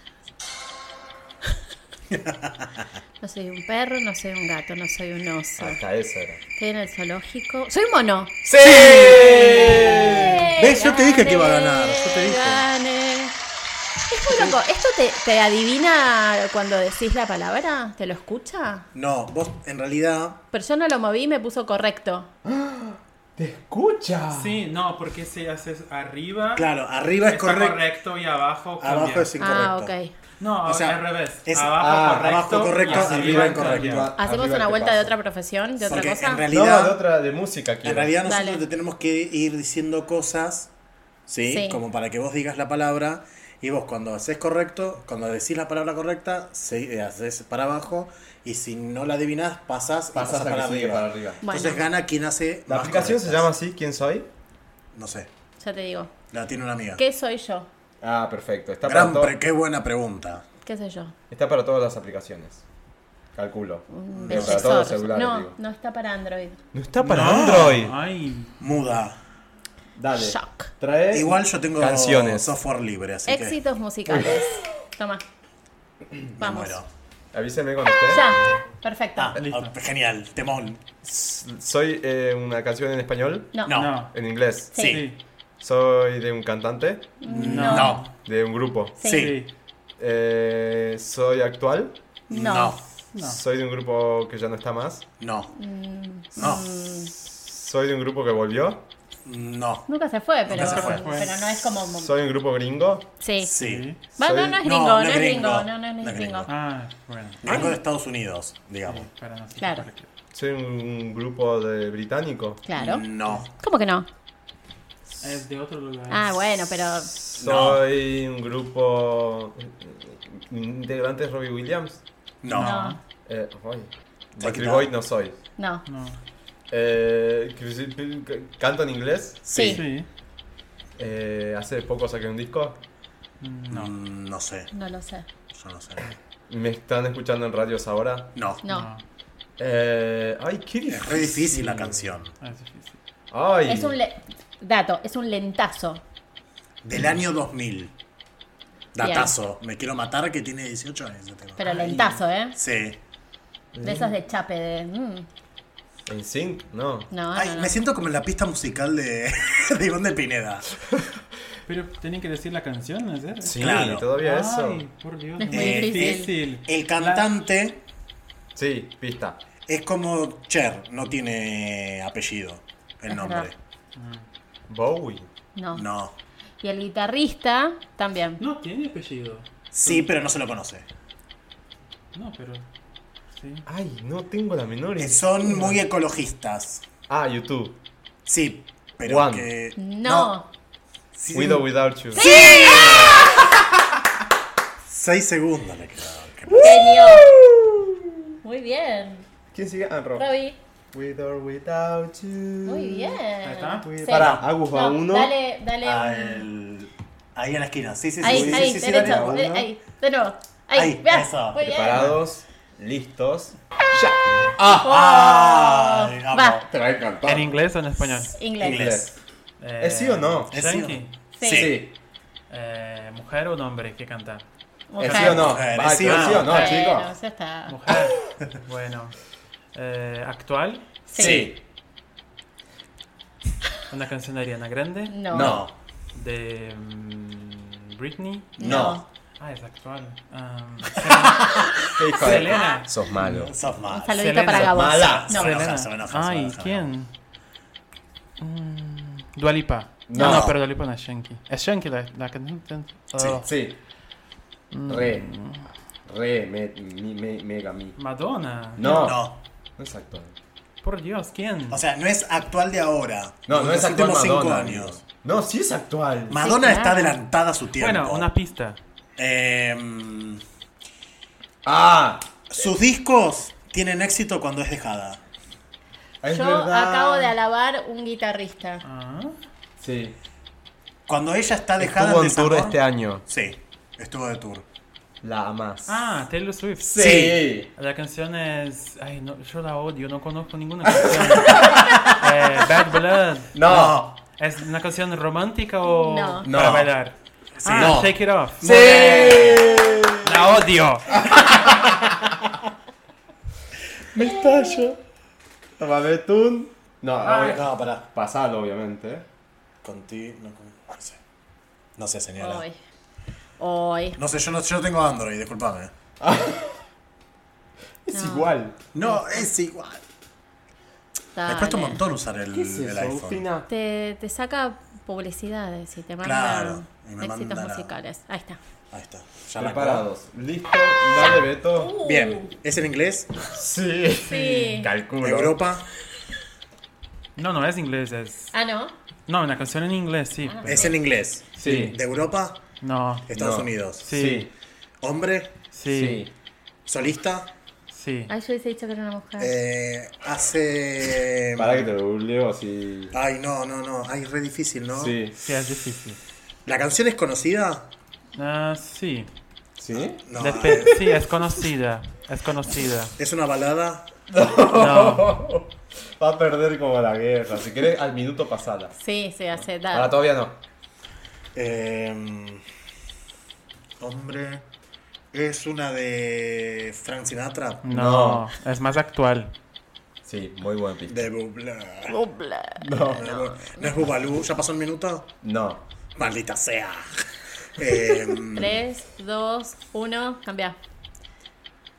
Speaker 4: No soy un perro, no soy un gato, no soy un oso.
Speaker 3: Hasta eso era.
Speaker 4: Estoy en el zoológico. ¡Soy un mono! ¡Eh!
Speaker 1: ¡Sí! ¿Ves? Yo te dije que iba a ganar. Yo te dije.
Speaker 4: Gané. Es muy loco. ¿Esto te, te adivina cuando decís la palabra? ¿Te lo escucha?
Speaker 1: No, vos en realidad.
Speaker 4: Pero yo no lo moví y me puso correcto.
Speaker 3: ¡Te escucha!
Speaker 5: Sí, no, porque si haces arriba,
Speaker 1: Claro, arriba es
Speaker 5: está
Speaker 1: correcto.
Speaker 5: correcto y abajo cambia.
Speaker 1: Abajo es incorrecto.
Speaker 4: Ah, ok.
Speaker 5: No,
Speaker 1: O sea,
Speaker 5: al revés.
Speaker 1: es-
Speaker 5: abajo
Speaker 3: ah,
Speaker 5: correcto,
Speaker 1: abajo correcto,
Speaker 5: y hacia
Speaker 1: arriba
Speaker 5: cambia.
Speaker 1: incorrecto.
Speaker 4: ¿Hacemos
Speaker 3: Arriba
Speaker 4: una
Speaker 3: te
Speaker 4: vuelta
Speaker 3: paso.
Speaker 4: de otra profesión? ¿De otra
Speaker 1: Porque en
Speaker 4: cosa?
Speaker 3: No, de
Speaker 1: realidad,
Speaker 3: otra, de música quiero.
Speaker 1: en realidad nosotros
Speaker 4: Dale.
Speaker 1: te tenemos que ir diciendo cosas, ¿sí?
Speaker 4: Sí.
Speaker 1: Como para que vos digas la palabra. Y vos cuando haces correcto, cuando decís la palabra correcta, se- eh, haces para abajo. Y si no la adivinás, pasás, y
Speaker 3: Pasas
Speaker 1: pasás
Speaker 3: a
Speaker 1: para
Speaker 3: que sigue
Speaker 1: arriba.
Speaker 3: para arriba.
Speaker 4: Bueno,
Speaker 1: Entonces gana quien hace
Speaker 3: La
Speaker 1: más
Speaker 3: aplicación se llama
Speaker 1: correctas.
Speaker 3: así, ¿quién soy?
Speaker 1: No sé,
Speaker 4: ya te digo.
Speaker 1: la tiene una amiga.
Speaker 4: ¿Qué soy yo?
Speaker 3: Ah, perfecto. Está para,
Speaker 1: Gran
Speaker 3: to-
Speaker 1: pre- qué buena pregunta.
Speaker 4: ¿Qué soy yo?
Speaker 3: está para todas las aplicaciones. Calculo.
Speaker 4: Un
Speaker 3: Digo, para todos los
Speaker 4: defensor.
Speaker 3: celulares,
Speaker 4: no,
Speaker 3: digo.
Speaker 4: no está para Android.
Speaker 3: No está para
Speaker 1: No.
Speaker 3: Android.
Speaker 5: Ay,
Speaker 1: Muda.
Speaker 3: Dale.
Speaker 4: Shock.
Speaker 3: Trae.
Speaker 1: Igual yo tengo
Speaker 3: Canciones.
Speaker 1: software libre, así que
Speaker 4: Éxitos musicales. Toma.
Speaker 1: me
Speaker 4: Vamos.
Speaker 1: muero.
Speaker 3: Avísenme cuando esté.
Speaker 4: Ya. Perfecto.
Speaker 1: Ah, ah, genial, temón.
Speaker 3: Soy eh, una canción en español,
Speaker 4: no.
Speaker 1: No.
Speaker 5: no.
Speaker 3: en inglés.
Speaker 4: Sí.
Speaker 5: Sí.
Speaker 3: Soy de un cantante,
Speaker 5: No.
Speaker 1: No.
Speaker 3: de un grupo.
Speaker 1: Sí.
Speaker 5: Sí.
Speaker 3: Eh, soy actual.
Speaker 4: No.
Speaker 1: No.
Speaker 5: No.
Speaker 3: Soy de un grupo que ya no está más.
Speaker 1: No. No.
Speaker 4: Mm.
Speaker 3: Soy de un grupo que volvió.
Speaker 1: No.
Speaker 4: Nunca se fue, pero,
Speaker 1: se fue.
Speaker 4: pero no es como.
Speaker 3: Soy de un grupo gringo.
Speaker 4: Sí.
Speaker 1: Sí.
Speaker 4: Va,
Speaker 3: Soy-
Speaker 4: no, no es gringo, no, es gringo. No, no, no es gringo.
Speaker 5: Ah, bueno.
Speaker 1: Vengo de Estados Unidos, digamos.
Speaker 5: Para no ser
Speaker 4: Claro.
Speaker 5: cualquier-
Speaker 3: Soy de un grupo de británico.
Speaker 4: Claro.
Speaker 1: No.
Speaker 4: ¿Cómo que no?
Speaker 5: Es de otro lugar.
Speaker 4: Ah, bueno, pero.
Speaker 3: Soy un grupo eh, integrante de Robbie Williams.
Speaker 1: No.
Speaker 4: No.
Speaker 3: Eh, ay,
Speaker 1: Se
Speaker 3: Backstreet
Speaker 1: quitó.
Speaker 3: Boy no soy.
Speaker 4: No.
Speaker 5: No.
Speaker 3: Eh, que sí, que- canto en inglés.
Speaker 4: Sí.
Speaker 5: Sí.
Speaker 3: Eh, hace poco saqué un disco.
Speaker 1: No. Mm, No sé.
Speaker 4: No lo sé.
Speaker 1: Yo no sé.
Speaker 3: Me están escuchando en radios ahora.
Speaker 1: No.
Speaker 4: No.
Speaker 3: Eh, ay, qué
Speaker 1: Es re
Speaker 3: difícil.
Speaker 1: difícil la canción.
Speaker 5: Ah, es difícil.
Speaker 3: Ay,
Speaker 4: Es un. le- Dato, es un lentazo.
Speaker 1: Del año 2000. Datazo. Me quiero matar que tiene 18 años. ese tema.
Speaker 4: Pero lentazo, ¿eh?
Speaker 1: Sí.
Speaker 4: De esos de chape, de. mm,
Speaker 3: ¿En sync? No.
Speaker 4: no,
Speaker 1: Ay,
Speaker 4: Ah, no, no.
Speaker 1: Me siento como en la pista musical de, de Iván de Pineda.
Speaker 5: Pero tenían que decir la canción, ¿no es cierto?
Speaker 3: Sí,
Speaker 1: Claro.
Speaker 3: todavía
Speaker 5: Ay,
Speaker 3: eso.
Speaker 5: por Dios.
Speaker 4: Es
Speaker 5: no,
Speaker 4: muy difícil.
Speaker 1: El cantante
Speaker 3: Sí, pista.
Speaker 1: es como Cher, no tiene apellido el
Speaker 4: Es
Speaker 1: nombre.
Speaker 4: verdad.
Speaker 3: Bowie.
Speaker 4: No.
Speaker 1: No.
Speaker 4: Y el guitarrista también.
Speaker 5: No tiene apellido.
Speaker 1: Sí, pero no se lo conoce.
Speaker 5: No, pero. Sí.
Speaker 3: Ay, no tengo la menor idea.
Speaker 1: Son muy ecologistas.
Speaker 3: Ah, YouTube.
Speaker 1: Sí, pero
Speaker 3: Juan.
Speaker 1: que.
Speaker 4: No.
Speaker 1: Sí.
Speaker 3: With or without you.
Speaker 1: Seis segundos le quedaron. Qué
Speaker 4: Genio. Muy bien.
Speaker 3: ¿Quién sigue? Ah, Rob.
Speaker 4: Robbie.
Speaker 3: With or without you.
Speaker 4: Muy bien.
Speaker 5: está.
Speaker 4: Sí.
Speaker 3: Pará, Agus va
Speaker 4: No,
Speaker 3: uno.
Speaker 4: Dale, dale. un-
Speaker 1: Al- Ahí en la esquina. Sí, sí, sí.
Speaker 4: Ahí,
Speaker 1: sí,
Speaker 4: ahí,
Speaker 1: Ah, sí, sí,
Speaker 4: derecho.
Speaker 1: dale.
Speaker 3: uno.
Speaker 4: eh, ahí, de nuevo. Ahí,
Speaker 1: Ahí,
Speaker 4: veas.
Speaker 1: eso.
Speaker 4: Muy bien.
Speaker 3: Preparados, listos.
Speaker 1: Ay, amo.
Speaker 4: Oh. Va.
Speaker 7: Te va a encantar.
Speaker 5: ¿En inglés o en español?
Speaker 4: Inglés.
Speaker 1: Ah, Inglés.
Speaker 5: Eh,
Speaker 3: sí o no?
Speaker 1: ¿Es sí o
Speaker 5: Yankee.
Speaker 4: Sí.
Speaker 3: Sí.
Speaker 5: Eh, ¿Mujer o hombre? ¿Qué canta?
Speaker 4: Mujer.
Speaker 3: ¿Es sí o no?
Speaker 1: Mujer,
Speaker 3: Va,
Speaker 1: ¿es sí o
Speaker 3: ¿es sí
Speaker 1: no?
Speaker 3: o no,
Speaker 4: Bueno,
Speaker 3: chicos?
Speaker 4: ya está.
Speaker 5: Mujer. bueno. Eh, ¿Actual?
Speaker 4: Sí.
Speaker 5: ¿Una canción de Ariana Grande?
Speaker 4: No.
Speaker 3: No.
Speaker 5: ¿De mm, Britney?
Speaker 4: No.
Speaker 5: Ah, es actual. Um,
Speaker 3: ¿Qué hijo de-
Speaker 5: Selena.
Speaker 3: Sos malo.
Speaker 1: Sos
Speaker 4: Un
Speaker 1: mal.
Speaker 4: saludito
Speaker 5: Selena.
Speaker 4: para Gabo.
Speaker 3: Mala.
Speaker 4: No.
Speaker 1: Selena. enoja, se me enoja, se me
Speaker 5: Ay,
Speaker 1: enoja,
Speaker 5: ¿quién? Mm, Dualipa.
Speaker 3: No.
Speaker 5: no, pero Dualipa no es Yankee. Es Yankee la, la cantante. Oh.
Speaker 3: Sí. Re. Re, me, mi- me- mega mi.
Speaker 5: Madonna.
Speaker 3: No. No,
Speaker 1: No.
Speaker 3: es actual.
Speaker 5: Por Dios, ¿quién?
Speaker 1: O sea, no es actual de ahora.
Speaker 3: No, no
Speaker 1: de
Speaker 3: es
Speaker 1: los
Speaker 3: actual
Speaker 1: últimos cinco
Speaker 3: Madonna.
Speaker 1: años.
Speaker 3: amigo. No, sí es actual.
Speaker 1: Madonna
Speaker 4: Sí, claro.
Speaker 1: está adelantada a su tiempo.
Speaker 5: bueno, una pista.
Speaker 1: Em,
Speaker 3: Ah,
Speaker 1: sus discos tienen éxito cuando es dejada.
Speaker 3: es
Speaker 4: Yo
Speaker 3: verdad.
Speaker 4: acabo de alabar un guitarrista.
Speaker 5: Ah,
Speaker 3: Sí.
Speaker 1: Cuando ella está dejada
Speaker 3: Estuvo
Speaker 1: en
Speaker 3: en tour
Speaker 1: desamor-
Speaker 3: este año.
Speaker 1: Sí, estuvo de tour.
Speaker 3: La amás.
Speaker 5: Ah, Taylor Swift.
Speaker 3: sí.
Speaker 5: La canción es. Ay, no, yo la odio, no conozco ninguna canción. Eh, Bad Blood.
Speaker 3: No.
Speaker 5: ¿Es una canción romántica o.?
Speaker 4: No.
Speaker 3: No.
Speaker 5: Para bailar. ah,
Speaker 1: no.
Speaker 5: Shake It Off.
Speaker 3: Sí.
Speaker 5: La odio.
Speaker 3: Me estallo. Toma betún. No, obvia-
Speaker 1: No, pará.
Speaker 3: pasalo, obviamente. eh.
Speaker 1: Conti... No, con- no sé. No sé, señora.
Speaker 4: Hoy. Hoy.
Speaker 1: No sé, yo, no, yo tengo Android, discúlpame.
Speaker 3: Es
Speaker 4: No.
Speaker 3: igual.
Speaker 1: No, es igual. Me
Speaker 4: Dale.
Speaker 1: cuesta un montón usar el, el iPhone.
Speaker 3: Fina?
Speaker 4: Te, te saca publicidades y te manda
Speaker 1: Claro, y me
Speaker 4: éxitos
Speaker 1: manda la-
Speaker 4: musicales. Ahí está.
Speaker 1: Ahí está. Ya la
Speaker 3: Preparados. Listo. Dale, Beto.
Speaker 1: acabo. Uh, Bien, ¿es en inglés?
Speaker 3: Sí.
Speaker 4: Sí.
Speaker 5: Mm,
Speaker 3: Calculo.
Speaker 1: Europa.
Speaker 5: No, no es inglés, es.
Speaker 4: Ah, no.
Speaker 5: No, una canción en inglés, sí. pero-
Speaker 1: Es en inglés.
Speaker 3: Sí.
Speaker 1: ¿De Europa?
Speaker 5: No.
Speaker 1: Estados
Speaker 3: No.
Speaker 1: Unidos.
Speaker 5: Sí.
Speaker 1: ¿Hombre?
Speaker 5: Sí.
Speaker 1: ¿Solista?
Speaker 5: Sí.
Speaker 4: Ay, Ah, yo hubiese dicho que era una mujer.
Speaker 1: Eh, hace.
Speaker 3: Para que te lo googleo así.
Speaker 1: Ay, no, no, no. Ay, re difícil, ¿no?
Speaker 3: Sí.
Speaker 5: Sí, es difícil.
Speaker 1: ¿La canción es conocida?
Speaker 5: Ah, sí.
Speaker 3: ¿Sí?
Speaker 1: No.
Speaker 5: Depe- sí, es conocida. Es conocida.
Speaker 1: ¿Es una balada?
Speaker 5: No.
Speaker 3: Va a perder como la guerra. Si querés, al minuto pasada.
Speaker 4: Sí, sí, hace. da-
Speaker 3: Ahora todavía no.
Speaker 1: Eh, hombre. ¿Es una de Frank Sinatra?
Speaker 5: No. Es más actual.
Speaker 3: Sí, muy buen pista.
Speaker 1: De Bubla.
Speaker 4: Bubla.
Speaker 3: No.
Speaker 1: No, es Bubalú. ¿Ya pasó un minuto?
Speaker 3: No.
Speaker 1: Maldita sea. Em,
Speaker 4: Tres, dos, uno, cambia.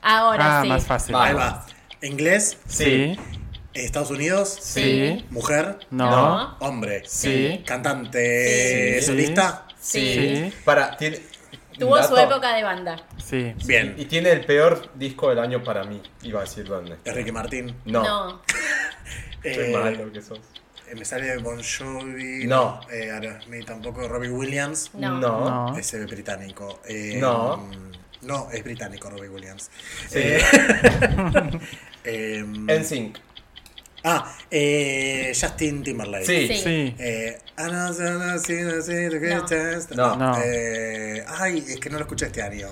Speaker 4: Ahora
Speaker 5: ah,
Speaker 4: sí.
Speaker 5: más fácil.
Speaker 1: ahí va. ¿Inglés?
Speaker 5: Sí.
Speaker 1: ¿Estados Unidos?
Speaker 5: Sí.
Speaker 1: ¿Mujer?
Speaker 5: No.
Speaker 4: No.
Speaker 1: Hombre.
Speaker 5: Sí.
Speaker 1: ¿Cantante
Speaker 5: Sí.
Speaker 1: solista?
Speaker 4: Sí.
Speaker 5: Sí.
Speaker 3: Para, tiene.
Speaker 4: Tuvo su
Speaker 3: dato.
Speaker 4: época de banda.
Speaker 5: Sí.
Speaker 1: Bien.
Speaker 3: Y tiene el peor disco del año para mí. Iba a decir dónde.
Speaker 1: Enrique Martín.
Speaker 3: No. Qué
Speaker 1: Eh,
Speaker 3: malo que sos.
Speaker 1: eh, me sale Bon Jovi.
Speaker 3: No.
Speaker 1: Eh, Aerosmith tampoco. Robbie Williams.
Speaker 4: No.
Speaker 3: No.
Speaker 5: No.
Speaker 1: Ese es británico. Eh,
Speaker 3: No.
Speaker 1: mm, No, es británico Robbie Williams.
Speaker 3: Sí.
Speaker 1: Em,
Speaker 3: En sync.
Speaker 1: ah, eh, Justin Timberlake.
Speaker 3: Sí.
Speaker 4: Sí.
Speaker 5: Sí.
Speaker 1: Eh, I don't know, see, no, see, the
Speaker 4: No.
Speaker 1: greatest.
Speaker 3: No.
Speaker 5: No.
Speaker 1: Eh, ay, es que no lo escuché este año.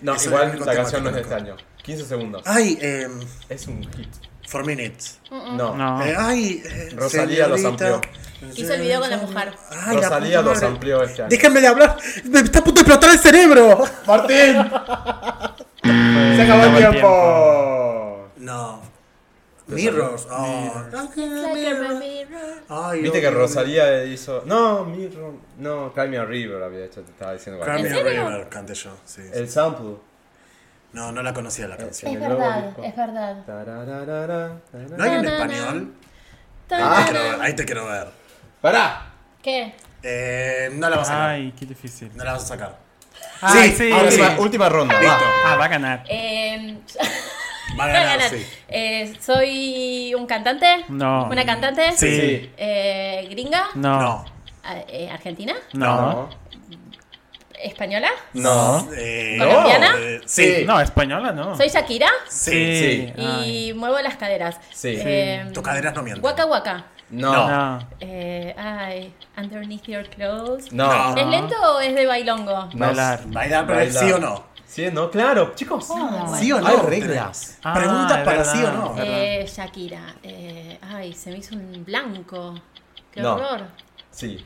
Speaker 3: No,
Speaker 1: Eso es el
Speaker 3: igual
Speaker 1: único
Speaker 3: la
Speaker 1: tema
Speaker 3: canción
Speaker 1: que
Speaker 3: no es de este
Speaker 1: conozco.
Speaker 3: año. 15 segundos.
Speaker 1: Ay, em,
Speaker 3: Es un hit.
Speaker 1: Four Minutes.
Speaker 3: No.
Speaker 5: No.
Speaker 1: Eh, ay, eh,
Speaker 3: Rosalía los
Speaker 1: señorita.
Speaker 3: amplió.
Speaker 4: Hizo el video con la mujer.
Speaker 1: Ay, la
Speaker 3: Rosalía
Speaker 1: puta
Speaker 3: los
Speaker 1: madre.
Speaker 3: amplió este año.
Speaker 1: Déjenme de hablar. Me está a punto de explotar el cerebro.
Speaker 3: ¡Martín! ¡Se acabó el
Speaker 5: el
Speaker 3: tiempo!
Speaker 1: No. Mirrors. Oh. Mirrors. Ay,
Speaker 3: Viste que
Speaker 1: odio-
Speaker 3: Rosalía hizo. No, Mirror. No, Cry Me a River había hecho, te estaba diciendo
Speaker 1: Cry Me
Speaker 3: cualquier
Speaker 1: a River canté yo. Sí, sí.
Speaker 3: El sample.
Speaker 1: No, no la conocía la canción.
Speaker 3: En
Speaker 4: Es
Speaker 3: el nuevo
Speaker 4: verdad,
Speaker 3: disco.
Speaker 4: es verdad.
Speaker 3: Tarararara,
Speaker 1: ¿No hay
Speaker 3: tararara.
Speaker 1: un
Speaker 4: Na, na,
Speaker 1: español? Ahí te
Speaker 4: Tarara.
Speaker 1: quiero ver, Ahí te quiero ver.
Speaker 3: ¡Pará!
Speaker 4: ¿Qué?
Speaker 1: Eh, no la vas a sacar.
Speaker 5: Ay, qué difícil.
Speaker 1: No la vas a sacar.
Speaker 5: Ay,
Speaker 1: sí,
Speaker 5: sí.
Speaker 1: ahora sí.
Speaker 3: Última, última ronda, va.
Speaker 5: Ah, va a ganar.
Speaker 4: Eh,
Speaker 1: Va a ganar, Ah, sí.
Speaker 4: Eh, ¿Soy un cantante?
Speaker 5: No.
Speaker 4: ¿Una cantante?
Speaker 1: Sí.
Speaker 3: Sí.
Speaker 4: Eh, ¿Gringa?
Speaker 5: No.
Speaker 4: Ah, eh, ¿Argentina?
Speaker 5: No.
Speaker 4: ¿Española?
Speaker 3: No.
Speaker 1: Eh,
Speaker 4: ¿Colombiana?
Speaker 1: eh, sí.
Speaker 5: No, española no.
Speaker 4: ¿Soy Shakira?
Speaker 1: Sí.
Speaker 3: Sí.
Speaker 5: Ah. Ay.
Speaker 4: Y muevo las caderas.
Speaker 3: Sí.
Speaker 4: Eh,
Speaker 1: Tus caderas no mienten.
Speaker 4: Waka Waka.
Speaker 3: No.
Speaker 5: No.
Speaker 4: Eh, ay, underneath your clothes.
Speaker 3: No.
Speaker 4: ¿Es lento o es de bailongo?
Speaker 3: No.
Speaker 5: Bailar.
Speaker 1: Bailar, Ah, pero
Speaker 3: Bailar.
Speaker 1: sí o no.
Speaker 3: Sí, no, claro, chicos.
Speaker 1: Sí o no.
Speaker 3: Hay reglas.
Speaker 5: Ah,
Speaker 1: Preguntas
Speaker 5: es
Speaker 1: para
Speaker 5: verdad,
Speaker 1: sí o no.
Speaker 5: es verdad.
Speaker 4: Eh, Shakira. Eh, ay, se me hizo un blanco. Qué
Speaker 3: No.
Speaker 4: horror.
Speaker 3: Sí.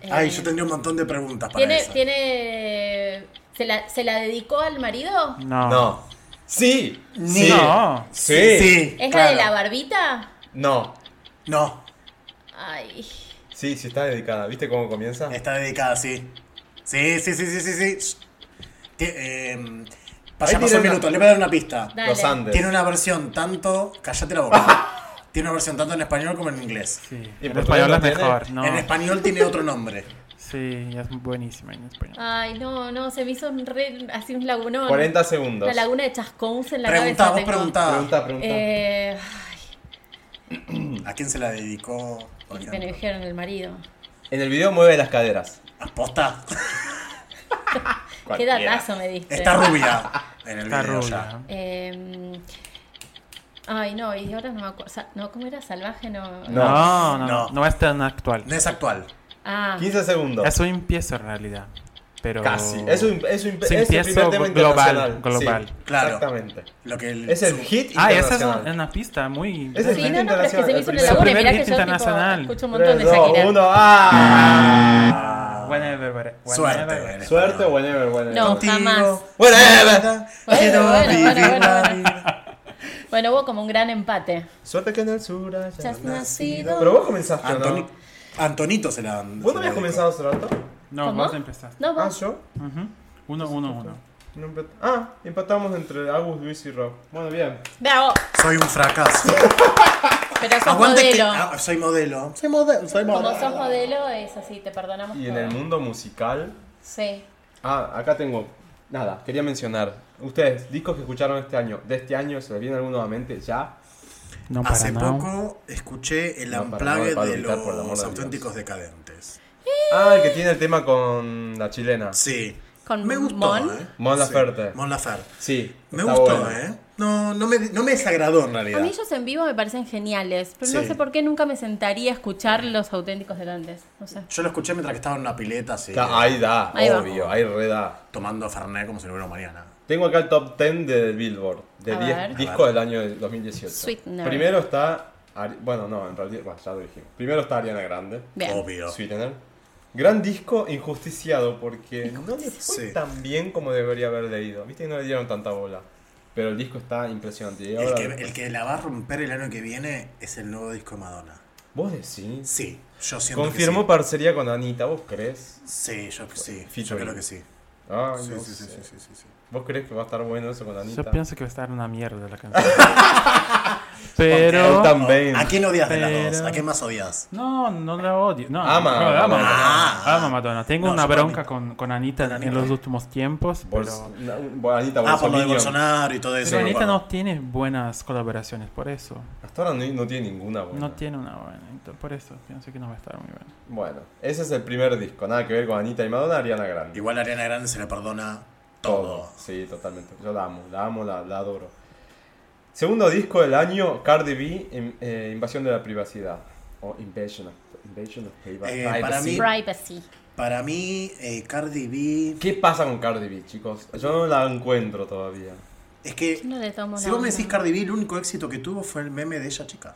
Speaker 4: Eh,
Speaker 1: Ay, yo tendría un montón de preguntas para
Speaker 4: ¿Tiene,
Speaker 1: eso.
Speaker 4: tiene, ¿se, la, ¿Se la dedicó al marido?
Speaker 5: No.
Speaker 3: No. Sí. Sí.
Speaker 5: Ah. No.
Speaker 3: Sí.
Speaker 1: Sí,
Speaker 4: ¿Es la
Speaker 1: claro.
Speaker 4: de la barbita?
Speaker 3: No.
Speaker 1: No,
Speaker 4: Ay.
Speaker 3: Sí, sí está dedicada. ¿Viste cómo comienza?
Speaker 1: está dedicada, sí. Sí, sí, sí, sí, sí, sí. Shh. Ti- eh,
Speaker 3: Ahí
Speaker 1: pasa, pasó
Speaker 3: tiene
Speaker 1: un
Speaker 3: una-
Speaker 1: minuto, le voy a dar una pista.
Speaker 4: Dale.
Speaker 3: Los Andes.
Speaker 1: Tiene una versión tanto. Cállate la boca. tiene una versión tanto en español como en inglés.
Speaker 5: Sí.
Speaker 3: ¿Y
Speaker 5: En
Speaker 3: por
Speaker 5: español
Speaker 3: qué
Speaker 5: es
Speaker 3: no tiene?
Speaker 5: mejor. No.
Speaker 1: En español tiene otro nombre.
Speaker 5: Sí, es buenísima en español.
Speaker 4: Ay, no, no, se me hizo un re, así un lagunón.
Speaker 3: 40 segundos.
Speaker 4: La laguna de Chascons en la
Speaker 1: Preguntá,
Speaker 4: cabeza.
Speaker 1: vos
Speaker 4: tengo.
Speaker 1: preguntá.
Speaker 3: Pregunta, pregunta.
Speaker 4: Eh,
Speaker 1: ¿A quién se la dedicó? por
Speaker 4: ay, me lo
Speaker 1: ejemplo?
Speaker 4: dijeron el marido.
Speaker 3: En el video mueve las caderas.
Speaker 1: ¿Aposta?
Speaker 4: Qué
Speaker 3: Cualquiera.
Speaker 4: datazo me diste.
Speaker 1: Está rubia. En el
Speaker 5: Está
Speaker 1: video
Speaker 5: rubia.
Speaker 1: ya.
Speaker 4: Eh, ay, no, y ahora no me acuerdo. Sa- No, ¿cómo era? ¿Salvaje? No.
Speaker 3: No.
Speaker 5: No, no,
Speaker 1: No.
Speaker 5: no. No es tan actual.
Speaker 1: No es actual.
Speaker 4: Ah,
Speaker 3: 15 segundos.
Speaker 5: Es un empiezo en realidad. Pero.
Speaker 3: Casi. Es un, es
Speaker 5: Es
Speaker 3: un,
Speaker 5: un
Speaker 3: es el
Speaker 5: empiezo
Speaker 3: primer tema
Speaker 5: global.
Speaker 3: internacional.
Speaker 5: Global.
Speaker 3: Sí,
Speaker 1: Claro.
Speaker 3: Exactamente.
Speaker 1: Lo que el-
Speaker 3: Es el
Speaker 1: su-
Speaker 3: hit
Speaker 5: Ah, esa es
Speaker 3: internacional.
Speaker 5: un- una pista muy.
Speaker 3: Es el
Speaker 4: sí,
Speaker 3: hit
Speaker 4: no, no, pero es que se me hizo
Speaker 3: internacional, el
Speaker 4: una laguna.
Speaker 5: primer
Speaker 4: Mirá que
Speaker 5: hit
Speaker 4: yo
Speaker 5: internacional.
Speaker 4: tipo, escucho un montón de
Speaker 3: 3, 2,
Speaker 4: Shakira.
Speaker 3: 1, ¡ah!
Speaker 5: Whenever, whenever.
Speaker 1: Suerte. en
Speaker 3: Suerte,
Speaker 1: español.
Speaker 3: whenever, whenever.
Speaker 4: No.
Speaker 1: Contigo,
Speaker 4: Jamás.
Speaker 3: Whatever.
Speaker 1: Quiero
Speaker 4: Bueno, bueno,
Speaker 1: vivir
Speaker 4: bueno,
Speaker 1: la
Speaker 4: bueno.
Speaker 1: vida.
Speaker 4: Bueno, hubo como un gran empate.
Speaker 3: Suerte que en el sur haya
Speaker 4: Ya has
Speaker 3: nacido.
Speaker 4: nacido.
Speaker 3: Pero vos comenzaste, ¿o
Speaker 1: Antoni-
Speaker 3: Ah, ¿no?
Speaker 1: Antonito se la han.
Speaker 3: ¿Vos no habías comenzado hace rato?
Speaker 5: No,
Speaker 4: ¿Cómo?
Speaker 5: vos empezaste.
Speaker 4: No,
Speaker 3: Ah,
Speaker 4: vos.
Speaker 3: yo.
Speaker 5: Ujú. Uno, uno, uno.
Speaker 3: No empe- Ah, empatamos entre Agus, Luis y Rob. Bueno, bien.
Speaker 1: Ah,
Speaker 4: Bravo.
Speaker 1: Soy un fracaso.
Speaker 4: Pero sos
Speaker 1: Aguante que-
Speaker 4: modelo.
Speaker 1: ah, soy modelo. Soy modelo. Soy
Speaker 4: Como
Speaker 1: modelo.
Speaker 4: sos modelo, es así, te perdonamos.
Speaker 3: Y en el
Speaker 4: todo.
Speaker 3: mundo musical.
Speaker 4: Sí.
Speaker 3: Ah, acá tengo. Nada, quería mencionar. Ustedes, discos que escucharon este año. De este año, ¿se les viene alguno a la mente ya?
Speaker 5: No para
Speaker 1: Hace
Speaker 5: nada.
Speaker 1: poco escuché el
Speaker 3: No, para, no,
Speaker 1: amplague
Speaker 3: para
Speaker 1: de
Speaker 3: evitar, por el amor
Speaker 1: los
Speaker 3: de
Speaker 1: auténticos decadentes.
Speaker 3: Ah, el que tiene el tema con la chilena.
Speaker 1: Sí.
Speaker 4: Con
Speaker 1: me gustó,
Speaker 4: Mm, Mon.
Speaker 1: ¿eh?
Speaker 3: Ah. Mon
Speaker 1: Sí,
Speaker 3: Laferte.
Speaker 1: Mon Laferte.
Speaker 3: Sí.
Speaker 1: Me
Speaker 3: está
Speaker 1: gustó,
Speaker 3: bueno.
Speaker 1: ¿eh? No, no me, no me desagradó en realidad.
Speaker 4: A mí ellos en vivo me parecen geniales, pero no
Speaker 1: Sí.
Speaker 4: sé por qué nunca me sentaría a escuchar los auténticos delantes. No sé.
Speaker 1: Yo lo escuché mientras que estaba en una pileta así,
Speaker 3: Ca- Ahí da,
Speaker 4: Ahí va.
Speaker 3: obvio, ahí re da.
Speaker 1: tomando Fernet como si no hubiera mañana.
Speaker 3: Tengo acá el top 10 de Billboard, de
Speaker 4: A
Speaker 3: 10
Speaker 4: ver.
Speaker 3: discos del año de 2018.
Speaker 4: Sweetener.
Speaker 3: Primero está. Ari- Bueno, no, en realidad, bueno, ya lo dijimos. Primero está Ariana Grande.
Speaker 4: Bien.
Speaker 1: Obvio.
Speaker 3: Sweetener. Gran disco injusticiado porque no le fue
Speaker 1: Sí.
Speaker 3: tan bien como debería haber leído. Viste que no le dieron tanta bola. Pero el disco está impresionante. Y
Speaker 1: El
Speaker 3: ahora-
Speaker 1: que, el que la va a romper el año que viene es el nuevo disco de Madonna.
Speaker 3: ¿Vos decís?
Speaker 1: Sí, yo siento
Speaker 3: Confirmó
Speaker 1: que
Speaker 3: parcería con Anita, ¿vos crees?
Speaker 1: sí. Sí, yo sí. Yo
Speaker 3: Featuring.
Speaker 1: creo que sí.
Speaker 3: Ay,
Speaker 1: Sí,
Speaker 3: no
Speaker 1: sí, sí,
Speaker 3: sé.
Speaker 1: sí, sí, sí, sí.
Speaker 3: ¿Vos crees que va a estar bueno eso con Anita?
Speaker 5: Yo pienso que va a estar una mierda la canción. pero.
Speaker 3: Él también.
Speaker 1: ¿A quién odias de las
Speaker 5: Pero-
Speaker 1: dos? ¿A quién más odias?
Speaker 5: No, no la odio. No,
Speaker 3: Ama
Speaker 5: no,
Speaker 3: a
Speaker 5: ama,
Speaker 3: Madonna.
Speaker 5: Madonna. ama a Madonna. Tengo
Speaker 1: No,
Speaker 5: una
Speaker 1: yo para
Speaker 5: bronca
Speaker 1: mí-
Speaker 5: con, con Anita
Speaker 1: Anita.
Speaker 5: en los últimos tiempos.
Speaker 3: Bols-
Speaker 5: Pero,
Speaker 3: na- un- bo- Anita
Speaker 1: Ah, por lo de
Speaker 3: Bolsonaro.
Speaker 1: Bolsonaro y todo eso.
Speaker 5: pero Anita
Speaker 1: bueno.
Speaker 5: no tiene buenas colaboraciones, por eso.
Speaker 3: Hasta ahora no, no tiene ninguna buena.
Speaker 5: No tiene una buena. ento- Por eso pienso que no va a estar muy buena.
Speaker 3: Bueno, ese es el primer disco. Nada que ver con Anita y Madonna, Ariana Grande.
Speaker 1: Igual a Ariana Grande se le perdona todo.
Speaker 3: Sí, totalmente. Yo la amo, la amo, la, la adoro. Segundo disco del año, Cardi B, in- eh, Invasión de la Privacidad. O Invasion of, Invasion of Priva-
Speaker 1: Eh,
Speaker 3: Privacy.
Speaker 1: para mí-
Speaker 4: Privacy.
Speaker 1: Para mí, eh, Cardi B.
Speaker 3: ¿Qué pasa con Cardi B, chicos? Yo no la encuentro todavía.
Speaker 1: Es que,
Speaker 4: Yo no le tomo
Speaker 1: si
Speaker 4: la
Speaker 1: vos me
Speaker 4: onda.
Speaker 1: decís Cardi B, el único éxito que tuvo fue el meme de ella chica.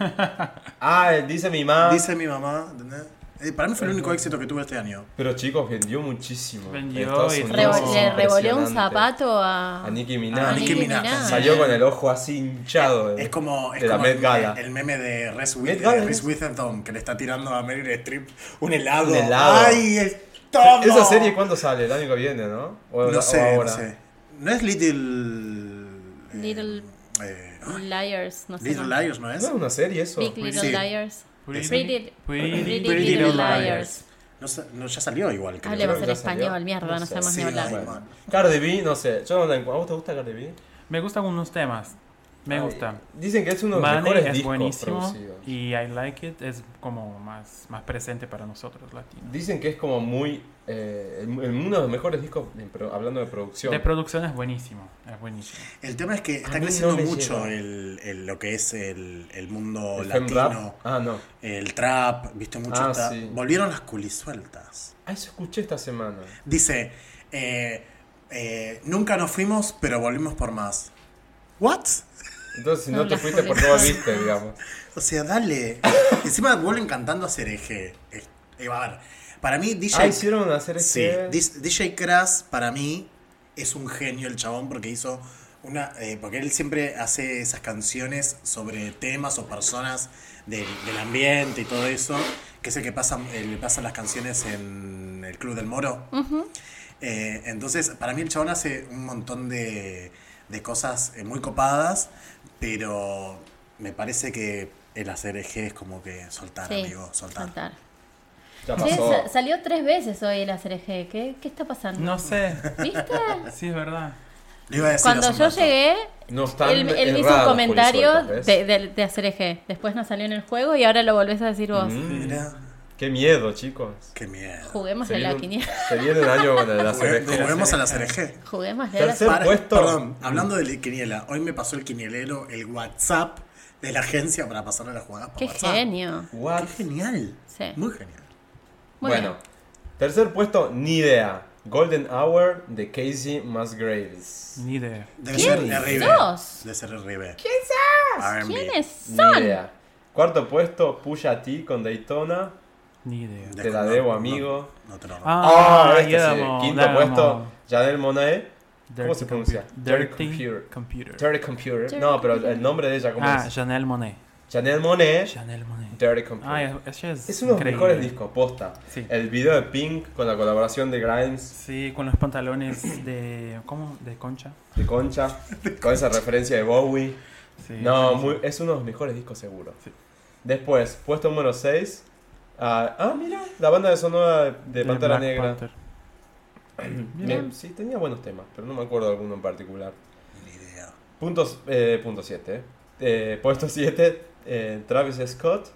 Speaker 3: Ah, eh, dice mi mamá.
Speaker 1: Dice mi mamá, ¿entendés? Eh, para mí fue el único éxito que tuvo este año.
Speaker 3: Pero chicos, vendió muchísimo.
Speaker 5: Vendió
Speaker 3: En Estados
Speaker 5: y-
Speaker 3: Unidos
Speaker 4: Revo-
Speaker 3: es
Speaker 4: le revoleó un
Speaker 3: impresionante.
Speaker 4: zapato a,
Speaker 3: A Nicki Minaj.
Speaker 1: A Ah, Nicki Minaj.
Speaker 3: Salió con el ojo así hinchado.
Speaker 1: Es como, es
Speaker 3: de la
Speaker 1: como
Speaker 3: Met
Speaker 1: el,
Speaker 3: Gala.
Speaker 1: el meme de Reese
Speaker 3: Met
Speaker 1: With-
Speaker 3: Gala,
Speaker 1: eh, Reese
Speaker 3: ¿no?
Speaker 1: Witherspoon, que le está tirando a Meryl Streep un helado.
Speaker 3: Un helado.
Speaker 1: ¡Ay, estamos!
Speaker 3: ¿Esa serie cuándo sale? El año que viene, ¿no? O, o
Speaker 1: No sé, no
Speaker 3: ahora.
Speaker 1: sé. ¿No es Little... eh,
Speaker 4: Little-
Speaker 1: eh,
Speaker 4: Liars, no sé.
Speaker 1: Little
Speaker 4: no.
Speaker 1: Liars, ¿no es?
Speaker 3: ¿No es una serie eso?
Speaker 4: Big Little
Speaker 1: Sí.
Speaker 4: Liars.
Speaker 5: Pretty,
Speaker 4: Pretty,
Speaker 5: Pretty
Speaker 4: Little,
Speaker 5: Little
Speaker 4: Liars.
Speaker 1: No sé, no, ya salió igual, creo.
Speaker 4: Hablemos
Speaker 3: Creo que
Speaker 4: en
Speaker 3: ya salió.
Speaker 4: español, mierda, no sabemos
Speaker 1: Sí,
Speaker 4: ni hablar.
Speaker 1: bueno.
Speaker 3: Bueno. Cardi B, no sé. Yo no la encu- ¿A vos te gusta Cardi B?
Speaker 5: Me gustan unos temas. Me gusta.
Speaker 3: Dicen que es uno de los
Speaker 5: Money
Speaker 3: mejores
Speaker 5: es
Speaker 3: discos
Speaker 5: buenísimo
Speaker 3: producidos.
Speaker 5: y I Like It es como más, más presente para nosotros latinos.
Speaker 3: Dicen que es como muy. eh, el- el- uno de los mejores discos, de pro- hablando de producción.
Speaker 5: De producción es buenísimo, es buenísimo.
Speaker 1: El tema es que
Speaker 3: A
Speaker 1: está
Speaker 3: mí
Speaker 1: creciendo
Speaker 3: no me
Speaker 1: mucho
Speaker 3: llega.
Speaker 1: el, el- lo que es el, el mundo
Speaker 3: ¿El fem
Speaker 1: Oh, latino,
Speaker 3: rap? Ah, no.
Speaker 1: el trap, viste mucho.
Speaker 3: Ah,
Speaker 1: está-
Speaker 3: sí.
Speaker 1: Volvieron las culisueltas.
Speaker 3: Ah, eso escuché esta semana.
Speaker 1: Dice, eh, eh, nunca nos fuimos, pero volvimos por más. ¿What?
Speaker 3: Entonces, si
Speaker 4: Son
Speaker 3: no te
Speaker 4: las
Speaker 3: fuiste, ¿por qué
Speaker 4: culetas.
Speaker 3: volviste, digamos?
Speaker 1: O sea, dale. Encima vuelven cantando a Cereje. Eh, eh, a ver, para mí DJ...
Speaker 3: Ah, hicieron este- una serie
Speaker 1: Sí,
Speaker 3: que-
Speaker 1: dis- DJ Crass para mí es un genio el chabón porque hizo una. eh, porque él siempre hace esas canciones sobre temas o personas del, del ambiente y todo eso, que es el que pasa, eh, le pasan las canciones en el Club del Moro. Eh, entonces, para mí el chabón hace un montón de, de cosas eh, muy copadas, pero me parece que el hacer eje es como que soltar,
Speaker 4: Sí,
Speaker 1: amigo, soltar.
Speaker 4: saltar.
Speaker 3: Ya
Speaker 4: Che,
Speaker 3: pasó.
Speaker 4: sa- salió tres veces hoy el ACRG. ¿Qué, ¿Qué está pasando?
Speaker 5: No sé,
Speaker 4: ¿Viste?
Speaker 5: sí es verdad.
Speaker 1: Lo iba a decir
Speaker 4: Cuando
Speaker 1: hace un
Speaker 4: yo
Speaker 1: rato.
Speaker 4: llegué,
Speaker 3: No están
Speaker 4: él, él me hizo un
Speaker 3: errados,
Speaker 4: comentario
Speaker 3: Polisueltas, ¿ves?
Speaker 4: de, de, de ACRG. Después no salió en el juego y ahora lo volvés a decir vos.
Speaker 3: Mm,
Speaker 1: Mirá,
Speaker 3: Qué miedo, chicos.
Speaker 1: qué miedo.
Speaker 4: Juguemos
Speaker 3: Se
Speaker 4: de
Speaker 3: viene,
Speaker 4: la
Speaker 3: un,
Speaker 4: quiniela.
Speaker 3: se viene un año con la
Speaker 1: Jugue-
Speaker 3: CBG.
Speaker 1: Juguemos a la CRG.
Speaker 4: Juguemos de la
Speaker 3: Tercer- puesto.
Speaker 1: Perdón, hablando de la quiniela, hoy me pasó el quinielero el WhatsApp de la agencia para pasarle las jugadas por
Speaker 4: Qué
Speaker 1: WhatsApp.
Speaker 4: genio.
Speaker 3: What?
Speaker 1: Qué genial.
Speaker 4: Sí.
Speaker 1: Muy genial.
Speaker 4: Muy
Speaker 3: bueno,
Speaker 4: bien.
Speaker 3: tercer puesto, ni idea. Golden Hour de Casey Musgraves.
Speaker 5: Ni idea.
Speaker 1: Debe
Speaker 3: ¿Quién
Speaker 1: ser RB.
Speaker 4: sos?
Speaker 1: Debe ser RB. ¿Quién sos?
Speaker 4: ¿Quiénes
Speaker 3: Ni
Speaker 4: son?
Speaker 3: idea. Cuarto puesto, Pusha T con Daytona.
Speaker 5: Ni idea.
Speaker 3: Te la debo, amigo.
Speaker 1: No, te lo robo.
Speaker 5: Ah,
Speaker 3: este
Speaker 5: ya
Speaker 3: sí.
Speaker 5: damos,
Speaker 3: Quinto
Speaker 5: ya damos.
Speaker 3: puesto, Janelle Monae. ¿Cómo
Speaker 5: Dirty
Speaker 3: se pronuncia?
Speaker 5: Compu-
Speaker 3: Dirty
Speaker 5: Dirty
Speaker 3: Computer.
Speaker 5: Computer.
Speaker 3: Dirty Computer. No, pero el nombre de ella, ¿cómo
Speaker 5: Ah,
Speaker 3: es?
Speaker 5: Janelle Monet.
Speaker 3: Janelle Monae.
Speaker 5: Janelle Monet.
Speaker 3: Dirty Computer.
Speaker 5: Ay, es, es,
Speaker 3: Es uno de los
Speaker 5: increíble.
Speaker 3: mejores discos, Eh. posta.
Speaker 5: Sí.
Speaker 3: El video de Pink con la colaboración de Grimes,
Speaker 5: Sí, con los pantalones de. ¿Cómo? De concha.
Speaker 3: de Concha, con esa referencia de Bowie.
Speaker 5: Sí.
Speaker 3: No, muy- es uno de los mejores discos seguro. Después, puesto número 6. ah, mira, la banda de sonora de, de Pantera
Speaker 5: Black
Speaker 3: Negra.
Speaker 5: Panther.
Speaker 3: Me- sí, tenía buenos temas, pero no me acuerdo de alguno en particular.
Speaker 1: Ni idea.
Speaker 3: Puntos, eh, punto 7. puesto 7, Travis Scott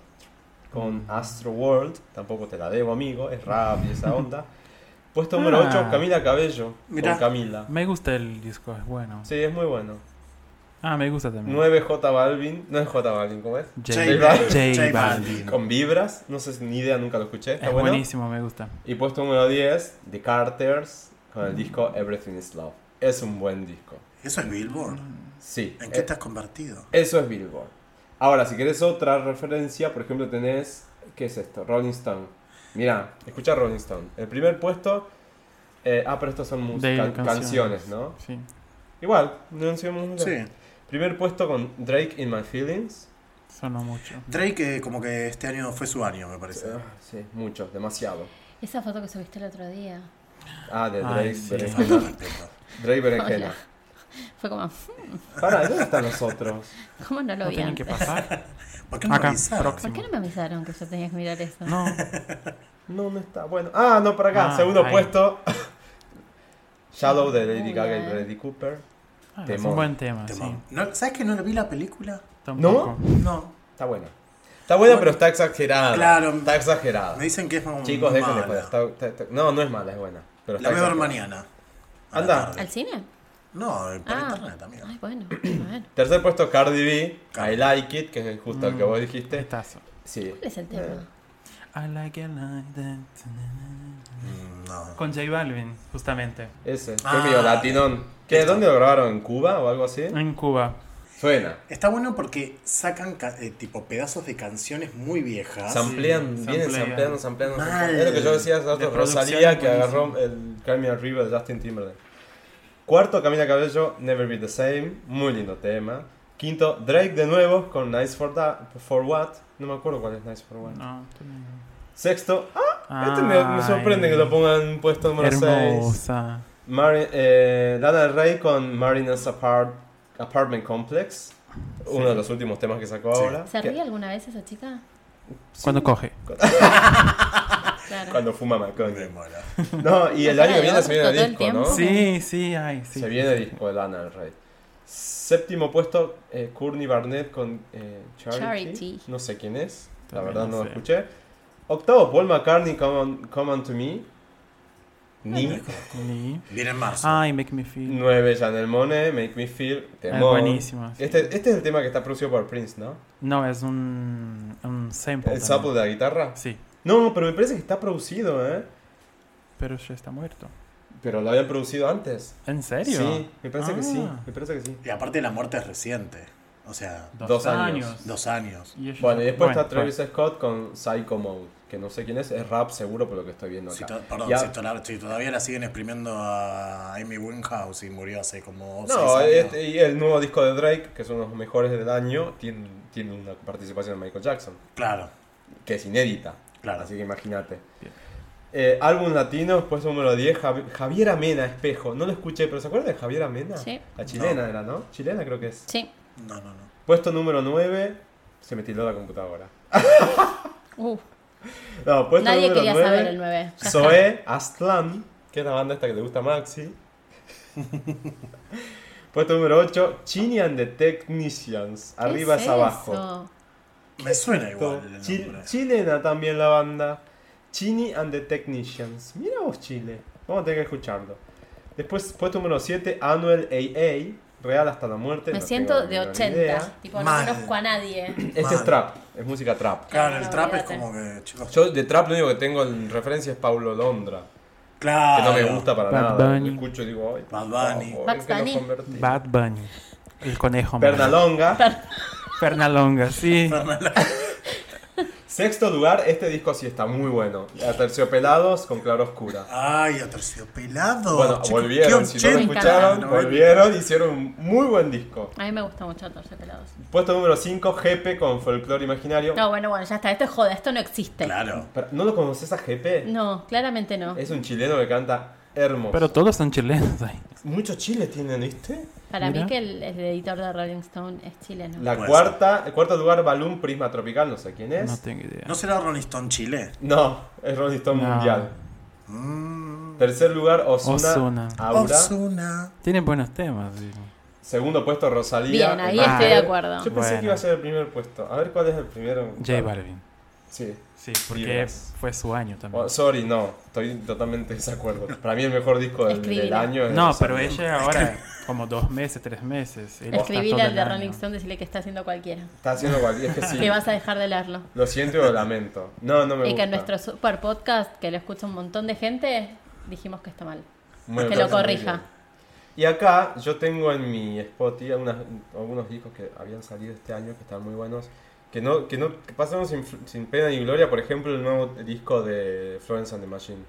Speaker 3: con
Speaker 5: Mm.
Speaker 3: Astro World. Tampoco te la debo, amigo. Es rap y esa onda. Puesto número
Speaker 5: Ah.
Speaker 3: 8, Camila Cabello.
Speaker 1: Mirá.
Speaker 3: Con Camila.
Speaker 5: Me gusta el disco, es bueno.
Speaker 3: Sí, es muy bueno.
Speaker 5: Ah, me gusta también.
Speaker 3: 9 J Balvin. No es J Balvin, ¿cómo es?
Speaker 5: J,
Speaker 1: J Balvin.
Speaker 5: J
Speaker 1: J
Speaker 5: Balvin.
Speaker 1: Balvin.
Speaker 3: Con vibras. No sé, ni idea, nunca lo escuché. Está
Speaker 5: Es
Speaker 3: bueno.
Speaker 5: buenísimo, me gusta.
Speaker 3: Y puesto número 10, The Carters con el disco Everything is Love. Es un buen disco.
Speaker 1: ¿Eso es Billboard?
Speaker 3: Sí.
Speaker 1: ¿En qué
Speaker 3: eh,
Speaker 1: te has convertido?
Speaker 3: Eso es Billboard. Ahora, si querés otra referencia, por ejemplo, tenés. ¿Qué es esto? Rolling Stone. Mirá, escucha Rolling Stone. El primer puesto. eh, ah, pero estos son mus-
Speaker 5: De
Speaker 3: can-
Speaker 5: canciones.
Speaker 3: canciones, ¿no?
Speaker 5: Sí.
Speaker 3: Igual, no hicimos nada.
Speaker 1: Sí.
Speaker 3: Primer puesto con Drake in My Feelings.
Speaker 5: Sonó mucho.
Speaker 1: Drake, eh, como que este año fue su año, me parece.
Speaker 3: Ah, sí, mucho, demasiado.
Speaker 4: Esa foto que subiste el otro día
Speaker 3: Ah, de
Speaker 5: Ay,
Speaker 3: Drake
Speaker 5: sí.
Speaker 1: Qué falta de
Speaker 3: Berenjena.
Speaker 1: respeto.
Speaker 3: Drake Berenjena.
Speaker 4: Hola. fue como,
Speaker 3: Para, ¿dónde están los otros?
Speaker 4: ¿cómo no lo
Speaker 5: No
Speaker 4: vi
Speaker 5: tienen que
Speaker 4: antes?
Speaker 5: pasar.
Speaker 1: ¿Por qué no
Speaker 5: Acá,
Speaker 1: revisaron?
Speaker 5: próximo.
Speaker 4: ¿Por qué no me avisaron que yo tenía que mirar eso?
Speaker 5: No.
Speaker 3: No, no está. Bueno. Ah, no, por acá.
Speaker 5: Ah,
Speaker 3: Segundo
Speaker 5: ahí.
Speaker 3: puesto. Shadow de Lady
Speaker 4: Muy
Speaker 3: Gaga y
Speaker 4: bien.
Speaker 3: Bradley Cooper.
Speaker 5: Ah, es
Speaker 3: Temón.
Speaker 5: un buen tema, sí.
Speaker 1: Temón. No, ¿Sabes que no vi la película?
Speaker 5: Tampoco.
Speaker 1: No.
Speaker 3: Está buena. Está buena, pero está exagerada.
Speaker 1: Claro.
Speaker 3: Está exagerada.
Speaker 1: Me dicen que es muy
Speaker 3: Chicos, déjenle
Speaker 1: mala.
Speaker 3: joder. Está- está- está- No, no es mala, es buena. Pero
Speaker 1: La
Speaker 3: está
Speaker 1: veo
Speaker 3: exagerada.
Speaker 1: mañana. A la
Speaker 3: Anda.
Speaker 1: tarde.
Speaker 4: ¿Al cine?
Speaker 1: No, eh, por
Speaker 4: Ah.
Speaker 1: internet, amigo.
Speaker 4: Ay, bueno, bueno.
Speaker 3: Tercer puesto,
Speaker 5: Mm.
Speaker 3: Cardi B. I Like It, que es justo el que vos dijiste.
Speaker 5: Tetazo.
Speaker 3: Sí. Eh,
Speaker 4: ¿Cuál es el tema?
Speaker 5: I like it like that.
Speaker 1: Mm, No.
Speaker 5: Con J Balvin, justamente.
Speaker 3: Ese,
Speaker 1: Ah.
Speaker 3: qué mío, latinón. ¿Qué? ¿Dónde lo grabaron? ¿En Cuba o algo así?
Speaker 5: En Cuba.
Speaker 3: Suena.
Speaker 1: Está bueno porque sacan ca- eh, tipo pedazos de canciones muy viejas.
Speaker 3: Samplean,
Speaker 5: Ah, sí,
Speaker 3: vienen
Speaker 5: samplean.
Speaker 3: sampleando, sampleando.
Speaker 1: Mal.
Speaker 3: sampleando. Es lo que yo decía hace rato,
Speaker 5: De
Speaker 3: Rosalía
Speaker 5: producción,
Speaker 3: que agarró el Carmen River de Justin Timberlake. Cuarto, Camila Cabello, Never Be the Same, muy lindo tema. Quinto, Drake de nuevo con Nice for, That- for What. No me acuerdo cuál es Nice for What.
Speaker 5: No,
Speaker 3: Sexto, ah, este me, me sorprende que lo pongan puesto número 6.
Speaker 5: Hermosa.
Speaker 3: Lana del Rey con Marina's Apart- Apartment Complex. Uno de los últimos temas que sacó
Speaker 1: Sí.
Speaker 3: ahora.
Speaker 4: ¿Se
Speaker 3: que-
Speaker 4: ríe alguna vez esa chica?
Speaker 5: Cuando coge.
Speaker 4: Claro.
Speaker 3: Cuando fuma maconha.
Speaker 1: Me mola.
Speaker 3: No, y el
Speaker 4: Ojalá
Speaker 3: año que
Speaker 4: le
Speaker 3: viene se viene el
Speaker 4: todo el
Speaker 3: disco,
Speaker 4: tiempo.
Speaker 3: ¿no?
Speaker 5: Sí, sí, ay, sí.
Speaker 3: Se viene el disco de Lana del Rey. Séptimo puesto, eh, Courtney Barnett con eh, Charity.
Speaker 4: Charity.
Speaker 3: No sé quién es, la
Speaker 5: También
Speaker 3: verdad
Speaker 5: no
Speaker 3: no lo
Speaker 5: sé.
Speaker 3: escuché. Octavo, Paul McCartney, Come On, Come On To Me. Ni.
Speaker 5: Ni-
Speaker 1: Viene en marzo.
Speaker 4: Ah.
Speaker 5: Ay, Make Me Feel.
Speaker 3: Nueve, Janelle Monet, Make Me Feel.
Speaker 5: Es
Speaker 3: Temón.
Speaker 5: buenísima. sí.
Speaker 3: Este, este es el tema que está producido por Prince, ¿no?
Speaker 5: No, es un, un sample. también.
Speaker 3: El sapo de la guitarra.
Speaker 5: Sí,
Speaker 3: No, pero me parece que está producido, ¿eh?
Speaker 5: pero ya está muerto.
Speaker 3: Pero lo habían producido antes.
Speaker 5: ¿En serio?
Speaker 3: Sí, me parece que sí.
Speaker 5: Ah.
Speaker 3: Me parece que sí.
Speaker 1: Y aparte la muerte es reciente. O sea,
Speaker 5: Dos,
Speaker 3: Dos años.
Speaker 5: años.
Speaker 1: dos años.
Speaker 5: Y ellos-
Speaker 3: Bueno, y después está
Speaker 5: bueno,
Speaker 3: Travis Scott con Psycho Mode, que no sé quién es, es rap seguro por lo que estoy viendo
Speaker 1: Si
Speaker 3: acá.
Speaker 1: to- perdón,
Speaker 3: Ya-
Speaker 1: si, tola- si todavía la siguen exprimiendo a Amy Winehouse y murió hace como seis
Speaker 3: no,
Speaker 1: años.
Speaker 3: este- y el nuevo disco de Drake, que es uno de los mejores del año, tiene, tiene una participación de Michael Jackson,
Speaker 1: Claro,
Speaker 3: que es inédita.
Speaker 1: Claro.
Speaker 3: Así que imagínate.
Speaker 5: Bien.
Speaker 3: Eh, álbum latino, puesto número 10, Javi- Javiera Mena, Espejo. No lo escuché, pero ¿se acuerdan de Javiera Mena?
Speaker 4: Sí.
Speaker 3: La chilena era, ¿no? Chilena creo que es.
Speaker 4: Sí.
Speaker 1: no, no, no.
Speaker 3: Puesto número 9, se me tildó la computadora.
Speaker 4: Uh,
Speaker 3: No, puesto
Speaker 4: nadie
Speaker 3: número
Speaker 4: quería
Speaker 3: 9,
Speaker 4: saber el 9.
Speaker 3: Zoe Aslan, que es la banda esta que te gusta a Maxi. Puesto número 8, Chini and the Technicians, arriba es abajo.
Speaker 1: Me suena igual el
Speaker 3: Chi-
Speaker 1: nombre.
Speaker 3: chilena también la banda. Chini and the Technicians. Mira vos, Chile. Vamos a tener que escucharlo. Después, puesto número 7, Annual AA, Real hasta la muerte.
Speaker 4: Me
Speaker 3: Este no
Speaker 4: siento
Speaker 3: tengo
Speaker 4: de
Speaker 3: la menor
Speaker 4: 80.
Speaker 3: idea.
Speaker 4: Tipo,
Speaker 1: Mal.
Speaker 4: no conozco a nadie.
Speaker 3: Este es
Speaker 1: Mal.
Speaker 3: trap, es música trap.
Speaker 1: Claro, el
Speaker 4: No,
Speaker 1: trap es
Speaker 4: olvídate.
Speaker 1: como que, chicos.
Speaker 3: Yo de trap lo único que tengo en referencia es Paulo Londra. que
Speaker 1: claro.
Speaker 3: no me gusta para
Speaker 5: Bad
Speaker 3: nada.
Speaker 5: Bunny.
Speaker 3: Lo escucho y digo, ay,
Speaker 1: Ah, Bad
Speaker 3: por favor,
Speaker 1: Bunny.
Speaker 3: ¿en
Speaker 4: Bad
Speaker 3: qué nos
Speaker 4: Bunny.
Speaker 3: convertimos?
Speaker 5: Bad Bunny. El conejo. malo.
Speaker 3: Pernalonga.
Speaker 5: Pernalonga, sí.
Speaker 3: Sexto lugar, este disco sí está muy bueno. Aterciopelados con Claro Oscura.
Speaker 1: Ay, aterciopelado.
Speaker 3: Bueno,
Speaker 1: Chicos,
Speaker 3: volvieron,
Speaker 1: Oh, qué
Speaker 3: si no lo
Speaker 4: Me
Speaker 1: ochenta.
Speaker 3: escucharon,
Speaker 1: encanta.
Speaker 3: volvieron, hicieron un muy buen disco.
Speaker 4: A mí me gusta mucho Torce Pelados.
Speaker 3: Puesto número 5, Jepe con Folklore Imaginario.
Speaker 4: No, bueno, bueno, ya está. Esto es joda. Esto no existe.
Speaker 1: Claro.
Speaker 3: Pero, ¿No lo conoces a Jepe?
Speaker 4: No, claramente no.
Speaker 3: Es un chileno que canta hermoso.
Speaker 5: Pero todos son chilenos ahí.
Speaker 3: Mucho chile tienen, ¿viste?
Speaker 4: Para
Speaker 5: Mira.
Speaker 4: mí que el, el editor de Rolling Stone es chileno.
Speaker 3: La
Speaker 1: Puede
Speaker 3: cuarta, el cuarto lugar, Balloon Prisma Tropical, no sé quién
Speaker 5: No
Speaker 3: es.
Speaker 5: tengo idea.
Speaker 1: ¿No será Rolling Stone Chile?
Speaker 3: No, es Rolling Stone
Speaker 5: No.
Speaker 3: Mundial.
Speaker 1: Mm.
Speaker 3: Tercer lugar, Osuna.
Speaker 5: Ozuna.
Speaker 3: Aura.
Speaker 1: Ozuna.
Speaker 5: Tienen buenos temas. digo.
Speaker 3: Segundo puesto, Rosalía.
Speaker 4: Bien, ahí
Speaker 5: Ah.
Speaker 4: estoy de acuerdo.
Speaker 3: Yo pensé
Speaker 5: Bueno.
Speaker 3: que iba a ser el primer puesto. A ver cuál es el primero.
Speaker 5: J Balvin.
Speaker 3: Sí.
Speaker 5: Sí, porque
Speaker 3: Vibras.
Speaker 5: fue su año también.
Speaker 3: Oh, sorry, no. Estoy totalmente en desacuerdo. Para mí el mejor disco del,
Speaker 4: Escribila.
Speaker 3: del año es.
Speaker 5: No,
Speaker 3: Rosalía.
Speaker 5: pero ella ahora, como dos meses, tres meses. él está
Speaker 4: Escribir
Speaker 5: todo
Speaker 4: al
Speaker 5: el
Speaker 4: de
Speaker 5: año.
Speaker 4: Rolling Stone, decirle que está haciendo cualquiera.
Speaker 3: Está haciendo cualquier. Es que sí.
Speaker 4: Que vas a dejar de leerlo.
Speaker 3: Lo siento y lo lamento. No, no me
Speaker 4: Y
Speaker 3: gusta.
Speaker 4: que en nuestro super podcast, que lo escucha un montón de gente, dijimos que está mal.
Speaker 3: Bueno,
Speaker 4: que lo
Speaker 3: está muy
Speaker 4: corrija.
Speaker 3: bien. Y acá yo tengo en mi Spotify unas- algunos discos que habían salido este año que están muy buenos. Que no, que no que pasaron sin, sin pena ni gloria, por ejemplo, el nuevo disco de Florence and the Machine.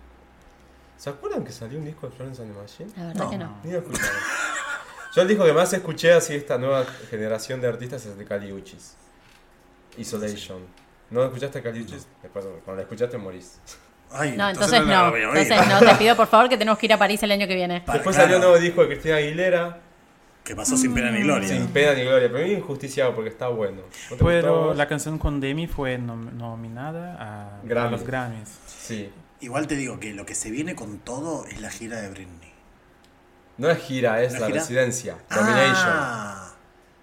Speaker 3: ¿Se acuerdan que salió un disco de Florence and the Machine?
Speaker 4: La verdad
Speaker 1: No.
Speaker 4: que no.
Speaker 3: Ni lo escucharon. Yo el disco que más escuché así de esta nueva generación de artistas es de Caliuchis. Isolation. ¿No escuchaste Caliuchis? Después, cuando la escuchaste morís.
Speaker 1: Ay,
Speaker 4: No, entonces no.
Speaker 1: la voy a oír.
Speaker 4: Entonces no, te pido por favor que tenemos que ir a París el año que viene.
Speaker 1: Pa-
Speaker 3: Después
Speaker 1: claro,
Speaker 3: salió un nuevo disco de Cristina Aguilera.
Speaker 1: Que pasó sin pena
Speaker 4: Mm,
Speaker 1: ni gloria.
Speaker 3: Sin pena ni gloria, pero a mí injusticiado porque está bueno. ¿No te gustó a
Speaker 5: Pero
Speaker 3: vos?
Speaker 5: la canción con Demi fue nom- nominada a, a
Speaker 3: Grammys.
Speaker 5: los Grammys.
Speaker 3: Sí.
Speaker 1: Igual te digo que lo que se viene con todo es la gira de Britney.
Speaker 3: No es gira, es
Speaker 1: ¿No es
Speaker 3: la
Speaker 1: gira?
Speaker 3: residencia. Domination.
Speaker 1: Ah, ¿Cómo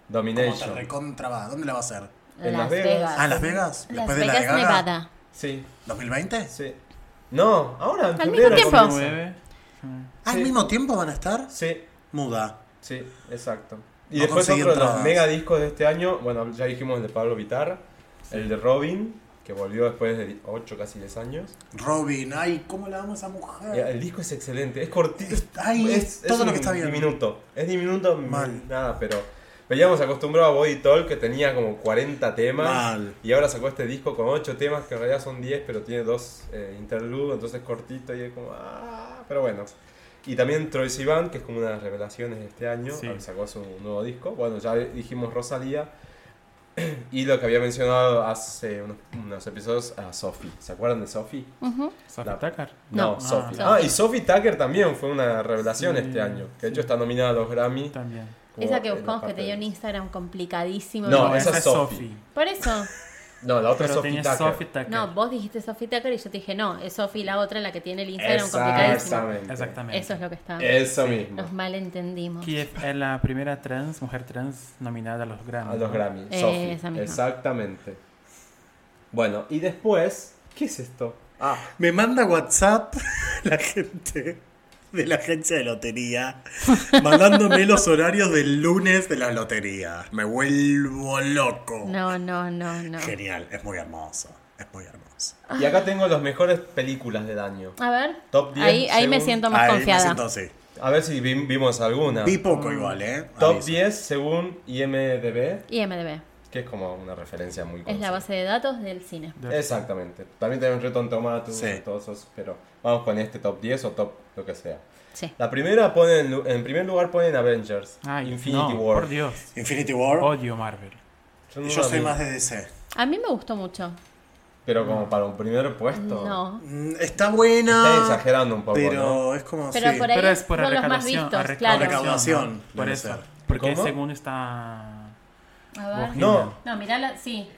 Speaker 1: te
Speaker 3: Domination.
Speaker 1: recontra va? ¿Dónde la va a hacer?
Speaker 3: En Las Vegas.
Speaker 1: Ah, Las Vegas.
Speaker 4: Las
Speaker 1: Después de la
Speaker 4: Vegas,
Speaker 1: de Gaga.
Speaker 4: Nevada.
Speaker 3: Sí,
Speaker 1: ¿2020?
Speaker 3: sí. No, ahora en
Speaker 4: Al mismo
Speaker 3: febrero
Speaker 4: tiempo.
Speaker 3: comienza.
Speaker 5: 9.
Speaker 1: ¿Al
Speaker 3: Sí.
Speaker 1: mismo tiempo van a estar?
Speaker 3: Sí,
Speaker 1: Muda.
Speaker 3: sí, exacto. Y
Speaker 1: No
Speaker 3: después
Speaker 1: conseguí
Speaker 3: otro de los
Speaker 1: entradas.
Speaker 3: mega discos de este año, bueno, ya dijimos el de Pablo Vitar, el de Robin, que volvió después de 8, casi 10 años.
Speaker 1: Robin, ay, ¿cómo la amo a esa
Speaker 3: Y
Speaker 1: mujer?
Speaker 3: El disco es excelente, es cortito.
Speaker 1: Es- ay, es todo lo que está bien.
Speaker 3: Diminuto, es diminuto, mm,
Speaker 1: Mal.
Speaker 3: nada, pero veíamos acostumbrado a Body Talk que tenía como 40 temas.
Speaker 1: Mal.
Speaker 3: Y ahora sacó este disco con 8 temas, que en realidad son 10, pero tiene dos eh, interludes, entonces cortito y es como. "Ah", pero bueno. Y también Troy Sivan, que es como una de las revelaciones de este año,
Speaker 5: Sí.
Speaker 3: sacó su nuevo disco. Bueno, ya dijimos Rosalía. Y lo que había mencionado hace unos, unos episodios a Sophie. ¿Se acuerdan de Sophie?
Speaker 5: Sophie
Speaker 3: La-
Speaker 5: Tucker.
Speaker 3: No,
Speaker 4: No.
Speaker 3: Sophie.
Speaker 4: Sophie.
Speaker 3: Ah, y Sophie Tucker también fue una revelación
Speaker 5: Sí,
Speaker 3: este año. Que de hecho
Speaker 5: sí.
Speaker 3: está nominada a los Grammy.
Speaker 5: También.
Speaker 3: como
Speaker 4: Esa que
Speaker 3: en la
Speaker 4: buscamos que
Speaker 3: parte
Speaker 4: te dio
Speaker 3: de-
Speaker 4: un Instagram complicadísimo.
Speaker 3: No,
Speaker 5: No,
Speaker 4: de-
Speaker 3: esa es Sophie.
Speaker 4: Por eso.
Speaker 3: No, la otra es
Speaker 5: Pero
Speaker 3: Sophie
Speaker 5: tenía
Speaker 3: Tucker.
Speaker 5: Sophie Tucker.
Speaker 4: No, vos dijiste Sophie Tucker y yo te dije, no, es Sophie la otra la que tiene el Instagram complicadísimo.
Speaker 3: Exactamente.
Speaker 5: Exactamente.
Speaker 4: Eso es lo que está.
Speaker 3: Eso mismo.
Speaker 4: Nos malentendimos.
Speaker 5: Que es la primera trans, mujer trans nominada a los Grammy.
Speaker 3: A los
Speaker 5: ¿no?
Speaker 3: Grammy.
Speaker 4: Eh,
Speaker 3: Sophie.
Speaker 4: esa misma.
Speaker 3: Exactamente. Bueno, y después. ¿Qué es esto? Ah,
Speaker 1: Me manda WhatsApp la gente de la agencia de lotería mandándome los horarios del lunes de la lotería. Me vuelvo loco.
Speaker 4: No, no, no, no.
Speaker 1: Genial, es muy hermoso. Es muy hermoso.
Speaker 3: y
Speaker 4: Ah.
Speaker 3: acá tengo las mejores películas del año.
Speaker 4: A ver.
Speaker 3: Top 10
Speaker 4: ahí, ahí me
Speaker 3: según-
Speaker 4: siento más
Speaker 1: Ay, me
Speaker 4: confiada.
Speaker 1: siento así.
Speaker 3: A ver si vi- vimos alguna.
Speaker 1: Vi poco igual, ¿eh?
Speaker 3: Mm. Top
Speaker 1: Aviso.
Speaker 3: 10 según IMDB,
Speaker 4: IMDB.
Speaker 3: que es como una referencia muy
Speaker 4: Es la
Speaker 3: conocida.
Speaker 4: base de datos del cine.
Speaker 5: De-
Speaker 3: Exactamente. También tenemos Reton Tomatoes
Speaker 1: Sí.
Speaker 3: y todos esos, pero vamos con este top 10 o top lo que sea.
Speaker 4: Sí.
Speaker 3: La primera ponen, en primer lugar ponen Avengers,
Speaker 5: Ay,
Speaker 3: Infinity
Speaker 5: no,
Speaker 3: War.
Speaker 5: Por Dios.
Speaker 1: Infinity War.
Speaker 5: Odio Marvel.
Speaker 3: no
Speaker 1: Yo
Speaker 3: la
Speaker 1: soy
Speaker 3: vi,
Speaker 1: más de DC.
Speaker 4: A mí me gustó mucho.
Speaker 3: Pero como para un primer puesto.
Speaker 4: No.
Speaker 1: Mm, Está
Speaker 3: Están
Speaker 1: buena,
Speaker 3: exagerando un poco, ¿no?
Speaker 1: pero es como
Speaker 4: Pero
Speaker 1: sí,
Speaker 4: por ahí
Speaker 5: Pero es por
Speaker 4: son los más
Speaker 5: recaudación.
Speaker 4: vistos,
Speaker 5: a
Speaker 4: claro.
Speaker 1: Recaudación,
Speaker 5: Por
Speaker 1: debe
Speaker 5: eso.
Speaker 1: ser.
Speaker 5: Porque
Speaker 3: ¿Cómo?
Speaker 5: según está.
Speaker 4: Ah. A ver.
Speaker 5: Bohemian.
Speaker 3: No,
Speaker 4: No, mirá la. Sí.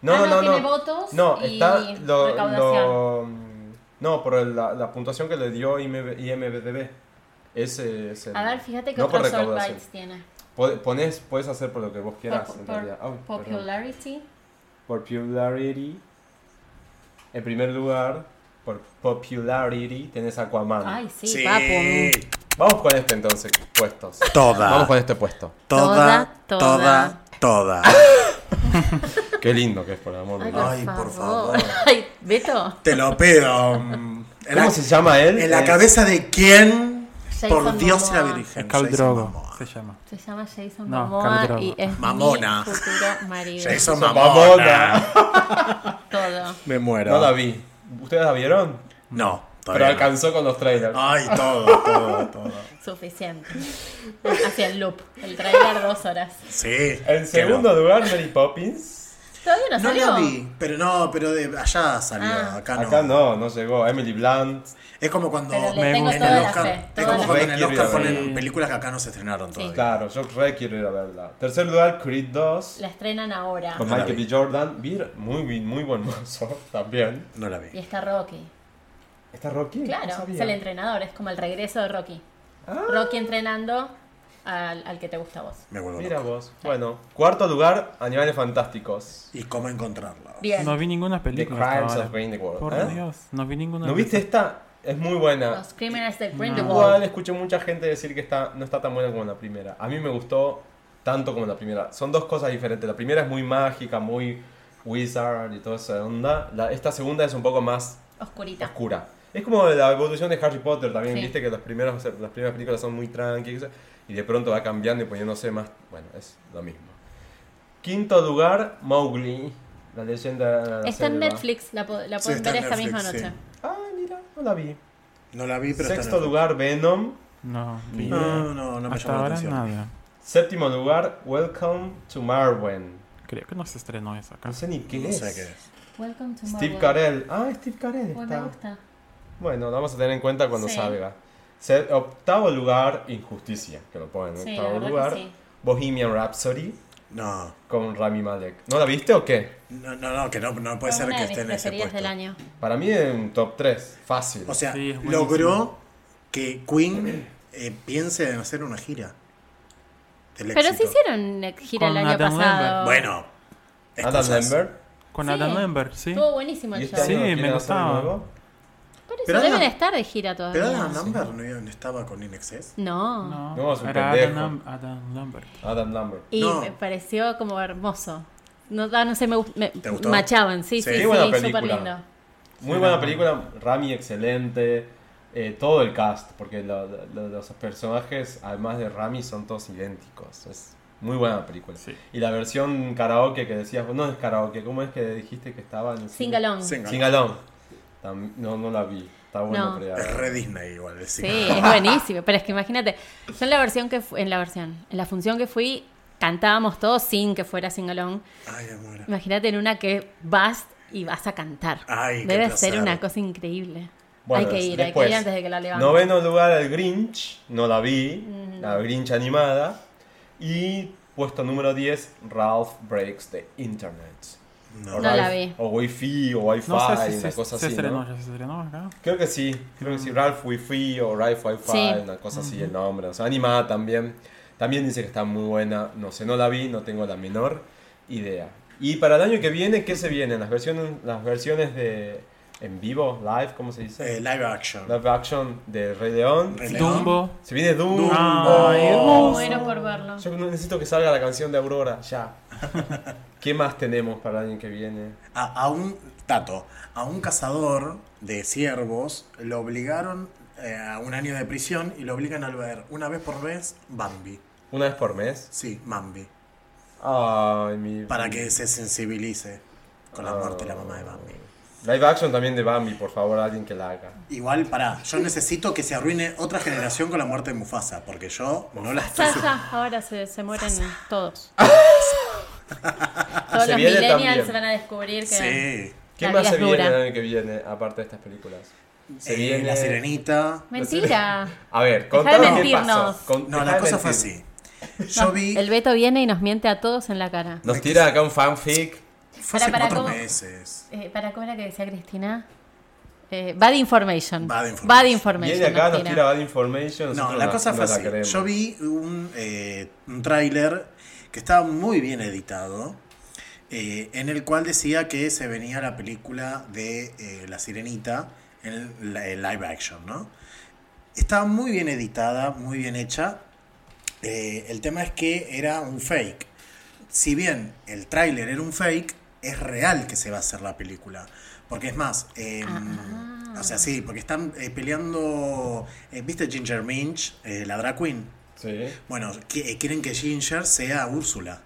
Speaker 3: no,
Speaker 4: Ah,
Speaker 3: no,
Speaker 4: no,
Speaker 3: no.
Speaker 4: tiene
Speaker 3: no.
Speaker 4: votos
Speaker 3: No,
Speaker 4: y
Speaker 3: está lo,
Speaker 4: recaudación.
Speaker 3: lo- no, por el- la, la puntuación que le dio IMB- IMDb. Ese es el-
Speaker 4: A ver, fíjate que
Speaker 3: no por
Speaker 4: otros soul
Speaker 3: recaudación.
Speaker 4: bites tiene.
Speaker 3: Po- Ponés, puedes hacer por lo que vos quieras,
Speaker 4: Por-
Speaker 3: en
Speaker 4: por-
Speaker 3: realidad. Ay, perdón.
Speaker 4: Popularity.
Speaker 3: Por popularity. En primer lugar, por popularity, tenés Aquaman.
Speaker 4: Ay, sí,
Speaker 1: Sí.
Speaker 4: papu.
Speaker 3: Vamos con este entonces, puestos.
Speaker 1: Toda.
Speaker 3: Vamos con este puesto.
Speaker 1: Toda,
Speaker 4: Toda,
Speaker 1: toda, toda.
Speaker 3: Qué lindo que es, por el amor de
Speaker 4: Ay,
Speaker 3: Dios.
Speaker 1: Ay, por
Speaker 4: por
Speaker 1: favor.
Speaker 4: favor. Ay, Beto.
Speaker 1: Te lo pido. mm. En
Speaker 3: ¿Cómo
Speaker 1: la-
Speaker 3: se llama él?
Speaker 1: ¿En la
Speaker 3: Es-
Speaker 1: cabeza de quién?
Speaker 4: Jason
Speaker 1: Por Dios y la
Speaker 4: Momoa.
Speaker 1: Virgen.
Speaker 5: Cal
Speaker 1: Jason
Speaker 5: Drogo
Speaker 1: Momoa.
Speaker 5: se llama.
Speaker 4: Se llama Jason
Speaker 5: No,
Speaker 4: Momoa
Speaker 5: Caldrogo.
Speaker 4: y es
Speaker 1: Mamona.
Speaker 4: mi futuro marido.
Speaker 1: Jason
Speaker 3: Mamona.
Speaker 1: Mamona.
Speaker 4: Todo.
Speaker 1: Me muero.
Speaker 3: No la vi. ¿Ustedes la vieron?
Speaker 1: No,
Speaker 3: Pero
Speaker 1: todavía no. Ah,
Speaker 3: alcanzó con los trailers.
Speaker 1: Ay, todo, todo, todo.
Speaker 4: Suficiente. Hacia el loop. El trailer dos horas.
Speaker 1: Sí.
Speaker 3: En segundo lugar, Mary Poppins.
Speaker 4: Todavía no
Speaker 1: No
Speaker 4: salió.
Speaker 1: la vi, pero no, pero de allá salió,
Speaker 4: Ah.
Speaker 1: acá, no.
Speaker 3: Acá no, no llegó. Emily Blunt.
Speaker 1: Es como cuando
Speaker 4: Pero le
Speaker 5: Me
Speaker 4: tengo
Speaker 5: gusta.
Speaker 1: en el
Speaker 4: toda la
Speaker 1: Oscar,
Speaker 4: fe.
Speaker 1: es
Speaker 4: toda
Speaker 1: como
Speaker 4: la
Speaker 1: cuando
Speaker 4: fe.
Speaker 1: en el
Speaker 3: Yo quiero
Speaker 1: Oscar
Speaker 3: ir a
Speaker 1: ponen
Speaker 5: ver.
Speaker 1: películas que acá no se estrenaron todavía.
Speaker 3: Claro, yo re quiero ir a verla. Tercer lugar, Creed 2.
Speaker 4: La estrenan ahora.
Speaker 3: Con
Speaker 1: No Ah, la
Speaker 3: Michael
Speaker 1: vi.
Speaker 3: B. Jordan. Vir- Muy, bien- muy buen mozo también.
Speaker 1: No la
Speaker 4: Y
Speaker 1: vi.
Speaker 4: está Rocky.
Speaker 3: ¿Está Rocky? No
Speaker 4: Claro,
Speaker 3: sabía. Ah.
Speaker 4: es el entrenador. Es como el regreso de Rocky. Rocky entrenando al, al que te gusta a vos.
Speaker 1: Me vuelvo
Speaker 3: Mira
Speaker 1: loco.
Speaker 3: vos. Bueno, cuarto lugar, Animales Fantásticos.
Speaker 1: ¿Y cómo encontrarla?
Speaker 4: Bien.
Speaker 5: No vi ninguna
Speaker 3: The
Speaker 5: película. hasta
Speaker 3: Crimes
Speaker 5: ahora.
Speaker 3: of Grindelwald.
Speaker 5: Por
Speaker 3: ¿eh?
Speaker 5: Dios, no vi ninguna.
Speaker 3: ¿No
Speaker 5: de
Speaker 3: viste
Speaker 5: esas.
Speaker 3: esta? Es muy buena.
Speaker 4: Los crímenes de
Speaker 3: Igual
Speaker 4: Grindelwald.
Speaker 3: escuché mucha gente decir que está, no está tan buena como la primera. A mí me gustó tanto como la primera. Son dos cosas diferentes. La primera es muy mágica, muy wizard y toda esa onda. La- esta segunda es un poco más
Speaker 4: Oscurita.
Speaker 3: oscura. Es como la evolución de Harry Potter también,
Speaker 4: Sí.
Speaker 3: viste que los primeros, las primeras películas son muy tranquilas y de pronto va cambiando y poniéndose más... Bueno, es lo mismo. Quinto lugar, Mowgli, la leyenda de la
Speaker 4: Está en
Speaker 3: selva.
Speaker 4: Netflix. La, po- la
Speaker 1: Sí,
Speaker 4: pueden
Speaker 1: está
Speaker 4: ver
Speaker 1: en
Speaker 4: esta
Speaker 1: Netflix,
Speaker 4: misma noche.
Speaker 1: sí.
Speaker 3: Ah, mira, no la vi.
Speaker 1: No la vi, pero está en
Speaker 3: Sexto
Speaker 1: el-
Speaker 3: lugar, Venom.
Speaker 5: No, vi.
Speaker 1: No, no, no me
Speaker 5: hasta
Speaker 1: llamó la
Speaker 5: ahora
Speaker 1: atención.
Speaker 5: nada.
Speaker 3: Séptimo lugar, Welcome to Marwen.
Speaker 5: Creo que no se estrenó esa acá.
Speaker 3: No sé ni qué
Speaker 1: No
Speaker 3: es.
Speaker 1: sé qué es.
Speaker 4: Welcome to
Speaker 3: Steve
Speaker 4: Marvel.
Speaker 3: Carell. Ah, Steve Carell
Speaker 4: Uy, me
Speaker 3: está.
Speaker 4: gusta.
Speaker 3: Bueno, lo vamos a tener en cuenta cuando
Speaker 4: Sí.
Speaker 3: salga. Se- octavo lugar, Injusticia, que lo ponen en
Speaker 4: Sí, la
Speaker 3: octavo
Speaker 4: verdad que
Speaker 3: lugar.
Speaker 4: sí.
Speaker 3: Bohemian Rhapsody
Speaker 1: No.
Speaker 3: con Rami Malek. ¿No la viste o qué?
Speaker 1: No, no, no, que no, no puede
Speaker 4: Fue
Speaker 1: ser
Speaker 4: una
Speaker 1: que
Speaker 4: de
Speaker 1: esté en
Speaker 4: mis
Speaker 1: ese
Speaker 4: preferidas
Speaker 1: puesto.
Speaker 4: del año.
Speaker 3: Para mí es un top 3, fácil.
Speaker 1: O sea,
Speaker 5: Sí, es buenísimo.
Speaker 1: logró que Queen eh, piense en hacer una gira. Del
Speaker 4: Pero se
Speaker 1: éxito.
Speaker 4: hicieron eh, gira el
Speaker 5: Con
Speaker 4: año
Speaker 5: Adam
Speaker 4: pasado.
Speaker 5: Lambert.
Speaker 1: Bueno.
Speaker 3: Adam
Speaker 1: excusas.
Speaker 3: Lambert.
Speaker 5: Con
Speaker 4: Sí.
Speaker 5: Adam Lambert, sí.
Speaker 4: Estuvo buenísimo
Speaker 3: ¿Y
Speaker 4: el
Speaker 3: este
Speaker 4: show.
Speaker 5: Sí,
Speaker 3: año lo
Speaker 5: me
Speaker 3: quieren hacer de
Speaker 5: gustaba.
Speaker 3: nuevo?
Speaker 4: Por
Speaker 1: Pero
Speaker 4: eso deben
Speaker 1: Adam-
Speaker 4: estar de gira
Speaker 1: Pero
Speaker 4: todavía.
Speaker 1: Adam Lambert no- no estaba con INXS.
Speaker 4: No.
Speaker 5: No,
Speaker 3: No, es un
Speaker 5: era
Speaker 3: pendejo.
Speaker 5: Adam, Lam- Adam Lambert.
Speaker 3: Adam Lambert.
Speaker 4: Y
Speaker 1: No.
Speaker 4: me pareció como hermoso. No, ah, no sé, me, gust- me-
Speaker 1: ¿Te gustó?
Speaker 4: machaban, sí,
Speaker 1: Sí.
Speaker 4: sí,
Speaker 1: Qué
Speaker 4: sí,
Speaker 3: buena
Speaker 4: súper
Speaker 3: película.
Speaker 4: lindo.
Speaker 3: Muy
Speaker 5: Sí,
Speaker 3: buena
Speaker 5: no.
Speaker 3: película, Rami excelente, eh, todo el cast, porque lo- lo- los personajes, además de Rami, son todos idénticos. Es muy buena película.
Speaker 5: Sí.
Speaker 3: Y la versión karaoke que decías, vos, no es karaoke, ¿cómo es que dijiste que estaba en...
Speaker 4: Singalón.
Speaker 1: Sí.
Speaker 3: Singalón. Tam- No, no la vi. Está bueno,
Speaker 4: No.
Speaker 3: pero ya-
Speaker 1: Es re Disney igual, el
Speaker 4: Sí,
Speaker 1: cine.
Speaker 4: es buenísimo. Pero es que imagínate, yo en la versión que fu- en la versión, en la función que fui, cantábamos todos sin que fuera singalón.
Speaker 1: Ay, me muero.
Speaker 4: Imagínate en una que vas y vas a cantar.
Speaker 1: Ay, qué
Speaker 4: Debe ser
Speaker 1: placer.
Speaker 4: una cosa increíble.
Speaker 3: Bueno,
Speaker 4: hay que ir, hay
Speaker 3: después,
Speaker 4: que ir antes de que la levanten.
Speaker 3: Noveno lugar el Grinch, no la vi, la Grinch animada. Y puesto número 10, Ralph Breaks the Internet.
Speaker 1: No.
Speaker 3: O
Speaker 4: No la
Speaker 3: Ralph-
Speaker 4: vi.
Speaker 3: O Wi-Fi, o Wi-Fi,
Speaker 5: No sé si
Speaker 3: una
Speaker 5: se,
Speaker 3: cosa
Speaker 5: se
Speaker 3: así.
Speaker 5: estrenó,
Speaker 3: ¿no?
Speaker 5: ya se estrenó acá.
Speaker 3: Creo que sí, creo que sí, Ralph Wi-Fi o Ralph Wi-Fi,
Speaker 4: Sí.
Speaker 3: una cosa así el nombre. O sea, animada también. También dice que está muy buena, no sé, no la vi, no tengo la menor idea. Y para el año que viene, ¿qué se viene? Las versiones, las versiones de en vivo, live, ¿cómo se dice?
Speaker 1: Eh, live action.
Speaker 3: Live action de Rey León.
Speaker 1: Rey León.
Speaker 5: Dumbo.
Speaker 3: Se viene Doom.
Speaker 1: Dumbo.
Speaker 5: Ay,
Speaker 1: Oh.
Speaker 4: Me
Speaker 5: hermoso.
Speaker 4: Muero por verlo.
Speaker 3: Yo no- necesito que salga la canción de Aurora, ya. ¿Qué más tenemos para el año que viene?
Speaker 1: A, a un dato, a un cazador de ciervos lo obligaron eh, a un año de prisión y lo obligan a ver una vez por vez Bambi.
Speaker 3: ¿Una vez por mes?
Speaker 1: Sí, Bambi.
Speaker 3: Ay, mi...
Speaker 1: Para que se sensibilice con la muerte de la mamá de Bambi.
Speaker 3: Live action también de Bambi, por favor, alguien que la haga.
Speaker 1: Igual, pará, yo necesito que se arruine otra generación con la muerte de Mufasa, porque yo no la estoy... su-
Speaker 4: Sasa, ahora se, se mueren todos. Todos
Speaker 3: Se
Speaker 4: los
Speaker 3: viene
Speaker 4: millennials
Speaker 3: también.
Speaker 4: se van a descubrir que.
Speaker 1: Sí.
Speaker 3: ¿Qué
Speaker 4: La
Speaker 3: más
Speaker 4: vida
Speaker 3: se
Speaker 4: es
Speaker 3: viene el
Speaker 4: dura.
Speaker 3: año que viene, aparte de estas películas? Se
Speaker 1: Eh, La Sirenita...
Speaker 4: Mentira.
Speaker 3: A ver,
Speaker 4: Dejá de
Speaker 3: contanos qué
Speaker 4: mentirnos.
Speaker 3: pasó. Con-
Speaker 1: No,
Speaker 3: dejá
Speaker 1: la
Speaker 3: de
Speaker 1: cosa fue
Speaker 3: mentir.
Speaker 1: así. Yo vi...
Speaker 4: El Beto viene y nos miente a todos en la cara.
Speaker 3: Nos tira acá un fanfic.
Speaker 1: Fue
Speaker 4: Pará,
Speaker 1: hace
Speaker 4: pará,
Speaker 1: cuatro
Speaker 4: ¿cómo?
Speaker 1: meses.
Speaker 4: Eh, ¿Para cómo era que decía Cristina? Eh, bad information.
Speaker 1: Bad information.
Speaker 4: Bad information,
Speaker 3: Viene acá,
Speaker 4: nos
Speaker 3: nos
Speaker 4: tira.
Speaker 3: tira bad information.
Speaker 1: No,
Speaker 3: nosotros
Speaker 1: la cosa fue
Speaker 3: la
Speaker 1: así.
Speaker 3: creemos.
Speaker 1: Yo vi un, eh, un tráiler que estaba muy bien editado, eh, en el cual decía que se venía la película de eh, La Sirenita en la- en live action, ¿no? Estaba muy bien editada, muy bien hecha. Eh, el tema es que era un fake. Si bien el tráiler era un fake, es real que se va a hacer la película. Porque es más, eh,
Speaker 4: Ah.
Speaker 1: o sea, sí, porque están eh, peleando, eh, ¿viste Ginger Minch, eh, la drag queen?
Speaker 3: Sí.
Speaker 1: Bueno, qui- eh, quieren que Ginger sea Úrsula.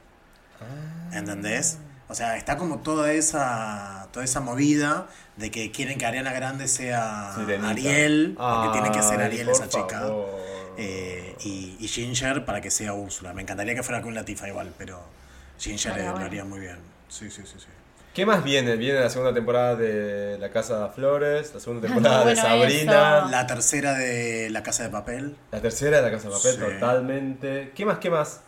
Speaker 3: Ah.
Speaker 1: ¿Entendés? O sea, está como toda esa toda esa movida de que quieren que Ariana Grande sea
Speaker 3: Sirenita.
Speaker 1: Ariel, porque tiene que ser
Speaker 3: Ay,
Speaker 1: Ariel
Speaker 3: por
Speaker 1: esa chica.
Speaker 3: favor.
Speaker 1: Eh, y, y Ginger para que sea Úrsula. Me encantaría que fuera con Latifa igual, pero Ginger
Speaker 4: Pero
Speaker 1: eh, lo
Speaker 4: bueno.
Speaker 1: haría muy bien. Sí, sí, sí, sí.
Speaker 3: ¿Qué más viene? Viene la segunda temporada de La Casa de Flores, la segunda
Speaker 4: no,
Speaker 3: temporada de
Speaker 4: bueno,
Speaker 3: Sabrina,
Speaker 4: eso.
Speaker 1: La tercera de La Casa de Papel.
Speaker 3: la tercera de La Casa de Papel,
Speaker 1: Sí.
Speaker 3: totalmente. ¿Qué más? ¿Qué más?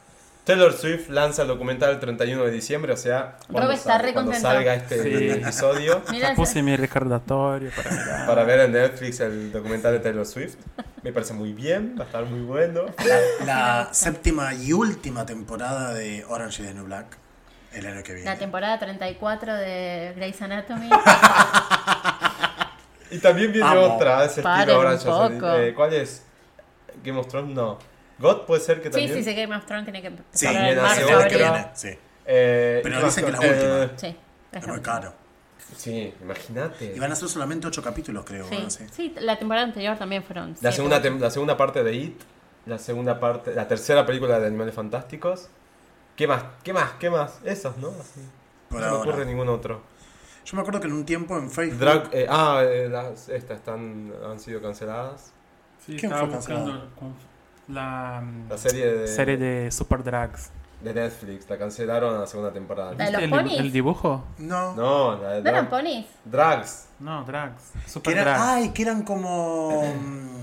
Speaker 3: Taylor Swift lanza el documental el 31 de diciembre, o sea, cuando,
Speaker 4: Rob está re
Speaker 3: cuando
Speaker 4: contento.
Speaker 3: salga este
Speaker 5: Sí.
Speaker 3: episodio,
Speaker 4: Mira,
Speaker 5: Ya puse mi recordatorio para mirar.
Speaker 3: para ver en Netflix el documental de Taylor Swift. Me parece muy bien, va a estar muy bueno.
Speaker 1: La séptima y última temporada de Orange is the New Black. El año que viene.
Speaker 4: la temporada 34 de Grey's Anatomy.
Speaker 3: Y también viene
Speaker 1: Vamos.
Speaker 3: otra, ese
Speaker 4: Paren
Speaker 3: estilo
Speaker 4: un
Speaker 3: Orange. is the-
Speaker 4: poco.
Speaker 3: eh, ¿Cuál es? ¿Game of Thrones? No. God puede ser que
Speaker 4: sí,
Speaker 3: también.
Speaker 4: sí, sí, Game of Thrones tiene que empezar
Speaker 1: Sí,
Speaker 3: Para
Speaker 1: bien,
Speaker 4: en
Speaker 3: la
Speaker 1: hace
Speaker 4: marzo,
Speaker 3: segunda
Speaker 1: año que
Speaker 4: abril.
Speaker 1: viene, sí.
Speaker 3: Eh,
Speaker 1: Pero
Speaker 3: ¿qué más
Speaker 1: dicen que
Speaker 3: con-
Speaker 1: la última.
Speaker 3: eh,
Speaker 4: Sí,
Speaker 1: Es
Speaker 4: es
Speaker 1: muy
Speaker 4: verdad.
Speaker 1: caro.
Speaker 3: Sí, imagínate.
Speaker 1: Y van a ser solamente ocho capítulos, creo.
Speaker 4: Sí.
Speaker 1: ¿no? Sí.
Speaker 4: sí, la temporada anterior también fueron.
Speaker 3: La
Speaker 4: siete.
Speaker 3: segunda, tem- la segunda parte de It, la segunda parte, la tercera película de Animales Fantásticos. ¿Qué más? ¿Qué más? ¿Qué más? Esas, ¿no? Así.
Speaker 1: Por
Speaker 3: no me
Speaker 1: ahora.
Speaker 3: ocurre ningún otro.
Speaker 1: Yo me acuerdo que en un tiempo en Facebook.
Speaker 3: Drag- eh, ah, eh, las, estas están, han sido canceladas.
Speaker 5: Sí,
Speaker 1: ¿Quién
Speaker 5: estaba
Speaker 1: fue cancelado?
Speaker 5: buscando con- la, mm,
Speaker 3: La serie de,
Speaker 5: serie de Super Drags.
Speaker 3: de Netflix, la cancelaron la segunda temporada.
Speaker 4: ¿La de los
Speaker 5: el,
Speaker 4: ponis?
Speaker 5: el dibujo?
Speaker 1: No.
Speaker 3: No, la de
Speaker 4: ¿No eran
Speaker 3: drag-
Speaker 4: ponis?
Speaker 3: Drags.
Speaker 5: No, Drags.
Speaker 1: Que
Speaker 5: Super
Speaker 1: eran,
Speaker 5: Drags.
Speaker 3: ah,
Speaker 1: ay, que eran como. mm,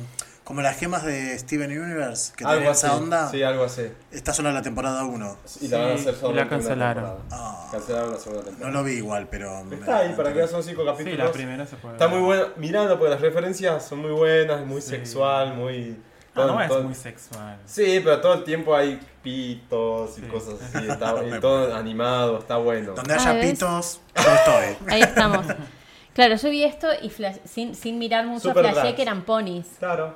Speaker 1: Como las gemas de Steven Universe. Que tenían
Speaker 3: Algo así.
Speaker 1: esa onda.
Speaker 3: Sí, algo así.
Speaker 1: Está solo la temporada 1.
Speaker 3: Y la
Speaker 5: Sí,
Speaker 3: van a hacer
Speaker 5: y
Speaker 3: solo
Speaker 5: la
Speaker 3: en una
Speaker 5: cancelaron.
Speaker 3: temporada.
Speaker 1: Ah.
Speaker 3: Cancelaron la segunda
Speaker 1: No
Speaker 3: temporada.
Speaker 1: lo vi igual, pero. me-
Speaker 3: Está ahí, para que son cinco
Speaker 5: Sí,
Speaker 3: capítulos.
Speaker 5: la primera se puede
Speaker 3: Está
Speaker 5: ver.
Speaker 3: muy buena, mirando porque las referencias son muy buenas, es muy
Speaker 5: Sí.
Speaker 3: sexual, muy...
Speaker 5: Ah,
Speaker 3: todo-
Speaker 5: no, es
Speaker 3: todo-
Speaker 5: muy sexual.
Speaker 3: Sí, pero todo el tiempo hay pitos y
Speaker 5: Sí.
Speaker 3: cosas así, está, y todo animado, está bueno.
Speaker 1: Donde haya
Speaker 4: Ah, ¿ves?
Speaker 1: pitos, yo estoy.
Speaker 4: Ahí estamos. Claro, yo vi esto y flash- sin, sin mirar mucho,
Speaker 3: Super
Speaker 4: flashé
Speaker 3: drags.
Speaker 4: que eran ponis.
Speaker 3: Claro.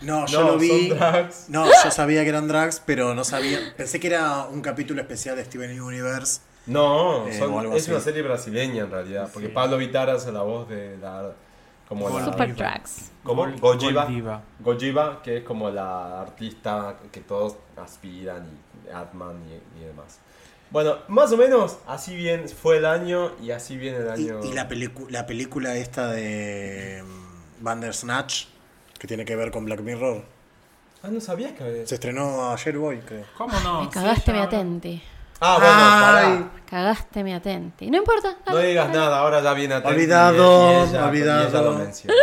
Speaker 1: No, Ah, yo
Speaker 3: No,
Speaker 1: lo vi.
Speaker 3: son drags.
Speaker 1: No, yo sabía que eran drags, pero no sabía. Pensé que era un capítulo especial de Steven Universe
Speaker 3: No,
Speaker 1: Eh,
Speaker 3: son-
Speaker 1: o algo
Speaker 3: es
Speaker 1: así.
Speaker 3: una serie brasileña en realidad, porque
Speaker 5: Sí.
Speaker 3: Pablo Vitara hace la voz de la... Como la,
Speaker 4: Super Tracks.
Speaker 3: como
Speaker 5: Gol-
Speaker 3: Gojiba.
Speaker 5: Goldiva.
Speaker 3: Gojiba, que es como la artista que todos aspiran y Atman y, y demás. Bueno, más o menos así bien fue el año y así viene el
Speaker 1: Y,
Speaker 3: año.
Speaker 1: y la, pelicu- la película esta de mm, Bandersnatch, que tiene que ver con Black Mirror,
Speaker 3: Ah, no sabías que había.
Speaker 1: se estrenó ayer hoy, creo.
Speaker 5: ¿Cómo no?
Speaker 4: Me cagaste mi
Speaker 5: me
Speaker 4: atenti.
Speaker 3: Ah,
Speaker 1: Ay.
Speaker 3: bueno, pará.
Speaker 4: Cagaste mi atenti. No importa.
Speaker 3: No
Speaker 4: dale,
Speaker 3: digas
Speaker 4: dale.
Speaker 3: nada, ahora ya viene a
Speaker 1: Olvidado,
Speaker 3: y ella, Y ella
Speaker 1: olvidado.
Speaker 3: lo menciona.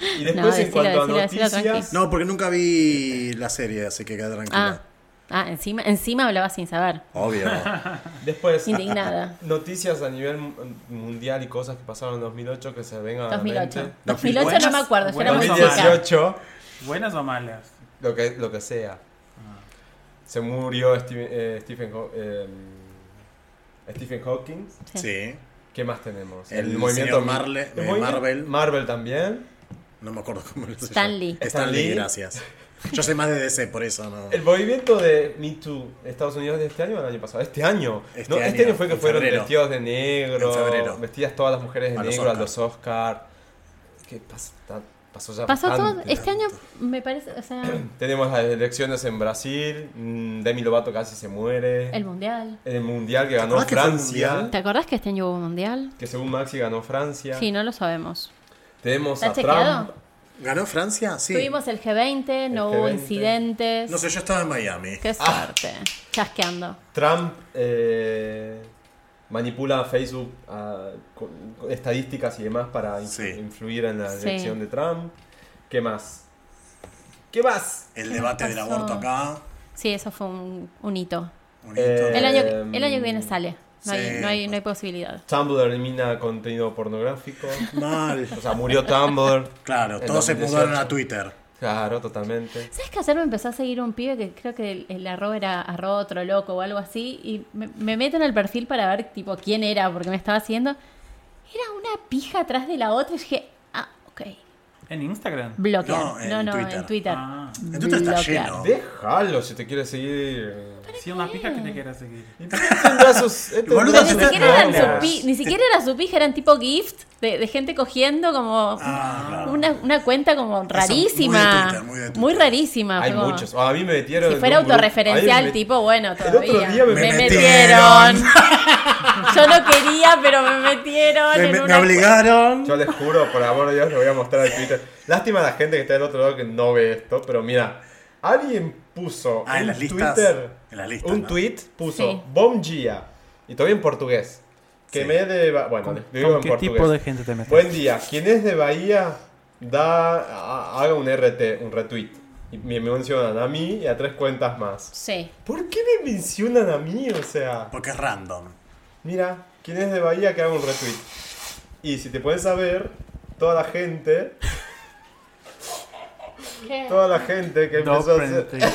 Speaker 3: Y después
Speaker 4: No,
Speaker 3: en
Speaker 4: decilo,
Speaker 3: cuanto
Speaker 4: decilo,
Speaker 3: a
Speaker 4: decilo,
Speaker 3: noticias.
Speaker 1: No, porque nunca vi la serie, así que queda
Speaker 4: Ah,
Speaker 1: tranquila.
Speaker 4: ah encima, encima hablaba sin saber.
Speaker 1: Obvio.
Speaker 3: Después.
Speaker 4: Indignada.
Speaker 3: Noticias a nivel mu- mundial y cosas que pasaron en 2008 que se vengan a la
Speaker 4: 2008.
Speaker 3: mente.
Speaker 4: 2008 no me acuerdo, yo era muy
Speaker 5: Buenas-
Speaker 4: chica.
Speaker 3: 2018.
Speaker 5: ¿Buenas o malas?
Speaker 3: Lo que, lo que sea. Se murió Steven, eh, Stephen, Haw- eh, Stephen Hawking.
Speaker 1: Sí.
Speaker 3: ¿Qué más tenemos?
Speaker 1: El señor Marle-
Speaker 3: el
Speaker 1: eh,
Speaker 3: movimiento-
Speaker 1: Marvel.
Speaker 3: Marvel también.
Speaker 1: No me acuerdo cómo lo se
Speaker 4: Stan
Speaker 1: llama.
Speaker 4: Lee.
Speaker 1: Stan
Speaker 3: Stan
Speaker 1: Lee,
Speaker 3: Lee.
Speaker 1: gracias. Yo sé más de DC, por eso no.
Speaker 3: El movimiento de Me Too de Estados Unidos de este año o del año pasado. Este año.
Speaker 1: Este
Speaker 3: No,
Speaker 1: año,
Speaker 3: este año fue que
Speaker 1: en
Speaker 3: fueron
Speaker 1: febrero.
Speaker 3: vestidos de negro.
Speaker 1: En febrero.
Speaker 3: Vestidas todas las mujeres de
Speaker 1: A los
Speaker 3: negro a
Speaker 1: Oscar.
Speaker 3: los Oscar. ¿Qué pasa? Ta- Pasó ya
Speaker 4: Pasó todo.
Speaker 3: bastante.
Speaker 4: Este año me parece. O sea,
Speaker 3: Tenemos las elecciones en Brasil. mm, Demi Lovato casi se muere.
Speaker 4: el mundial.
Speaker 3: El mundial que ganó
Speaker 1: acordás que fue el
Speaker 3: Francia.
Speaker 1: mundial?
Speaker 4: ¿Te acordás que este año hubo mundial?
Speaker 3: Que según Maxi ganó Francia.
Speaker 4: Sí, no lo sabemos.
Speaker 3: Tenemos
Speaker 4: ¿Está
Speaker 3: a
Speaker 4: chequeado?
Speaker 3: Trump.
Speaker 1: ¿Ganó Francia? Sí.
Speaker 4: Tuvimos el G20, no
Speaker 3: El
Speaker 4: hubo
Speaker 3: G20.
Speaker 4: incidentes.
Speaker 1: No sé, Ah. yo estaba en Miami.
Speaker 4: Qué suerte. Chasqueando.
Speaker 3: Trump eh, manipula Facebook ah, con- con estadísticas y demás para in-
Speaker 1: Sí.
Speaker 3: influir en la
Speaker 4: Sí.
Speaker 3: elección de Trump. ¿Qué más? ¿Qué más?
Speaker 1: El debate del
Speaker 4: pasó?
Speaker 1: aborto acá.
Speaker 4: Sí, eso fue un, un hito.
Speaker 1: un
Speaker 3: Eh,
Speaker 1: hito.
Speaker 4: El año,
Speaker 3: Em,
Speaker 4: el año que viene sale. No,
Speaker 1: sí,
Speaker 4: hay, no, hay, no hay
Speaker 1: pues-
Speaker 4: posibilidad.
Speaker 3: Tumblr elimina contenido pornográfico.
Speaker 1: Mal.
Speaker 3: O sea, murió Tumblr.
Speaker 1: Claro,
Speaker 3: El
Speaker 1: todos se
Speaker 3: 2018.
Speaker 1: mudaron a Twitter.
Speaker 3: Claro, totalmente.
Speaker 4: ¿Sabes que ayer me empezó a seguir un pibe que creo que el, el arroba era arroba otro loco o algo así? Y me, me meto en el perfil para ver tipo quién era, porque me estaba haciendo. Era una pija atrás de la otra y dije, ah, ok.
Speaker 5: En Instagram.
Speaker 4: Bloquear.
Speaker 1: No,
Speaker 4: No,
Speaker 1: en
Speaker 4: no,
Speaker 1: Twitter.
Speaker 4: en Twitter.
Speaker 5: Ah.
Speaker 1: En Twitter está
Speaker 4: Bloquear.
Speaker 1: lleno.
Speaker 3: Déjalo si te quiere seguir.
Speaker 5: Sí, una pija que te quiera seguir.
Speaker 3: Y tendrá sus- eh,
Speaker 1: Boludo,
Speaker 3: tendrá
Speaker 4: Ni
Speaker 1: se
Speaker 3: sus
Speaker 1: está-
Speaker 4: siquiera, eran su
Speaker 3: problemas.
Speaker 4: pi- ni siquiera era su pija, eran tipo gift de, de gente cogiendo como
Speaker 1: Ah, claro.
Speaker 4: una, una cuenta como rarísima.
Speaker 1: Twitter, muy de Twitter.
Speaker 4: rarísima.
Speaker 3: Hay
Speaker 4: fue como-
Speaker 3: muchos. Ah, A mí me metieron.
Speaker 4: Si
Speaker 3: en
Speaker 4: fuera
Speaker 3: un grupo- a mí
Speaker 4: autorreferencial,
Speaker 3: me-
Speaker 4: tipo, bueno,
Speaker 3: otro
Speaker 4: todavía.
Speaker 3: día me
Speaker 1: metieron.
Speaker 4: Yo no quería, pero me metieron
Speaker 1: Me,
Speaker 4: en
Speaker 1: me- me
Speaker 4: una-
Speaker 1: obligaron.
Speaker 3: Yo les juro, por amor de Dios, les voy a mostrar el Twitter. Lástima a la gente que está del otro lado que no ve esto, pero mira, alguien puso
Speaker 1: Ah, en
Speaker 3: un
Speaker 1: las listas.
Speaker 3: Twitter,
Speaker 1: En las listas,
Speaker 3: un
Speaker 1: ¿no?
Speaker 3: tweet puso
Speaker 4: Sí.
Speaker 3: Bom dia", y todavía en portugués. Que
Speaker 1: Sí.
Speaker 3: me de Ba- bueno,
Speaker 5: ¿Con,
Speaker 3: les digo en
Speaker 5: qué
Speaker 3: portugués.
Speaker 5: tipo de gente te metes?
Speaker 3: Buen día, quien es de Bahía da a- haga un RT, un retweet. Y me mencionan a mí y a tres cuentas más.
Speaker 4: Sí.
Speaker 3: ¿Por qué me mencionan a mí? O sea,
Speaker 1: Porque es random.
Speaker 3: Mira, ¿quién es de Bahía que haga un retweet? Y si te puedes saber, toda la gente, toda la gente que
Speaker 5: No,
Speaker 3: empezó a hacer.
Speaker 5: frente.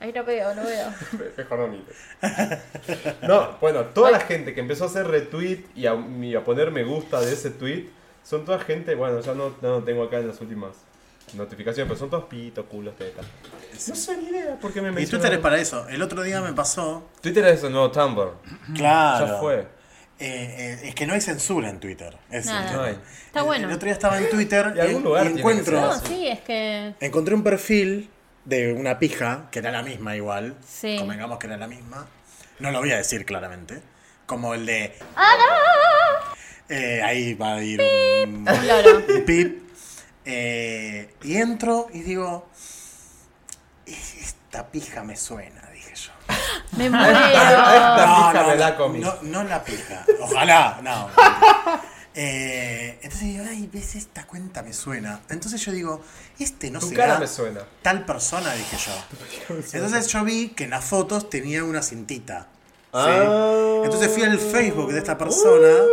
Speaker 4: Ahí no veo, no veo.
Speaker 3: Mejor no mires. No, bueno, toda la gente que empezó a hacer retweet y a, y a poner me gusta de ese tweet, son toda gente, bueno, ya no, no tengo acá en las últimas notificaciones, pero son todos pitos, culos, tetas. No sé ni idea por qué me
Speaker 1: Y
Speaker 3: mencionan.
Speaker 1: Twitter es para eso. El otro día me pasó.
Speaker 3: Twitter es el nuevo Tumblr.
Speaker 1: Claro.
Speaker 3: Ya fue.
Speaker 1: Eh, eh, es que no hay censura en Twitter. Es
Speaker 4: Nada.
Speaker 1: el
Speaker 3: No hay.
Speaker 4: Está
Speaker 1: El-
Speaker 4: bueno.
Speaker 1: El otro día estaba en Twitter
Speaker 3: Y algún
Speaker 1: y-
Speaker 3: lugar
Speaker 1: y
Speaker 3: tiene
Speaker 1: encuentro,
Speaker 4: No,
Speaker 3: que
Speaker 4: sí, es que.
Speaker 1: encontré un perfil de una pija, que era la misma igual.
Speaker 4: Sí.
Speaker 1: Convengamos que era la misma. No lo voy a decir claramente. Como el de. Eh, ahí va a ir un,
Speaker 4: Un loro.
Speaker 1: un pip. Eh, y entro y digo. Esta pija me suena, dije yo. Ah,
Speaker 4: Me
Speaker 3: esta-
Speaker 4: muero.
Speaker 3: pija me la comí.
Speaker 1: No, no la pija. Ojalá, no. Eh, entonces digo, ay, ves, esta cuenta me suena. Entonces yo digo, este no
Speaker 3: Tu
Speaker 1: será
Speaker 3: cara me suena.
Speaker 1: tal persona, dije yo. Entonces yo vi que en las fotos tenía una cintita. ¿sí?
Speaker 3: Ah. Uh.
Speaker 1: Entonces fui al Facebook de esta persona,
Speaker 4: Al
Speaker 1: ah,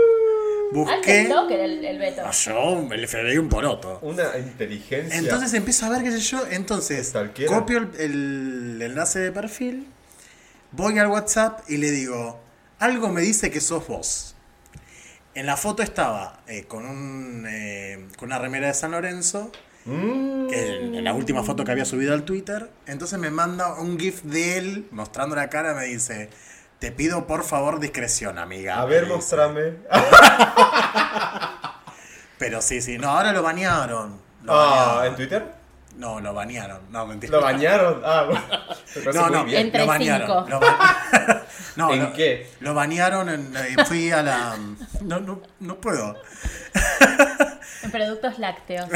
Speaker 1: busqué. Ah,
Speaker 4: TikToker el, el Beto.
Speaker 1: No, yo le fregué un poroto.
Speaker 3: Una inteligencia.
Speaker 1: Entonces empiezo a ver qué sé yo. Entonces
Speaker 3: Stalkera.
Speaker 1: copio el, el enlace de perfil, voy al WhatsApp y le digo, algo me dice que sos vos. En la foto estaba eh, con, un, eh, con una remera de San Lorenzo,
Speaker 3: Mm.
Speaker 1: que en en la última foto que había subido al Twitter. Entonces me manda un GIF de él mostrando la cara, me dice, Te pido por favor discreción, amiga.
Speaker 3: A ver,
Speaker 1: me dice.
Speaker 3: mostrame.
Speaker 1: Pero sí, sí. No, ahora lo banearon. Lo
Speaker 3: Ah,
Speaker 1: banearon.
Speaker 3: ¿en Twitter?
Speaker 1: No, lo banearon. No, mentira.
Speaker 3: Lo bañaron. Ah, bueno. Me parece
Speaker 1: No,
Speaker 3: muy
Speaker 1: no,
Speaker 3: bien.
Speaker 4: Entre
Speaker 1: lo banearon.
Speaker 4: cinco.
Speaker 1: lo ba- No,
Speaker 3: ¿En
Speaker 1: lo-
Speaker 3: qué?
Speaker 1: Lo banearon en. eh, Fui a la. No, no, no puedo.
Speaker 4: En productos lácteos,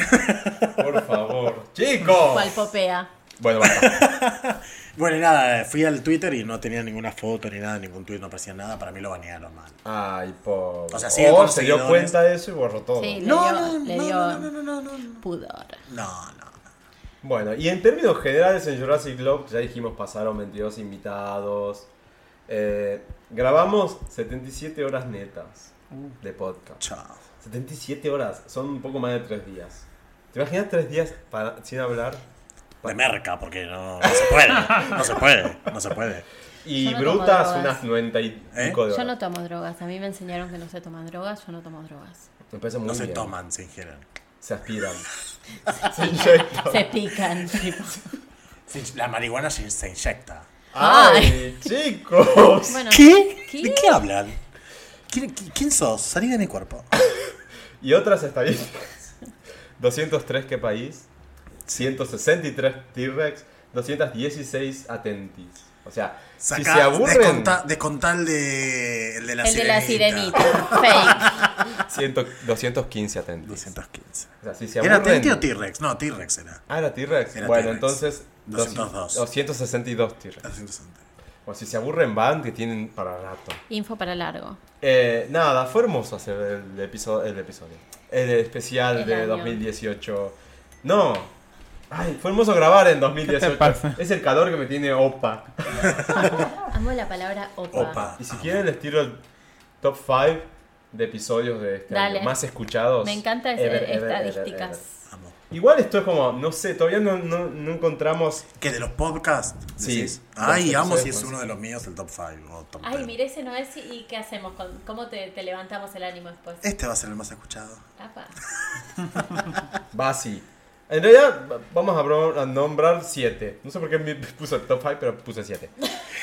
Speaker 3: Por favor.
Speaker 1: Oh.
Speaker 3: ¡Chicos!
Speaker 4: cual popea.
Speaker 3: Bueno, basta.
Speaker 1: Bueno, nada, eh, fui al Twitter y no tenía ninguna foto ni nada, ningún tweet, no aparecía nada. Para mí lo banearon mal.
Speaker 3: Ay, pobre.
Speaker 1: O
Speaker 3: O
Speaker 1: sea, sigue con ¿eh?
Speaker 3: se dio
Speaker 1: seguidores.
Speaker 3: cuenta de eso y borró todo.
Speaker 4: Sí, le
Speaker 1: No,
Speaker 4: dio,
Speaker 1: no,
Speaker 4: le
Speaker 1: no,
Speaker 4: dio
Speaker 1: no, no, no, no, no, no.
Speaker 4: pudor.
Speaker 1: No, no.
Speaker 3: Bueno, y en términos generales en Jurassic Globe ya dijimos pasaron 22 invitados. Eh, grabamos 77 horas netas de podcast.
Speaker 1: Chao.
Speaker 3: 77 horas, son un poco más de 3 días. ¿Te imaginas 3 días para- sin hablar?
Speaker 1: De merca, porque no, no se puede. No se puede. No se puede.
Speaker 3: Y
Speaker 4: Yo no tomo
Speaker 3: brutas
Speaker 4: drogas.
Speaker 3: unas
Speaker 1: ¿Eh?
Speaker 3: 95 de
Speaker 4: Yo
Speaker 3: horas.
Speaker 4: no tomo drogas, a mí me enseñaron que no se toman drogas, yo no tomo drogas.
Speaker 3: Me parece muy
Speaker 1: No se
Speaker 3: bien.
Speaker 1: toman, se ingieren.
Speaker 3: Se aspiran. se inyectan.
Speaker 4: Se pican, tipo.
Speaker 1: Se- La marihuana se, se inyecta.
Speaker 3: ¡Ay, chicos!
Speaker 4: Bueno,
Speaker 1: ¿Qué?
Speaker 4: ¿qué?
Speaker 1: ¿De qué hablan? ¿Quién, qui- quién sos? Salí de mi cuerpo.
Speaker 3: Y otras estadísticas. 203 qué país, 163 T-Rex, 216 Atentis. O sea, si
Speaker 1: Sacá,
Speaker 3: se aburren,
Speaker 1: descontá, descontá el de, el de la
Speaker 4: el de la
Speaker 1: sirenita.
Speaker 4: sirenita, fake.
Speaker 3: 100 215 Atentis.
Speaker 1: 215.
Speaker 3: O sea, si se
Speaker 1: ¿Era
Speaker 3: aburren...
Speaker 1: Tenti o T-Rex? No, T-Rex era.
Speaker 3: Ah, era T-Rex.
Speaker 1: Era
Speaker 3: Bueno,
Speaker 1: T-Rex.
Speaker 3: entonces...
Speaker 1: 202.
Speaker 3: 262 T-Rex.
Speaker 1: 260.
Speaker 3: O si se aburren, van, que tienen para rato.
Speaker 4: Info para largo.
Speaker 3: Eh, nada, fue hermoso hacer el episodio, el episodio, el especial
Speaker 4: El
Speaker 3: de
Speaker 4: año.
Speaker 3: 2018. No, ay, fue hermoso grabar en
Speaker 5: ¿Qué te
Speaker 3: 2018.
Speaker 5: pasa?
Speaker 3: Es el calor que me tiene opa.
Speaker 4: Amo la palabra opa.
Speaker 1: Opa.
Speaker 3: Y si quieren les tiro el top 5 de episodios de este
Speaker 4: Dale.
Speaker 3: año, más escuchados.
Speaker 4: Me encantan
Speaker 3: ever, ever, ever, ever.
Speaker 4: estadísticas.
Speaker 1: Vamos.
Speaker 3: Igual esto es como, no sé, todavía no, no- no encontramos.
Speaker 1: ¿Qué de los podcasts?
Speaker 3: Sí.
Speaker 1: decís? Ay,
Speaker 3: Los
Speaker 1: amo si
Speaker 3: episodios,
Speaker 1: es uno
Speaker 3: sí.
Speaker 1: de los míos, el top 5. o top
Speaker 4: Ay,
Speaker 1: 10.
Speaker 4: mire, ese no es. ¿Y qué hacemos? con- ¿Cómo te, te levantamos el ánimo después?
Speaker 1: Este va a ser el más escuchado.
Speaker 4: Apa.
Speaker 3: Va así. En realidad, va- vamos a bro- a nombrar 7. No sé por qué me puse el top 5, pero puse 7.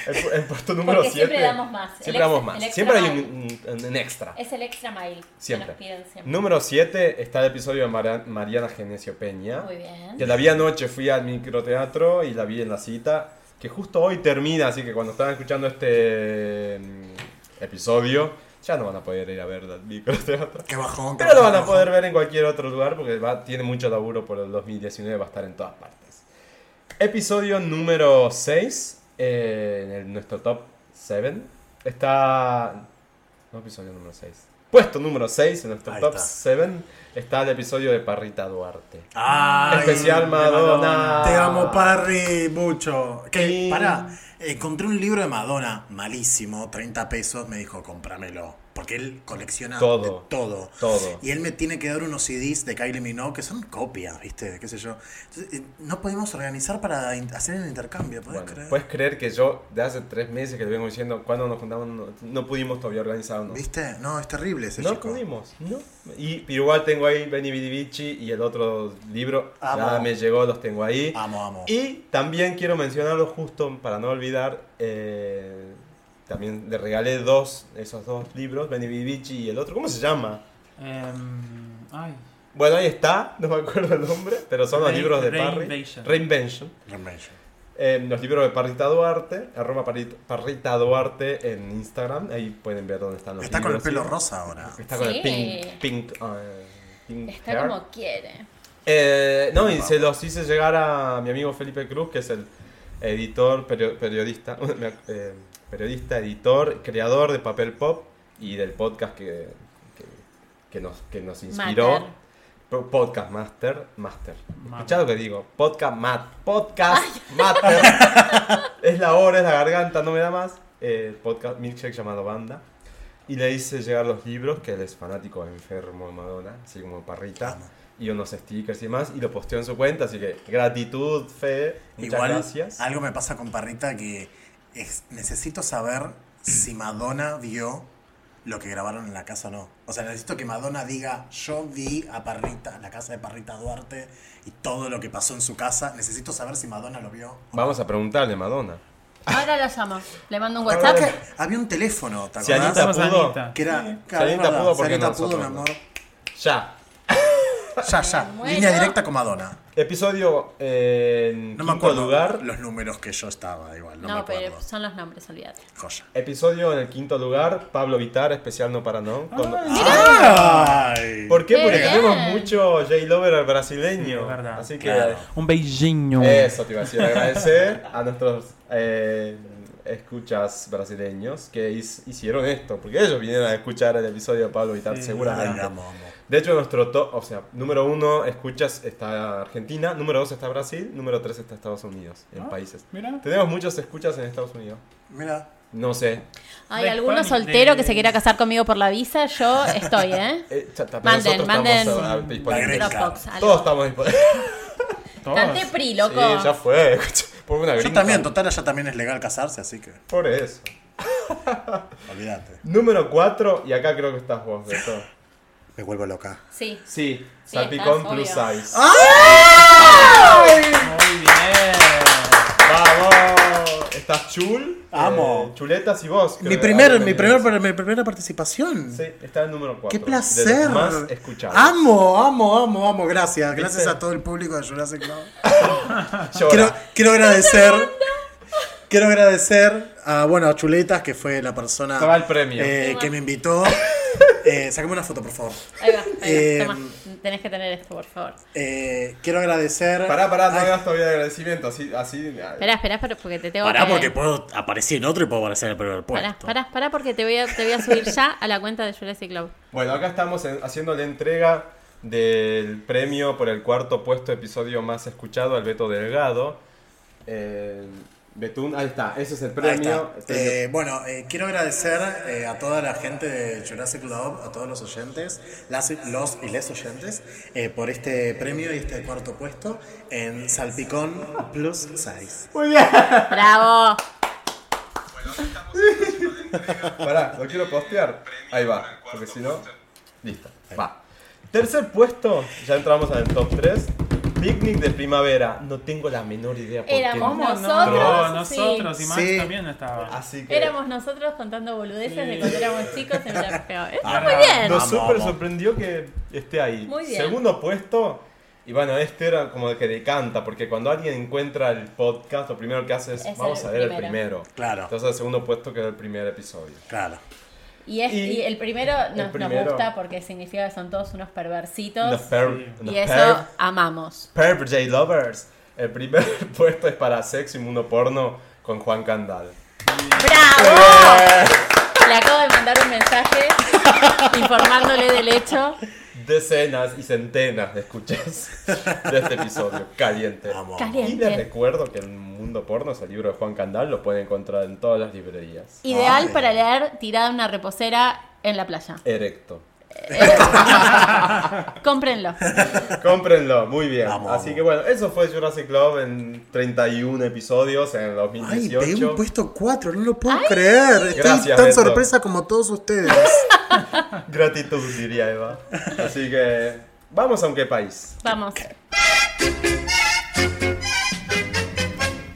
Speaker 3: El, pu- el puesto número
Speaker 4: Porque
Speaker 3: 7.
Speaker 4: siempre damos más. El
Speaker 3: Siempre
Speaker 4: ex-
Speaker 3: damos
Speaker 4: el
Speaker 3: más.
Speaker 4: extra
Speaker 3: Siempre hay
Speaker 4: mile.
Speaker 3: un, un- un extra.
Speaker 4: Es el extra mile. Que
Speaker 3: Siempre.
Speaker 4: nos piden siempre.
Speaker 3: Número 7 está el episodio de Mara- Mariana Genesio Peña.
Speaker 4: Muy bien.
Speaker 3: Que la vi anoche, fui al microteatro y la vi en la cita. Que justo hoy termina, así que cuando están escuchando este mm, episodio, ya no van a poder ir a ver el microteatro.
Speaker 1: Qué bajón. qué
Speaker 3: Pero lo
Speaker 1: bajón,
Speaker 3: van a
Speaker 1: qué
Speaker 3: poder
Speaker 1: bajón.
Speaker 3: ver en cualquier otro lugar porque va- tiene mucho laburo por el 2019, va a estar en todas partes. Episodio número 6, en el- nuestro top 7, está... No, episodio número 6. Puesto número 6 en nuestro
Speaker 1: Ahí
Speaker 3: top
Speaker 1: está.
Speaker 3: 7 está el episodio de Parrita Duarte.
Speaker 1: Ay,
Speaker 3: Especial Madonna.
Speaker 1: Te amo, Parry, mucho. Que,
Speaker 3: Sí.
Speaker 1: pará, encontré un libro de Madonna malísimo, 30 pesos, me dijo, cómpramelo. Porque él colecciona
Speaker 3: Todo.
Speaker 1: de todo.
Speaker 3: Todo.
Speaker 1: Y él me tiene que dar unos CDs de Kylie Minogue que son copias, ¿viste? ¿Qué sé yo? Entonces, eh, no podemos organizar para in- hacer el intercambio, ¿podés
Speaker 3: Bueno, pues,
Speaker 1: creer?
Speaker 3: puedes creer que yo de hace tres meses que te vengo diciendo cuando nos juntamos no, no pudimos todavía organizarnos.
Speaker 1: ¿Viste? No, es terrible ese
Speaker 3: No
Speaker 1: chico.
Speaker 3: pudimos, no. Y pero igual tengo ahí Benny Bidi Bici y el otro libro.
Speaker 1: Amo.
Speaker 3: Ya me llegó, los tengo ahí.
Speaker 1: Amo, amo.
Speaker 3: Y también quiero mencionarlo justo para no olvidar. eh, también le regalé dos, esos dos libros, Benny Bidi Bici y el otro. ¿Cómo se llama?
Speaker 5: Em, ay,
Speaker 3: Bueno, ahí está, no me acuerdo el nombre, pero son los
Speaker 5: Re-
Speaker 3: libros de Parry.
Speaker 5: Reinvention.
Speaker 3: Reinvention.
Speaker 1: Reinvention.
Speaker 3: Eh, los libros de Parrita Duarte, arroba Parrit- Parrita Duarte en Instagram. Ahí pueden ver dónde están los
Speaker 1: Está con el
Speaker 3: libros.
Speaker 1: pelo rosa ahora.
Speaker 3: Está con el
Speaker 4: Sí.
Speaker 3: pink, pink, eh, pink
Speaker 4: Está
Speaker 3: hair.
Speaker 4: como quiere.
Speaker 3: Eh, no, y se los hice llegar a mi amigo Felipe Cruz, que es el editor, perio- periodista, me ac- eh, periodista, editor, creador de Papel Pop y del podcast que, que, que nos, que nos inspiró.
Speaker 4: Mater.
Speaker 3: Po- Podcast Master, Master.
Speaker 5: Mater.
Speaker 3: ¿Escuchá lo que digo? Podcast Mat. Podcast Master. es la hora, es la garganta, no me da más. Eh, podcast Milkshake llamado Banda. Y le hice llegar los libros, que él es fanático enfermo de Madonna, así como parrita.
Speaker 1: Amo.
Speaker 3: Y unos stickers y más. Y lo posteó en su cuenta, así que gratitud, Fe. Muchas
Speaker 1: Igual,
Speaker 3: gracias.
Speaker 1: algo me pasa con Parrita que es- necesito saber si Madonna vio lo que grabaron en la casa o no. O sea, necesito que Madonna diga, yo vi a Parrita, la casa de Parrita Duarte y todo lo que pasó en su casa. Necesito saber si Madonna lo vio.
Speaker 3: Vamos a preguntarle, Madonna.
Speaker 4: Ahora la llamo. Le mando un
Speaker 1: ¿Te acordás
Speaker 4: WhatsApp.
Speaker 1: que había un teléfono, ¿te
Speaker 3: Si
Speaker 1: acordás?
Speaker 3: Anita
Speaker 5: Estamos
Speaker 3: pudo.
Speaker 5: Anita.
Speaker 1: Que era. claro,
Speaker 3: Anita
Speaker 1: es verdad,
Speaker 3: pudo,
Speaker 1: si
Speaker 3: porque
Speaker 1: Anita
Speaker 3: nosotros
Speaker 1: pudo, mi
Speaker 3: no.
Speaker 1: amor.
Speaker 3: Ya.
Speaker 1: Ya, ya.
Speaker 4: Bueno.
Speaker 1: Línea directa con Madonna.
Speaker 3: Episodio eh, en
Speaker 1: No me
Speaker 3: quinto
Speaker 1: acuerdo
Speaker 3: lugar.
Speaker 1: los números que yo estaba, igual. No,
Speaker 4: No,
Speaker 1: me acuerdo.
Speaker 4: pero son los nombres, olvídate.
Speaker 1: Joya.
Speaker 3: Episodio en el quinto lugar, Pablo Vitar, especial no para
Speaker 5: Ah.
Speaker 3: no. Con-
Speaker 1: ¡Ay!
Speaker 3: ¿Por qué?
Speaker 4: Qué
Speaker 3: Porque
Speaker 4: bien.
Speaker 3: tenemos mucho J Lover al brasileño.
Speaker 5: Sí, es verdad.
Speaker 3: Así que
Speaker 1: Claro.
Speaker 5: Un beijinho.
Speaker 3: eso te iba a decir, agradecer a nuestros eh, escuchas brasileños que his- hicieron esto, porque ellos vinieron a escuchar el episodio de Pablo Vitar
Speaker 5: Sí,
Speaker 1: Ay,
Speaker 3: seguramente.
Speaker 1: amo, amo.
Speaker 3: De hecho, nuestro top, o sea, número uno escuchas está Argentina, número dos está Brasil, número tres está Estados Unidos, en
Speaker 5: Ah.
Speaker 3: países.
Speaker 5: Mira.
Speaker 3: Tenemos muchos escuchas en Estados Unidos.
Speaker 1: Mira.
Speaker 3: No sé.
Speaker 4: Hay
Speaker 5: De
Speaker 4: alguno
Speaker 5: Spani-
Speaker 4: soltero
Speaker 5: de-
Speaker 4: que se quiera casar conmigo por la visa, yo estoy, ¿eh?
Speaker 3: Eh, ya está, pero
Speaker 4: Manden,
Speaker 3: nosotros
Speaker 4: manden.
Speaker 3: estamos ah, disponibles.
Speaker 1: Venga.
Speaker 4: Dropbox, algo.
Speaker 3: Todos estamos disponibles.
Speaker 5: Todos.
Speaker 4: Dante Pri,
Speaker 3: Sí,
Speaker 4: loco.
Speaker 3: ya fue. Por una
Speaker 1: Yo
Speaker 3: gringa.
Speaker 1: también, total, allá también es legal casarse, así que
Speaker 3: Por eso.
Speaker 1: olvídate.
Speaker 3: Número 4, y acá creo que estás vos, Beto.
Speaker 1: Me vuelvo loca.
Speaker 4: Sí.
Speaker 3: Sí,
Speaker 4: Sí,
Speaker 3: Salpicón
Speaker 4: estás,
Speaker 3: Plus
Speaker 4: obvio.
Speaker 1: Ah.
Speaker 3: Size.
Speaker 5: Muy bien.
Speaker 3: ¡Vamos! Estás chul.
Speaker 1: Amo.
Speaker 3: eh, chuletas y vos. creo
Speaker 1: Mi
Speaker 3: que
Speaker 1: primer,
Speaker 3: ahora
Speaker 1: mi,
Speaker 3: tenés.
Speaker 1: primer, mi primera participación.
Speaker 3: Sí, está el número 4.
Speaker 1: ¡Qué placer! Ah,
Speaker 3: más escuchado.
Speaker 1: Amo, amo, amo, amo. Gracias. Gracias
Speaker 3: ¿Viste?
Speaker 1: a todo el público de Jurassic Club.
Speaker 3: Llora.
Speaker 1: Quiero, quiero agradecer. Quiero agradecer a, bueno, a Chuletas, que fue la persona
Speaker 3: Se va el premio.
Speaker 1: eh, que me invitó. Eh, sacame una foto, por favor.
Speaker 4: Ahí va, ahí
Speaker 1: Eh,
Speaker 4: va. Toma, tenés que tener esto, por favor.
Speaker 1: Eh, quiero agradecer.
Speaker 3: Pará, pará, no
Speaker 1: Ay,
Speaker 3: hagas todavía de agradecimiento. Así. así
Speaker 4: Esperá, esperá, pero- porque te tengo
Speaker 1: Pará,
Speaker 4: que...
Speaker 1: porque puedo aparecer en otro y puedo aparecer en el primer
Speaker 4: Pará,
Speaker 1: puesto.
Speaker 4: pará, pará, porque te voy, a, te voy a subir ya a la cuenta de Jurassic Club.
Speaker 3: Bueno, acá estamos en- haciendo la entrega del premio por el cuarto puesto episodio más escuchado al Beto Delgado. Eh, Betún, ahí está, ese es el
Speaker 1: Ahí
Speaker 3: premio.
Speaker 1: está.
Speaker 3: El premio.
Speaker 1: Eh, bueno, eh, quiero agradecer eh, a toda la gente de Jurassic Club, a todos los oyentes, las- los y les oyentes, eh, por este premio y este cuarto puesto en Salpicón Plus 6.
Speaker 3: Muy bien.
Speaker 4: ¡Bravo!
Speaker 3: Pará, lo quiero postear. Ahí va, porque si no. Listo, va. Tercer puesto, ya entramos al top 3. Picnic de primavera, no tengo la menor idea por
Speaker 4: Éramos
Speaker 3: qué.
Speaker 5: ¿Cómo
Speaker 4: Nosotros,
Speaker 5: no?
Speaker 4: sí.
Speaker 5: Nosotros y Max
Speaker 1: Sí.
Speaker 5: también estaba.
Speaker 3: Así que.
Speaker 4: Éramos nosotros contando boludeces de cuando éramos chicos en la peor. Eso
Speaker 5: Ah,
Speaker 4: muy bien.
Speaker 3: Nos
Speaker 1: Vamos,
Speaker 3: súper
Speaker 1: vamos.
Speaker 3: sorprendió que esté ahí.
Speaker 4: Muy bien.
Speaker 3: Segundo puesto. Y bueno, este era como que decanta, porque cuando alguien encuentra el podcast, lo primero que hace es,
Speaker 4: Es
Speaker 3: vamos
Speaker 4: el
Speaker 3: a ver el primero.
Speaker 4: primero.
Speaker 1: Claro.
Speaker 3: Entonces el segundo puesto quedó el primer episodio.
Speaker 1: Claro.
Speaker 4: Y, es,
Speaker 3: Y
Speaker 4: y el primero nos, nos
Speaker 3: primero-
Speaker 4: gusta porque significa que son todos unos perversitos.
Speaker 3: Los per, los
Speaker 4: y eso
Speaker 3: perv-
Speaker 4: amamos.
Speaker 3: Perv J Lovers. El primer puesto es para Sexo y Mundo Porno con Juan Candal.
Speaker 4: ¡Bravo!
Speaker 1: Eh.
Speaker 4: Le acabo de mandar un mensaje informándole del hecho.
Speaker 3: Decenas y centenas de escuchas de este episodio. Caliente.
Speaker 1: Amo.
Speaker 4: Caliente.
Speaker 3: Y les recuerdo que el mundo porno es el libro de Juan Candal, lo pueden encontrar en todas las librerías.
Speaker 4: Ideal
Speaker 1: Ay.
Speaker 4: para leer tirada en una reposera en la playa.
Speaker 3: Erecto.
Speaker 4: Cómprenlo.
Speaker 3: Cómprenlo, muy bien.
Speaker 1: Vamos,
Speaker 3: Así
Speaker 1: vamos.
Speaker 3: que bueno, eso fue Jurassic Club en 31 episodios en el
Speaker 1: Ay, pegué un pues-
Speaker 3: 2018.
Speaker 1: puesto 4, no lo puedo creer. Estoy
Speaker 3: Gracias,
Speaker 1: tan
Speaker 3: Beto.
Speaker 1: sorpresa como todos ustedes.
Speaker 3: Gratitud, diría Eva. Así que vamos a un qué país.
Speaker 4: Vamos.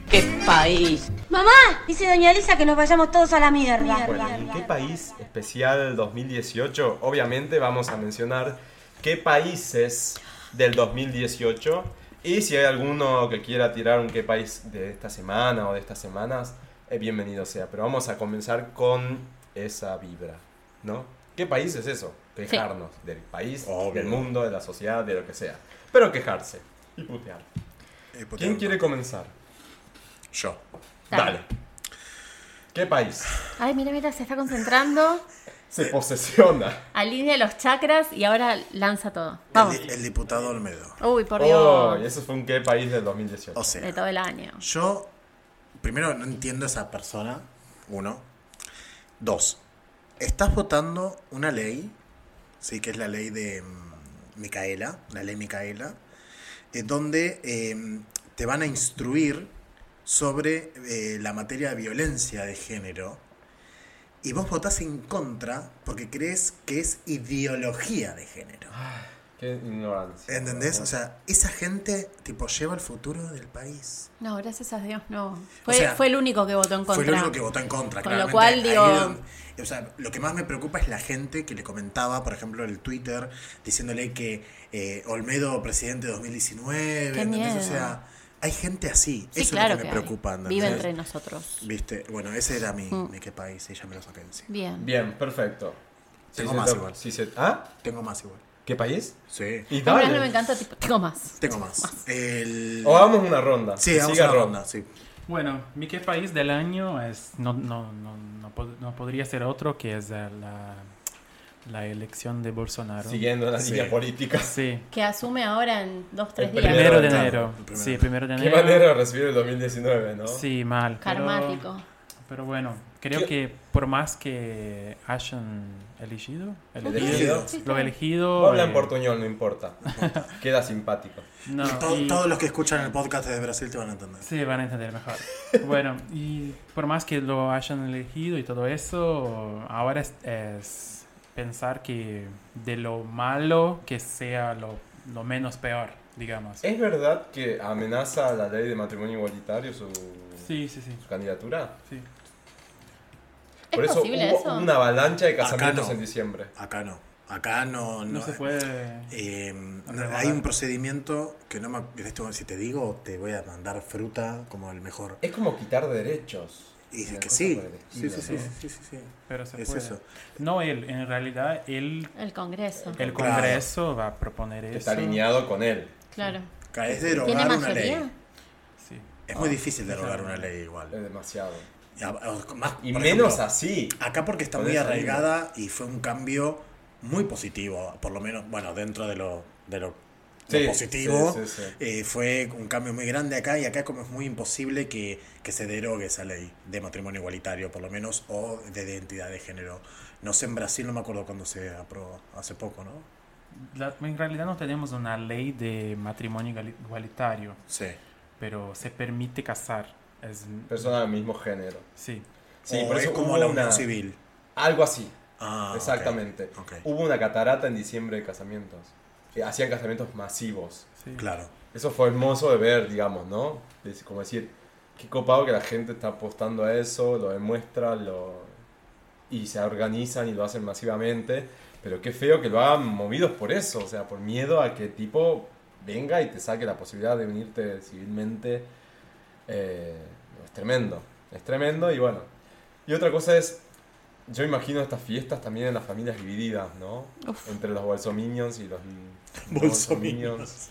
Speaker 7: ¡Qué país!
Speaker 8: Mamá, dice doña Elisa que nos vayamos todos a la mierda.
Speaker 3: Bueno, ¿en qué país especial 2018? Obviamente vamos a mencionar qué países del 2018 y si hay alguno que quiera tirar un qué país de esta semana o de estas semanas, eh, bienvenido sea. Pero vamos a comenzar con esa vibra, ¿no? ¿Qué país es eso? Quejarnos del país,
Speaker 1: Obvio.
Speaker 3: del mundo, de la sociedad, de lo que sea. Pero quejarse y putear. ¿Quién quiere comenzar?
Speaker 1: Yo.
Speaker 4: Dale.
Speaker 3: Dale. ¿Qué país
Speaker 4: Ay, mira, mira, se está concentrando.
Speaker 3: se posesiona?
Speaker 4: Alinea los chakras y ahora lanza todo.
Speaker 1: El,
Speaker 4: Vamos.
Speaker 1: di- el diputado Olmedo.
Speaker 4: Uy, por
Speaker 3: Oh, y
Speaker 4: Dios.
Speaker 3: eso fue un qué país del 2018.
Speaker 1: O
Speaker 4: De
Speaker 1: sea,
Speaker 4: todo el año.
Speaker 1: yo primero no entiendo a esa persona. Uno. Dos. Estás votando una ley, sí, que es la ley de mm, Micaela, la ley Micaela, eh, donde eh, te van a instruir sobre eh, la materia de violencia de género y vos votás en contra porque crees que es ideología de género.
Speaker 3: Qué ignorancia.
Speaker 1: ¿Entendés? O sea, esa gente, tipo, lleva el futuro del país.
Speaker 4: No, gracias a Dios, no. Fue,
Speaker 1: sea,
Speaker 4: fue el único que votó en contra.
Speaker 1: Fue el único que votó en contra,
Speaker 4: Con lo
Speaker 1: claramente.
Speaker 4: cual,
Speaker 1: Ahí
Speaker 4: digo-
Speaker 1: don- o sea, lo que más me preocupa es la gente que le comentaba, por ejemplo, el Twitter, diciéndole que eh, Olmedo, presidente 2019.
Speaker 4: Qué
Speaker 1: ¿entendés?
Speaker 4: miedo.
Speaker 1: O sea, hay gente así.
Speaker 4: Sí,
Speaker 1: Eso es
Speaker 4: claro
Speaker 1: lo que
Speaker 4: que
Speaker 1: me
Speaker 4: hay.
Speaker 1: preocupa. ¿entendés?
Speaker 4: Vive entre nosotros. Mm.
Speaker 1: ¿Viste? Bueno, ese era mi, mi qué país, y ya me lo saqué de encima.
Speaker 4: Bien.
Speaker 3: Bien, perfecto.
Speaker 1: Tengo
Speaker 3: se
Speaker 1: más
Speaker 3: to-
Speaker 1: igual.
Speaker 3: si se- ¿Ah?
Speaker 1: Tengo más igual.
Speaker 3: ¿Qué país?
Speaker 1: Sí.
Speaker 3: Y
Speaker 4: A mí
Speaker 3: dale.
Speaker 4: me encanta, tipo, tengo más.
Speaker 1: Tengo más. El...
Speaker 3: O hagamos una ronda.
Speaker 1: Sí,
Speaker 3: que
Speaker 1: vamos
Speaker 3: siga
Speaker 1: a la ronda. Sí.
Speaker 5: Bueno, mi qué país del año es no, no, no, no, pod- no podría ser otro que es eh, la, la elección de Bolsonaro.
Speaker 3: Siguiendo la
Speaker 1: Sí.
Speaker 3: línea política.
Speaker 5: Sí,
Speaker 4: Que asume ahora en dos, tres
Speaker 3: El
Speaker 4: días.
Speaker 5: primero de
Speaker 3: Claro,
Speaker 5: enero.
Speaker 1: el primero.
Speaker 5: Sí, primero de
Speaker 3: Qué
Speaker 5: enero.
Speaker 3: manera de recibir el 2019, ¿no?
Speaker 5: Sí, mal. pero-
Speaker 4: Karmático.
Speaker 5: Pero bueno, creo
Speaker 3: Yo-
Speaker 5: que por más que hayan elegido, elegido,
Speaker 1: Elegido.
Speaker 4: Sí,
Speaker 5: lo
Speaker 4: claro.
Speaker 5: elegido.
Speaker 3: Habla
Speaker 5: eh,
Speaker 3: en portuñol, no importa. Queda simpático.
Speaker 5: no,
Speaker 1: To-
Speaker 5: y-
Speaker 1: Todos los que escuchan el podcast desde Brasil te van a entender.
Speaker 5: Sí, van a entender mejor. Bueno, y por más que lo hayan elegido y todo eso, ahora es, es pensar que de lo malo que sea lo, lo menos peor, digamos.
Speaker 1: Eh.
Speaker 3: ¿Es verdad que amenaza la ley de matrimonio igualitario su,
Speaker 5: Sí, sí, sí.
Speaker 3: su candidatura?
Speaker 5: sí.
Speaker 4: ¿Es
Speaker 3: Por eso
Speaker 4: posible
Speaker 3: hubo
Speaker 4: eso?
Speaker 3: una avalancha de
Speaker 1: Acá
Speaker 3: casamientos
Speaker 1: no.
Speaker 3: en diciembre.
Speaker 1: Acá no. Acá no.
Speaker 5: No se puede...
Speaker 1: Eh, no,
Speaker 5: Rebajar.
Speaker 1: hay un procedimiento que no me. en este momento, si te digo, te voy a mandar fruta como el mejor.
Speaker 3: Es como quitar derechos.
Speaker 1: Y dices
Speaker 3: Una
Speaker 1: que
Speaker 3: cosa
Speaker 1: sí.
Speaker 3: por el
Speaker 1: Sí,
Speaker 3: estilo,
Speaker 1: sí, sí,
Speaker 3: ¿no?
Speaker 1: sí, sí, sí.
Speaker 5: Pero se
Speaker 1: Es
Speaker 5: puede.
Speaker 1: eso.
Speaker 5: No él, en realidad él,
Speaker 4: El Congreso.
Speaker 5: el
Speaker 1: Claro.
Speaker 5: Congreso va a proponer
Speaker 3: Que
Speaker 5: eso.
Speaker 3: Está alineado con él.
Speaker 4: Claro.
Speaker 1: Claro, Es derogar
Speaker 4: ¿Tiene
Speaker 1: una ley.
Speaker 4: mayoría?
Speaker 5: Sí.
Speaker 1: Es
Speaker 3: Ah,
Speaker 1: muy difícil derogar una ley igual.
Speaker 3: Es demasiado.
Speaker 1: Y a- a- más,
Speaker 3: Eh, Y
Speaker 1: por
Speaker 3: menos
Speaker 1: ejemplo,
Speaker 3: así.
Speaker 1: Acá porque está
Speaker 3: Por
Speaker 1: muy
Speaker 3: eso
Speaker 1: arraigada y fue un cambio muy positivo, por lo menos, bueno, dentro de lo, de lo, lo
Speaker 3: Sí,
Speaker 1: positivo,
Speaker 3: sí, sí, sí.
Speaker 1: eh, fue un cambio muy grande acá y acá como es muy imposible que, que se derogue esa ley de matrimonio igualitario, por lo menos, o de identidad de género. No sé, en Brasil no me acuerdo cuándo se aprobó, hace poco, ¿no?
Speaker 5: La- en realidad no tenemos una ley de matrimonio iguali- igualitario,
Speaker 1: Sí.
Speaker 5: pero se permite casar. Es,
Speaker 3: Personas del mismo género.
Speaker 5: sí.
Speaker 3: Sí,
Speaker 1: O
Speaker 3: por
Speaker 1: es
Speaker 3: eso
Speaker 1: como
Speaker 3: hubo
Speaker 1: la
Speaker 3: una-
Speaker 1: unión civil.
Speaker 3: Algo así.
Speaker 1: Ah, ok.
Speaker 3: Exactamente.
Speaker 1: Ok.
Speaker 3: Hubo una catarata en diciembre de casamientos. Eh, Hacían casamientos masivos.
Speaker 5: sí.
Speaker 1: Claro.
Speaker 3: Eso fue hermoso de ver, digamos, ¿no? Es como decir, qué copado que la gente está apostando a eso, lo demuestra, lo... y se organizan y lo hacen masivamente. Pero qué feo que lo hagan movidos por eso, o sea, por miedo a que tipo venga y te saque la posibilidad de unirte civilmente. Eh, es tremendo, es tremendo y bueno. Y otra cosa es, yo imagino estas fiestas también en las familias divididas, ¿no?
Speaker 4: Uf.
Speaker 3: Entre los bolsominions y los... no
Speaker 1: Bolsominions.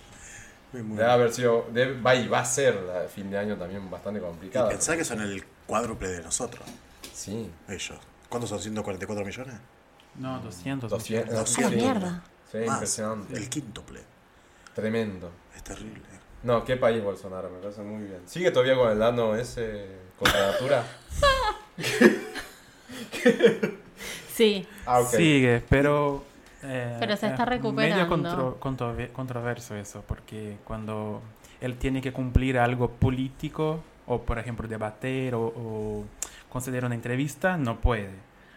Speaker 1: Muy, muy
Speaker 3: Debe haber sido. debe- va y va a ser la fin de año también bastante
Speaker 1: Y
Speaker 3: complicado.
Speaker 1: pensá que son el cuádruple de nosotros,
Speaker 3: Sí.
Speaker 1: ellos. ¿Cuántos son? ¿144 millones?
Speaker 5: No, 200.
Speaker 3: 200.
Speaker 4: A la
Speaker 1: Sí.
Speaker 4: mierda.
Speaker 3: Sí,
Speaker 1: Más.
Speaker 3: impresionante.
Speaker 1: El quíntuple.
Speaker 3: Tremendo.
Speaker 1: Es terrible. Ah,
Speaker 3: No, qué país Bolsonaro, me parece muy bien. ¿Sigue todavía con el dano ese contra natura?
Speaker 4: Sí.
Speaker 3: Ah, ok.
Speaker 5: Sigue, pero... eh,
Speaker 4: Pero se
Speaker 5: eh,
Speaker 4: está recuperando.
Speaker 5: Medio contro- controver- controverso eso, porque cuando él tiene que cumplir algo político, o por ejemplo debater o, o conceder una entrevista, no puede.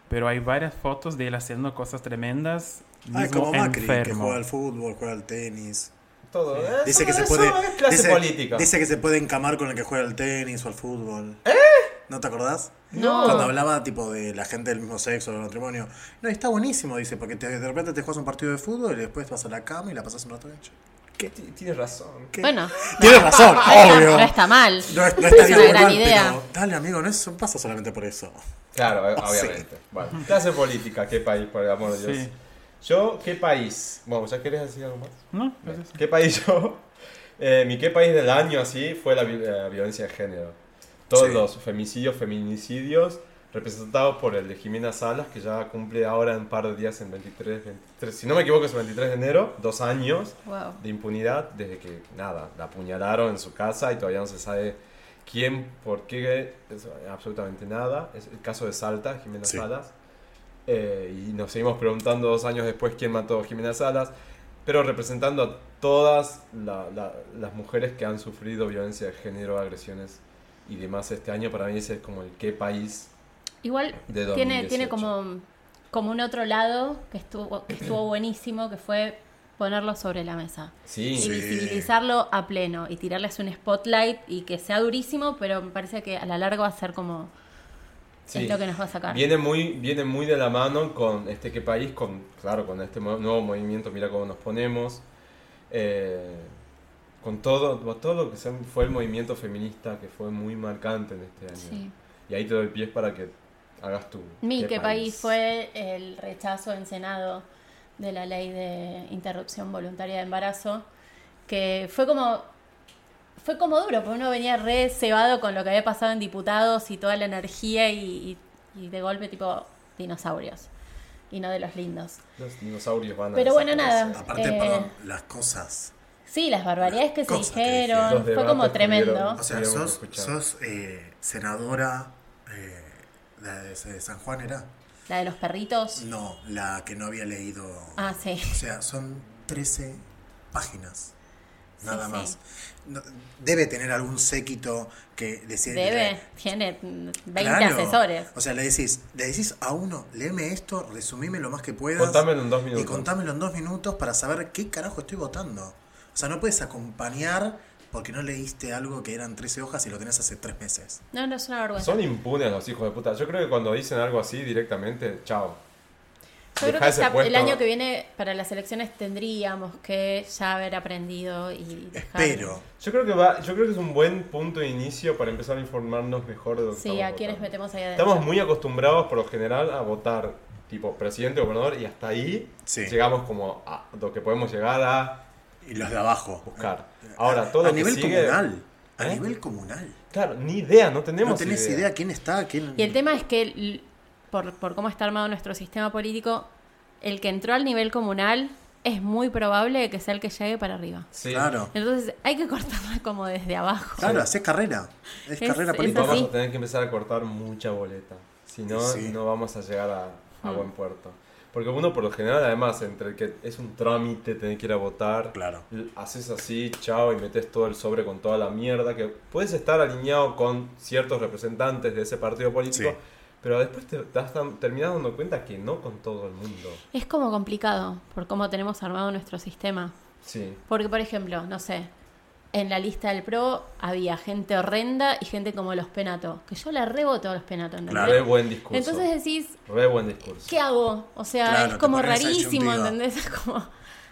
Speaker 5: Pero hay varias fotos de él haciendo cosas tremendas,
Speaker 1: Ah, es
Speaker 5: mismo
Speaker 1: como Macri, que
Speaker 5: enfermo.
Speaker 1: juega al fútbol, juega al tenis.
Speaker 3: Todo. eso-
Speaker 1: Dice que se
Speaker 3: eso
Speaker 1: puede.
Speaker 3: Es clase
Speaker 1: dice,
Speaker 3: política.
Speaker 1: dice que se puede encamar con el que juega al tenis o al fútbol. ¿Eh? ¿No te acordás?
Speaker 4: No.
Speaker 1: Cuando hablaba tipo de la gente del mismo sexo, del matrimonio. No, y está buenísimo, dice, porque te- de repente te juegas un partido de fútbol y después vas a la cama y la pasas un rato hecho.
Speaker 3: T- Tienes razón.
Speaker 1: ¿Qué?
Speaker 4: Bueno.
Speaker 1: Tienes razón,
Speaker 4: No está,
Speaker 1: obvio.
Speaker 4: no está mal.
Speaker 1: No, es- no está
Speaker 4: es
Speaker 1: bien,
Speaker 4: una gran
Speaker 1: boludo,
Speaker 4: idea.
Speaker 1: pero dale, amigo, no es- no pasa solamente por eso.
Speaker 3: Claro, eh,
Speaker 1: Ah, sí.
Speaker 3: obviamente. Bueno, clase política, qué país, por el amor de Dios.
Speaker 5: Sí.
Speaker 3: Yo, qué país. Bueno, ¿ya querés decir algo más?
Speaker 5: No, es
Speaker 3: Bien.
Speaker 5: eso.
Speaker 3: ¿Qué país yo? Eh, mi qué país del año así fue la, vi- la violencia de género. Todos
Speaker 1: Sí.
Speaker 3: los femicidios, feminicidios, representados por el de Jimena Salas, que ya cumple ahora en un par de días, en 23, 23, si no me equivoco es el 23 de enero, dos años
Speaker 4: Wow.
Speaker 3: de impunidad desde que, nada, la apuñalaron en su casa y todavía no se sabe quién, por qué, es- absolutamente nada. Es el caso de Salta, Jimena
Speaker 1: Sí.
Speaker 3: Salas. Eh, y nos seguimos preguntando dos años después quién mató a Jimena Salas, pero representando a todas la- la- las mujeres que han sufrido violencia de género, agresiones y demás este año, para mí ese es como el qué país.
Speaker 4: Igual
Speaker 3: De
Speaker 4: tiene, tiene
Speaker 3: 2018.
Speaker 4: como, como un otro lado que estuvo, que estuvo buenísimo, que fue ponerlo sobre la mesa.
Speaker 3: Sí.
Speaker 4: Y
Speaker 1: Sí.
Speaker 4: visibilizarlo a pleno y tirarles un spotlight y que sea durísimo, pero me parece que a la larga va a ser como
Speaker 3: Sí.
Speaker 4: es lo que nos va a sacar.
Speaker 3: Viene muy, viene muy de la mano con este que país, con, claro, con este mo- nuevo movimiento, mira cómo nos ponemos, eh, con todo, con todo lo que se- fue el movimiento feminista que fue muy marcante en este año.
Speaker 4: Sí.
Speaker 3: Y ahí te doy pies para que hagas tu...
Speaker 4: Mi, ¿qué país fue el rechazo en Senado de la ley de interrupción voluntaria de embarazo? Que fue como. Fue como duro, porque uno venía re cebado con lo que había pasado en diputados y toda la energía y, y- y de golpe, tipo, dinosaurios. Y no de los lindos.
Speaker 3: Los dinosaurios van a
Speaker 4: Pero bueno,
Speaker 3: desaparecer.
Speaker 4: nada.
Speaker 1: Aparte,
Speaker 4: Eh.
Speaker 1: perdón, las cosas.
Speaker 4: Sí, las barbaridades que se
Speaker 1: Cosas que
Speaker 4: dijeron,
Speaker 3: dijeron.
Speaker 4: fue
Speaker 3: Los
Speaker 4: como
Speaker 3: debates
Speaker 4: tremendo.
Speaker 3: tuvieron-
Speaker 1: O sea,
Speaker 3: Habíamos
Speaker 1: sos,
Speaker 3: escuchado.
Speaker 1: sos eh, senadora eh, la de de San Juan, ¿era?
Speaker 4: La de los perritos.
Speaker 1: No, la que no había leído.
Speaker 4: Ah, sí.
Speaker 1: O sea, son 13 páginas. Nada
Speaker 4: sí.
Speaker 1: más. No- debe tener algún séquito que decir.
Speaker 4: Debe, tiene mm, 20
Speaker 1: Claro.
Speaker 4: asesores.
Speaker 1: O sea, le decís, le decís a uno, léeme esto, resumime lo más que puedas.
Speaker 3: Contámelo en dos minutos.
Speaker 1: Y contámelo en dos minutos para saber qué carajo estoy votando. O sea, no puedes acompañar porque no leíste algo que eran 13 hojas y lo tenés hace tres meses.
Speaker 4: No, no es una vergüenza.
Speaker 3: Son impunes los hijos de puta. Yo creo que cuando dicen algo así directamente, chao.
Speaker 4: Yo creo
Speaker 3: Dejá
Speaker 4: que
Speaker 3: ese
Speaker 4: ya el
Speaker 3: puesto.
Speaker 4: año que viene para las elecciones tendríamos que ya haber aprendido y dejar.
Speaker 1: Espero.
Speaker 3: Yo creo que va, yo creo que es un buen punto de inicio para empezar a informarnos mejor de lo que
Speaker 4: Sí,
Speaker 3: estamos
Speaker 4: a quienes
Speaker 3: votando.
Speaker 4: metemos ahí adentro.
Speaker 3: Estamos muy acostumbrados por lo general a votar tipo presidente, gobernador y hasta ahí
Speaker 1: Sí.
Speaker 3: llegamos como a lo que podemos llegar a
Speaker 1: Y los de abajo.
Speaker 3: buscar. Ahora
Speaker 1: Eh,
Speaker 3: todo
Speaker 1: a
Speaker 3: lo que
Speaker 1: nivel
Speaker 3: sigue-
Speaker 1: comunal. A
Speaker 3: ¿Eh?
Speaker 1: nivel comunal.
Speaker 3: Claro, ni idea, no tenemos
Speaker 1: No tenés idea. quién está, quién.
Speaker 4: Y el tema es que, l- por, por cómo está armado nuestro sistema político, el que entró al nivel comunal es muy probable que sea el que llegue para arriba.
Speaker 3: Sí.
Speaker 1: Claro.
Speaker 4: Entonces hay que cortarla como desde abajo.
Speaker 1: Claro, haces carrera. Es,
Speaker 4: Es-
Speaker 1: carrera
Speaker 4: es
Speaker 1: política.
Speaker 3: Vamos
Speaker 4: así.
Speaker 3: a tener que empezar a cortar mucha boleta. Si no,
Speaker 1: Sí.
Speaker 3: no vamos a llegar
Speaker 4: Hmm.
Speaker 3: a, a buen puerto. Porque uno, por lo general, además, entre que es un trámite, tener que ir a votar,
Speaker 1: Claro.
Speaker 3: l- haces así, chao, y metes todo el sobre con toda la mierda, que puedes estar alineado con ciertos representantes de ese partido político,
Speaker 1: Sí.
Speaker 3: pero después te das tan- terminás dando cuenta que no con todo el mundo.
Speaker 4: Es como complicado por cómo tenemos armado nuestro sistema.
Speaker 3: Sí.
Speaker 4: Porque, por ejemplo, no sé, en la lista del PRO había gente horrenda y gente como los Penato, que yo la reboto a los Penato, ¿entendés?
Speaker 1: Claro.
Speaker 3: Re buen discurso.
Speaker 4: Ah. Entonces decís,
Speaker 3: Re buen discurso.
Speaker 4: ¿qué hago? O sea,
Speaker 1: Claro,
Speaker 4: es como
Speaker 1: te pones
Speaker 4: rarísimo,
Speaker 1: ayuntiva.
Speaker 4: ¿entendés? Es como,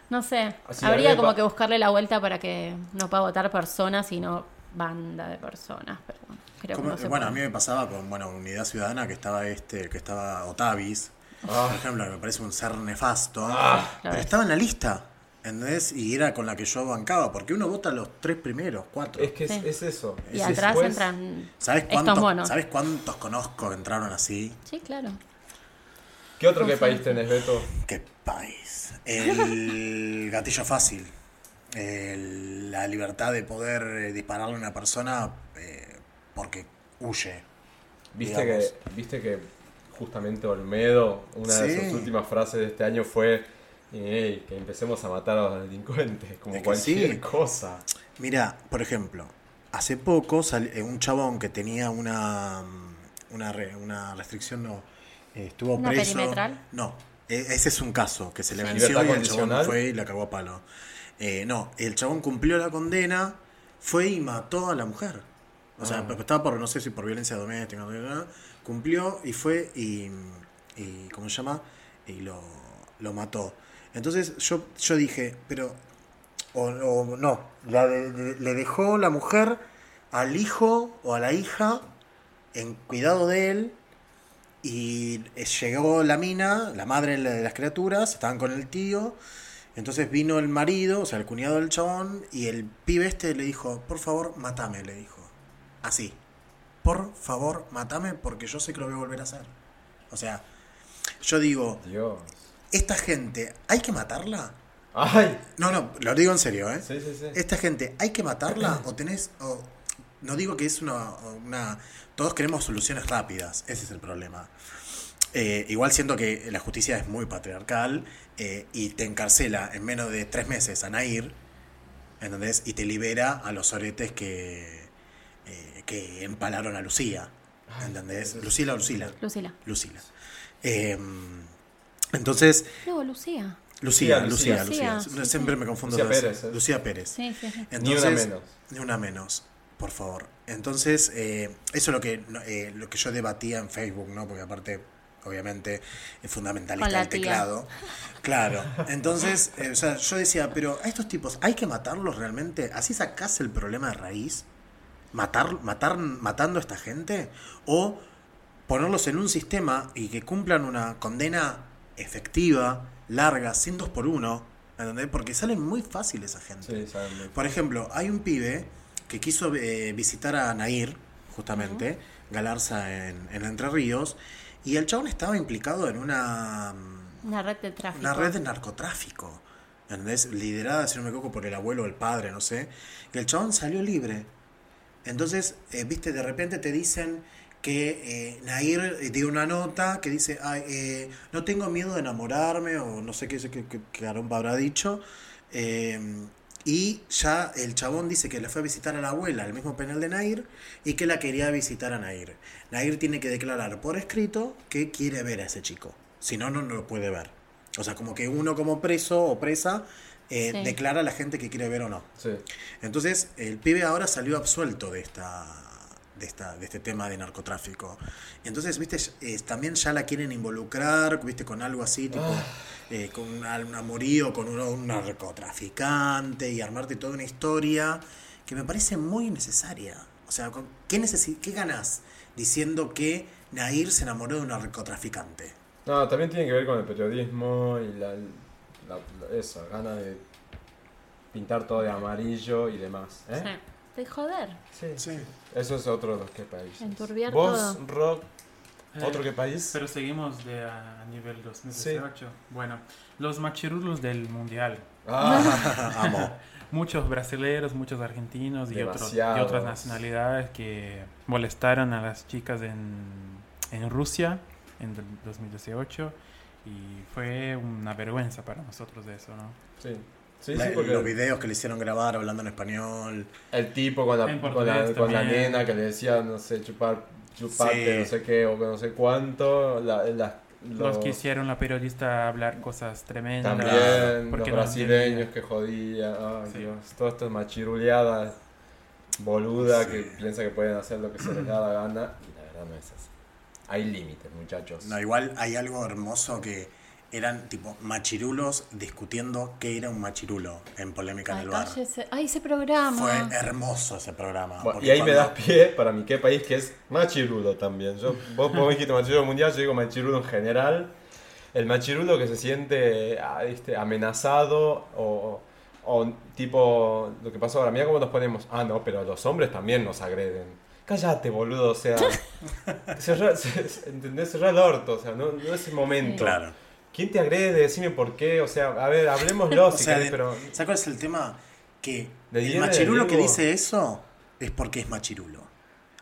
Speaker 4: no sé,
Speaker 3: Así, a mí
Speaker 4: habría
Speaker 3: me
Speaker 4: como
Speaker 3: pa-
Speaker 4: que buscarle la vuelta para que no pueda votar personas, sino banda de personas, pero bueno, creo
Speaker 1: Como-
Speaker 4: que no se
Speaker 1: bueno, a mí
Speaker 4: puede.
Speaker 1: me pasaba con bueno, Unidad Ciudadana que estaba este, que estaba Otavis,
Speaker 3: Ah.
Speaker 1: por ejemplo, que me parece un ser nefasto, pero
Speaker 4: Claro.
Speaker 1: estaba en la lista, ¿entendés? Y era con la que yo bancaba, porque uno vota los tres primeros, cuatro.
Speaker 3: Es que es,
Speaker 4: Sí.
Speaker 3: es eso.
Speaker 4: Y
Speaker 3: Es
Speaker 4: atrás
Speaker 3: después-
Speaker 4: entran
Speaker 1: ¿Sabes
Speaker 4: estos
Speaker 1: cuántos,
Speaker 4: monos.
Speaker 1: ¿Sabes cuántos conozco que entraron así?
Speaker 4: Sí, claro.
Speaker 3: ¿Qué otro que país tenés, Beto?
Speaker 1: ¡Qué país! El gatillo fácil. El- la libertad de poder eh, dispararle a una persona eh, porque huye.
Speaker 3: Viste
Speaker 1: digamos.
Speaker 3: que, viste que justamente Olmedo, una de
Speaker 1: Sí.
Speaker 3: sus últimas frases de este año fue "Ey, que empecemos a matar a los delincuentes, como
Speaker 1: Es que
Speaker 3: cualquier
Speaker 1: sí.
Speaker 3: cosa.
Speaker 1: Mira, por ejemplo, hace poco sal- eh, un chabón que tenía una mm, una, re- una restricción no eh, estuvo
Speaker 4: ¿Una
Speaker 1: preso.
Speaker 4: perimetral?
Speaker 1: No, e- ese es un caso que se le
Speaker 4: Sí.
Speaker 1: venció y
Speaker 3: ¿Libertad
Speaker 1: el chabón
Speaker 3: condicional?
Speaker 1: fue y la cagó a palo. Eh, no, el chabón cumplió la condena, fue y mató a la mujer. O sea,
Speaker 3: Ah.
Speaker 1: estaba por, no sé si por violencia doméstica, no sé, nada. cumplió y fue y, y ¿cómo se llama? Y lo, lo mató. Entonces yo, yo dije, pero, o, o no, la de- de- le dejó la mujer al hijo o a la hija en cuidado de él y eh, llegó la mina, la madre de las criaturas, estaban con el tío. Entonces vino el marido, o sea, el cuñado del chabón, y el pibe este le dijo, por favor, matame, le dijo. Así. Por favor, matame porque yo sé que lo voy a volver a hacer. O sea, yo digo,
Speaker 3: Dios.
Speaker 1: esta gente, ¿hay que matarla?
Speaker 3: Ay,
Speaker 1: No, no, lo digo en serio, ¿eh?
Speaker 3: sí, sí, sí.
Speaker 1: Esta gente, ¿hay que matarla? ¿O tenés.? o- no digo que es una, una- Todos queremos soluciones rápidas, ese es el problema. Eh, igual siento que la justicia es muy patriarcal eh, y te encarcela en menos de tres meses a Nair, ¿entendés? Y te libera a los oretes que. eh, que empalaron a Lucía, ¿entendés? Lucila o Lucila.
Speaker 4: Lucila.
Speaker 1: Lucila. Eh, entonces,
Speaker 4: No, Lucía.
Speaker 1: Lucía, Lucía,
Speaker 3: Lucía,
Speaker 1: Lucía.
Speaker 4: Lucía.
Speaker 1: Siempre me confundo.
Speaker 3: Lucía
Speaker 1: todas.
Speaker 3: Pérez, ¿eh?
Speaker 1: Lucía Pérez.
Speaker 4: Sí, sí, sí.
Speaker 1: Entonces,
Speaker 3: Ni una menos.
Speaker 1: ni una menos, por favor. Entonces, eh, eso es lo que, no, eh, lo que yo debatía en Facebook, ¿no? Porque aparte, obviamente, es
Speaker 4: Con
Speaker 1: fundamentalista
Speaker 4: la
Speaker 1: el
Speaker 4: tía.
Speaker 1: teclado. Claro. Entonces, eh, o sea, yo decía, pero a estos tipos, ¿hay que matarlos realmente? ¿Así sacás el problema de raíz? ¿Matar, matar, matando a esta gente? ¿O ponerlos en un sistema y que cumplan una condena efectiva, larga, sin dos por uno? ¿Entendés? Porque salen muy fácil esa gente.
Speaker 3: Sí, saben bien.
Speaker 1: Por ejemplo, hay un pibe que quiso eh, visitar a Nair, justamente, Galarza en, en Entre Ríos, y el chabón estaba implicado en una, mm,
Speaker 4: Una red de tráfico.
Speaker 1: una red de narcotráfico, ¿entendés? liderada, si no me equivoco, por el abuelo o el padre, no sé, y el chabón salió libre. Entonces, eh, viste, de repente te dicen que eh, Nair eh, dio una nota que dice, "Ay, eh, no tengo miedo de enamorarme o no sé qué, qué, qué, qué garompa habrá dicho. Eh, y ya el chabón dice que le fue a visitar a la abuela, al mismo penal de Nair, y que la quería visitar a Nair. Nair tiene que declarar por escrito que quiere ver a ese chico. Si no, no, no lo puede ver. O sea, como que uno como preso o presa eh,
Speaker 4: Sí.
Speaker 1: declara a la gente que quiere ver o no.
Speaker 3: Sí.
Speaker 1: Entonces, el pibe ahora salió absuelto de esta de esta de este tema de narcotráfico. Entonces, viste, Eh, también ya la quieren involucrar, viste, con algo así, tipo, eh, con una- un amorío, con uno- un, narcotraficante y armarte toda una historia que me parece muy innecesaria. O sea, con- ¿qué, necesi qué ganas diciendo que Nair se enamoró de un narcotraficante?
Speaker 3: No, también tiene que ver con el periodismo y la, la- la- eso, ganas de pintar todo de amarillo y demás.
Speaker 4: Sí.
Speaker 3: ¿eh?
Speaker 4: De joder.
Speaker 3: Sí. Eso es otro de los que países.
Speaker 4: Enturbiar
Speaker 3: Vos,
Speaker 4: todo.
Speaker 3: Rock, otro
Speaker 5: Eh,
Speaker 3: que país.
Speaker 5: Pero seguimos de, a, a nivel 2018. Bueno, los machirulos del Mundial.
Speaker 3: Ah,
Speaker 1: Amo.
Speaker 5: Muchos brasileños, muchos argentinos y, otros, y otras
Speaker 3: Demasiados.
Speaker 5: nacionalidades que molestaron a las chicas en, en Rusia en do- 2018 y fue una vergüenza para nosotros eso, ¿no?
Speaker 3: sí. Sí, sí,
Speaker 1: La-
Speaker 3: porque
Speaker 1: Los videos que le hicieron grabar hablando en español.
Speaker 3: el tipo
Speaker 5: En
Speaker 3: con la, con, la,
Speaker 5: portugués
Speaker 3: con la
Speaker 5: también.
Speaker 3: nena que le decía, no sé, chupar, chuparte,
Speaker 1: Sí.
Speaker 3: no sé qué, o que no sé cuánto. La, la-
Speaker 5: Los que hicieron la periodista hablar cosas tremendas.
Speaker 3: También
Speaker 5: porque
Speaker 3: los
Speaker 5: no
Speaker 3: brasileños
Speaker 5: entendía.
Speaker 3: que jodían, ay
Speaker 5: Sí.
Speaker 3: Dios, todas estas machiruleadas boludas
Speaker 1: Sí.
Speaker 3: que piensan que pueden hacer lo que se les da la gana, y la verdad no es así. Hay límites, muchachos.
Speaker 1: No, igual hay algo hermoso que eran tipo machirulos discutiendo qué era un machirulo en polémica en
Speaker 4: Ay,
Speaker 1: el bar.
Speaker 4: cállese. Ay, ese programa.
Speaker 1: Fue eh, hermoso ese programa.
Speaker 3: Bueno,
Speaker 1: Ah, porque
Speaker 3: y ahí me das
Speaker 1: cuando-
Speaker 3: pie para mi qué país que es machirulo también. Yo, vos, vos me dijiste machirulo mundial, yo digo machirulo en general. El machirulo que se siente ah, viste, amenazado o, o tipo lo que pasó ahora. Mira cómo nos ponemos. Ah, no, pero los hombres también nos agreden. Cállate, boludo, o sea. cerrá, se- ¿Entendés? Cerrá el orto, o sea, no, no es el momento.
Speaker 1: Claro.
Speaker 3: ¿Quién te agrede? Decime por qué, o sea, a ver, hablemoslo
Speaker 1: O
Speaker 3: si
Speaker 1: sea, de-
Speaker 3: querés, pero.
Speaker 1: ¿sabes cuál es el tema? Que
Speaker 3: De
Speaker 1: el
Speaker 3: Diana de
Speaker 1: machirulo que
Speaker 3: Diego.
Speaker 1: dice eso es porque es machirulo.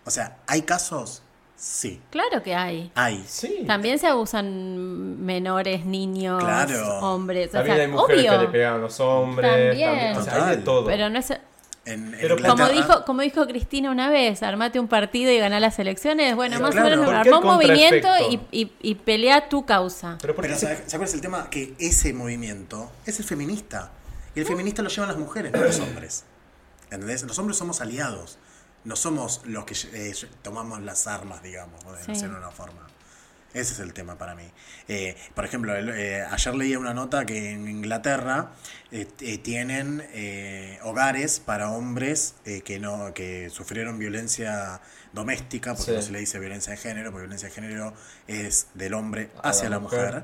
Speaker 1: O sea, ¿hay casos? Sí,
Speaker 4: Claro que hay.
Speaker 1: hay.
Speaker 3: Sí.
Speaker 4: También se abusan menores, niños,
Speaker 1: Claro.
Speaker 4: hombres. O
Speaker 3: También
Speaker 4: sea,
Speaker 3: hay mujeres
Speaker 4: obvio.
Speaker 3: que le pegan a los hombres.
Speaker 4: También.
Speaker 3: también, o sea, hay de
Speaker 1: Total.
Speaker 3: todo.
Speaker 4: Pero no es.
Speaker 1: En, en
Speaker 3: Pero
Speaker 4: Como
Speaker 1: Inglaterra-
Speaker 4: dijo, como dijo Cristina una vez, armate un partido y ganá las elecciones. Bueno,
Speaker 1: Eh,
Speaker 4: más
Speaker 1: claro.
Speaker 4: o menos
Speaker 1: Porque
Speaker 3: hay
Speaker 4: armá un movimiento y,
Speaker 3: contraefecto.
Speaker 4: y, y pelea tu causa.
Speaker 3: Pero ¿por qué
Speaker 1: Pero
Speaker 3: se-
Speaker 1: ¿sabes sabes cuál es el tema? Que ese movimiento es el feminista. Y el feminista lo llevan las mujeres, no los hombres. ¿Entendés? Los hombres somos aliados. No somos los que eh, tomamos las armas, digamos, de
Speaker 4: Sí.
Speaker 1: una forma. Ese es el tema para mí. Eh, por ejemplo, el- eh, ayer leía una nota que en Inglaterra eh, eh, tienen eh, hogares para hombres eh, que no que sufrieron violencia doméstica, porque
Speaker 3: Sí.
Speaker 1: no se le dice violencia de género, porque violencia de género es del hombre
Speaker 3: a
Speaker 1: hacia la
Speaker 3: la
Speaker 1: mujer.
Speaker 3: mujer.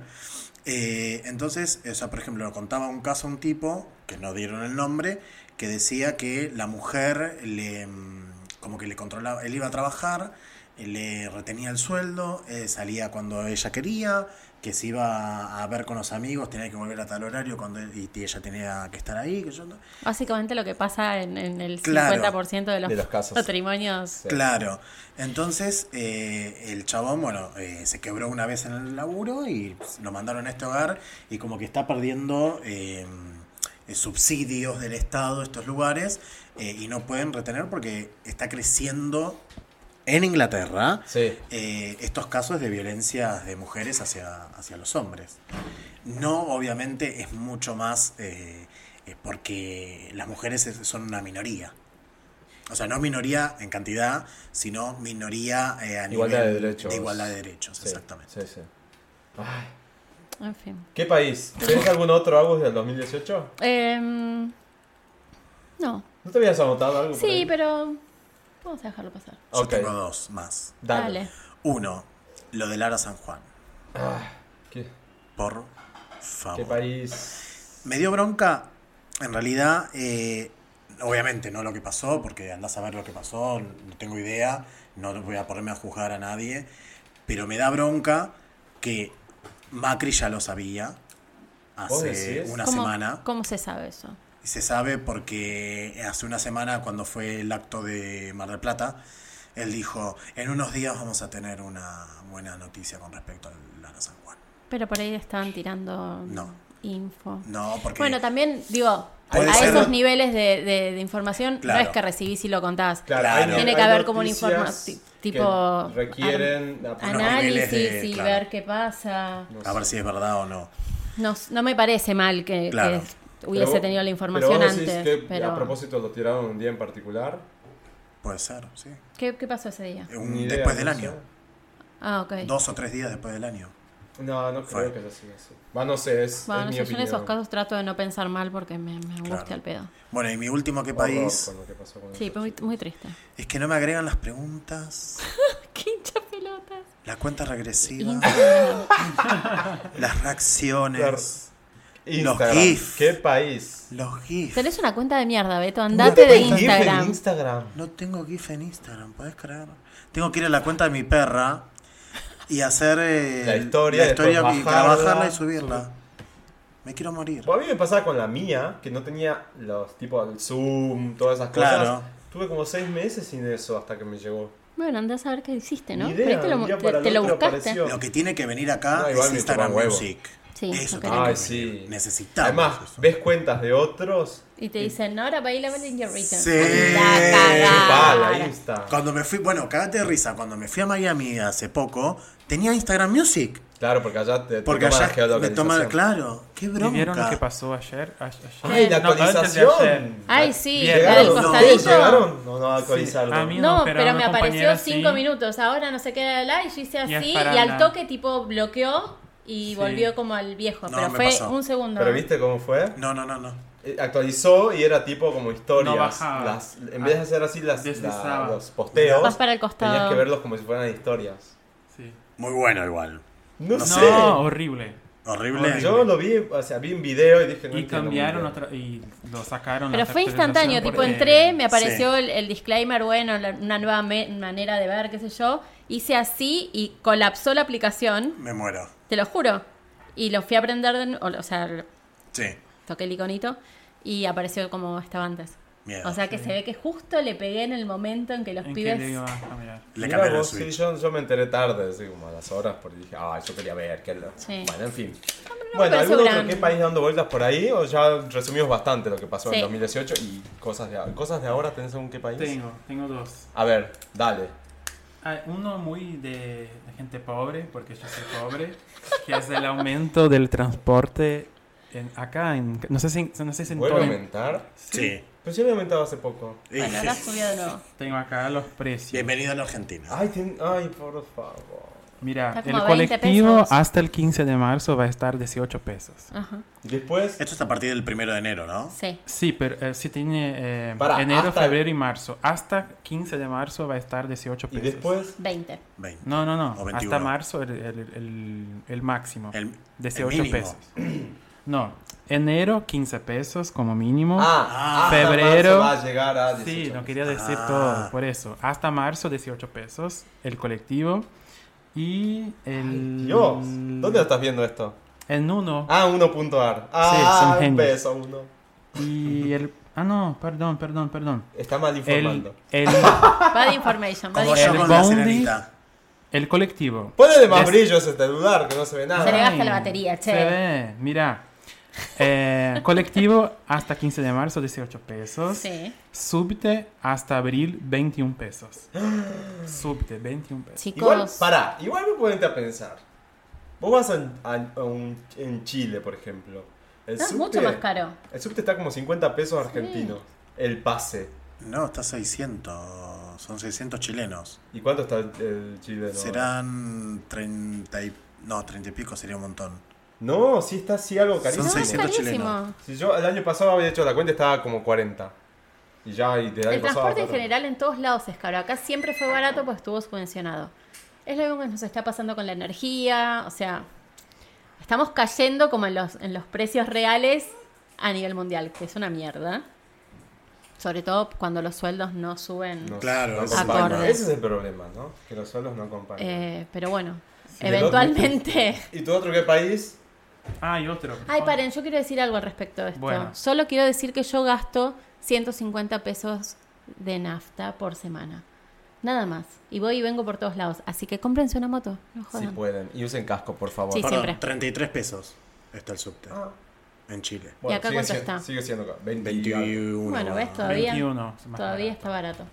Speaker 1: Eh, entonces, o sea, por ejemplo, contaba un caso un tipo, que no dieron el nombre, que decía que la mujer le mm, como que le controlaba, él iba a trabajar, eh, le retenía el sueldo, eh, salía cuando ella quería, que se iba a ver con los amigos, tenía que volver a tal horario cuando y ella tenía que estar ahí, que yo no-
Speaker 4: Básicamente lo que pasa en, en el
Speaker 1: Claro.
Speaker 4: 50% de los,
Speaker 3: De los casos.
Speaker 4: matrimonios.
Speaker 3: Sí.
Speaker 1: Claro, entonces eh, el chabón, bueno, eh, se quebró una vez en el laburo y lo mandaron a este hogar y como que está perdiendo eh, eh, subsidios del Estado, estos lugares, eh, y no pueden retener porque está creciendo en Inglaterra
Speaker 3: Sí.
Speaker 1: eh, estos casos de violencia de mujeres hacia, hacia los hombres. No, obviamente es mucho más eh, eh, porque las mujeres es- son una minoría. O sea, no minoría en cantidad, sino minoría eh, a
Speaker 3: Igualdad
Speaker 1: nivel
Speaker 3: de derechos.
Speaker 1: de igualdad de derechos,
Speaker 3: Sí,
Speaker 1: exactamente.
Speaker 3: Sí, sí. Ay,
Speaker 4: En fin.
Speaker 3: ¿Qué país? ¿Tenés algún otro Agus del 2018?
Speaker 4: Em, no.
Speaker 3: ¿No te habías anotado algo? por
Speaker 4: Sí,
Speaker 3: ahí?
Speaker 4: pero vamos a dejarlo pasar.
Speaker 1: Yo
Speaker 3: Ok,
Speaker 1: tengo dos más.
Speaker 3: dale.
Speaker 1: Uno, lo de Lara San Juan.
Speaker 3: ¿Qué,
Speaker 1: Por
Speaker 3: qué
Speaker 1: favor.
Speaker 3: país?
Speaker 1: Me dio bronca, en realidad, eh, obviamente no lo que pasó, porque andás a ver lo que pasó, no tengo idea, no voy a ponerme a juzgar a nadie, pero me da bronca que Macri ya lo sabía
Speaker 3: ¿Vos
Speaker 1: hace
Speaker 3: decís?
Speaker 1: una
Speaker 4: ¿Cómo,
Speaker 1: semana.
Speaker 4: ¿Cómo se sabe eso?
Speaker 1: Y se sabe porque hace una semana, cuando fue el acto de Mar del Plata, él dijo, en unos días vamos a tener una buena noticia con respecto al Lara San Juan.
Speaker 4: Pero por ahí estaban tirando
Speaker 1: No.
Speaker 4: info.
Speaker 1: No, porque...
Speaker 4: Bueno, también, digo, a
Speaker 1: Puede ser-
Speaker 4: esos niveles de, de- de información
Speaker 1: Claro.
Speaker 4: no es que recibís y lo contás.
Speaker 1: Claro.
Speaker 3: no-
Speaker 1: Tiene
Speaker 4: que haber como un
Speaker 3: noticias
Speaker 4: informa- ti- tipo-
Speaker 3: que Requieren.
Speaker 1: Ana-
Speaker 4: Análisis
Speaker 1: niveles de-
Speaker 4: y
Speaker 1: claro.
Speaker 4: ver qué pasa.
Speaker 3: No sé.
Speaker 1: A ver si es verdad o no.
Speaker 4: No, no me parece mal que,
Speaker 1: Claro.
Speaker 4: que hubiese
Speaker 3: Pero vos-
Speaker 4: tenido la
Speaker 3: pero
Speaker 4: información
Speaker 3: vos decís
Speaker 4: antes.
Speaker 3: que
Speaker 4: pero
Speaker 3: A propósito, lo tiraron un día en particular.
Speaker 1: Puede ser, sí.
Speaker 4: ¿Qué, qué pasó ese día?
Speaker 1: Un-
Speaker 3: Ni idea,
Speaker 1: después del
Speaker 3: no
Speaker 1: año.
Speaker 3: sé.
Speaker 4: Ah, ok.
Speaker 1: Dos o tres días después del año.
Speaker 3: No, no
Speaker 1: Fue.
Speaker 3: creo que lo siga así. Va, no sé, es,
Speaker 4: Bueno,
Speaker 3: es
Speaker 4: no
Speaker 3: mi
Speaker 4: sé, yo en
Speaker 3: opinión.
Speaker 4: esos casos trato de no pensar mal porque me, me angustia
Speaker 1: Claro.
Speaker 4: el pedo.
Speaker 1: Bueno, y mi último qué
Speaker 3: Horror
Speaker 1: país
Speaker 3: con lo que pasó con
Speaker 4: Sí,
Speaker 3: eso.
Speaker 4: muy, muy triste.
Speaker 1: es que no me agregan las preguntas,
Speaker 4: ¡Qué hincha pelotas!
Speaker 1: la cuenta regresiva, las reacciones,
Speaker 3: Instagram.
Speaker 1: Los GIF.
Speaker 3: ¿Qué país?
Speaker 1: los GIFs.
Speaker 4: Tenés una cuenta de mierda, Beto. Andate de
Speaker 3: ¿Tenés GIF en
Speaker 4: Instagram.
Speaker 3: Instagram.
Speaker 1: No tengo GIF en Instagram, ¿podés creer? Tengo que ir a la cuenta de mi perra y hacer eh,
Speaker 3: La historia,
Speaker 1: la historia
Speaker 3: después
Speaker 1: y
Speaker 3: bajarla,
Speaker 1: trabajarla y subirla. Me quiero morir.
Speaker 3: Pues a mí me pasaba con la mía, que no tenía los tipos del Zoom, todas esas
Speaker 1: Claro.
Speaker 3: cosas. Tuve como seis meses sin eso hasta que me llegó.
Speaker 4: Bueno, andás a ver qué hiciste, ¿no?
Speaker 3: Ni idea,
Speaker 4: Por ahí te
Speaker 3: un
Speaker 4: lo,
Speaker 3: día
Speaker 4: te-
Speaker 3: para el
Speaker 4: te lo
Speaker 3: otro
Speaker 4: buscaste.
Speaker 3: apareció.
Speaker 1: Lo que tiene que venir acá
Speaker 3: No, igual
Speaker 1: es
Speaker 3: me
Speaker 1: Instagram
Speaker 3: chupa un huevo.
Speaker 1: Music.
Speaker 4: Sí,
Speaker 1: Eso
Speaker 4: ok.
Speaker 1: tiene
Speaker 3: Ay,
Speaker 1: que
Speaker 3: sí.
Speaker 1: venir. Necesitamos.
Speaker 3: Además,
Speaker 1: eso.
Speaker 3: ves cuentas de otros.
Speaker 4: Y te dicen, no, ahora pay la in your return.
Speaker 1: Sí.
Speaker 4: Andá a
Speaker 3: Va, la
Speaker 4: cagar.
Speaker 3: Insta.
Speaker 1: Cuando me fui, bueno, cagate de risa, cuando me fui a Miami hace poco, tenía Instagram Music.
Speaker 3: Claro, porque allá te, te
Speaker 1: Porque
Speaker 3: toman la
Speaker 1: allá me toma,
Speaker 3: geolocalización.
Speaker 1: claro, qué
Speaker 5: ¿Y vieron lo que
Speaker 1: bronca.
Speaker 5: pasó ayer? A- ayer.
Speaker 3: ¡Ay, la
Speaker 5: No, antes de ayer.
Speaker 3: actualización! Ah,
Speaker 4: Ay, sí,
Speaker 5: Bien.
Speaker 4: la del
Speaker 3: ¿Llegaron?
Speaker 1: no,
Speaker 3: ¿Ustedes
Speaker 1: costadito.
Speaker 3: llegaron? No, no,
Speaker 5: Sí, a
Speaker 3: actualizaron.
Speaker 5: mí
Speaker 4: No, pero,
Speaker 5: una
Speaker 4: me apareció
Speaker 5: compañera
Speaker 4: cinco
Speaker 5: sí.
Speaker 4: minutos. Ahora no sé qué era la y yo hice
Speaker 5: Y
Speaker 4: así.
Speaker 5: es
Speaker 4: Y,
Speaker 5: para
Speaker 4: al
Speaker 5: la-
Speaker 4: toque, tipo, bloqueó y
Speaker 5: Sí.
Speaker 4: volvió como al viejo.
Speaker 1: No,
Speaker 4: pero
Speaker 1: me
Speaker 4: fue
Speaker 1: pasó.
Speaker 4: un segundo.
Speaker 3: Pero viste cómo fue?
Speaker 1: No, no, no, no.
Speaker 3: Eh, Actualizó y era tipo como historias.
Speaker 5: No bajaba.
Speaker 3: Las- en vez de hacer así las,
Speaker 5: Deslizaba.
Speaker 3: la- los
Speaker 4: Vas
Speaker 3: posteos,
Speaker 4: para
Speaker 3: tenías
Speaker 4: el costado.
Speaker 3: que verlos como si fueran historias.
Speaker 5: Sí.
Speaker 1: Muy bueno igual.
Speaker 3: No,
Speaker 5: No,
Speaker 3: sé.
Speaker 5: horrible.
Speaker 1: Horrible.
Speaker 3: Yo lo vi, o sea, vi un video y dije, no
Speaker 5: Y
Speaker 3: entiendo
Speaker 5: cambiaron
Speaker 3: muy bien.
Speaker 5: otra, y lo sacaron.
Speaker 4: Pero
Speaker 5: la
Speaker 4: fue instantáneo, tipo
Speaker 5: actualización porque-
Speaker 4: entré, me apareció el, el disclaimer, bueno, la- una nueva me- manera de ver, qué sé yo. Hice así y colapsó la aplicación,
Speaker 1: Me muero.
Speaker 4: te lo juro. Y lo fui a prender, de nu- o, o sea,
Speaker 1: Sí,
Speaker 4: toqué el iconito y apareció como estaba antes.
Speaker 1: miedo.
Speaker 4: O sea que se ve que justo le pegué en el momento en que los
Speaker 5: ¿En qué le
Speaker 4: pibes...
Speaker 5: iba a cambiar?
Speaker 1: Le
Speaker 3: Mirá
Speaker 1: cambiaron el
Speaker 3: vos, sí,
Speaker 1: switch.
Speaker 3: yo, yo me enteré tarde, así como a las horas, porque dije, ah, yo quería ver. Que lo...
Speaker 4: Sí.
Speaker 3: Bueno, en fin.
Speaker 4: me
Speaker 3: bueno,
Speaker 4: pareció
Speaker 3: ¿algún otro
Speaker 4: grande.
Speaker 3: qué país dando vueltas por ahí? O ya resumimos bastante lo que pasó
Speaker 4: Sí.
Speaker 3: en 2018 y cosas de, cosas de ahora. ¿Tenés algún qué país?
Speaker 5: Tengo, tengo dos.
Speaker 3: A ver, dale.
Speaker 5: Ah, uno muy de, de gente pobre, porque yo soy pobre, que es el aumento del transporte en- acá. En, no sé si, en- no sé si en
Speaker 3: ¿Vuelve a
Speaker 5: todo-
Speaker 3: aumentar?
Speaker 1: Sí.
Speaker 3: Pero sí había aumentado hace poco.
Speaker 4: Bueno,
Speaker 1: Dije,
Speaker 4: ahora subió de nuevo.
Speaker 5: Tengo acá los precios.
Speaker 1: Bienvenido a la Argentina.
Speaker 3: Ay, ten- ay, por favor.
Speaker 5: Mira,
Speaker 4: Está como
Speaker 5: el
Speaker 4: 20
Speaker 5: colectivo
Speaker 4: pesos.
Speaker 5: hasta el 15 de marzo va a estar 18 pesos.
Speaker 4: Ajá,
Speaker 3: Y después,
Speaker 1: Esto está a partir del primero de enero, ¿no?
Speaker 4: sí.
Speaker 5: Sí, pero eh, sí tiene eh,
Speaker 3: Pará,
Speaker 5: enero,
Speaker 3: hasta-
Speaker 5: febrero y marzo. Hasta 15 de marzo va a estar 18
Speaker 3: y
Speaker 5: pesos.
Speaker 3: después.
Speaker 4: 20.
Speaker 1: 20.
Speaker 5: No, no,
Speaker 1: O
Speaker 5: no.
Speaker 1: 21.
Speaker 5: Hasta marzo el, el, el- el máximo.
Speaker 1: El- el
Speaker 5: 18
Speaker 1: mínimo.
Speaker 5: pesos. No, enero 15 pesos como mínimo.
Speaker 3: Ah, hasta
Speaker 5: febrero.
Speaker 3: marzo Va a llegar a 18.
Speaker 5: Sí, no quería decir
Speaker 1: Ah.
Speaker 5: todo, por eso. Hasta marzo, 18 pesos, el colectivo. Y el...
Speaker 3: Dios, ¿dónde
Speaker 5: Mm.
Speaker 3: lo estás viendo esto?
Speaker 5: En uno.
Speaker 3: Ah, 1.ar. Ah,
Speaker 5: son
Speaker 3: un
Speaker 5: genios.
Speaker 3: peso, uno.
Speaker 5: Y el... Ah, no, perdón, perdón, perdón.
Speaker 3: Está mal
Speaker 5: El,
Speaker 3: informando.
Speaker 5: el,
Speaker 4: Bad information, bad
Speaker 1: Como
Speaker 4: information.
Speaker 1: yo
Speaker 5: El
Speaker 1: con la
Speaker 5: bondi.
Speaker 1: sirenita.
Speaker 5: el colectivo.
Speaker 3: Ponele más
Speaker 5: Des-
Speaker 3: brillos a este lugar que no se ve
Speaker 4: Se le
Speaker 3: nada.
Speaker 4: va. gasta la batería, che.
Speaker 5: Se ve, mira. Eh, colectivo hasta 15 de marzo, 18 pesos.
Speaker 4: Sí.
Speaker 5: Subte hasta abril, 21 pesos. Subte, 21 pesos.
Speaker 4: Chicos,
Speaker 3: Igual, pará, igual me ponete a pensar. Vos vas a, a- a un- en Chile, por ejemplo. El
Speaker 4: No, es
Speaker 3: subte-
Speaker 4: Ah, mucho más caro.
Speaker 3: El subte está como 50 pesos argentinos. El pase.
Speaker 1: No, está 600. Son 600 chilenos.
Speaker 3: ¿Y cuánto está el, el chileno?
Speaker 1: Serán 30 y... No, 30 y pico sería un montón.
Speaker 3: No, sí está así algo carísimo.
Speaker 4: No, es
Speaker 1: 600
Speaker 4: carísimo.
Speaker 1: chilenos.
Speaker 3: Si yo el año pasado había hecho la cuenta, estaba como 40. Y ya, y del año pasado.
Speaker 4: El transporte
Speaker 3: cuatro.
Speaker 4: en general en todos lados es caro. Acá siempre fue barato pues estuvo subvencionado. Es lo mismo que nos está pasando con la energía. O sea, estamos cayendo como en los, en los precios reales a nivel mundial, que es una mierda. Sobre todo cuando los sueldos no suben.
Speaker 3: No,
Speaker 1: Claro,
Speaker 3: no
Speaker 1: ese
Speaker 4: es el
Speaker 3: acompaña.
Speaker 4: problema.
Speaker 3: Ese es el problema, ¿no? Que los sueldos no acompañan.
Speaker 4: Eh, pero bueno,
Speaker 3: Y del otro-
Speaker 4: eventualmente...
Speaker 3: ¿Y tu otro qué país?
Speaker 5: Ah, y otro.
Speaker 3: Oh.
Speaker 4: Ay, paren, yo quiero decir algo al respecto de esto.
Speaker 5: Bueno.
Speaker 4: Solo quiero decir que yo gasto 150 pesos de nafta por semana. Nada más. Y voy y vengo por todos lados. Así que cómprense una moto. No
Speaker 3: Si
Speaker 4: jodan.
Speaker 3: pueden. Y usen casco, por favor.
Speaker 4: Sí,
Speaker 1: Perdón,
Speaker 4: siempre.
Speaker 1: 33 pesos está el subte
Speaker 3: Ah,
Speaker 1: en Chile.
Speaker 4: ¿Y acá
Speaker 3: sigue
Speaker 4: cuánto
Speaker 3: siendo-
Speaker 4: está?
Speaker 3: Sigue siendo acá. 20 y algo.
Speaker 1: 21.
Speaker 4: bueno, ves
Speaker 1: Ah.
Speaker 4: todavía.
Speaker 5: 21, es más
Speaker 4: todavía
Speaker 5: barato.
Speaker 4: está barato.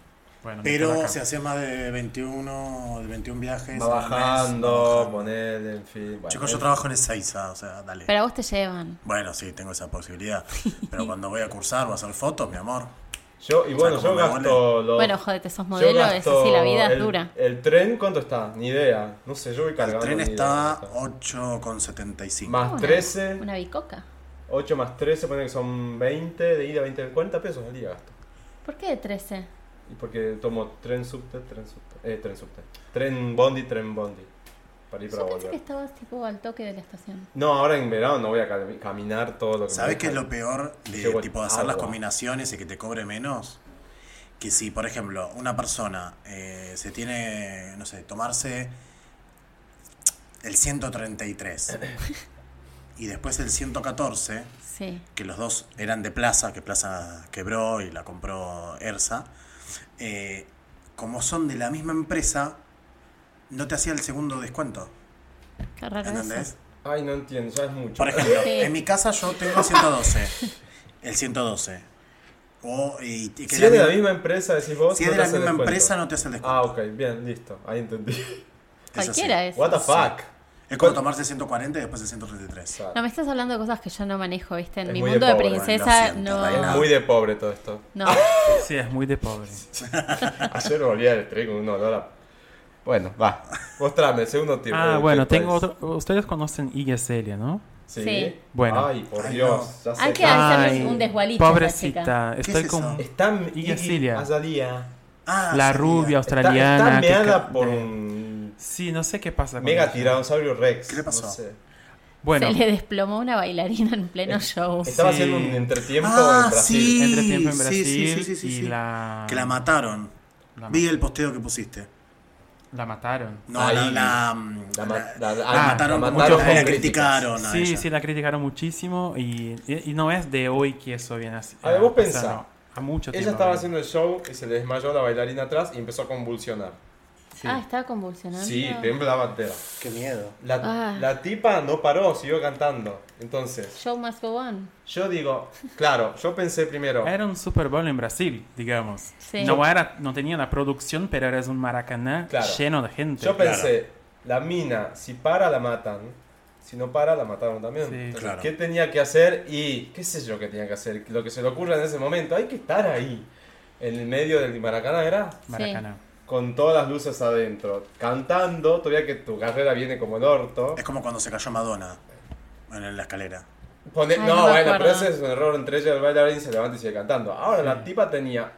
Speaker 5: Bueno, no
Speaker 1: Pero
Speaker 5: acá.
Speaker 1: se hace más de 21, de 21 viajes.
Speaker 3: Va
Speaker 1: al mes.
Speaker 3: bajando, ponele, en fin. Bueno,
Speaker 1: Chicos, yo
Speaker 3: eh,
Speaker 1: trabajo en Ezeiza, o sea, dale.
Speaker 4: Pero a vos te llevan.
Speaker 1: Bueno, sí, tengo esa posibilidad. Pero cuando voy a cursar, voy a hacer fotos, mi amor.
Speaker 3: Yo, y bueno,
Speaker 1: O sea,
Speaker 3: yo
Speaker 1: como me
Speaker 3: gasto los.
Speaker 4: Bueno, jodete, sos
Speaker 3: yo
Speaker 4: modelo, eso sí, la vida es
Speaker 3: el-
Speaker 4: dura.
Speaker 3: ¿El tren cuánto está? Ni idea. No sé, yo voy
Speaker 1: El
Speaker 3: cargando.
Speaker 1: tren
Speaker 3: ni idea
Speaker 1: está
Speaker 3: cuánto
Speaker 1: 8,75.
Speaker 3: Más
Speaker 4: Una-
Speaker 3: 13.
Speaker 4: Una bicoca.
Speaker 3: 8 más 13, pone que son 20 de ida, 20, 40 pesos al día gasto.
Speaker 4: ¿Por qué de 13?
Speaker 3: Y porque tomo tren subte, tren subte, eh, tren subte. Tren bondi, tren bondi. Para ir para
Speaker 4: Yo pensé
Speaker 3: volver.
Speaker 4: que estabas tipo al toque de la estación.
Speaker 3: No, ahora en verano no voy a cami- caminar todo lo que
Speaker 1: ¿Sabes qué es
Speaker 3: dejan.
Speaker 1: lo peor de
Speaker 3: Llevo
Speaker 1: tipo de hacer las
Speaker 3: agua.
Speaker 1: combinaciones y que te cobre menos? Que si, por ejemplo, una persona eh, se tiene, no sé, tomarse el 133 y después el 114,
Speaker 4: Sí.
Speaker 1: que los dos eran de Plaza, que Plaza quebró y la compró ERSA, eh, como son de la misma empresa, no te hacía el segundo descuento.
Speaker 4: Qué raro eso.
Speaker 1: ¿Entendés?
Speaker 3: Ay, no entiendo, ya es mucho.
Speaker 1: Por ejemplo,
Speaker 4: Sí.
Speaker 1: en mi casa yo tengo el 112. El 112. O, y, y que
Speaker 3: si es de
Speaker 1: la
Speaker 3: la
Speaker 1: mi-
Speaker 3: misma empresa, decís vos.
Speaker 1: si es de
Speaker 3: no te
Speaker 1: la
Speaker 3: hacen
Speaker 1: misma
Speaker 3: descuento.
Speaker 1: empresa no te hacen descuento.
Speaker 3: Ah, ok, bien, listo. Ahí entendí.
Speaker 1: así.
Speaker 4: Cualquiera es.
Speaker 3: What the fuck.
Speaker 1: Es como tomarse el 140 y después el 133.
Speaker 4: No, me estás hablando de cosas que yo no manejo, ¿viste? En
Speaker 3: Es
Speaker 4: mi
Speaker 3: muy
Speaker 4: mundo
Speaker 3: de
Speaker 4: de,
Speaker 3: pobre,
Speaker 4: princesa
Speaker 1: lo siento,
Speaker 4: no.
Speaker 1: Reina.
Speaker 3: Es muy de pobre todo esto.
Speaker 4: No.
Speaker 5: Sí, es muy de pobre.
Speaker 3: Ayer volví al tren con un olor a... Bueno, va. Mostrame, el segundo tiempo.
Speaker 5: Ah,
Speaker 3: ¿Qué
Speaker 5: bueno, tengo
Speaker 3: país?
Speaker 5: otro. Ustedes conocen Iggy Celia, ¿no?
Speaker 3: Sí.
Speaker 4: Sí.
Speaker 5: Bueno.
Speaker 3: Ay, por
Speaker 1: Ay,
Speaker 3: Dios. ya sé
Speaker 4: Hay que
Speaker 3: que-
Speaker 4: hacerles un desgualicho a esa chica.
Speaker 5: Pobrecita,
Speaker 1: es
Speaker 5: estoy
Speaker 1: eso?
Speaker 5: con
Speaker 3: Está m-
Speaker 5: Y Cecilia.
Speaker 3: Azalía.
Speaker 1: Ah,
Speaker 5: la
Speaker 1: sí,
Speaker 5: rubia
Speaker 1: mira.
Speaker 3: Está-
Speaker 5: australiana.
Speaker 3: Está,
Speaker 5: que
Speaker 3: meada
Speaker 5: ca-
Speaker 3: por
Speaker 5: de-
Speaker 3: un
Speaker 5: Sí, no sé qué pasa. con
Speaker 3: mega
Speaker 5: ella.
Speaker 3: tiranosaurio Rex.
Speaker 1: ¿Qué le pasó?
Speaker 3: No sé.
Speaker 5: Bueno,
Speaker 4: Se le desplomó una bailarina en pleno
Speaker 3: Eh,
Speaker 4: show.
Speaker 3: Estaba
Speaker 5: Oh, Sí.
Speaker 3: haciendo un entretiempo
Speaker 1: Ah,
Speaker 3: en Brasil.
Speaker 1: sí.
Speaker 5: entre tiempo en
Speaker 1: Sí,
Speaker 5: Brasil
Speaker 1: sí, sí, sí, sí,
Speaker 5: y
Speaker 1: sí.
Speaker 5: la...
Speaker 1: Que la mataron.
Speaker 5: la,
Speaker 1: Vi el posteo que pusiste.
Speaker 5: la mataron.
Speaker 1: No,
Speaker 3: Ahí.
Speaker 1: la, la,
Speaker 3: La ma- la- la-
Speaker 5: ah,
Speaker 1: mataron.
Speaker 3: la
Speaker 1: como
Speaker 5: mataron
Speaker 1: que
Speaker 5: con
Speaker 1: la
Speaker 5: críticas.
Speaker 1: criticaron a
Speaker 5: sí,
Speaker 1: ella.
Speaker 5: sí, la criticaron muchísimo y, y- y no es de hoy que eso viene así.
Speaker 3: A ver, vos pensá.
Speaker 5: no, a mucho tiempo.
Speaker 3: Ella estaba
Speaker 5: viene.
Speaker 3: haciendo el show y se le desmayó la bailarina atrás y empezó a convulsionar.
Speaker 5: Sí.
Speaker 4: Ah, estaba convulsionando.
Speaker 3: Sí, temblaba entera.
Speaker 1: Qué miedo.
Speaker 3: La,
Speaker 4: Ah.
Speaker 3: la tipa no paró, siguió cantando. Entonces,
Speaker 4: Show must go on.
Speaker 3: yo digo, claro, yo pensé primero,
Speaker 5: Era un Super Bowl en Brasil, digamos.
Speaker 4: Sí.
Speaker 5: No, era, no tenía la producción, pero era un maracaná
Speaker 3: Claro.
Speaker 5: lleno de gente.
Speaker 3: yo pensé, la mina, si para la matan, si no para la mataron también.
Speaker 5: Sí.
Speaker 3: Entonces,
Speaker 1: Claro.
Speaker 3: ¿Qué tenía que hacer? Y qué sé yo que tenía que hacer, lo que se le ocurra en ese momento, hay que estar ahí. En el medio del Maracaná era
Speaker 5: Maracaná.
Speaker 3: con todas las luces adentro, cantando, todavía que tu carrera viene como el orto.
Speaker 1: Es como cuando se cayó Madonna en la escalera.
Speaker 3: Pone-
Speaker 4: Ay,
Speaker 3: no,
Speaker 4: no me
Speaker 3: bueno, pero
Speaker 4: acuerdo.
Speaker 3: ese es un error entre ella y el bailarín se levanta y sigue cantando. Ahora la tipa tenía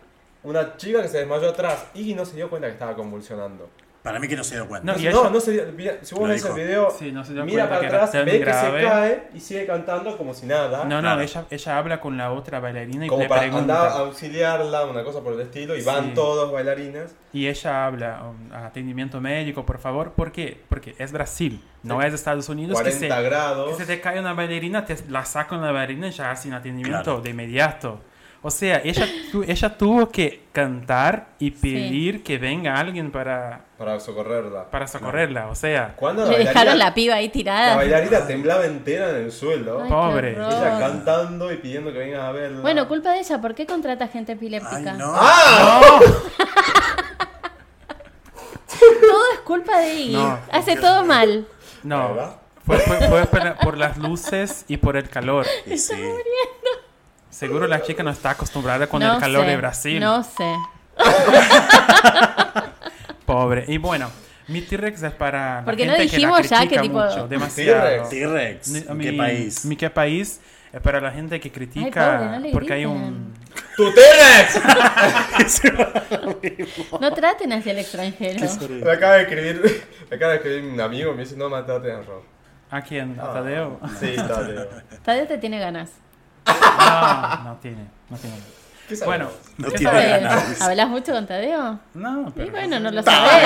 Speaker 3: una chica que se desmayó atrás y no se dio cuenta que estaba convulsionando.
Speaker 1: Para mí que no se dio cuenta.
Speaker 5: No,
Speaker 3: No,
Speaker 5: y
Speaker 3: se-
Speaker 5: ella-
Speaker 3: no, no se dio- mira, Si vos
Speaker 1: Lo
Speaker 3: ves el
Speaker 1: dijo.
Speaker 3: video,
Speaker 5: Sí, no se dio
Speaker 3: mira
Speaker 5: cuenta
Speaker 3: para
Speaker 5: que era
Speaker 3: atrás,
Speaker 5: tan
Speaker 3: ve que
Speaker 5: grave.
Speaker 3: se cae y sigue cantando como si nada.
Speaker 5: No, no,
Speaker 1: Claro.
Speaker 5: ella, ella habla con la otra bailarina y
Speaker 3: Como
Speaker 5: le
Speaker 3: para
Speaker 5: pregunta.
Speaker 3: andar a auxiliarla, una cosa por el estilo, y van
Speaker 5: Sí.
Speaker 3: todos bailarines.
Speaker 5: Y ella habla um, atendimiento médico, por favor. ¿Por qué? Porque es Brasil, no
Speaker 3: Sí.
Speaker 5: es Estados Unidos que se,
Speaker 3: 40 grados.
Speaker 5: que se te cae una bailarina, te la sacan la bailarina y ya hacen atendimiento
Speaker 1: Claro.
Speaker 5: de inmediato. O sea, ella, tu- ella tuvo que cantar y pedir que venga alguien para,
Speaker 3: Para socorrerla.
Speaker 5: para socorrerla. O sea,
Speaker 3: Cuando la
Speaker 4: Le dejaron
Speaker 3: bailarina,
Speaker 4: la piba ahí
Speaker 3: la
Speaker 4: tirada.
Speaker 3: bailarina temblaba entera en el suelo.
Speaker 4: Ay, qué
Speaker 5: Pobre.
Speaker 4: horror.
Speaker 3: Ella cantando y pidiendo que vengan a verla.
Speaker 4: Bueno, culpa de ella, ¿por qué contrata gente
Speaker 1: Ay,
Speaker 4: epiléptica?
Speaker 1: no.
Speaker 4: Todo es culpa de Iggy.
Speaker 5: No.
Speaker 4: Hace todo mal.
Speaker 5: no.
Speaker 3: ¿Verdad?
Speaker 5: Fue, fue- fue por, la- por las luces y por el calor.
Speaker 1: Y sí.
Speaker 5: Seguro la chica no está acostumbrada con el calor
Speaker 4: sé,
Speaker 5: de Brasil.
Speaker 4: No sé.
Speaker 5: Pobre. Y bueno, mi T-Rex es para. la
Speaker 4: Porque no
Speaker 5: gente
Speaker 4: dijimos
Speaker 5: que
Speaker 4: ya
Speaker 5: la
Speaker 4: que
Speaker 5: critica
Speaker 4: tipo-
Speaker 5: mucho, demasiado.
Speaker 3: T-Rex.
Speaker 1: T-Rex,
Speaker 5: Ni-
Speaker 1: ¿en qué
Speaker 5: mi-
Speaker 1: país?
Speaker 5: Mi qué país es para la gente que critica.
Speaker 4: pobre, no le
Speaker 5: porque hay
Speaker 4: griten.
Speaker 5: un.
Speaker 3: ¡Tu T-Rex!
Speaker 4: No traten hacia el extranjero.
Speaker 3: Me acaba de escribir, me acaba de escribir un amigo, me dice, no matate a Rob. Ah,
Speaker 5: ¿A quién?
Speaker 1: Ah.
Speaker 5: ¿A Tadeo?
Speaker 3: Sí, dale.
Speaker 4: Tadeo te tiene ganas.
Speaker 5: Ah, No, no tiene. No tiene.
Speaker 3: ¿Qué sabes?
Speaker 5: Bueno,
Speaker 1: No
Speaker 5: ¿qué
Speaker 1: tiene
Speaker 5: sabes?
Speaker 1: ganas.
Speaker 4: Eh, ¿Hablas mucho con Tadeo?
Speaker 5: No,
Speaker 4: Y
Speaker 5: pero.
Speaker 4: bueno, no lo sabés.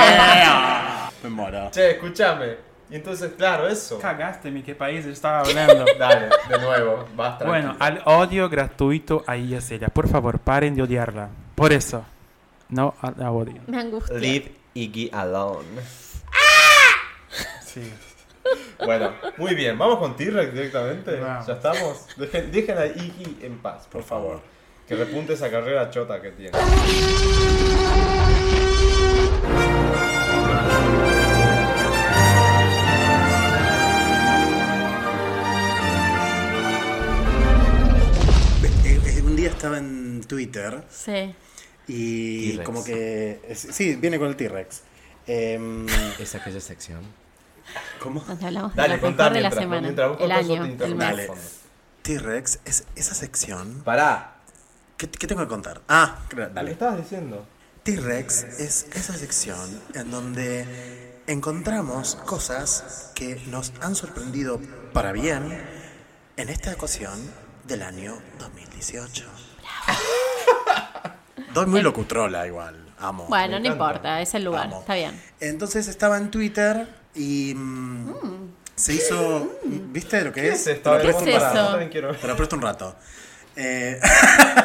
Speaker 1: Me muero.
Speaker 3: Che, escúchame. Y entonces, claro, eso.
Speaker 5: Cagaste, mi qué país estaba hablando.
Speaker 3: Dale, de nuevo, basta.
Speaker 5: Bueno, al odio gratuito ahí es ella. Por favor, paren de odiarla. Por eso. No a- la odio.
Speaker 4: Me angustia.
Speaker 3: Leave Iggy alone.
Speaker 5: Sí.
Speaker 3: Bueno, muy bien, vamos con T-Rex directamente.
Speaker 5: Vamos.
Speaker 3: Ya estamos. Dejen, dejen a Iggy en paz, por favor. Que repunte esa carrera chota que tiene.
Speaker 1: Eh, eh, Un día estaba en Twitter
Speaker 4: Sí.
Speaker 1: y
Speaker 9: T-Rex.
Speaker 1: como que... es- Sí, viene con el T-Rex. Em,
Speaker 9: Es aquella sección.
Speaker 1: ¿Cómo?
Speaker 4: Donde hablamos
Speaker 3: Dale,
Speaker 4: de lo
Speaker 3: contá
Speaker 4: mejor de la
Speaker 3: mientras-
Speaker 4: semana.
Speaker 3: mientras busco
Speaker 4: El
Speaker 3: todo eso,
Speaker 4: año,
Speaker 3: te
Speaker 4: el
Speaker 3: interrumpo.
Speaker 4: mes.
Speaker 1: Dale. T-Rex, es esa sección...
Speaker 3: Pará,
Speaker 1: ¿Qué, qué tengo que contar? Ah, claro,
Speaker 3: ¿qué
Speaker 1: dale.
Speaker 3: estabas diciendo?
Speaker 1: T-Rex es esa sección en donde encontramos cosas que nos han sorprendido para bien en esta ocasión del año 2018. Doy muy locutrola igual, amo.
Speaker 4: Bueno, no
Speaker 3: encanta.
Speaker 4: importa, es el lugar.
Speaker 1: Amo.
Speaker 4: Está bien.
Speaker 1: Entonces estaba en Twitter y mm, se hizo, ¿viste lo que
Speaker 3: ¿Qué
Speaker 1: es?
Speaker 3: es esto?
Speaker 1: Te lo
Speaker 4: ¿Qué
Speaker 1: presto
Speaker 4: es
Speaker 1: un
Speaker 4: eso?
Speaker 1: rato.
Speaker 3: Yo también quiero ver.
Speaker 1: Te lo presto un rato. Eh,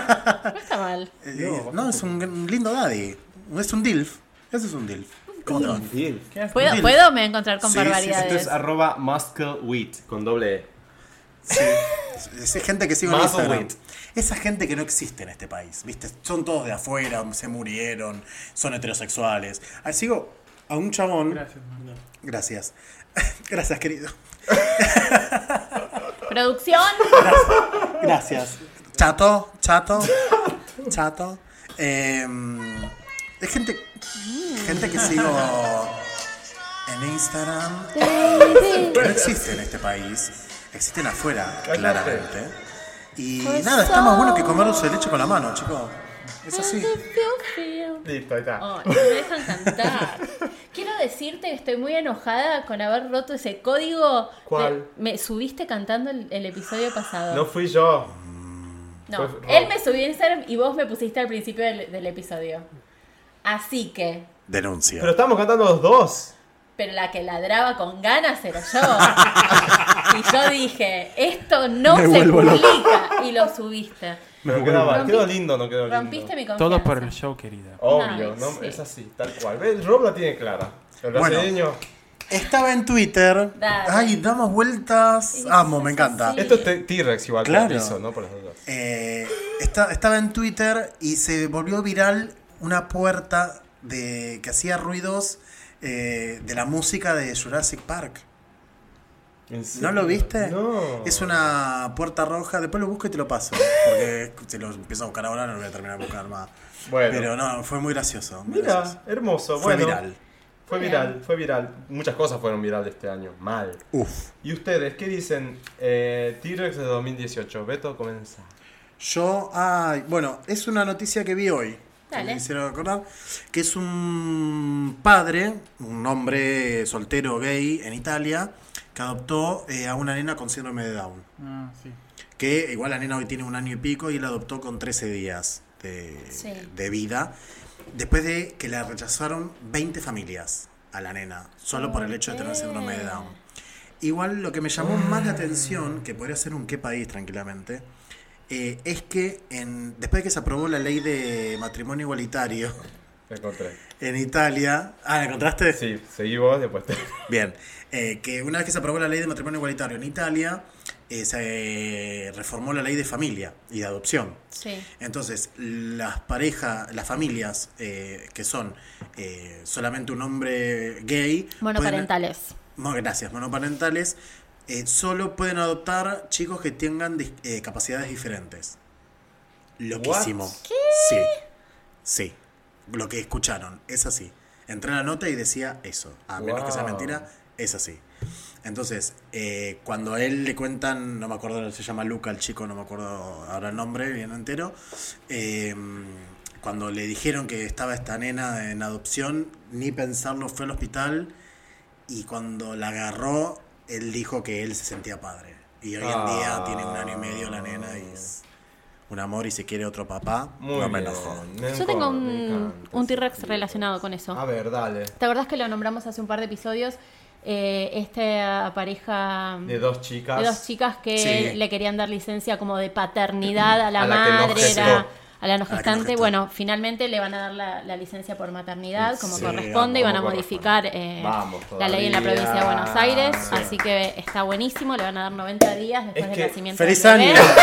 Speaker 4: No está mal.
Speaker 1: Eh, No, es un gran- lindo daddy. No es un DILF. Eso es un DILF. ¿Cómo te va?
Speaker 4: ¿Puedo,
Speaker 1: Dile.
Speaker 4: ¿puedo me encontrar con
Speaker 1: Sí, sí,
Speaker 3: Esto
Speaker 4: barbaridades?
Speaker 3: es arroba musclewheat con doble E.
Speaker 1: Es es gente que sigue en
Speaker 3: Más
Speaker 1: Instagram.
Speaker 3: o menos.
Speaker 1: Esa gente que no existe en este país, ¿viste? Son todos de afuera, se murieron, son heterosexuales. Ah, sigo a un chabón. Gracias. Gracias. Gracias, querido.
Speaker 4: ¿Producción?
Speaker 1: Gracias. Chato, chato, chato. Em, es gente, gente que sigo en Instagram. que no existe en este país. Existen afuera, claramente. Y nada, está más bueno que comerse el leche con la mano, chico. Es así.
Speaker 3: Listo, ahí está.
Speaker 4: Oh, no me dejan cantar. Quiero decirte que estoy muy enojada con haber roto ese código.
Speaker 3: ¿Cuál?
Speaker 4: Me, me subiste cantando el, el episodio pasado.
Speaker 3: No fui yo.
Speaker 4: No,
Speaker 3: Fue Rob.
Speaker 4: él me subió a Instagram y vos me pusiste al principio del, del episodio. Así que,
Speaker 1: Denuncia.
Speaker 3: Pero estamos cantando los dos.
Speaker 4: pero la que ladraba con ganas era yo. y yo dije, esto no
Speaker 1: Me
Speaker 4: se
Speaker 1: vuelvo loco.
Speaker 4: publica. Y lo subiste.
Speaker 3: Pero quedó, mal,
Speaker 4: Rompiste-
Speaker 3: quedó lindo, no quedó lindo.
Speaker 4: Rompiste mi confianza.
Speaker 5: Todo por el show, querida.
Speaker 3: Obvio,
Speaker 4: Ay,
Speaker 3: no,
Speaker 4: sí.
Speaker 3: es así, tal cual. ¿Ves? Rob la tiene clara. El
Speaker 1: Bueno.
Speaker 3: brasileño.
Speaker 1: Estaba en Twitter.
Speaker 4: Dale.
Speaker 1: Ay, damos vueltas. Amo, me encanta.
Speaker 4: Sí.
Speaker 3: Esto es T- T-Rex igual
Speaker 1: Claro.
Speaker 3: que el piso, ¿no? Por las dudas.
Speaker 1: Eh, esta- estaba en Twitter y se volvió viral una puerta de que hacía ruidos eh, de la música de Jurassic Park.
Speaker 3: ¿En serio?
Speaker 1: ¿No lo viste?
Speaker 3: No.
Speaker 1: Es una puerta roja. Después lo busco y te lo paso. Porque si lo empiezo a buscar ahora no lo voy a terminar de buscar más.
Speaker 3: Bueno.
Speaker 1: Pero no, fue muy gracioso. muy gracioso.
Speaker 3: Mira, hermoso.
Speaker 1: Fue
Speaker 3: bueno,
Speaker 1: viral.
Speaker 3: Fue viral, fue viral. Muchas cosas fueron viral este año. Mal.
Speaker 1: Uf.
Speaker 3: ¿Y ustedes qué dicen? Eh, T-Rex de 2018. Beto comienza.
Speaker 1: Yo, ay, bueno, es una noticia que vi hoy. que
Speaker 4: Dale.
Speaker 1: Me hicieron acordar. Que es un padre, un hombre soltero gay en Italia, que adoptó eh, a una nena con síndrome de Down.
Speaker 5: Ah, sí.
Speaker 1: Que igual la nena hoy tiene un año y pico y la adoptó con 13 días de,
Speaker 4: Sí.
Speaker 1: de vida. Después de que la rechazaron 20 familias a la nena, solo por el hecho de tener
Speaker 4: Ok.
Speaker 1: síndrome de Down. Igual lo que me llamó más la atención, que podría ser un qué país tranquilamente, eh, es que en, después de que se aprobó la ley de matrimonio igualitario
Speaker 3: Me encontré.
Speaker 1: en Italia. Ah, ¿la encontraste?
Speaker 3: Sí, seguí vos, después te...
Speaker 1: Bien, eh, que una vez que se aprobó la ley de matrimonio igualitario en Italia, eh, se reformó la ley de familia y de adopción.
Speaker 4: Sí.
Speaker 1: Entonces, las parejas, las familias eh, que son eh, solamente un hombre gay... pueden-
Speaker 4: Monoparentales.
Speaker 1: Mo- gracias, monoparentales, eh, solo pueden adoptar chicos que tengan dis- eh, capacidades diferentes. Loquísimo. Sí. Sí. Lo que escucharon. Es así. Entré a la nota y decía eso. A menos que sea
Speaker 3: Wow.
Speaker 1: mentira, es así. Entonces, eh, cuando a él le cuentan, no me acuerdo, se llama Luca el chico, no me acuerdo ahora el nombre bien entero, eh, cuando le dijeron que estaba esta nena en adopción, ni pensarlo fue al hospital y cuando la agarró, él dijo que él se sentía padre. Y hoy en día
Speaker 3: Ah.
Speaker 1: tiene un año y medio la nena y es un amor y se quiere otro papá.
Speaker 3: Muy
Speaker 1: no me
Speaker 3: bien.
Speaker 1: enojo.
Speaker 3: me
Speaker 4: Yo tengo
Speaker 3: encanta, me
Speaker 4: un,
Speaker 3: encanta
Speaker 4: un
Speaker 3: ese
Speaker 4: T-Rex
Speaker 3: tipo.
Speaker 4: relacionado con eso.
Speaker 3: A ver, dale.
Speaker 4: ¿Te acordás que lo nombramos hace un par de episodios? Eh, esta pareja
Speaker 3: De dos chicas.
Speaker 4: de dos chicas que
Speaker 1: Sí.
Speaker 4: le querían dar licencia como de paternidad a la,
Speaker 3: Mm, A la que no
Speaker 4: madre,
Speaker 3: gestó.
Speaker 4: era- a la
Speaker 1: A la que no
Speaker 4: no gestante.
Speaker 1: gestó.
Speaker 4: bueno, finalmente le van a dar la, la licencia por maternidad, como
Speaker 1: Sí,
Speaker 4: corresponde, y van a
Speaker 3: como
Speaker 4: modificar
Speaker 3: corresponde.
Speaker 4: eh,
Speaker 3: Vamos,
Speaker 4: la ley en la
Speaker 3: todavía.
Speaker 4: provincia de Buenos Aires.
Speaker 3: Sí.
Speaker 4: Así que está buenísimo, le van a dar 90 días después
Speaker 3: Es
Speaker 4: del
Speaker 3: que-
Speaker 4: nacimiento.
Speaker 1: ¡Feliz
Speaker 4: del bebé.
Speaker 1: año!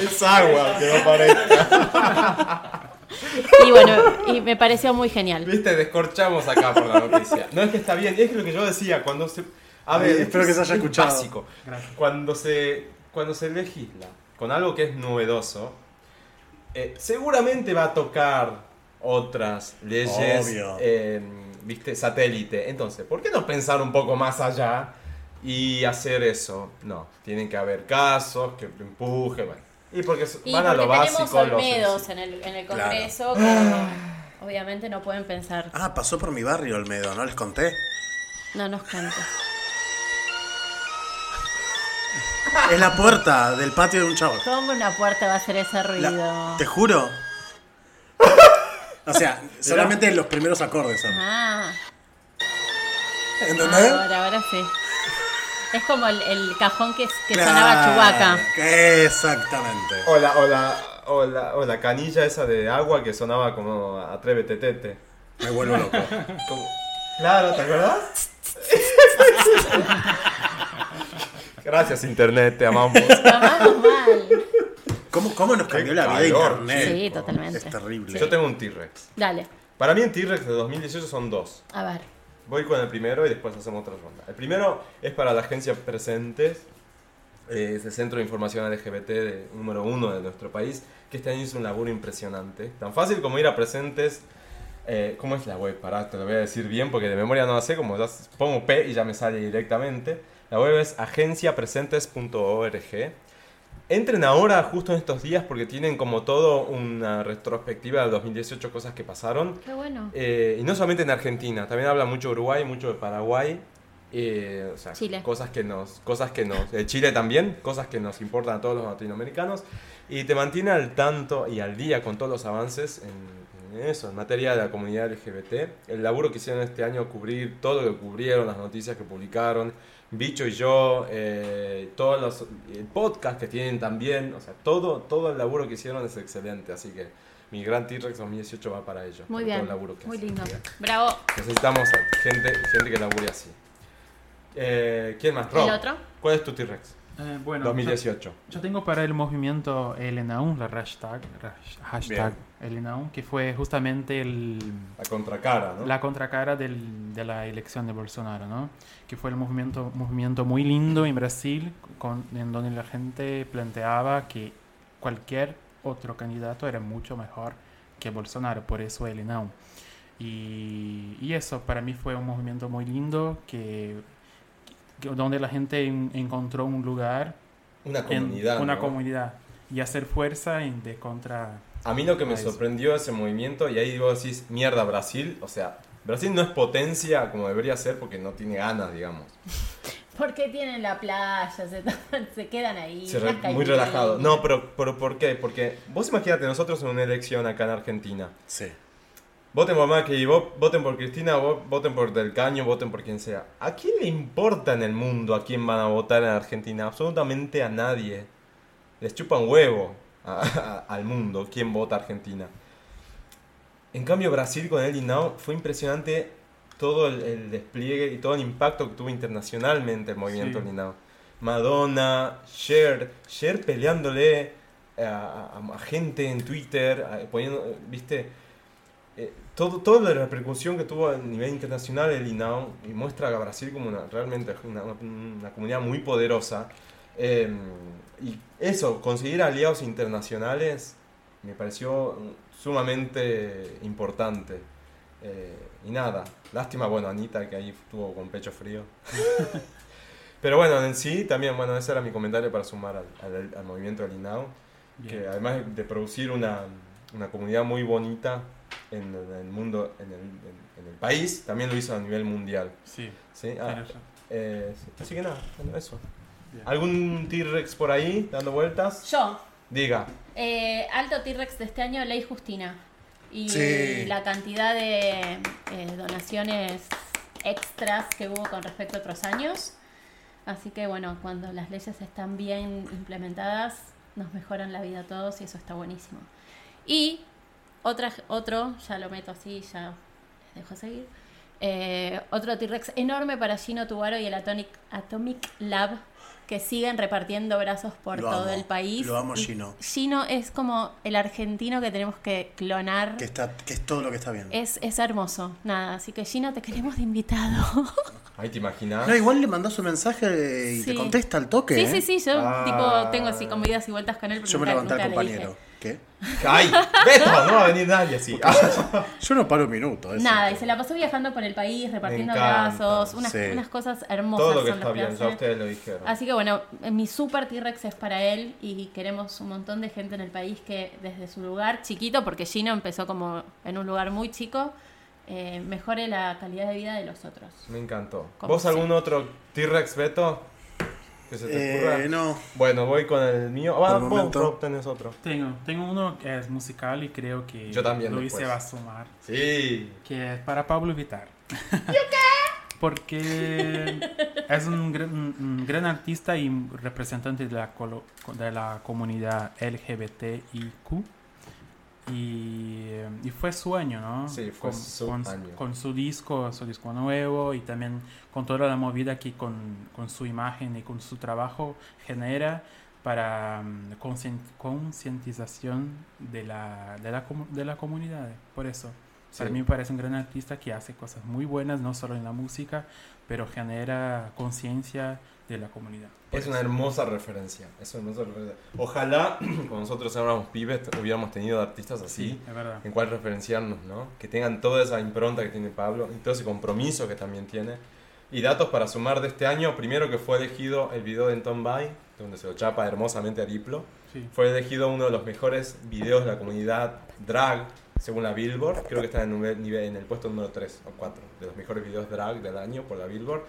Speaker 3: Es agua, que no parezca.
Speaker 4: Y bueno, y me pareció muy genial.
Speaker 3: Viste, descorchamos acá por la noticia. No es que está bien, es lo que yo decía, cuando se. A ver,
Speaker 1: Ay, espero que se haya
Speaker 3: es
Speaker 1: escuchado.
Speaker 3: Básico.
Speaker 5: Gracias.
Speaker 3: Cuando se. Cuando se legisla con algo que es novedoso, eh, seguramente va a tocar otras leyes.
Speaker 1: Obvio.
Speaker 3: eh, Viste, satélite. Entonces, ¿por qué no pensar un poco más allá y hacer eso? No, tienen que haber casos que empujen. bueno. Y porque s-
Speaker 4: Y
Speaker 3: van a
Speaker 4: porque
Speaker 3: lo
Speaker 4: tenemos
Speaker 3: básico. lo
Speaker 4: Olmedos
Speaker 3: sencillo.
Speaker 4: en el, en el
Speaker 1: Claro.
Speaker 4: Congreso, que obviamente no pueden pensar.
Speaker 1: Ah, pasó por mi barrio Olmedo, ¿no les conté?
Speaker 4: No nos cantes.
Speaker 1: Es la puerta del patio de un chavo.
Speaker 4: ¿Cómo una puerta va a hacer ese ruido?
Speaker 1: La- te juro. O sea, solamente los primeros acordes son.
Speaker 4: Ah,
Speaker 1: ¿Entendés?
Speaker 4: ahora, ahora sí. Es como el, el cajón que, que sonaba Chubaca.
Speaker 1: Exactamente.
Speaker 3: O la, o la- o la- o la canilla esa de agua que sonaba como Atrévete Tete.
Speaker 1: Me vuelvo loco.
Speaker 3: Como- Claro, ¿te acordás? Gracias, internet, te amamos.
Speaker 4: Tomamos mal.
Speaker 1: ¿Cómo, cómo nos cambió la vida
Speaker 3: calor,
Speaker 1: internet?
Speaker 4: Sí, totalmente.
Speaker 1: Es terrible.
Speaker 3: Yo tengo un T-Rex.
Speaker 4: Dale,
Speaker 3: Para mí, en T-Rex de 2018 son dos.
Speaker 4: a ver.
Speaker 3: Voy con el primero y después hacemos otra ronda. El primero es para la agencia Presentes, eh, es el Centro de Información LGBT de- número uno de nuestro país, que este año hizo un laburo impresionante. Tan fácil como ir a Presentes. eh, ¿Cómo es la web? Pará, te lo voy a decir bien porque de memoria no la sé, como ya s- pongo P y ya me sale directamente. La web es agenciapresentes.org. Entren ahora, justo en estos días, porque tienen como todo una retrospectiva del 2018, cosas que pasaron.
Speaker 4: Qué bueno.
Speaker 3: Eh, y no solamente en Argentina, también habla mucho de Uruguay, mucho de Paraguay. eh, o sea,
Speaker 4: Chile.
Speaker 3: Cosas que nos. Cosas que nos eh, Chile también, cosas que nos importan a todos los latinoamericanos. Y te mantiene al tanto y al día con todos los avances en, en eso, en materia de la comunidad LGBT. El laburo que hicieron este año, cubrir todo lo que cubrieron, las noticias que publicaron, Bicho y yo, eh, todos los eh, podcasts que tienen también. O sea, todo, todo el laburo que hicieron es excelente. Así que mi gran T-Rex 2018 va para ellos. por
Speaker 4: Muy
Speaker 3: todo
Speaker 4: bien.
Speaker 3: el laburo que
Speaker 4: Muy
Speaker 3: hacen.
Speaker 4: lindo. Bravo.
Speaker 3: Necesitamos a- gente, gente que labure así. Eh, ¿Quién más? Rob,
Speaker 4: ¿El otro?
Speaker 3: ¿Cuál es tu T-Rex?
Speaker 5: Eh, bueno,
Speaker 3: 2018.
Speaker 5: Yo tengo para el movimiento LNAUN, la hashtag, rash- hashtag LNAUN, que fue justamente el,
Speaker 3: La contracara, ¿no?
Speaker 5: la contracara del- de la elección de Bolsonaro, ¿no? Que fue el movimiento, movimiento muy lindo en Brasil, con- en donde la gente planteaba que cualquier otro candidato era mucho mejor que Bolsonaro, por eso LNAUN. Y, y eso para mí fue un movimiento muy lindo que, que- donde la gente en- encontró un lugar
Speaker 3: Una
Speaker 5: en
Speaker 3: comunidad.
Speaker 5: una
Speaker 3: ¿no?
Speaker 5: comunidad y hacer fuerza en de contra
Speaker 3: A mí lo que me
Speaker 5: Ahí sí.
Speaker 3: sorprendió ese movimiento, y ahí vos decís, mierda, Brasil. O sea, Brasil no es potencia como debería ser porque no tiene ganas, digamos.
Speaker 4: Porque tienen la playa, se, toman- se quedan ahí.
Speaker 3: Se re-
Speaker 4: unas
Speaker 3: muy
Speaker 4: cañitas.
Speaker 3: relajado. No, pero, pero ¿por qué? Porque vos imagínate nosotros en una elección acá en Argentina.
Speaker 1: Sí.
Speaker 3: Voten por Macri, vo- voten por Cristina, vo- voten por Del Caño, voten por quien sea. ¿A quién le importa en el mundo a quién van a votar en Argentina? Absolutamente a nadie. Les chupan huevo a- a- al mundo quién vota a Argentina. En cambio, Brasil con el Dinao fue impresionante todo el, el despliegue y todo el impacto que tuvo internacionalmente el movimiento
Speaker 5: Sí.
Speaker 3: Linao. Madonna, Cher, Cher peleándole a, a- a gente en Twitter, a- poniendo, eh, viste, Eh, todo, toda la repercusión que tuvo a nivel internacional el INAO y muestra a Brasil como una, realmente una, una comunidad muy poderosa. Eh, y eso, conseguir aliados internacionales me pareció mm, sumamente importante. Eh, y nada, lástima, bueno, Anita que ahí estuvo con pecho frío. Pero bueno, en sí también, bueno, ese era mi comentario para sumar al, al- al movimiento del INAO,
Speaker 5: Bien.
Speaker 3: que además de producir una, una comunidad muy bonita en, el- en el mundo, en el, en- en el país, también lo hizo a nivel mundial.
Speaker 5: Sí,
Speaker 3: ¿sí? Ah,
Speaker 5: tiene razón.
Speaker 3: eh, sí. así que nada, bueno, eso.
Speaker 5: Bien.
Speaker 3: ¿Algún T-Rex por ahí dando vueltas?
Speaker 4: Yo,
Speaker 3: Diga.
Speaker 4: eh, alto T-Rex de este año, Ley Justina. Y
Speaker 1: Sí.
Speaker 4: la cantidad de eh, donaciones extras que hubo con respecto a otros años. Así que bueno, cuando las leyes están bien implementadas, nos mejoran la vida a todos y eso está buenísimo. Y otra, otro, ya lo meto así, ya les dejo seguir. Eh, otro T-Rex enorme para Gino Tubaro y el Atomic, Atomic Lab que siguen repartiendo brazos por
Speaker 1: Lo
Speaker 4: todo
Speaker 1: amo,
Speaker 4: el país.
Speaker 1: lo amo,
Speaker 4: Y
Speaker 1: Gino.
Speaker 4: Gino es como el argentino que tenemos que clonar.
Speaker 1: Que, está, que es todo lo que está bien.
Speaker 4: Es, es hermoso, nada. Así que Gino, te queremos de invitado.
Speaker 3: Ahí te imaginas.
Speaker 1: No, igual le mandás un mensaje y
Speaker 4: Sí.
Speaker 1: te contesta al toque.
Speaker 4: Sí,
Speaker 1: ¿eh?
Speaker 4: sí, sí, yo
Speaker 3: Ah.
Speaker 4: tipo tengo así como idas y vueltas con él. porque
Speaker 1: Yo me
Speaker 4: nunca-
Speaker 1: levanté al
Speaker 4: nunca le dije.
Speaker 1: compañero. ¿Qué?
Speaker 3: ¡Ay! ¡Beto! No va a venir nadie así.
Speaker 1: Yo no paro un minuto. eso. Eh,
Speaker 4: Nada, y se la pasó viajando por el país, repartiendo
Speaker 3: encanta,
Speaker 4: brazos, unas,
Speaker 1: sí.
Speaker 4: unas cosas hermosas.
Speaker 3: Todo lo que
Speaker 4: son
Speaker 3: está
Speaker 4: las
Speaker 3: bien,
Speaker 4: hace.
Speaker 3: ya ustedes lo dijeron.
Speaker 4: Así que bueno, eh, mi super T-Rex es para él y queremos un montón de gente en el país que desde su lugar chiquito, porque Gino empezó como en un lugar muy chico, eh, mejore la calidad de vida de los otros.
Speaker 3: Me encantó.
Speaker 4: Como
Speaker 3: ¿Vos algún
Speaker 4: siempre.
Speaker 3: otro T-Rex, Beto? Que se te ocurra.
Speaker 1: Eh, no.
Speaker 3: Bueno, voy con el mío. Ah,
Speaker 1: Por el
Speaker 3: vos,
Speaker 1: momento.
Speaker 3: Rob, tenés otro.
Speaker 5: Tengo, tengo uno que es musical y creo que
Speaker 3: Yo también
Speaker 5: Luis se
Speaker 3: después.
Speaker 5: va a sumar.
Speaker 3: Sí.
Speaker 5: que es para Pablo Vittar. Porque es un gran, un- un gran artista y representante de la, colo- de la comunidad LGBTIQ. Y, eh, y fue su año, ¿no?
Speaker 3: Sí, fue
Speaker 5: con,
Speaker 3: su
Speaker 5: con-
Speaker 3: año.
Speaker 5: con su disco, su disco nuevo y también con toda la movida que con, con su imagen y con su trabajo genera para mm, conscien- concientización de la, de, la, comu- de la comunidad. Por eso. Para
Speaker 3: Sí.
Speaker 5: mí me parece un gran artista que hace cosas muy buenas, no solo en la música, pero genera conciencia de la comunidad.
Speaker 3: Es una hermosa referencia. Es una hermosa referencia. Ojalá cuando nosotros éramos pibes t- hubiéramos tenido artistas así.
Speaker 5: Sí, es verdad.
Speaker 3: En cuál referenciarnos, ¿no? Que tengan toda esa impronta que tiene Pablo y todo ese compromiso que también tiene. Y datos para sumar de este año. Primero que fue elegido el video de Tom Bay, donde se lo chapa hermosamente a Diplo.
Speaker 5: Sí.
Speaker 3: Fue elegido uno de los mejores videos de la comunidad drag, según la Billboard. Creo que está en, un nivel- en el puesto número 3 o 4 de los mejores videos drag del año por la Billboard.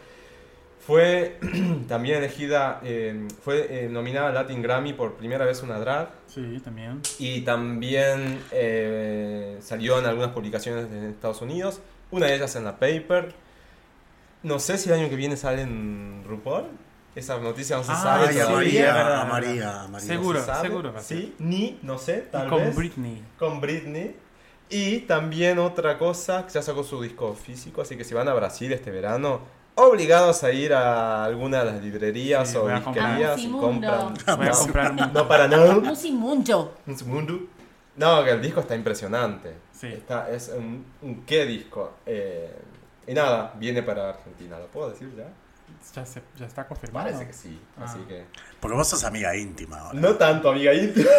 Speaker 3: Fue también elegida, eh, fue eh, nominada a Latin Grammy por primera vez una drag.
Speaker 5: Sí, también.
Speaker 3: Y también eh, salió en algunas publicaciones de Estados Unidos. Una de ellas en la paper. No sé si el año que viene sale en RuPaul. Esa noticia no se
Speaker 5: Ah,
Speaker 3: sabe.
Speaker 5: sí,
Speaker 1: Ay, a
Speaker 3: todavía.
Speaker 5: es
Speaker 1: María,
Speaker 5: verdad,
Speaker 1: a
Speaker 5: es
Speaker 1: María,
Speaker 5: verdad.
Speaker 1: a María.
Speaker 5: Seguro.
Speaker 3: No se sabe.
Speaker 5: va a ser.
Speaker 3: Sí, ni, no sé,
Speaker 5: Y
Speaker 3: tal
Speaker 5: con
Speaker 3: vez.
Speaker 5: Britney.
Speaker 3: Con Britney. Y también otra cosa, que ya sacó su disco físico, así que si van a Brasil este verano, obligados a ir a alguna de las librerías
Speaker 5: Sí,
Speaker 3: o
Speaker 5: voy a comprar.
Speaker 3: disquerías y
Speaker 4: Musimundo.
Speaker 3: compran.
Speaker 5: Voy a
Speaker 3: No,
Speaker 5: comprar mi-
Speaker 3: no para nada.
Speaker 4: Musimundo.
Speaker 3: Un segundo. No, que el disco está impresionante.
Speaker 5: Sí.
Speaker 3: Está, es un, un qué disco. Eh, y nada, viene para Argentina, ¿lo puedo decir ya?
Speaker 5: Ya, se- ya está confirmado.
Speaker 3: Parece que sí.
Speaker 5: Ah.
Speaker 3: Así que.
Speaker 1: Porque vos sos amiga íntima ahora.
Speaker 3: No tanto, amiga íntima.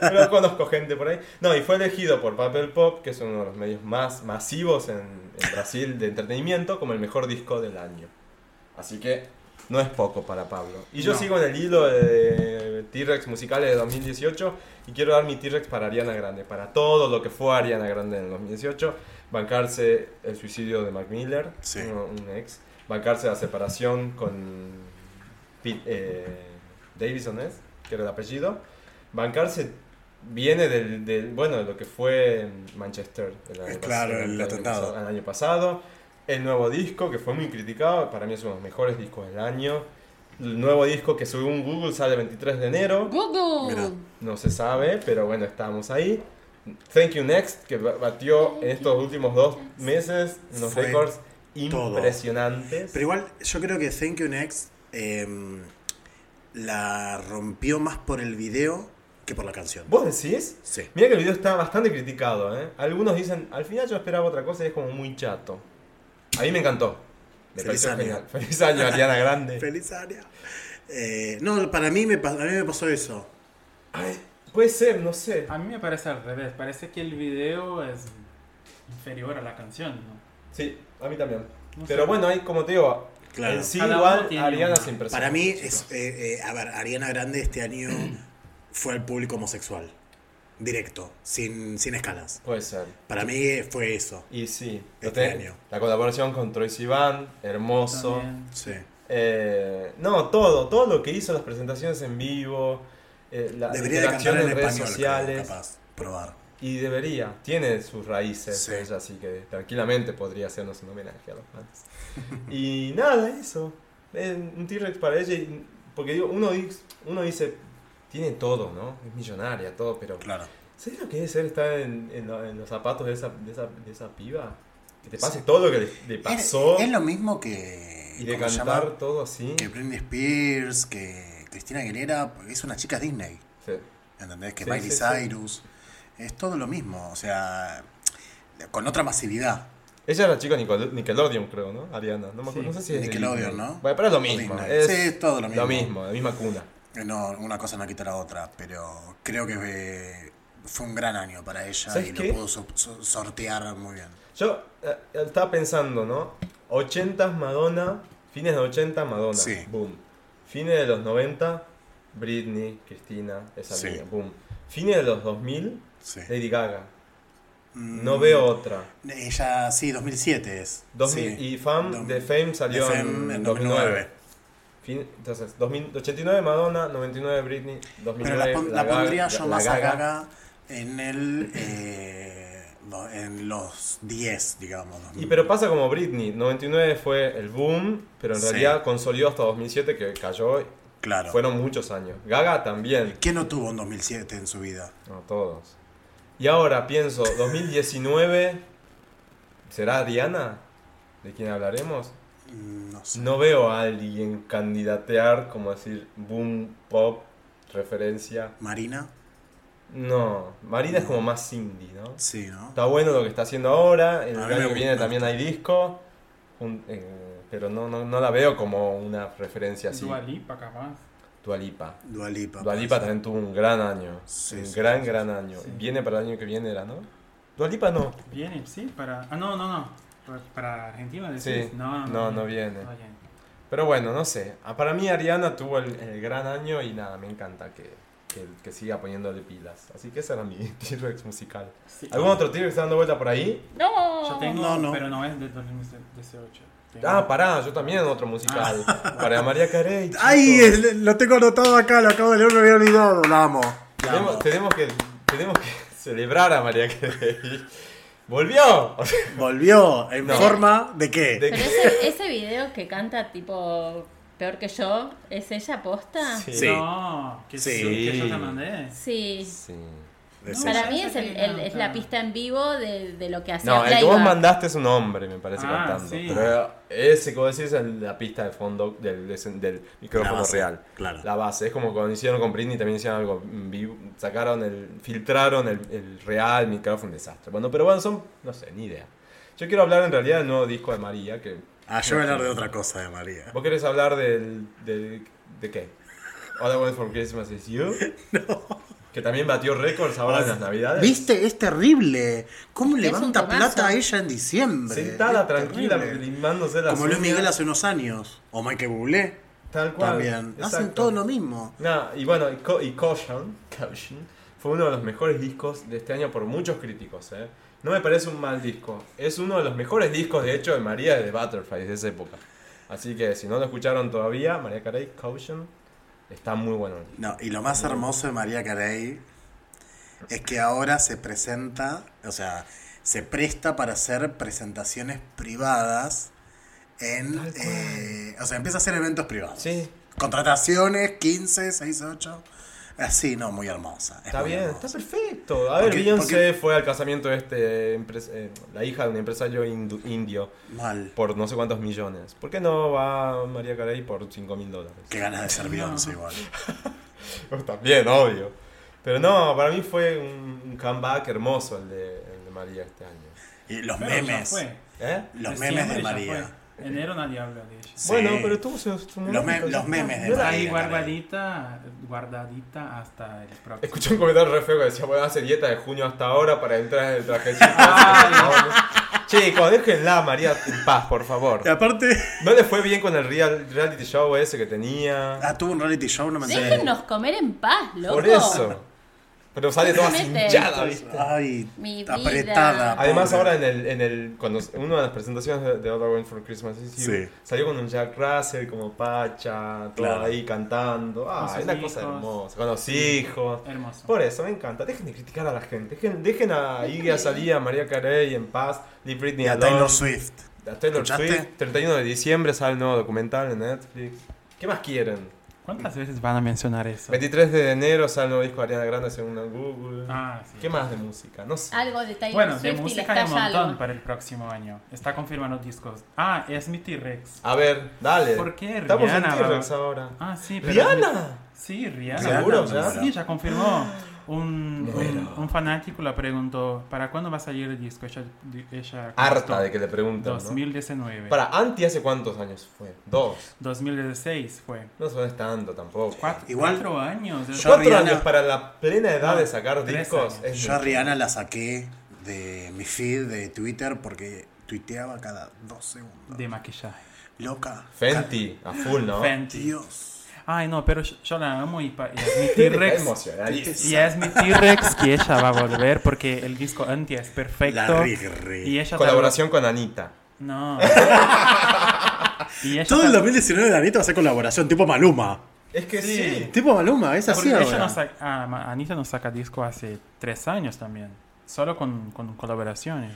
Speaker 3: Pero conozco gente por ahí. No, y fue elegido por Papel Pop, que es uno de los medios más masivos en, en Brasil de entretenimiento, como el mejor disco del año. Así que no es poco para Pablo. Y yo
Speaker 5: No.
Speaker 3: sigo en el hilo de T-Rex musicales de 2018 y quiero dar mi T-Rex para Ariana Grande, para todo lo que fue Ariana Grande en el 2018. Bancarse el suicidio de Mac Miller,
Speaker 1: Sí.
Speaker 3: un, un ex. Bancarse la separación con Pete, eh, Davison, ¿es? Que era el apellido. Bancarse viene del, del- bueno, de lo que fue Manchester. el año
Speaker 1: Claro,
Speaker 3: pasado,
Speaker 1: el
Speaker 3: año
Speaker 1: atentado.
Speaker 3: pasado- El año pasado. El nuevo disco, que fue muy criticado, para mí es uno de los mejores discos del año. El nuevo disco que subió un Google sale el 23 de enero.
Speaker 4: Google.
Speaker 1: Mira.
Speaker 3: No se sabe, pero bueno, estábamos ahí. Thank You Next, que ba- batió en estos últimos dos meses unos
Speaker 1: Fue
Speaker 3: récords
Speaker 1: todo.
Speaker 3: impresionantes.
Speaker 1: Pero igual, yo creo que em, Thank You Next eh, la rompió más por el video que por la canción.
Speaker 3: ¿Vos decís?
Speaker 1: Sí.
Speaker 3: Mira que el video está bastante criticado, ¿eh? Algunos dicen, al final yo esperaba otra cosa y es como muy chato. A mí me encantó. Me
Speaker 1: Feliz
Speaker 3: pareció
Speaker 1: año.
Speaker 3: genial. Feliz año, Ariana Grande.
Speaker 1: Feliz año. Eh, no, para mí me, pa- a mí me pasó eso.
Speaker 3: Ay, puede ser, no sé.
Speaker 5: A mí me parece al revés, parece que el video es inferior a la canción, ¿no?
Speaker 3: Sí, a mí también.
Speaker 5: No
Speaker 3: Pero
Speaker 5: sé.
Speaker 3: bueno, ahí como te digo,
Speaker 1: Claro.
Speaker 3: en sí
Speaker 5: Cada
Speaker 3: igual
Speaker 5: uno tiene
Speaker 3: Ariana
Speaker 5: una-
Speaker 3: se impresionó.
Speaker 1: Para mí, es, eh, eh, a ver, Ariana Grande este año fue al público homosexual. Directo, sin, sin escalas.
Speaker 3: Puede ser.
Speaker 1: Para mí eh, fue eso.
Speaker 3: Y sí. lo
Speaker 1: Este
Speaker 3: tenés-
Speaker 1: año.
Speaker 3: La colaboración con Troy Sivan, hermoso.
Speaker 5: También.
Speaker 1: Sí.
Speaker 3: Eh, no, todo, todo lo que hizo, las presentaciones en vivo, eh, la
Speaker 1: Debería de
Speaker 3: interacción
Speaker 1: cantar en
Speaker 3: en redes
Speaker 1: español, creo,
Speaker 3: sociales.
Speaker 1: capaz. Probar.
Speaker 3: Y debería, tiene sus raíces
Speaker 1: Sí.
Speaker 3: ella, así que tranquilamente podría hacernos un homenaje a los fans. y nada, eso. Eh, Un T-Rex para ella, y- porque digo, uno, di- uno dice, tiene todo, ¿no? Es millonaria, todo, pero
Speaker 1: Claro.
Speaker 3: ¿sabes lo que es ser estar en, en lo- en los zapatos de esa, de, esa, de esa piba? Que te pase todo lo que le, le pasó
Speaker 1: Es, es lo mismo que.
Speaker 3: y de
Speaker 1: ¿cómo se
Speaker 3: cantar
Speaker 1: llama?
Speaker 3: todo así.
Speaker 1: Que Britney Spears, que Cristina Aguilera, porque es una chica Disney.
Speaker 3: Sí.
Speaker 1: ¿Entendés? Que
Speaker 3: Sí,
Speaker 1: Miley
Speaker 3: sí, sí.
Speaker 1: Cyrus. Es todo lo mismo. O sea, con otra masividad.
Speaker 3: Ella era chica Nicol- Nickelodeon, creo, ¿no? Ariana, no me acuerdo,
Speaker 5: Sí.
Speaker 3: no sé si es de
Speaker 1: Nickelodeon,
Speaker 3: Disney.
Speaker 1: ¿no?
Speaker 3: Bueno, pero es lo
Speaker 1: O
Speaker 3: mismo.
Speaker 1: Disney.
Speaker 3: Es
Speaker 1: Sí, es todo lo mismo.
Speaker 3: Lo mismo, la misma cuna.
Speaker 1: Eh, No, una cosa no quita la otra, pero creo que eh, fue un gran año para ella
Speaker 3: ¿Sabes
Speaker 1: y
Speaker 3: qué?
Speaker 1: lo pudo so- so- sortear muy bien.
Speaker 3: Yo eh, estaba pensando, ¿no? 80s Madonna, fines de 80 Madonna,
Speaker 1: Sí.
Speaker 3: boom. Fines de los 90 Britney, Cristina, esa
Speaker 1: Sí.
Speaker 3: línea, boom. Fines de los 2000
Speaker 1: Sí.
Speaker 3: Lady Gaga.
Speaker 1: Mm,
Speaker 3: No veo otra.
Speaker 1: Ella, sí, 2007 es.
Speaker 3: 2000
Speaker 1: sí.
Speaker 3: y Fam
Speaker 1: Dos-
Speaker 3: de Fame
Speaker 1: de
Speaker 3: salió
Speaker 1: Femme en 2009.
Speaker 3: Fin- entonces, 2000, 89 Madonna, 99 Britney, 2009
Speaker 1: Pero la, pon- la
Speaker 3: Gaga-
Speaker 1: pondría
Speaker 3: la-
Speaker 1: yo
Speaker 3: la
Speaker 1: más a Gaga en el. eh, do- en los 10, digamos.
Speaker 3: Y pero pasa como Britney, 99 fue el boom, pero en
Speaker 1: Sí.
Speaker 3: realidad consolidó hasta 2007 que cayó.
Speaker 1: Claro.
Speaker 3: Fueron muchos años. Gaga también.
Speaker 1: ¿Quién no tuvo un 2007 en su vida?
Speaker 3: No, todos. Y ahora pienso, 2019, ¿será Diana? ¿De quién hablaremos?
Speaker 1: Mm, No sé.
Speaker 3: No veo a alguien candidatear, como decir, boom, pop, referencia.
Speaker 1: ¿Marina?
Speaker 3: No, Marina es como más indie, ¿no?
Speaker 1: Sí, ¿no?
Speaker 3: Está bueno lo que está haciendo ahora, el
Speaker 1: A mí me
Speaker 3: año que viene
Speaker 1: gusta.
Speaker 3: también hay disco, un- eh, pero no, no, no la veo como una referencia así.
Speaker 5: Dua Lipa, capaz.
Speaker 3: Dualipa.
Speaker 1: Dualipa.
Speaker 3: Dualipa también tuvo un gran año,
Speaker 1: Sí,
Speaker 3: un
Speaker 1: sí,
Speaker 3: gran, gran año.
Speaker 5: Sí.
Speaker 3: Viene para el año que viene, era, ¿no? Dualipa no.
Speaker 5: Viene, sí, para... Ah, no, no, no. Para- Para Argentina decís.
Speaker 3: Sí.
Speaker 5: No,
Speaker 3: No, no viene.
Speaker 5: No viene.
Speaker 3: Pero bueno, no sé. Ah, Para mí Ariana tuvo el, el gran año y nada, me encanta que, que, que siga poniéndole pilas. Así que ese era mi T-Rex musical.
Speaker 5: Sí.
Speaker 3: ¿Algún otro T-Rex dando vuelta por ahí?
Speaker 4: No.
Speaker 5: Yo tengo,
Speaker 1: No, no.
Speaker 5: pero no es de 2018. Tengo-
Speaker 3: Ah, pará, yo también otro musical. Para María Carey.
Speaker 1: ¡Ay!
Speaker 3: chicos.
Speaker 1: el- el- Lo tengo anotado acá, lo acabo de leer, me había olvidado. La amo. La amo.
Speaker 3: Tenemos, tenemos que, tenemos que celebrar a María Carey. ¡Volvió! O sea,
Speaker 1: Volvió en
Speaker 3: No.
Speaker 1: forma de qué?
Speaker 3: de-
Speaker 4: Pero ese, ese video que canta tipo peor que yo, ¿es ella posta?
Speaker 3: Sí.
Speaker 1: Sí.
Speaker 5: No, que,
Speaker 1: Sí.
Speaker 5: que yo te mandé.
Speaker 4: Sí.
Speaker 3: Sí.
Speaker 1: de
Speaker 5: No,
Speaker 1: ser.
Speaker 4: Para
Speaker 5: sí.
Speaker 4: mí es, el- el- es la
Speaker 5: Sí.
Speaker 4: pista en vivo de, de lo que hacía
Speaker 3: No, el que
Speaker 4: Playback.
Speaker 3: vos mandaste es un hombre, me parece,
Speaker 5: Ah,
Speaker 3: cantando.
Speaker 5: sí.
Speaker 3: Pero ese que vos decís es la pista de fondo del, del- del micrófono
Speaker 1: La base,
Speaker 3: real.
Speaker 1: claro.
Speaker 3: La base. Es como cuando hicieron con Britney, también hicieron algo en vivo. Sacaron el. filtraron el, el real micrófono, un desastre. Bueno, pero bueno, son. no sé, ni idea. Yo quiero hablar en realidad del nuevo disco de María, que.
Speaker 1: Ah, yo voy a hablar de otra cosa de María.
Speaker 3: ¿Vos querés hablar del, del- de qué? All I Want for Christmas is You. Que también batió récords ahora en las navidades.
Speaker 1: ¿Viste? Es terrible. ¿Cómo
Speaker 4: Es
Speaker 1: levanta
Speaker 4: un tomazo.
Speaker 1: plata a ella en diciembre?
Speaker 3: Sentada
Speaker 1: Es
Speaker 3: tranquila,
Speaker 1: terrible.
Speaker 3: limándose las
Speaker 1: Como Luis
Speaker 3: uñas.
Speaker 1: Miguel hace unos años. O Michael Bublé.
Speaker 3: Tal cual.
Speaker 1: También. Hacen
Speaker 3: exacto.
Speaker 1: todo lo mismo.
Speaker 3: Nah, y bueno, y, Co- y Caution, Caution fue uno de los mejores discos de este año por muchos críticos. ¿eh? No me parece un mal disco. Es uno de los mejores discos, de hecho, de María de Butterfly de esa época. Así que si no lo escucharon todavía, María Carey, Caution, está muy bueno. el disco.
Speaker 1: No, y lo más hermoso de María Carey es que ahora se presenta, o sea, se presta para hacer presentaciones privadas en.
Speaker 3: Tal cual.
Speaker 1: eh, o sea, empieza a hacer eventos privados.
Speaker 3: Sí,
Speaker 1: Contrataciones, 15, 6, 8. Así, no, muy hermosa. es
Speaker 3: Está
Speaker 1: muy
Speaker 3: bien,
Speaker 1: hermosa.
Speaker 3: está perfecto. A ver,
Speaker 1: Porque-
Speaker 3: Beyoncé
Speaker 1: porque-
Speaker 3: fue al casamiento de este empres- eh, la hija de un empresario indu- indio
Speaker 1: Mal.
Speaker 3: por no sé cuántos millones. ¿Por qué no va María Carey por 5 mil dólares?
Speaker 1: Qué ganas de ser Beyoncé igual.
Speaker 3: Pues También, obvio. Pero no, para mí fue un, un comeback hermoso el de, el de María este año.
Speaker 1: Y los
Speaker 5: Pero ya
Speaker 1: memes.
Speaker 5: fue.
Speaker 3: ¿Eh?
Speaker 1: Los
Speaker 5: Diciembre
Speaker 1: memes de
Speaker 5: ya
Speaker 1: María.
Speaker 5: fue. Enero nadie habla de ella.
Speaker 1: Sí.
Speaker 3: Bueno, pero tuvo su, su
Speaker 1: Los
Speaker 3: momento,
Speaker 1: mem- los
Speaker 3: sí.
Speaker 1: memes de
Speaker 3: Yo la-
Speaker 1: María.
Speaker 5: Ahí
Speaker 1: Dale.
Speaker 5: guardadita, guardadita hasta el próximo.
Speaker 3: Escuché un comentario re feo que decía, bueno, hace dieta de junio hasta ahora para entrar en el traje chico. Chicos, déjenla a María en paz, por favor.
Speaker 1: Y aparte,
Speaker 3: No le fue bien con el real- reality show ese que tenía.
Speaker 1: ah, tuvo un reality show, no me enteré.
Speaker 4: Déjennos comer en paz, loco.
Speaker 3: Por eso. Pero sale toda
Speaker 4: Justamente.
Speaker 3: hinchada, ¿viste?
Speaker 1: Ay,
Speaker 4: Mi vida.
Speaker 1: apretada.
Speaker 3: Además,
Speaker 1: pobre.
Speaker 3: ahora en el, en el cuando en una de las presentaciones de, de All I Want for Christmas is You,
Speaker 1: Sí.
Speaker 3: salió con un Jack Russell como pacha, todo
Speaker 1: Claro.
Speaker 3: ahí cantando.
Speaker 5: Con
Speaker 3: Ah,
Speaker 5: sus
Speaker 3: es una cosa
Speaker 5: hijos.
Speaker 3: hermosa. Con los hijos.
Speaker 5: Hermoso.
Speaker 3: Por eso, me encanta. Dejen de criticar a la gente. Dejen, dejen a Iggy Azalea, a María Carey en paz. Leave Britney
Speaker 1: Y a
Speaker 3: alone.
Speaker 1: Taylor Swift.
Speaker 3: A Taylor
Speaker 1: ¿Escuchaste?
Speaker 3: Swift. 31 de diciembre sale el nuevo documental en Netflix. ¿Qué más quieren?
Speaker 5: ¿Cuántas veces van a mencionar eso?
Speaker 3: 23 de enero sale el nuevo disco de Ariana Grande según Google.
Speaker 5: Ah, sí.
Speaker 3: ¿Qué más de música? No sé.
Speaker 4: Algo de Taylor
Speaker 5: Bueno, de
Speaker 4: Swift y le
Speaker 5: música hay un
Speaker 4: estalla
Speaker 5: montón
Speaker 4: algo.
Speaker 5: para el próximo año. Está confirmando discos. Ah, es mi T-Rex.
Speaker 3: A ver, dale.
Speaker 5: ¿Por qué
Speaker 3: Estamos
Speaker 5: Rihanna
Speaker 3: en
Speaker 5: va-
Speaker 3: T-Rex ahora.
Speaker 5: Ah, sí. pero-
Speaker 3: ¡Rihanna!
Speaker 5: Sí, Rihanna.
Speaker 3: ¿Seguro?
Speaker 1: ¿Ya?
Speaker 5: Sí, ya confirmó. Un,
Speaker 3: Bueno.
Speaker 5: un, un fanático la preguntó, ¿para cuándo va a salir el disco? Ella, di- ella contestó,
Speaker 3: Harta de que le preguntan, ¿no?
Speaker 5: 2019.
Speaker 3: Para, ¿Anti hace cuántos años fue? Dos.
Speaker 5: 2016 fue.
Speaker 3: No son tanto tampoco.
Speaker 5: Cuatro,
Speaker 1: Igual-
Speaker 5: cuatro años.
Speaker 1: Yo
Speaker 3: Cuatro
Speaker 1: Rihanna-
Speaker 3: años para la plena edad de sacar
Speaker 5: Tres
Speaker 3: discos.
Speaker 5: años.
Speaker 3: es
Speaker 1: Yo a Rihanna la saqué de mi feed de Twitter porque tuiteaba cada dos segundos.
Speaker 5: De maquillaje.
Speaker 1: Loca.
Speaker 3: Fenty, a full, ¿no?
Speaker 5: Fenty.
Speaker 1: Dios.
Speaker 5: Ay, no, pero yo, yo la amo y, pa- y es mi
Speaker 3: Está
Speaker 5: T-Rex.
Speaker 3: emocionadísimo.
Speaker 5: y es mi T-Rex que ella va a volver porque el disco Anti es
Speaker 1: La
Speaker 5: perfecto.
Speaker 1: rigre.
Speaker 5: Y ella
Speaker 3: Colaboración con Anita.
Speaker 5: No. y ella
Speaker 1: Todo el
Speaker 5: tam-
Speaker 1: 2019 de Anita va a ser colaboración, tipo Maluma.
Speaker 3: Es que sí.
Speaker 1: Tipo Maluma, es así
Speaker 5: Porque ella
Speaker 1: ahora.
Speaker 5: no saca- ah, Ma- Anita no saca disco hace tres años también, solo con, con colaboraciones.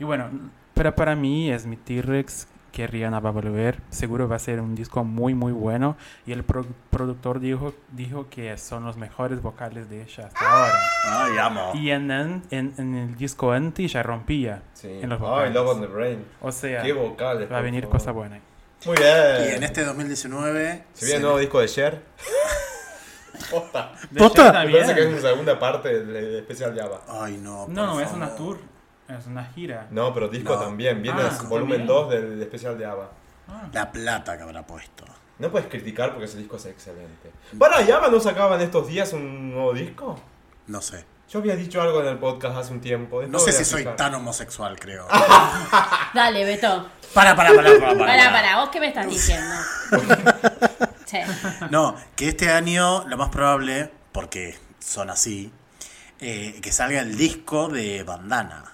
Speaker 5: Y bueno, pero para mí es mi T-Rex que Rihanna va a volver. Seguro va a ser un disco muy, muy bueno. Y el pro- productor dijo, dijo que son los mejores vocales de ella hasta ahora.
Speaker 1: Ay, amo.
Speaker 5: Y en, en, en- en el disco Anti ya rompía
Speaker 3: Sí.
Speaker 5: en los
Speaker 3: Ay,
Speaker 5: vocales.
Speaker 3: Love on the Brain.
Speaker 5: O sea,
Speaker 3: Qué vocales.
Speaker 5: va a
Speaker 3: por
Speaker 5: venir
Speaker 3: favor.
Speaker 5: cosa buena.
Speaker 3: Muy bien.
Speaker 1: Y en este 2019.
Speaker 3: ¿Se viene
Speaker 1: se-
Speaker 3: el nuevo disco de Cher? Posta.
Speaker 5: De
Speaker 1: ¿Posta?
Speaker 5: Cher
Speaker 3: Me parece que
Speaker 5: también.
Speaker 3: es una segunda parte del del especial de ABBA.
Speaker 1: Ay, no. por
Speaker 5: No, no, es
Speaker 1: favor.
Speaker 5: una tour, es una gira.
Speaker 3: No, pero disco
Speaker 1: No.
Speaker 3: también. Viene
Speaker 5: Ah,
Speaker 3: el
Speaker 5: también.
Speaker 3: volumen 2 del especial de ABBA.
Speaker 1: La plata que habrá puesto.
Speaker 3: No puedes criticar porque ese disco es excelente. Para, ¿y ABBA no sacaba en estos días un nuevo disco?
Speaker 1: No sé.
Speaker 3: Yo había dicho algo en el podcast hace un tiempo. después
Speaker 1: No sé
Speaker 3: voy
Speaker 1: si
Speaker 3: a
Speaker 1: soy
Speaker 3: fijar.
Speaker 1: tan homosexual, creo.
Speaker 4: Dale, Beto.
Speaker 1: Para, para, para, para, para,
Speaker 4: Pará, pará, vos qué me estás diciendo. Che.
Speaker 1: No, que este año lo más probable, porque son así, eh, que salga el disco de Bandana.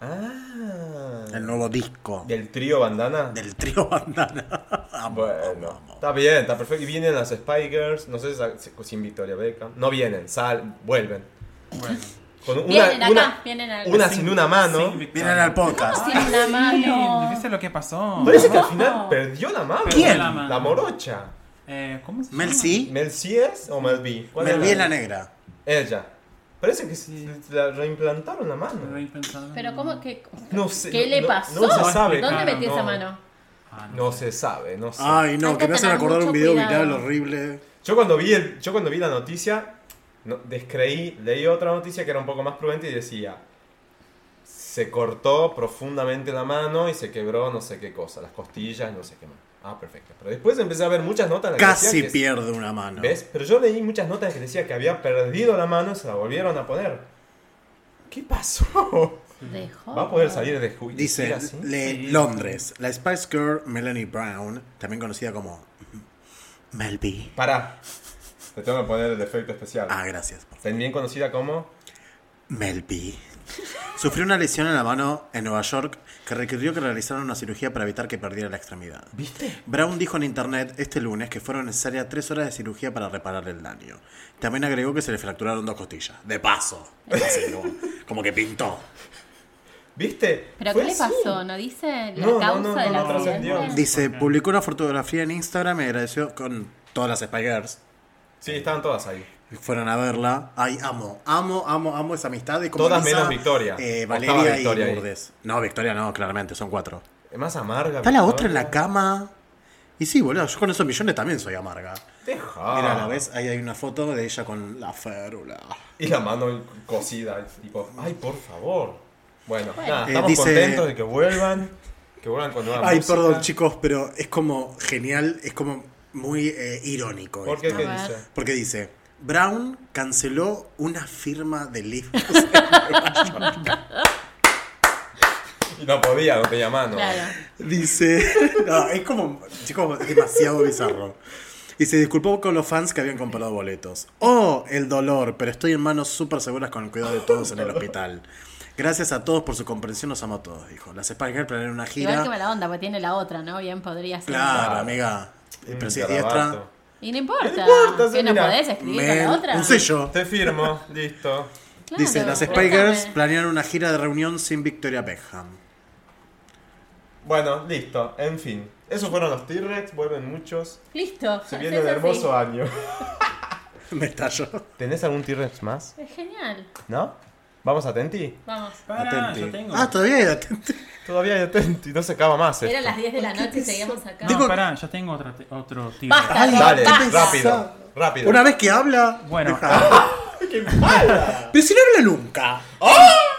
Speaker 1: El
Speaker 3: Ah.
Speaker 1: nuevo disco
Speaker 3: ¿Del trío Bandana?
Speaker 1: del trío Bandana. Amo,
Speaker 3: Bueno,
Speaker 1: amo, amo.
Speaker 3: está bien, está perfecto. Y vienen las Spy Girls, no sé si sa- si- sin Victoria Beckham. No vienen, sal, vuelven.
Speaker 5: Bueno.
Speaker 3: Con una,
Speaker 4: Vienen acá,
Speaker 3: una,
Speaker 4: vienen al...
Speaker 3: una sin una mano.
Speaker 5: Sin Victoria.
Speaker 1: Vienen al podcast.
Speaker 4: Sin una mano.
Speaker 5: Sí, ¿Viste lo que pasó?
Speaker 3: Parece que al final perdió la mano.
Speaker 5: Perdió
Speaker 1: ¿Quién?
Speaker 5: la mano.
Speaker 3: La morocha.
Speaker 5: Eh, ¿Cómo se
Speaker 1: Mel
Speaker 5: llama?
Speaker 1: C,
Speaker 3: ¿Mel C es o Mel B? ¿Cuál
Speaker 1: Mel
Speaker 3: era?
Speaker 1: B es la negra.
Speaker 3: Ella. Parece que se- la reimplantaron la mano.
Speaker 5: Reimpensado.
Speaker 4: Pero cómo que...
Speaker 3: No sé.
Speaker 4: ¿Qué le
Speaker 3: no-
Speaker 4: pasó?
Speaker 3: No, se sabe.
Speaker 4: ¿Dónde
Speaker 3: cara,
Speaker 4: metí
Speaker 3: no.
Speaker 4: esa mano?
Speaker 5: Ah, no.
Speaker 3: No se sabe, no sé.
Speaker 1: Ay, no,
Speaker 4: Hay
Speaker 1: que
Speaker 4: que
Speaker 1: me hacen
Speaker 4: tener
Speaker 1: acordar un
Speaker 4: mucho
Speaker 1: video
Speaker 4: cuidado.
Speaker 1: viral horrible.
Speaker 3: Yo cuando vi el, yo cuando vi la noticia, no- descreí, leí otra noticia que era un poco más prudente y decía se cortó profundamente la mano y se quebró no sé qué cosa, las costillas, no sé qué más. Ah, perfecto. Pero después empecé a ver muchas notas en las que
Speaker 1: Casi
Speaker 3: decía que-
Speaker 1: pierde una mano.
Speaker 3: ¿Ves? Pero yo leí muchas notas que decía que había perdido la mano y se la volvieron a poner. ¿Qué pasó?
Speaker 4: Dejó.
Speaker 3: ¿Va a poder salir de juicio?
Speaker 1: Dice le-
Speaker 5: Sí.
Speaker 1: Londres, la Spice Girl Melanie Brown, también conocida como Mel B.
Speaker 3: Pará. Te tengo que poner el efecto especial.
Speaker 1: Ah, gracias. por
Speaker 3: También conocida como
Speaker 1: Melby. Sufrió una lesión en la mano en Nueva York que requirió que realizaran una cirugía para evitar que perdiera la extremidad. ¿Viste? Brown dijo en internet este lunes que fueron necesarias tres horas de cirugía para reparar el daño. También agregó que se le fracturaron dos costillas. De paso. Así, como, como que pintó.
Speaker 3: ¿Viste?
Speaker 4: ¿Pero
Speaker 3: Fue
Speaker 4: qué le
Speaker 3: así.
Speaker 4: pasó? ¿No dice la
Speaker 3: No, no,
Speaker 4: causa
Speaker 3: no, no,
Speaker 4: del
Speaker 3: no
Speaker 4: accidente?
Speaker 3: trascendió.
Speaker 1: Dice, publicó una fotografía en Instagram y agradeció con todas las Spikers.
Speaker 3: Sí, estaban todas ahí.
Speaker 1: Fueron a verla. Ay, amo, amo, amo, amo esa amistad. Y como
Speaker 3: Todas
Speaker 1: Lisa,
Speaker 3: menos Victoria.
Speaker 1: eh,
Speaker 3: Octava
Speaker 1: Valeria
Speaker 3: Victoria
Speaker 1: y
Speaker 3: ahí.
Speaker 1: Lourdes. No, Victoria no, claramente, son cuatro.
Speaker 3: Es más amarga.
Speaker 1: Está la otra
Speaker 3: Victoria.
Speaker 1: en la cama. Y sí, boludo, yo con esos millones también soy amarga.
Speaker 3: Deja.
Speaker 1: Mira, la vez ahí hay una foto de ella con la férula.
Speaker 3: Y la mano cosida, tipo, ay, por favor. Bueno, nada,
Speaker 1: Eh,
Speaker 3: estamos
Speaker 1: dice-
Speaker 3: contentos de que vuelvan. Que vuelvan con nueva
Speaker 1: Ay,
Speaker 3: música.
Speaker 1: perdón, chicos, pero es como genial, es como muy eh, irónico.
Speaker 3: ¿Por
Speaker 1: esto.
Speaker 3: qué? ¿Qué
Speaker 4: A ver.
Speaker 3: dice?
Speaker 1: Porque dice, Brown canceló una firma de libros.
Speaker 3: Y no podía, no tenía mano.
Speaker 4: Claro.
Speaker 1: Dice, no, es como, chicos, es demasiado bizarro. Y se disculpó con los fans que habían comprado boletos. Oh, el dolor, pero estoy en manos súper seguras con el cuidado de todos en el hospital. Gracias a todos por su comprensión, los amo a todos, dijo. Las Spice Girls planearon una
Speaker 4: Igual que
Speaker 1: gira.
Speaker 4: mala onda, porque tiene la otra, ¿no? Bien podría ser.
Speaker 1: Claro, amiga.
Speaker 3: Mm,
Speaker 1: Eh, Pero si es diestra,
Speaker 3: Garabato.
Speaker 4: Y no importa.
Speaker 3: No importa,
Speaker 4: que no
Speaker 3: mira.
Speaker 4: podés escribir con
Speaker 1: men,
Speaker 4: la otra.
Speaker 1: un sello.
Speaker 3: Te firmo, listo.
Speaker 4: Claro,
Speaker 1: Dice, las Spice
Speaker 4: préstame.
Speaker 1: Girls planearon una gira de reunión sin Victoria Beckham.
Speaker 3: Bueno, listo, en fin. Esos fueron los T-Rex, vuelven muchos.
Speaker 4: Listo.
Speaker 3: Se
Speaker 4: es
Speaker 3: viene un
Speaker 4: así.
Speaker 3: hermoso año.
Speaker 1: Me estalló.
Speaker 3: ¿Tenés algún T-Rex más?
Speaker 4: Es genial.
Speaker 3: ¿No? ¿Vamos a Tenti?
Speaker 4: Vamos.
Speaker 5: Pará, yo
Speaker 1: Atenti.
Speaker 5: tengo.
Speaker 1: Ah, todavía hay atenti.
Speaker 3: Todavía hay Tenti, no se acaba más.
Speaker 4: Era
Speaker 3: esto.
Speaker 4: las 10 de la noche y seguíamos acá.
Speaker 5: No,
Speaker 1: Digo-
Speaker 5: pará, yo tengo otra te- otro tiro.
Speaker 4: Basta.
Speaker 1: Ay,
Speaker 3: Dale,
Speaker 1: qué
Speaker 3: rápido,
Speaker 1: pesado.
Speaker 3: rápido.
Speaker 1: Una vez que habla.
Speaker 5: Bueno.
Speaker 1: deja. Pero si no habla nunca.
Speaker 3: Oh.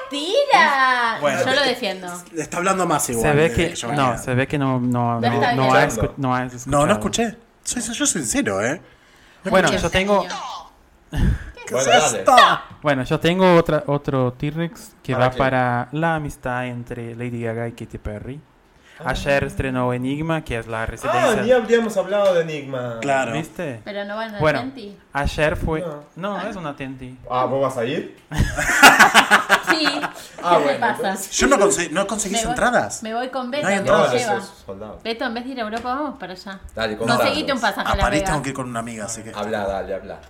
Speaker 4: ¡Tira!
Speaker 5: Bueno.
Speaker 4: Yo lo defiendo.
Speaker 1: Le está hablando más igual.
Speaker 5: Se ve
Speaker 1: desde
Speaker 5: que,
Speaker 1: yo
Speaker 5: no,
Speaker 1: venía.
Speaker 5: se ve que no, no, no,
Speaker 4: No está
Speaker 5: no
Speaker 4: bien.
Speaker 5: has escu- no has escuchado.
Speaker 1: no, no escuché. Soy, soy yo sincero, ¿eh?
Speaker 5: Bueno,
Speaker 4: Escuché,
Speaker 5: yo tengo,
Speaker 4: cariño.
Speaker 3: Bueno,
Speaker 1: ¿Qué es
Speaker 3: dale.
Speaker 1: esto?
Speaker 5: bueno, yo tengo otra, otro T-Rex que
Speaker 3: ¿Para
Speaker 5: va
Speaker 3: qué?
Speaker 5: para la amistad entre Lady Gaga y Katy Perry. Ayer estrenó Enigma, que es la
Speaker 3: Ah, ni
Speaker 5: residencia.
Speaker 3: habríamos hablado de Enigma.
Speaker 1: Claro.
Speaker 5: ¿Viste?
Speaker 4: Pero no van a
Speaker 5: Bueno,
Speaker 4: Tenti.
Speaker 5: ayer fue.
Speaker 3: No.
Speaker 5: No, es una Tenti.
Speaker 3: Ah, ¿vos vas a ir?
Speaker 4: Sí.
Speaker 3: Ah,
Speaker 4: ¿Qué
Speaker 3: bueno,
Speaker 4: me
Speaker 3: pues.
Speaker 4: pasa?
Speaker 3: entonces-
Speaker 1: Yo no, conseguí, no conseguís
Speaker 4: Me voy-
Speaker 1: entradas.
Speaker 4: Me voy con
Speaker 1: No hay
Speaker 4: Beto.
Speaker 3: No,
Speaker 1: entradas.
Speaker 4: me
Speaker 3: eso
Speaker 4: lleva.
Speaker 3: es soldado.
Speaker 4: Beto, en vez de ir a Europa, vamos para allá.
Speaker 3: Dale, contanos.
Speaker 4: Conseguite un pasaje a la
Speaker 1: Aparece,
Speaker 4: Vega.
Speaker 1: Ah, tengo que ir con una amiga, así que.
Speaker 3: Habla, dale, habla.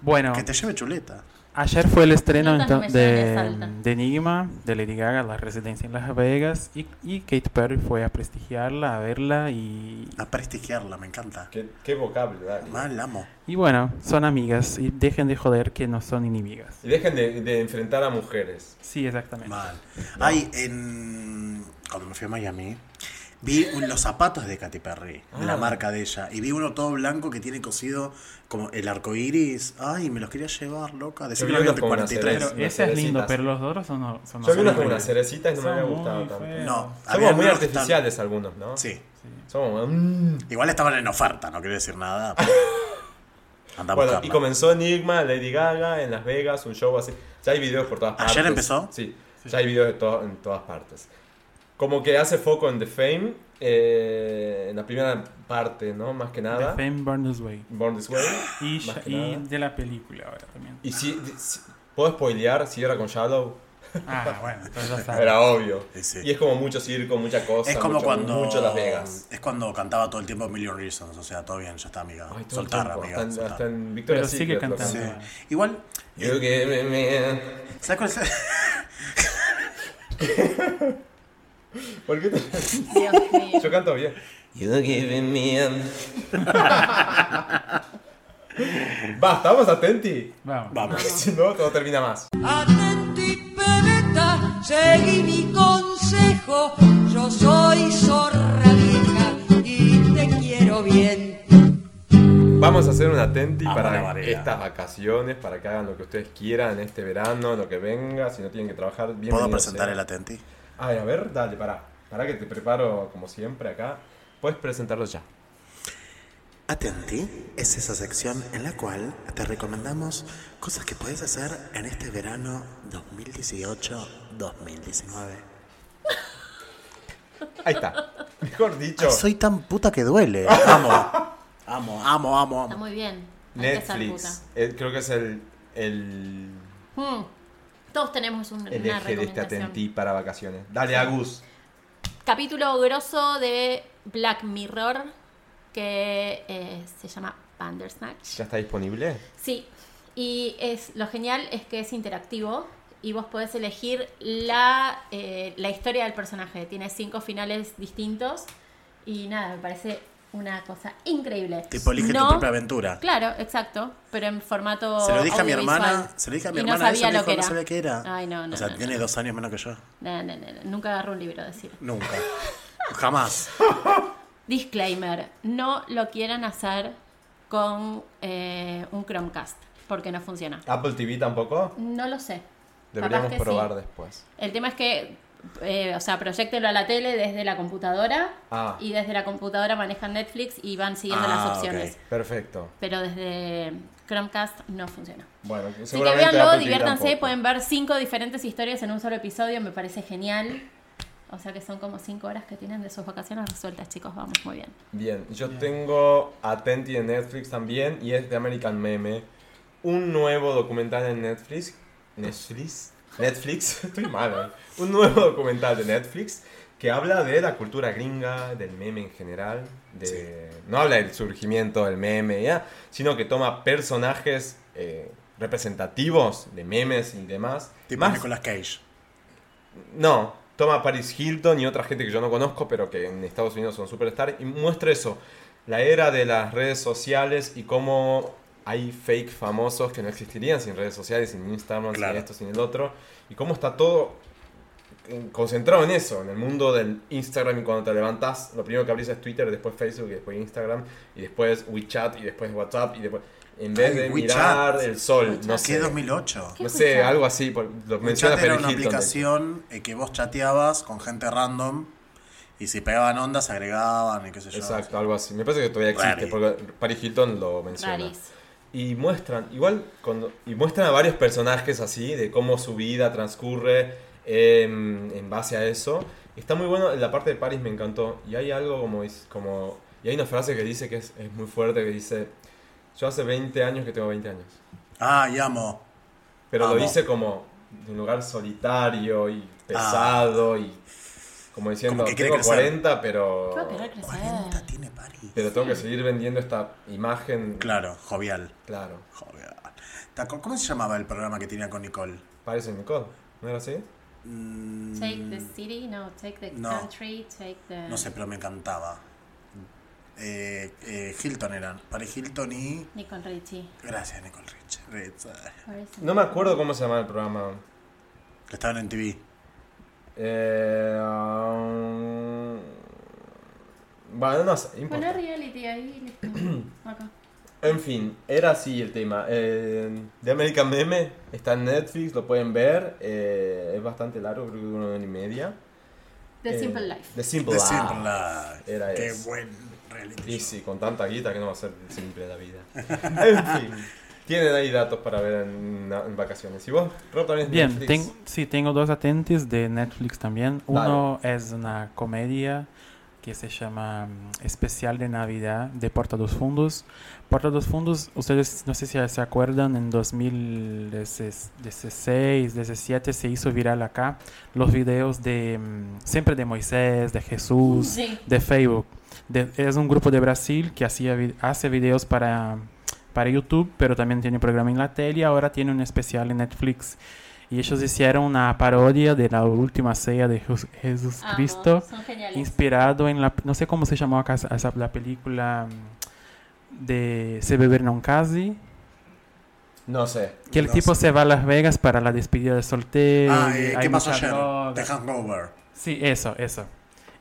Speaker 5: Bueno,
Speaker 1: Que te lleve chuleta.
Speaker 5: ayer fue el estreno
Speaker 4: Notas no
Speaker 5: ento-
Speaker 4: me llevan,
Speaker 5: de,
Speaker 4: es alta.
Speaker 5: de Enigma, de Lady Gaga, la residencia en Las Vegas. Y, y Katy Perry fue a prestigiarla, a verla. Y,
Speaker 1: A prestigiarla, me encanta.
Speaker 3: Qué, qué vocablo, dale.
Speaker 1: Mal amo.
Speaker 5: y bueno, son amigas. Y dejen de joder que no son enemigas.
Speaker 3: Y dejen de, de enfrentar a mujeres.
Speaker 5: Sí, exactamente.
Speaker 1: Mal. Ay, en. Cuando me fui a Miami, vi un- los zapatos de Katy Perry, de
Speaker 3: Ah.
Speaker 1: la marca de ella. Y vi uno todo blanco que tiene cosido como el arco iris. Ay, me los quería llevar, loca. Decía que
Speaker 3: Yo vi
Speaker 1: lo había
Speaker 3: unos con una
Speaker 5: Pero
Speaker 3: cereza.
Speaker 1: 43.
Speaker 3: Unas
Speaker 5: ese es lindo,
Speaker 3: cerecitas.
Speaker 5: pero los otros son, no- son
Speaker 3: Yo vi unas
Speaker 5: son
Speaker 3: con unas
Speaker 5: horribles.
Speaker 3: cerecitas y no me
Speaker 5: Son
Speaker 3: había
Speaker 5: muy
Speaker 3: gustado tanto.
Speaker 5: feas.
Speaker 1: No, había
Speaker 3: Somos muy
Speaker 1: unos que están-
Speaker 3: artificiales algunos, ¿no?
Speaker 1: Sí.
Speaker 3: Somos. mm.
Speaker 1: Igual estaban en oferta, no quiero decir nada. pero- Andá a
Speaker 3: Bueno, y
Speaker 1: buscarla.
Speaker 3: comenzó Enigma, Lady Gaga, en Las Vegas, un show así. Ya hay videos por todas
Speaker 1: ¿Ayer
Speaker 3: partes.
Speaker 1: empezó?
Speaker 3: Sí, ya hay videos de to- en todas partes. Como que hace foco en The Fame, eh, en la primera parte, ¿no? Más que
Speaker 5: The
Speaker 3: nada.
Speaker 5: Fame Burn This Way.
Speaker 3: Born This Way.
Speaker 5: Y,
Speaker 3: más que
Speaker 5: y
Speaker 3: nada.
Speaker 5: de la película ahora también.
Speaker 3: Y si, si- ¿Puedo spoilear si era con Shallow?
Speaker 5: Ah, bueno, entonces ya está.
Speaker 3: Era obvio.
Speaker 1: Sí, sí.
Speaker 3: Y es como mucho circo, mucha cosa.
Speaker 1: Es como
Speaker 3: mucho,
Speaker 1: cuando.
Speaker 3: Mucho Las Vegas.
Speaker 1: Es cuando cantaba todo el tiempo Million Reasons. O sea, todo bien, ya está, amiga.
Speaker 3: Ay, todo el
Speaker 1: Soltar,
Speaker 3: tiempo,
Speaker 1: amiga.
Speaker 3: Hasta, en-
Speaker 1: soltar.
Speaker 3: hasta en Victoria
Speaker 5: Pero sigue cantando.
Speaker 1: Sí. Igual.
Speaker 3: You give me- me-
Speaker 1: ¿Sabes cuál es?
Speaker 3: ¿Por qué te-
Speaker 4: Dios mío.
Speaker 3: Yo canto bien. You give me a... Basta, vamos a Tenti.
Speaker 5: Vamos.
Speaker 1: Vamos.
Speaker 3: Si no, todo termina más.
Speaker 9: Atenti, pebeta, seguí mi consejo. Yo soy zorra vieja y te quiero bien.
Speaker 3: Vamos a hacer una Tenti
Speaker 1: Vamos a la
Speaker 3: para
Speaker 1: varela.
Speaker 3: estas vacaciones, para que hagan lo que ustedes quieran este verano, lo que venga. Si no tienen que trabajar, bien.
Speaker 1: ¿Puedo presentar el Atenti?
Speaker 3: Ay, a ver, dale, pará. Pará que te preparo como siempre acá. Puedes presentarlo ya.
Speaker 1: Atenti es esa sección en la cual te recomendamos cosas que puedes hacer en este verano 2018-2019.
Speaker 3: Ahí está. Mejor dicho,
Speaker 1: Soy tan puta que duele. Amo. Amo, amo, amo,
Speaker 4: Está
Speaker 1: amo.
Speaker 4: muy bien. Hay que ser
Speaker 3: Netflix. Eh, creo que es el, el,
Speaker 4: puta. Mm. Todos tenemos un,
Speaker 3: el eje de
Speaker 4: una
Speaker 3: este
Speaker 4: recomendación.
Speaker 3: Atenti para vacaciones. Dale, Agus.
Speaker 4: Capítulo grosso de Black Mirror que eh, se llama Bandersnatch.
Speaker 3: ¿Ya está disponible?
Speaker 4: Sí, y es lo genial es que es interactivo y vos podés elegir la, eh, la historia del personaje. Tiene cinco finales distintos y nada, me parece una cosa increíble.
Speaker 1: Tipo, elige tu
Speaker 4: No-
Speaker 1: propia aventura.
Speaker 4: Claro, exacto, pero en formato
Speaker 1: Se lo dije a mi
Speaker 4: audiovisual.
Speaker 1: hermana, se lo dije a mi
Speaker 4: Y
Speaker 1: hermana,
Speaker 4: no sabía
Speaker 1: ella me
Speaker 4: lo
Speaker 1: dijo,
Speaker 4: que era.
Speaker 1: no sabía qué era.
Speaker 4: Ay, no, no,
Speaker 1: o sea,
Speaker 4: no, no.
Speaker 1: tiene dos años menos que yo.
Speaker 4: No, no, no, no, nunca agarró un libro de cine.
Speaker 1: Nunca. Jamás.
Speaker 4: Disclaimer, no lo quieran hacer con eh, un Chromecast, porque no funciona.
Speaker 3: Apple TV tampoco.
Speaker 4: No lo sé.
Speaker 3: Deberíamos
Speaker 4: Capaz que
Speaker 3: probar
Speaker 4: sí.
Speaker 3: después.
Speaker 4: El tema es que, eh, o sea, proyectenlo a la tele desde la computadora
Speaker 3: Ah.
Speaker 4: y desde la computadora manejan Netflix y van siguiendo
Speaker 1: Ah,
Speaker 4: las opciones.
Speaker 1: ok.
Speaker 3: Perfecto.
Speaker 4: Pero desde Chromecast no funciona.
Speaker 3: Bueno,
Speaker 4: Así que
Speaker 3: seguramente Apple
Speaker 4: véanlo,
Speaker 3: TV
Speaker 4: diviértanse,
Speaker 3: tampoco.
Speaker 4: pueden ver cinco diferentes historias en un solo episodio, me parece genial. O sea que son como cinco horas que tienen de sus vacaciones resueltas, chicos, vamos muy bien.
Speaker 3: Bien, yo tengo Atenti de Netflix también y es de American Meme. Un nuevo documental en Netflix. Netflix. Netflix, estoy mal. hoy. Un nuevo documental de Netflix que habla de la cultura gringa, del meme en general. De, No habla del surgimiento del meme, ya, sino que toma personajes eh, representativos de memes y demás.
Speaker 1: Tipo
Speaker 3: Más-
Speaker 1: Nicolas Cage.
Speaker 3: no, toma a Paris Hilton y otra gente que yo no conozco, pero que en Estados Unidos son superstar, y muestra eso, la era de las redes sociales y cómo hay fake famosos que no existirían sin redes sociales, sin Instagram,
Speaker 1: Claro.
Speaker 3: sin esto, sin el otro, y cómo está todo eh, concentrado en eso, en el mundo del Instagram y cuando te levantas, lo primero que abrís es Twitter, después Facebook y después Instagram, y después WeChat y después WhatsApp y después... En vez
Speaker 1: Ay,
Speaker 3: de
Speaker 1: WeChat.
Speaker 3: mirar el sol, no
Speaker 1: ¿Qué
Speaker 3: sé.
Speaker 1: 2008?
Speaker 3: No sé, algo así, por- lo menciona
Speaker 1: WeChat era una
Speaker 3: Paris Hilton. de hecho.
Speaker 1: aplicación eh, que vos chateabas con gente random y si pegaban ondas agregaban y qué sé yo.
Speaker 3: Exacto, algo así. Me parece que todavía existe,
Speaker 1: Rari.
Speaker 3: porque Paris Hilton lo menciona.
Speaker 4: Raris.
Speaker 3: Y muestran, igual, cuando, y muestran a varios personajes así, de cómo su vida transcurre em, en base a eso. Está muy bueno, la parte de Paris me encantó. Y hay algo como, es- como y hay una frase que dice que es, es muy fuerte, que dice, yo hace 20 años que tengo 20 años.
Speaker 1: Ah, y amo.
Speaker 3: Pero lo
Speaker 1: Amo.
Speaker 3: dice como de un lugar solitario y pesado y como diciendo,
Speaker 1: que quiere
Speaker 3: tengo
Speaker 1: crecer".
Speaker 3: 40, pero...
Speaker 4: Creo que era crecer.
Speaker 1: 40 tiene París.
Speaker 3: Pero tengo que seguir vendiendo esta imagen.
Speaker 1: Claro, jovial.
Speaker 3: Claro.
Speaker 1: jovial. ¿Te acu- ¿Cómo se llamaba el programa que tenía con Nicole? Mm,
Speaker 3: Parece Nicole, ¿no era así?
Speaker 4: Take the city, no, take the
Speaker 1: No.
Speaker 4: country, take the...
Speaker 1: No sé, pero me encantaba. Eh, eh, Hilton eran. Paris Hilton y.
Speaker 4: Nicole Richie.
Speaker 1: Gracias, Nicole Rich. Rich, ah.
Speaker 4: Where is it?
Speaker 3: No me acuerdo cómo se llamaba el programa.
Speaker 1: Que estaban en TV.
Speaker 3: Eh, um, Bueno, no sé,
Speaker 4: Bueno,
Speaker 3: importa.
Speaker 4: reality ahí. Acá.
Speaker 3: En fin, era así el tema. Eh, de American Meme está en Netflix, lo pueden ver. Eh, es bastante largo, creo que dura una hora y media.
Speaker 4: The
Speaker 3: Eh,
Speaker 4: Simple Life.
Speaker 3: The Simple
Speaker 1: The
Speaker 3: Life.
Speaker 1: Simple Life.
Speaker 3: Era
Speaker 1: Qué
Speaker 3: eso.
Speaker 1: buen reality.
Speaker 3: Y
Speaker 1: show.
Speaker 3: sí, con tanta guita que no va a ser simple la vida. En fin, tienen ahí datos para ver en, en vacaciones. ¿Y vos, Rob, también es
Speaker 5: Bien,
Speaker 3: Netflix?
Speaker 5: ten- sí, tengo dos atentes de Netflix también.
Speaker 3: Vale.
Speaker 5: Uno es una comedia que se llama mm, Especial de Navidad de Porta dos Fundos. Porta dos Fundos, ustedes no sé si se acuerdan, en 2016, 17 se hizo viral acá los videos de mm, siempre de Moisés, de Jesús,
Speaker 4: Sí.
Speaker 5: de Facebook. De- es un grupo de Brasil que hacía, vi- hace videos para, para YouTube, pero también tiene programa en la tele y ahora tiene un especial en Netflix. Y ellos hicieron una parodia de la última cena de Jus- Jesús
Speaker 4: Amo,
Speaker 5: Cristo,
Speaker 4: Son geniales.
Speaker 5: inspirado en la, no sé cómo se llamó acá esa- esa- la película mm, de Se Beber Non Casi,
Speaker 3: No sé.
Speaker 5: que el
Speaker 1: No
Speaker 5: tipo
Speaker 1: sé.
Speaker 5: se va a Las Vegas para la despedida de soltero.
Speaker 1: Ah,
Speaker 5: y
Speaker 1: eh,
Speaker 5: hay
Speaker 1: ¿qué pasó
Speaker 5: mucha
Speaker 1: ayer?
Speaker 5: droga.
Speaker 1: The Hangover.
Speaker 5: Sí, eso, eso.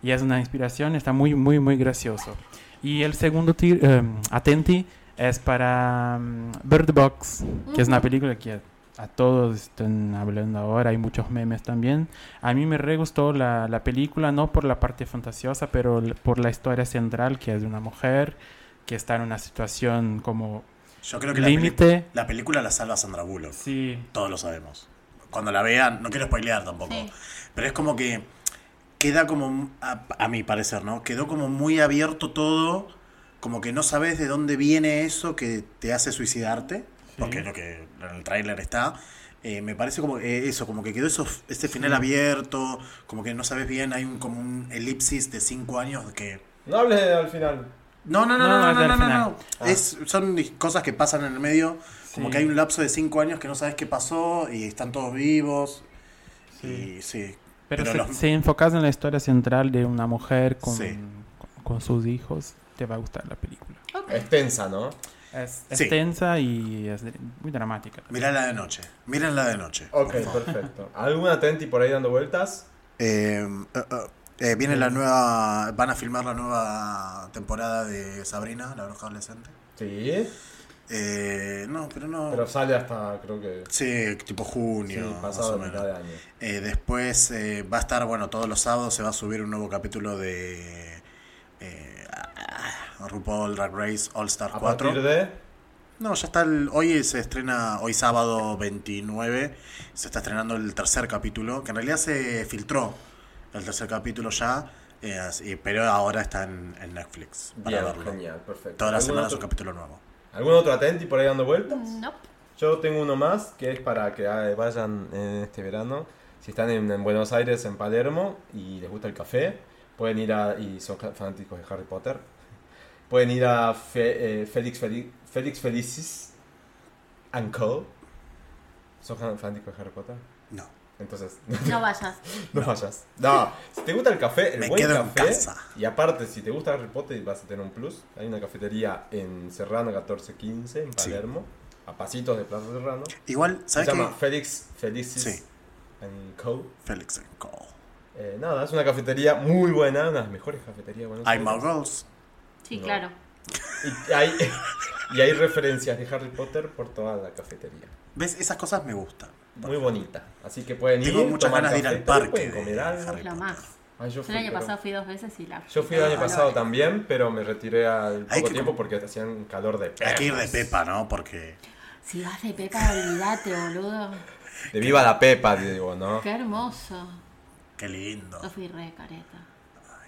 Speaker 5: Y es una inspiración, está muy, muy, muy gracioso. Y el segundo tir- em, Atenti es para em, Bird Box, que es una película que a, a todos están hablando ahora, hay muchos memes también. A mí me re gustó la, la película, no por la parte fantasiosa, pero l- por la historia central, que es de una mujer que está en una situación como...
Speaker 1: Yo creo que la
Speaker 5: Límite.
Speaker 1: pelicu- La, película la salva Sandra Bullock.
Speaker 5: Sí,
Speaker 1: Todos lo sabemos. Cuando la vean, no quiero spoilear tampoco.
Speaker 4: Sí.
Speaker 1: Pero es como que queda como, a, a mi parecer, ¿no? Quedó como muy abierto todo, como que no sabes de dónde viene eso que te hace suicidarte, porque es lo que en el tráiler está. Eh, me parece como eh, eso, como que quedó eso, este final abierto, como que no sabes bien, hay un, como un elipsis de cinco años que...
Speaker 3: No hables al final.
Speaker 1: No, no, no,
Speaker 5: No,
Speaker 1: no,
Speaker 5: es
Speaker 1: no,
Speaker 5: del
Speaker 1: no, no,
Speaker 5: final.
Speaker 1: no. Es, son cosas que pasan en el medio, como
Speaker 5: Sí.
Speaker 1: que hay un lapso de cinco años que no sabes qué pasó y están todos vivos. Y sí.
Speaker 5: pero,
Speaker 1: Pero
Speaker 5: si,
Speaker 1: los-
Speaker 5: si enfocas en la historia central de una mujer con,
Speaker 1: Sí.
Speaker 5: con- con sus hijos, te va a gustar la película.
Speaker 3: Es tensa, ¿no?
Speaker 5: Es,
Speaker 1: Sí.
Speaker 5: es tensa y es dr- muy dramática.
Speaker 1: Mirá la de noche. Mirá la de noche.
Speaker 3: Ok, perfecto. ¿Alguna Tenti por ahí dando vueltas?
Speaker 1: Eh, eh, eh, Eh, viene la nueva. Van a filmar la nueva temporada de Sabrina, la bruja adolescente.
Speaker 3: Sí,
Speaker 1: Eh, no, pero no.
Speaker 3: pero sale hasta creo que
Speaker 1: sí, tipo
Speaker 3: sí,
Speaker 1: junio. más
Speaker 3: pasado
Speaker 1: o
Speaker 3: la
Speaker 1: menos.
Speaker 3: mitad de año.
Speaker 1: Eh, después eh, va a estar, bueno, todos los sábados se va a subir un nuevo capítulo de. eh, ah, RuPaul Drag Race All Star
Speaker 3: A
Speaker 1: 4.
Speaker 3: partir de
Speaker 1: No, ya está. el- hoy se estrena, hoy sábado 29, se está estrenando el tercer capítulo, que en realidad se filtró el tercer capítulo ya, eh, así- pero ahora está en, en Netflix para
Speaker 3: Bien,
Speaker 1: verlo.
Speaker 3: genial, perfecto.
Speaker 1: Todas las
Speaker 3: ¿Algún
Speaker 1: semanas un
Speaker 3: otro-
Speaker 1: capítulo nuevo.
Speaker 3: ¿Algún otro Atenti por ahí dando vueltas?
Speaker 4: Nope.
Speaker 3: Yo tengo uno más que es para que ah, vayan en este verano. Si están en, en Buenos Aires, en Palermo y les gusta el café, pueden ir a. y son ca- fanáticos de Harry Potter, pueden ir a Fe- eh, Félix, Feli- Félix Felicis and Co. ¿Son fan- fanáticos de Harry Potter?
Speaker 1: No,
Speaker 3: Entonces,
Speaker 4: No vayas.
Speaker 3: no vayas. No, si te gusta el café, el
Speaker 1: Me
Speaker 3: buen
Speaker 1: quedo en
Speaker 3: café.
Speaker 1: casa.
Speaker 3: Y aparte, si te gusta Harry Potter, vas a tener un plus. Hay una cafetería en Serrano 1415, en
Speaker 1: Sí.
Speaker 3: Palermo, a pasitos de Plaza Serrano.
Speaker 1: igual,
Speaker 3: Se
Speaker 1: ¿sabes
Speaker 3: llama
Speaker 1: qué?
Speaker 3: Félix Felicis
Speaker 1: Sí.
Speaker 3: and Co.
Speaker 1: Felix and Cole.
Speaker 3: Eh, nada, es una cafetería muy buena, una de las mejores cafeterías de Buenos
Speaker 1: I'm
Speaker 3: Aires.
Speaker 1: Girls.
Speaker 4: Sí,
Speaker 3: No.
Speaker 4: claro.
Speaker 3: Y hay, y hay referencias de Harry Potter por toda la cafetería.
Speaker 1: ¿Ves? Esas cosas me gustan.
Speaker 3: Muy bonita. Así que pueden ir.
Speaker 1: Tengo muchas
Speaker 3: tomar
Speaker 1: ganas de ir
Speaker 3: café,
Speaker 1: al
Speaker 3: también
Speaker 1: parque
Speaker 3: pueden
Speaker 1: de
Speaker 3: comer algo.
Speaker 1: Harry
Speaker 4: Es lo
Speaker 1: Potter.
Speaker 4: más.
Speaker 3: Ay, yo
Speaker 4: Yo
Speaker 3: fui,
Speaker 4: el año
Speaker 3: pero-
Speaker 4: pasado fui dos veces y la.
Speaker 3: Yo fui el año
Speaker 4: Ah,
Speaker 3: pasado
Speaker 4: no.
Speaker 3: también, pero me retiré al
Speaker 1: Hay
Speaker 3: poco
Speaker 1: que-
Speaker 3: tiempo porque hacían un calor de
Speaker 1: Hay que ir de
Speaker 3: perros.
Speaker 1: Pepa, ¿no? Porque
Speaker 4: Si vas de Pepa, olvídate, boludo.
Speaker 3: De viva la Pepa, digo, ¿no?
Speaker 4: Qué hermoso.
Speaker 1: qué lindo.
Speaker 4: Yo fui re careta.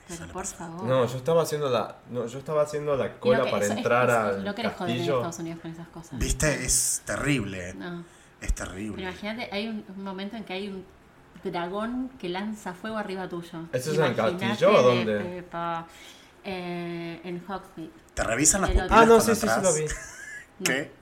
Speaker 4: Pero
Speaker 1: sale
Speaker 4: por
Speaker 1: pasar.
Speaker 4: favor.
Speaker 3: No, yo estaba haciendo la, no, yo estaba haciendo la
Speaker 4: Y lo
Speaker 3: cola
Speaker 4: que-
Speaker 3: para
Speaker 4: eso-
Speaker 3: entrar
Speaker 4: eso-
Speaker 3: al
Speaker 4: No querés joder en
Speaker 3: castillo.
Speaker 4: Estados Unidos con esas cosas.
Speaker 1: ¿Viste? Es terrible.
Speaker 4: No.
Speaker 1: Es
Speaker 4: Pero
Speaker 1: terrible.
Speaker 4: imagínate, hay un, un momento en que hay un dragón que lanza fuego arriba tuyo.
Speaker 3: ¿Eso es en el
Speaker 4: Imagínate
Speaker 3: castillo o
Speaker 4: de
Speaker 3: dónde?
Speaker 4: Pepa. Eh, en Hogsmeade.
Speaker 1: ¿Te revisan las
Speaker 4: El otro.
Speaker 1: pupilas
Speaker 3: Ah, no,
Speaker 1: cuando
Speaker 3: sí, sí, sí lo
Speaker 1: entras?
Speaker 3: vi.
Speaker 4: No.
Speaker 1: ¿Qué?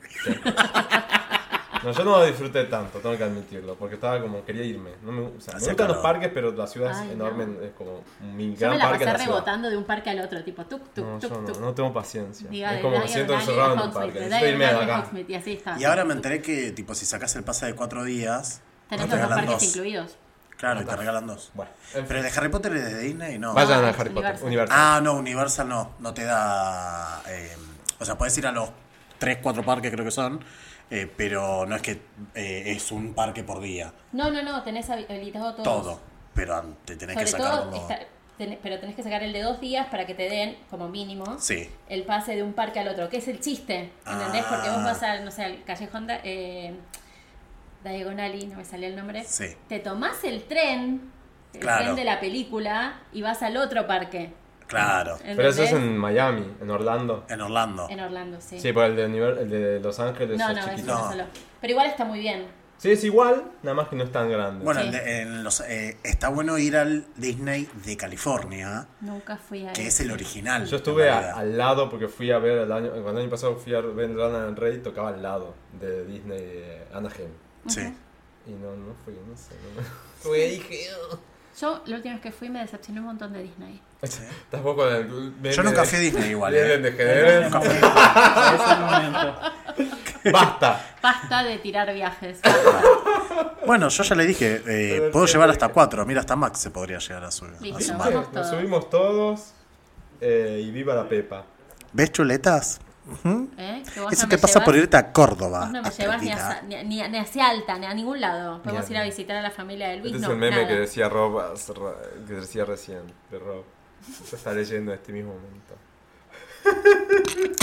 Speaker 3: No, yo no lo disfruté tanto, tengo que admitirlo, porque estaba como, quería irme. No me, o sea, me
Speaker 1: Hacía
Speaker 3: gustan los
Speaker 1: calor.
Speaker 3: parques, pero la ciudad es
Speaker 4: Ay,
Speaker 3: enorme,
Speaker 4: no.
Speaker 3: es como mi
Speaker 4: Yo me
Speaker 3: gran
Speaker 4: la
Speaker 3: parque en
Speaker 4: pasé
Speaker 3: la ciudad.
Speaker 4: rebotando de un parque al otro, tipo tuk, tuk,
Speaker 3: No,
Speaker 4: tuk,
Speaker 3: yo no,
Speaker 4: tuk.
Speaker 3: no tengo paciencia.
Speaker 4: Diga,
Speaker 3: es
Speaker 4: de
Speaker 3: como me
Speaker 4: Diagon
Speaker 3: siento
Speaker 4: Alley a
Speaker 3: encerrado en un
Speaker 4: Hogsmeade,
Speaker 3: parque.
Speaker 4: de
Speaker 3: Necesito
Speaker 4: Diagon
Speaker 3: irme de
Speaker 4: Alley a
Speaker 3: acá.
Speaker 4: Hogsmeade, Y así está.
Speaker 1: Y ahora me enteré que, tipo, si sacas el pase de cuatro días, te
Speaker 4: Tenés los dos
Speaker 1: regalan
Speaker 4: parques
Speaker 1: dos.
Speaker 4: incluidos.
Speaker 1: Claro, y te regalan dos.
Speaker 3: Bueno,
Speaker 1: Pero el de Harry Potter y el de Disney no.
Speaker 3: vayan a
Speaker 4: Ah,
Speaker 3: Harry Potter,
Speaker 4: Universal.
Speaker 3: Universal.
Speaker 1: Ah, no, Universal no. No te da. eh, o sea, puedes ir a los tres, cuatro parques, creo que son. eh, pero no es que eh, es un parque por día.
Speaker 4: No, no, no, tenés habilitado todo.
Speaker 1: Todo. Pero te tenés
Speaker 4: Sobre
Speaker 1: que sacar
Speaker 4: todo,
Speaker 1: como.
Speaker 4: está- tenés- pero tenés que sacar el de dos días para que te den, como mínimo,
Speaker 1: Sí.
Speaker 4: el pase de un parque al otro, que es el chiste, ¿entendés? Porque vos
Speaker 1: Ah.
Speaker 4: vas al, no sé, al Callejón Da- eh, Diagonal y no me salía el nombre.
Speaker 1: Sí.
Speaker 4: Te tomás el tren, el
Speaker 1: Claro.
Speaker 4: tren de la película, y vas al otro parque.
Speaker 1: Claro.
Speaker 3: Pero eso es
Speaker 4: ¿entendés?
Speaker 3: en Miami, en Orlando.
Speaker 1: En Orlando.
Speaker 4: En Orlando, sí.
Speaker 3: Sí, por el de, Univer- el de Los Ángeles
Speaker 4: no,
Speaker 3: es
Speaker 4: no, es
Speaker 3: chiquito.
Speaker 1: No.
Speaker 4: uno solo. Pero igual está muy bien.
Speaker 3: Sí, es igual, nada más que no es tan grande.
Speaker 1: Bueno,
Speaker 4: Sí.
Speaker 1: el de- en los, eh, está bueno ir al Disney de California,
Speaker 4: Nunca fui a
Speaker 1: que
Speaker 4: él.
Speaker 1: es el original.
Speaker 3: Yo estuve
Speaker 1: en
Speaker 3: a-
Speaker 1: realidad.
Speaker 3: al lado porque fui a ver el año, cuando el año pasado fui a ver Lana del Rey, tocaba al lado de Disney de Anaheim.
Speaker 1: Sí.
Speaker 3: Y no, no fui, no sé. No me- Fui y dije... "Ugh".
Speaker 4: Yo, la última vez que fui, me decepcioné un montón de Disney.
Speaker 3: Tampoco...
Speaker 1: Yo nunca fui a Disney igual. eh.
Speaker 3: Bien, de Jerez.
Speaker 1: Nunca fui.
Speaker 5: Ese momento.
Speaker 3: Basta.
Speaker 4: Basta de tirar viajes. basta.
Speaker 1: Bueno, yo ya le dije, eh, puedo llevar hasta cuatro. Mira, hasta Max se podría llegar a su, a
Speaker 4: Listo.
Speaker 1: su
Speaker 4: Vamos
Speaker 1: madre.
Speaker 3: Nos
Speaker 4: todos.
Speaker 3: subimos todos eh, y viva la Pepa.
Speaker 1: ¿Ves chuletas? Ujú.
Speaker 4: ¿Eh? Que vos
Speaker 1: Eso
Speaker 4: no
Speaker 1: te
Speaker 4: me
Speaker 1: pasa por
Speaker 4: llevás-
Speaker 1: irte a Córdoba.
Speaker 4: Vos no me
Speaker 1: atrevida.
Speaker 4: llevas ni, a, Sa- ni, a- ni a- ni hacia Alta, ni a ningún lado. Podemos
Speaker 3: Ni
Speaker 4: ir
Speaker 3: a-
Speaker 4: a visitar a la familia de Luis.
Speaker 3: Este
Speaker 4: no,
Speaker 3: es el meme
Speaker 4: nada.
Speaker 3: que decía Rob, hace ra- que decía recién, de Rob. Se está leyendo en este mismo momento.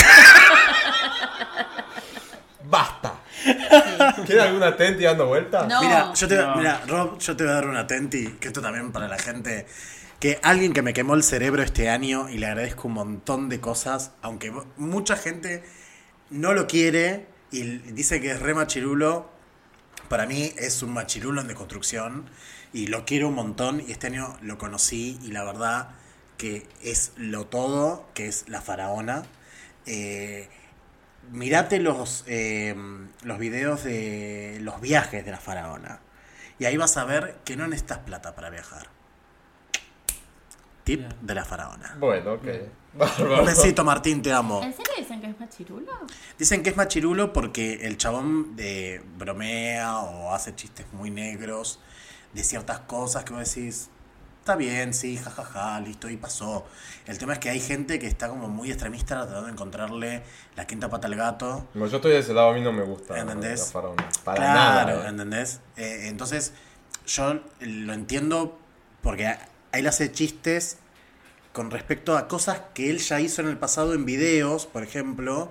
Speaker 3: ¡Basta!
Speaker 4: Sí.
Speaker 3: ¿Queda alguna atenti dando vuelta?
Speaker 4: No.
Speaker 1: Mira, yo te,
Speaker 5: No.
Speaker 1: mira, Rob, yo te voy a dar un atenti, que esto también para la gente, que alguien que me quemó el cerebro este año y le agradezco un montón de cosas, aunque mo- mucha gente no lo quiere y l- dice que es re machirulo, para mí es un machirulo en deconstrucción y lo quiero un montón y este año lo conocí y la verdad que es lo todo, que es la faraona. Eh, mirate los, eh, los videos de los viajes de la faraona. Y ahí vas a ver que no necesitas plata para viajar. Tip
Speaker 5: Bien.
Speaker 1: de la faraona.
Speaker 3: Bueno, ok.
Speaker 1: Un
Speaker 3: Bárbaro.
Speaker 1: besito, Martín, te amo.
Speaker 4: ¿En serio dicen que es machirulo?
Speaker 1: Dicen que es machirulo porque el chabón eh, de bromea o hace chistes muy negros de ciertas cosas que vos decís, está bien, sí, jajaja, listo, y pasó. El tema es que hay gente que está como muy extremista tratando de encontrarle la quinta pata al gato.
Speaker 3: Como yo estoy de ese lado, a mí no me gusta.
Speaker 1: ¿Entendés?
Speaker 3: la faraona. Para
Speaker 1: claro,
Speaker 3: nada.
Speaker 1: ¿entendés? Eh, entonces, yo lo entiendo porque a- a él hace chistes con respecto a cosas que él ya hizo en el pasado en videos, por ejemplo.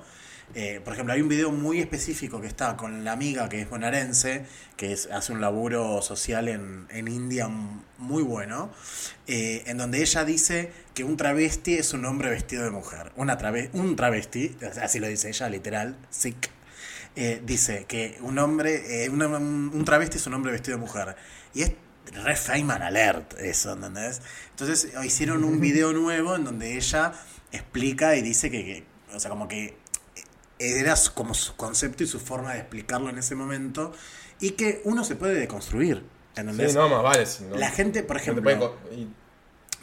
Speaker 1: Eh, por ejemplo, hay un video muy específico que está con la amiga que es bonaerense, que es- hace un laburo social en, en India m- muy bueno, eh, en donde ella dice que un travesti es un hombre vestido de mujer. Una trave- un travesti, así lo dice ella, literal, sick, eh, dice que un hombre, eh, un, un travesti es un hombre vestido de mujer. Y es re Feynman alert eso, ¿entendés? Entonces eh, hicieron un video nuevo en donde ella explica y dice que, que, o sea, como que eh, era su- como su concepto y su forma de explicarlo en ese momento y que uno se puede deconstruir, ¿entendés?
Speaker 3: Sí, no, más vale. si no-
Speaker 1: La gente, por
Speaker 3: no te
Speaker 1: ejemplo
Speaker 3: pueden co- y-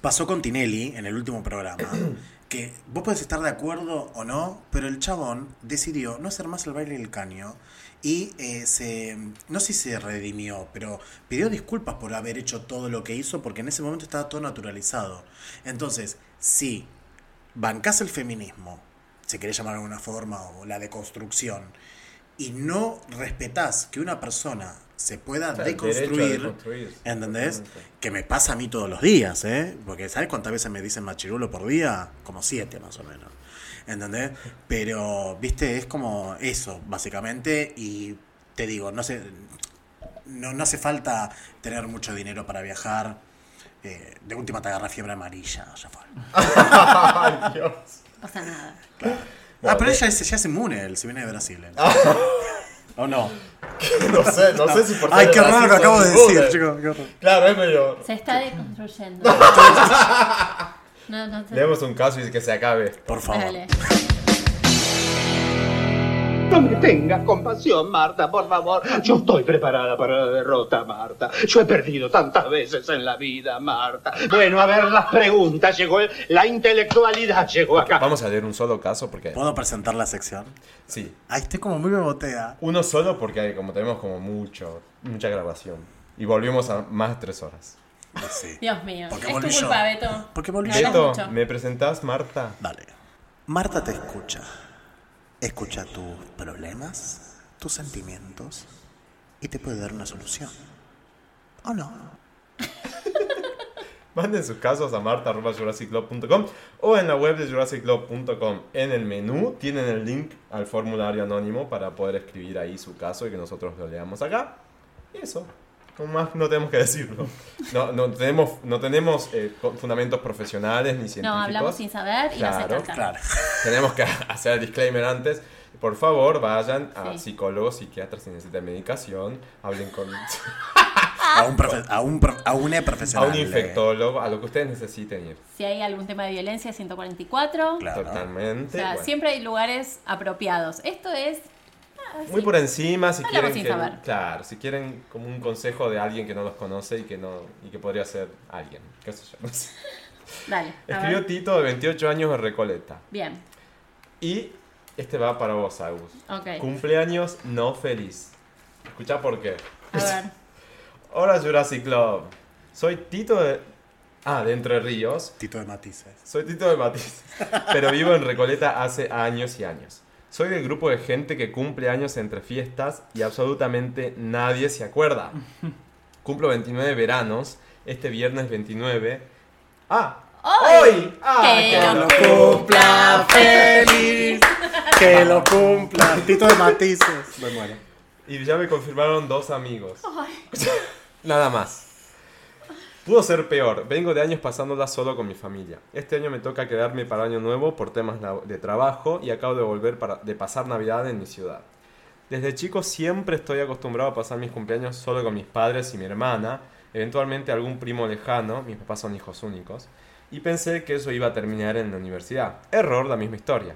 Speaker 1: pasó con Tinelli en el último programa, que vos podés estar de acuerdo o no, pero el chabón decidió no hacer más el baile del caño y eh, se, no sé si se redimió, pero pidió disculpas por haber hecho todo lo que hizo porque en ese momento estaba todo naturalizado. Entonces, si bancás el feminismo, se quiere llamar de alguna forma, o la deconstrucción, y no respetás que una persona se pueda
Speaker 3: o sea, el derecho a
Speaker 1: deconstruir,
Speaker 3: deconstruir, sí,
Speaker 1: ¿Entendés?
Speaker 3: totalmente.
Speaker 1: Que me pasa a mí todos los días, ¿eh? Porque ¿sabes cuántas veces me dicen machirulo por día? Como siete más o menos. ¿Entendés? Pero, viste, es como eso, básicamente. Y te digo, no sé, no, no hace falta tener mucho dinero para viajar. Eh, de última te agarra fiebre amarilla, ya fue.
Speaker 3: Ay, Dios.
Speaker 4: pasa nada.
Speaker 1: ah,
Speaker 3: Bueno, eh.
Speaker 1: pero
Speaker 3: de-
Speaker 1: ella es, ya es inmune, él se viene de Brasil. él. ¿O no?
Speaker 3: No sé, no sé si por
Speaker 1: Ay,
Speaker 3: ser
Speaker 1: qué raro lo que
Speaker 3: racista
Speaker 1: acabo de
Speaker 3: son
Speaker 1: decir,
Speaker 3: inmunes.
Speaker 1: chicos. qué horror.
Speaker 3: Claro, es medio.
Speaker 4: Se está deconstruyendo. No, no te...
Speaker 3: Leemos un caso y que se acabe.
Speaker 1: Por favor.
Speaker 4: Dale.
Speaker 10: No me tengas compasión, Marta, por favor. Yo estoy preparada para la derrota, Marta. Yo he perdido tantas veces en la vida, Marta. Bueno, a ver las preguntas. Llegó el- la intelectualidad, llegó acá.
Speaker 3: Vamos a leer un solo caso porque.
Speaker 1: ¿Puedo presentar la sección?
Speaker 3: Sí.
Speaker 1: Ay, estoy como muy bebotea.
Speaker 3: Uno solo porque como tenemos como mucho, mucha grabación. Y volvimos a más de tres horas.
Speaker 1: Sí.
Speaker 4: Dios mío.
Speaker 1: Porque
Speaker 4: es tu
Speaker 1: volví yo.
Speaker 4: culpa, Beto.
Speaker 1: Porque volví
Speaker 4: Hablas
Speaker 3: Beto,
Speaker 4: mucho.
Speaker 3: ¿me presentás, Marta?
Speaker 1: Dale. Marta te escucha. Escucha tus problemas, tus sentimientos y te puede dar una solución. ¿O no?
Speaker 3: Manden sus casos a marta.jurassiclub.com o en la web de jurassiclub.com. En el menú tienen el link al formulario anónimo para poder escribir ahí su caso y que nosotros lo leamos acá. Y eso. No Más no tenemos que decirlo. No, no tenemos, no tenemos eh, co- fundamentos profesionales ni científicos.
Speaker 4: No, hablamos sin saber y nos
Speaker 3: Claro,
Speaker 4: encanta.
Speaker 1: Claro.
Speaker 3: Tenemos que hacer el disclaimer antes. Por favor, vayan a
Speaker 4: Sí.
Speaker 3: psicólogos, psiquiatras si necesitan medicación, hablen con
Speaker 4: Ah.
Speaker 1: A un, profe- a un, pro- a un e
Speaker 3: a
Speaker 1: profesional.
Speaker 3: un
Speaker 1: eh.
Speaker 3: infectólogo, a lo que ustedes necesiten ir.
Speaker 4: Si hay algún tema de violencia, 144.
Speaker 1: Claro.
Speaker 4: O
Speaker 3: Totalmente.
Speaker 4: sea,
Speaker 3: bueno.
Speaker 4: siempre hay lugares apropiados. Esto es ah,
Speaker 3: Muy por encima, si
Speaker 4: Hablamos
Speaker 3: quieren
Speaker 4: sin
Speaker 3: que-
Speaker 4: saber.
Speaker 3: claro, si quieren como un consejo de alguien que no los conoce y que no y que podría ser alguien, qué sé yo.
Speaker 4: Dale. a
Speaker 3: Escribió
Speaker 4: ver.
Speaker 3: Tito de 28 años en Recoleta.
Speaker 4: Bien.
Speaker 3: Y este va para vos, Agus.
Speaker 4: Ok.
Speaker 3: Cumpleaños no feliz. Escucha por qué.
Speaker 4: A ver.
Speaker 3: Hola Jurassic Club. Soy Tito de. Ah, de Entre Ríos.
Speaker 1: Tito de matices.
Speaker 3: Soy Tito de Matiz. Pero vivo en Recoleta hace años y años. Soy del grupo de gente que cumple años entre fiestas y absolutamente nadie se acuerda. Cumplo 29 veranos. Este viernes 29. ¡Ah! ¡Hoy! ¡Ah!
Speaker 4: Que
Speaker 3: que
Speaker 4: lo
Speaker 1: cumpla feliz. Que lo cumpla. Tito de matices. Me muero.
Speaker 3: Y ya me confirmaron dos amigos. Nada más. Pudo ser peor. Vengo de años pasándola solo con mi familia. Este año me toca quedarme para año nuevo por temas lab- de trabajo y acabo de volver para, de pasar Navidad en mi ciudad. Desde chico siempre estoy acostumbrado a pasar mis cumpleaños solo con mis padres y mi hermana, eventualmente algún primo lejano, mis papás son hijos únicos, y pensé que eso iba a terminar en la universidad. Error, la misma historia.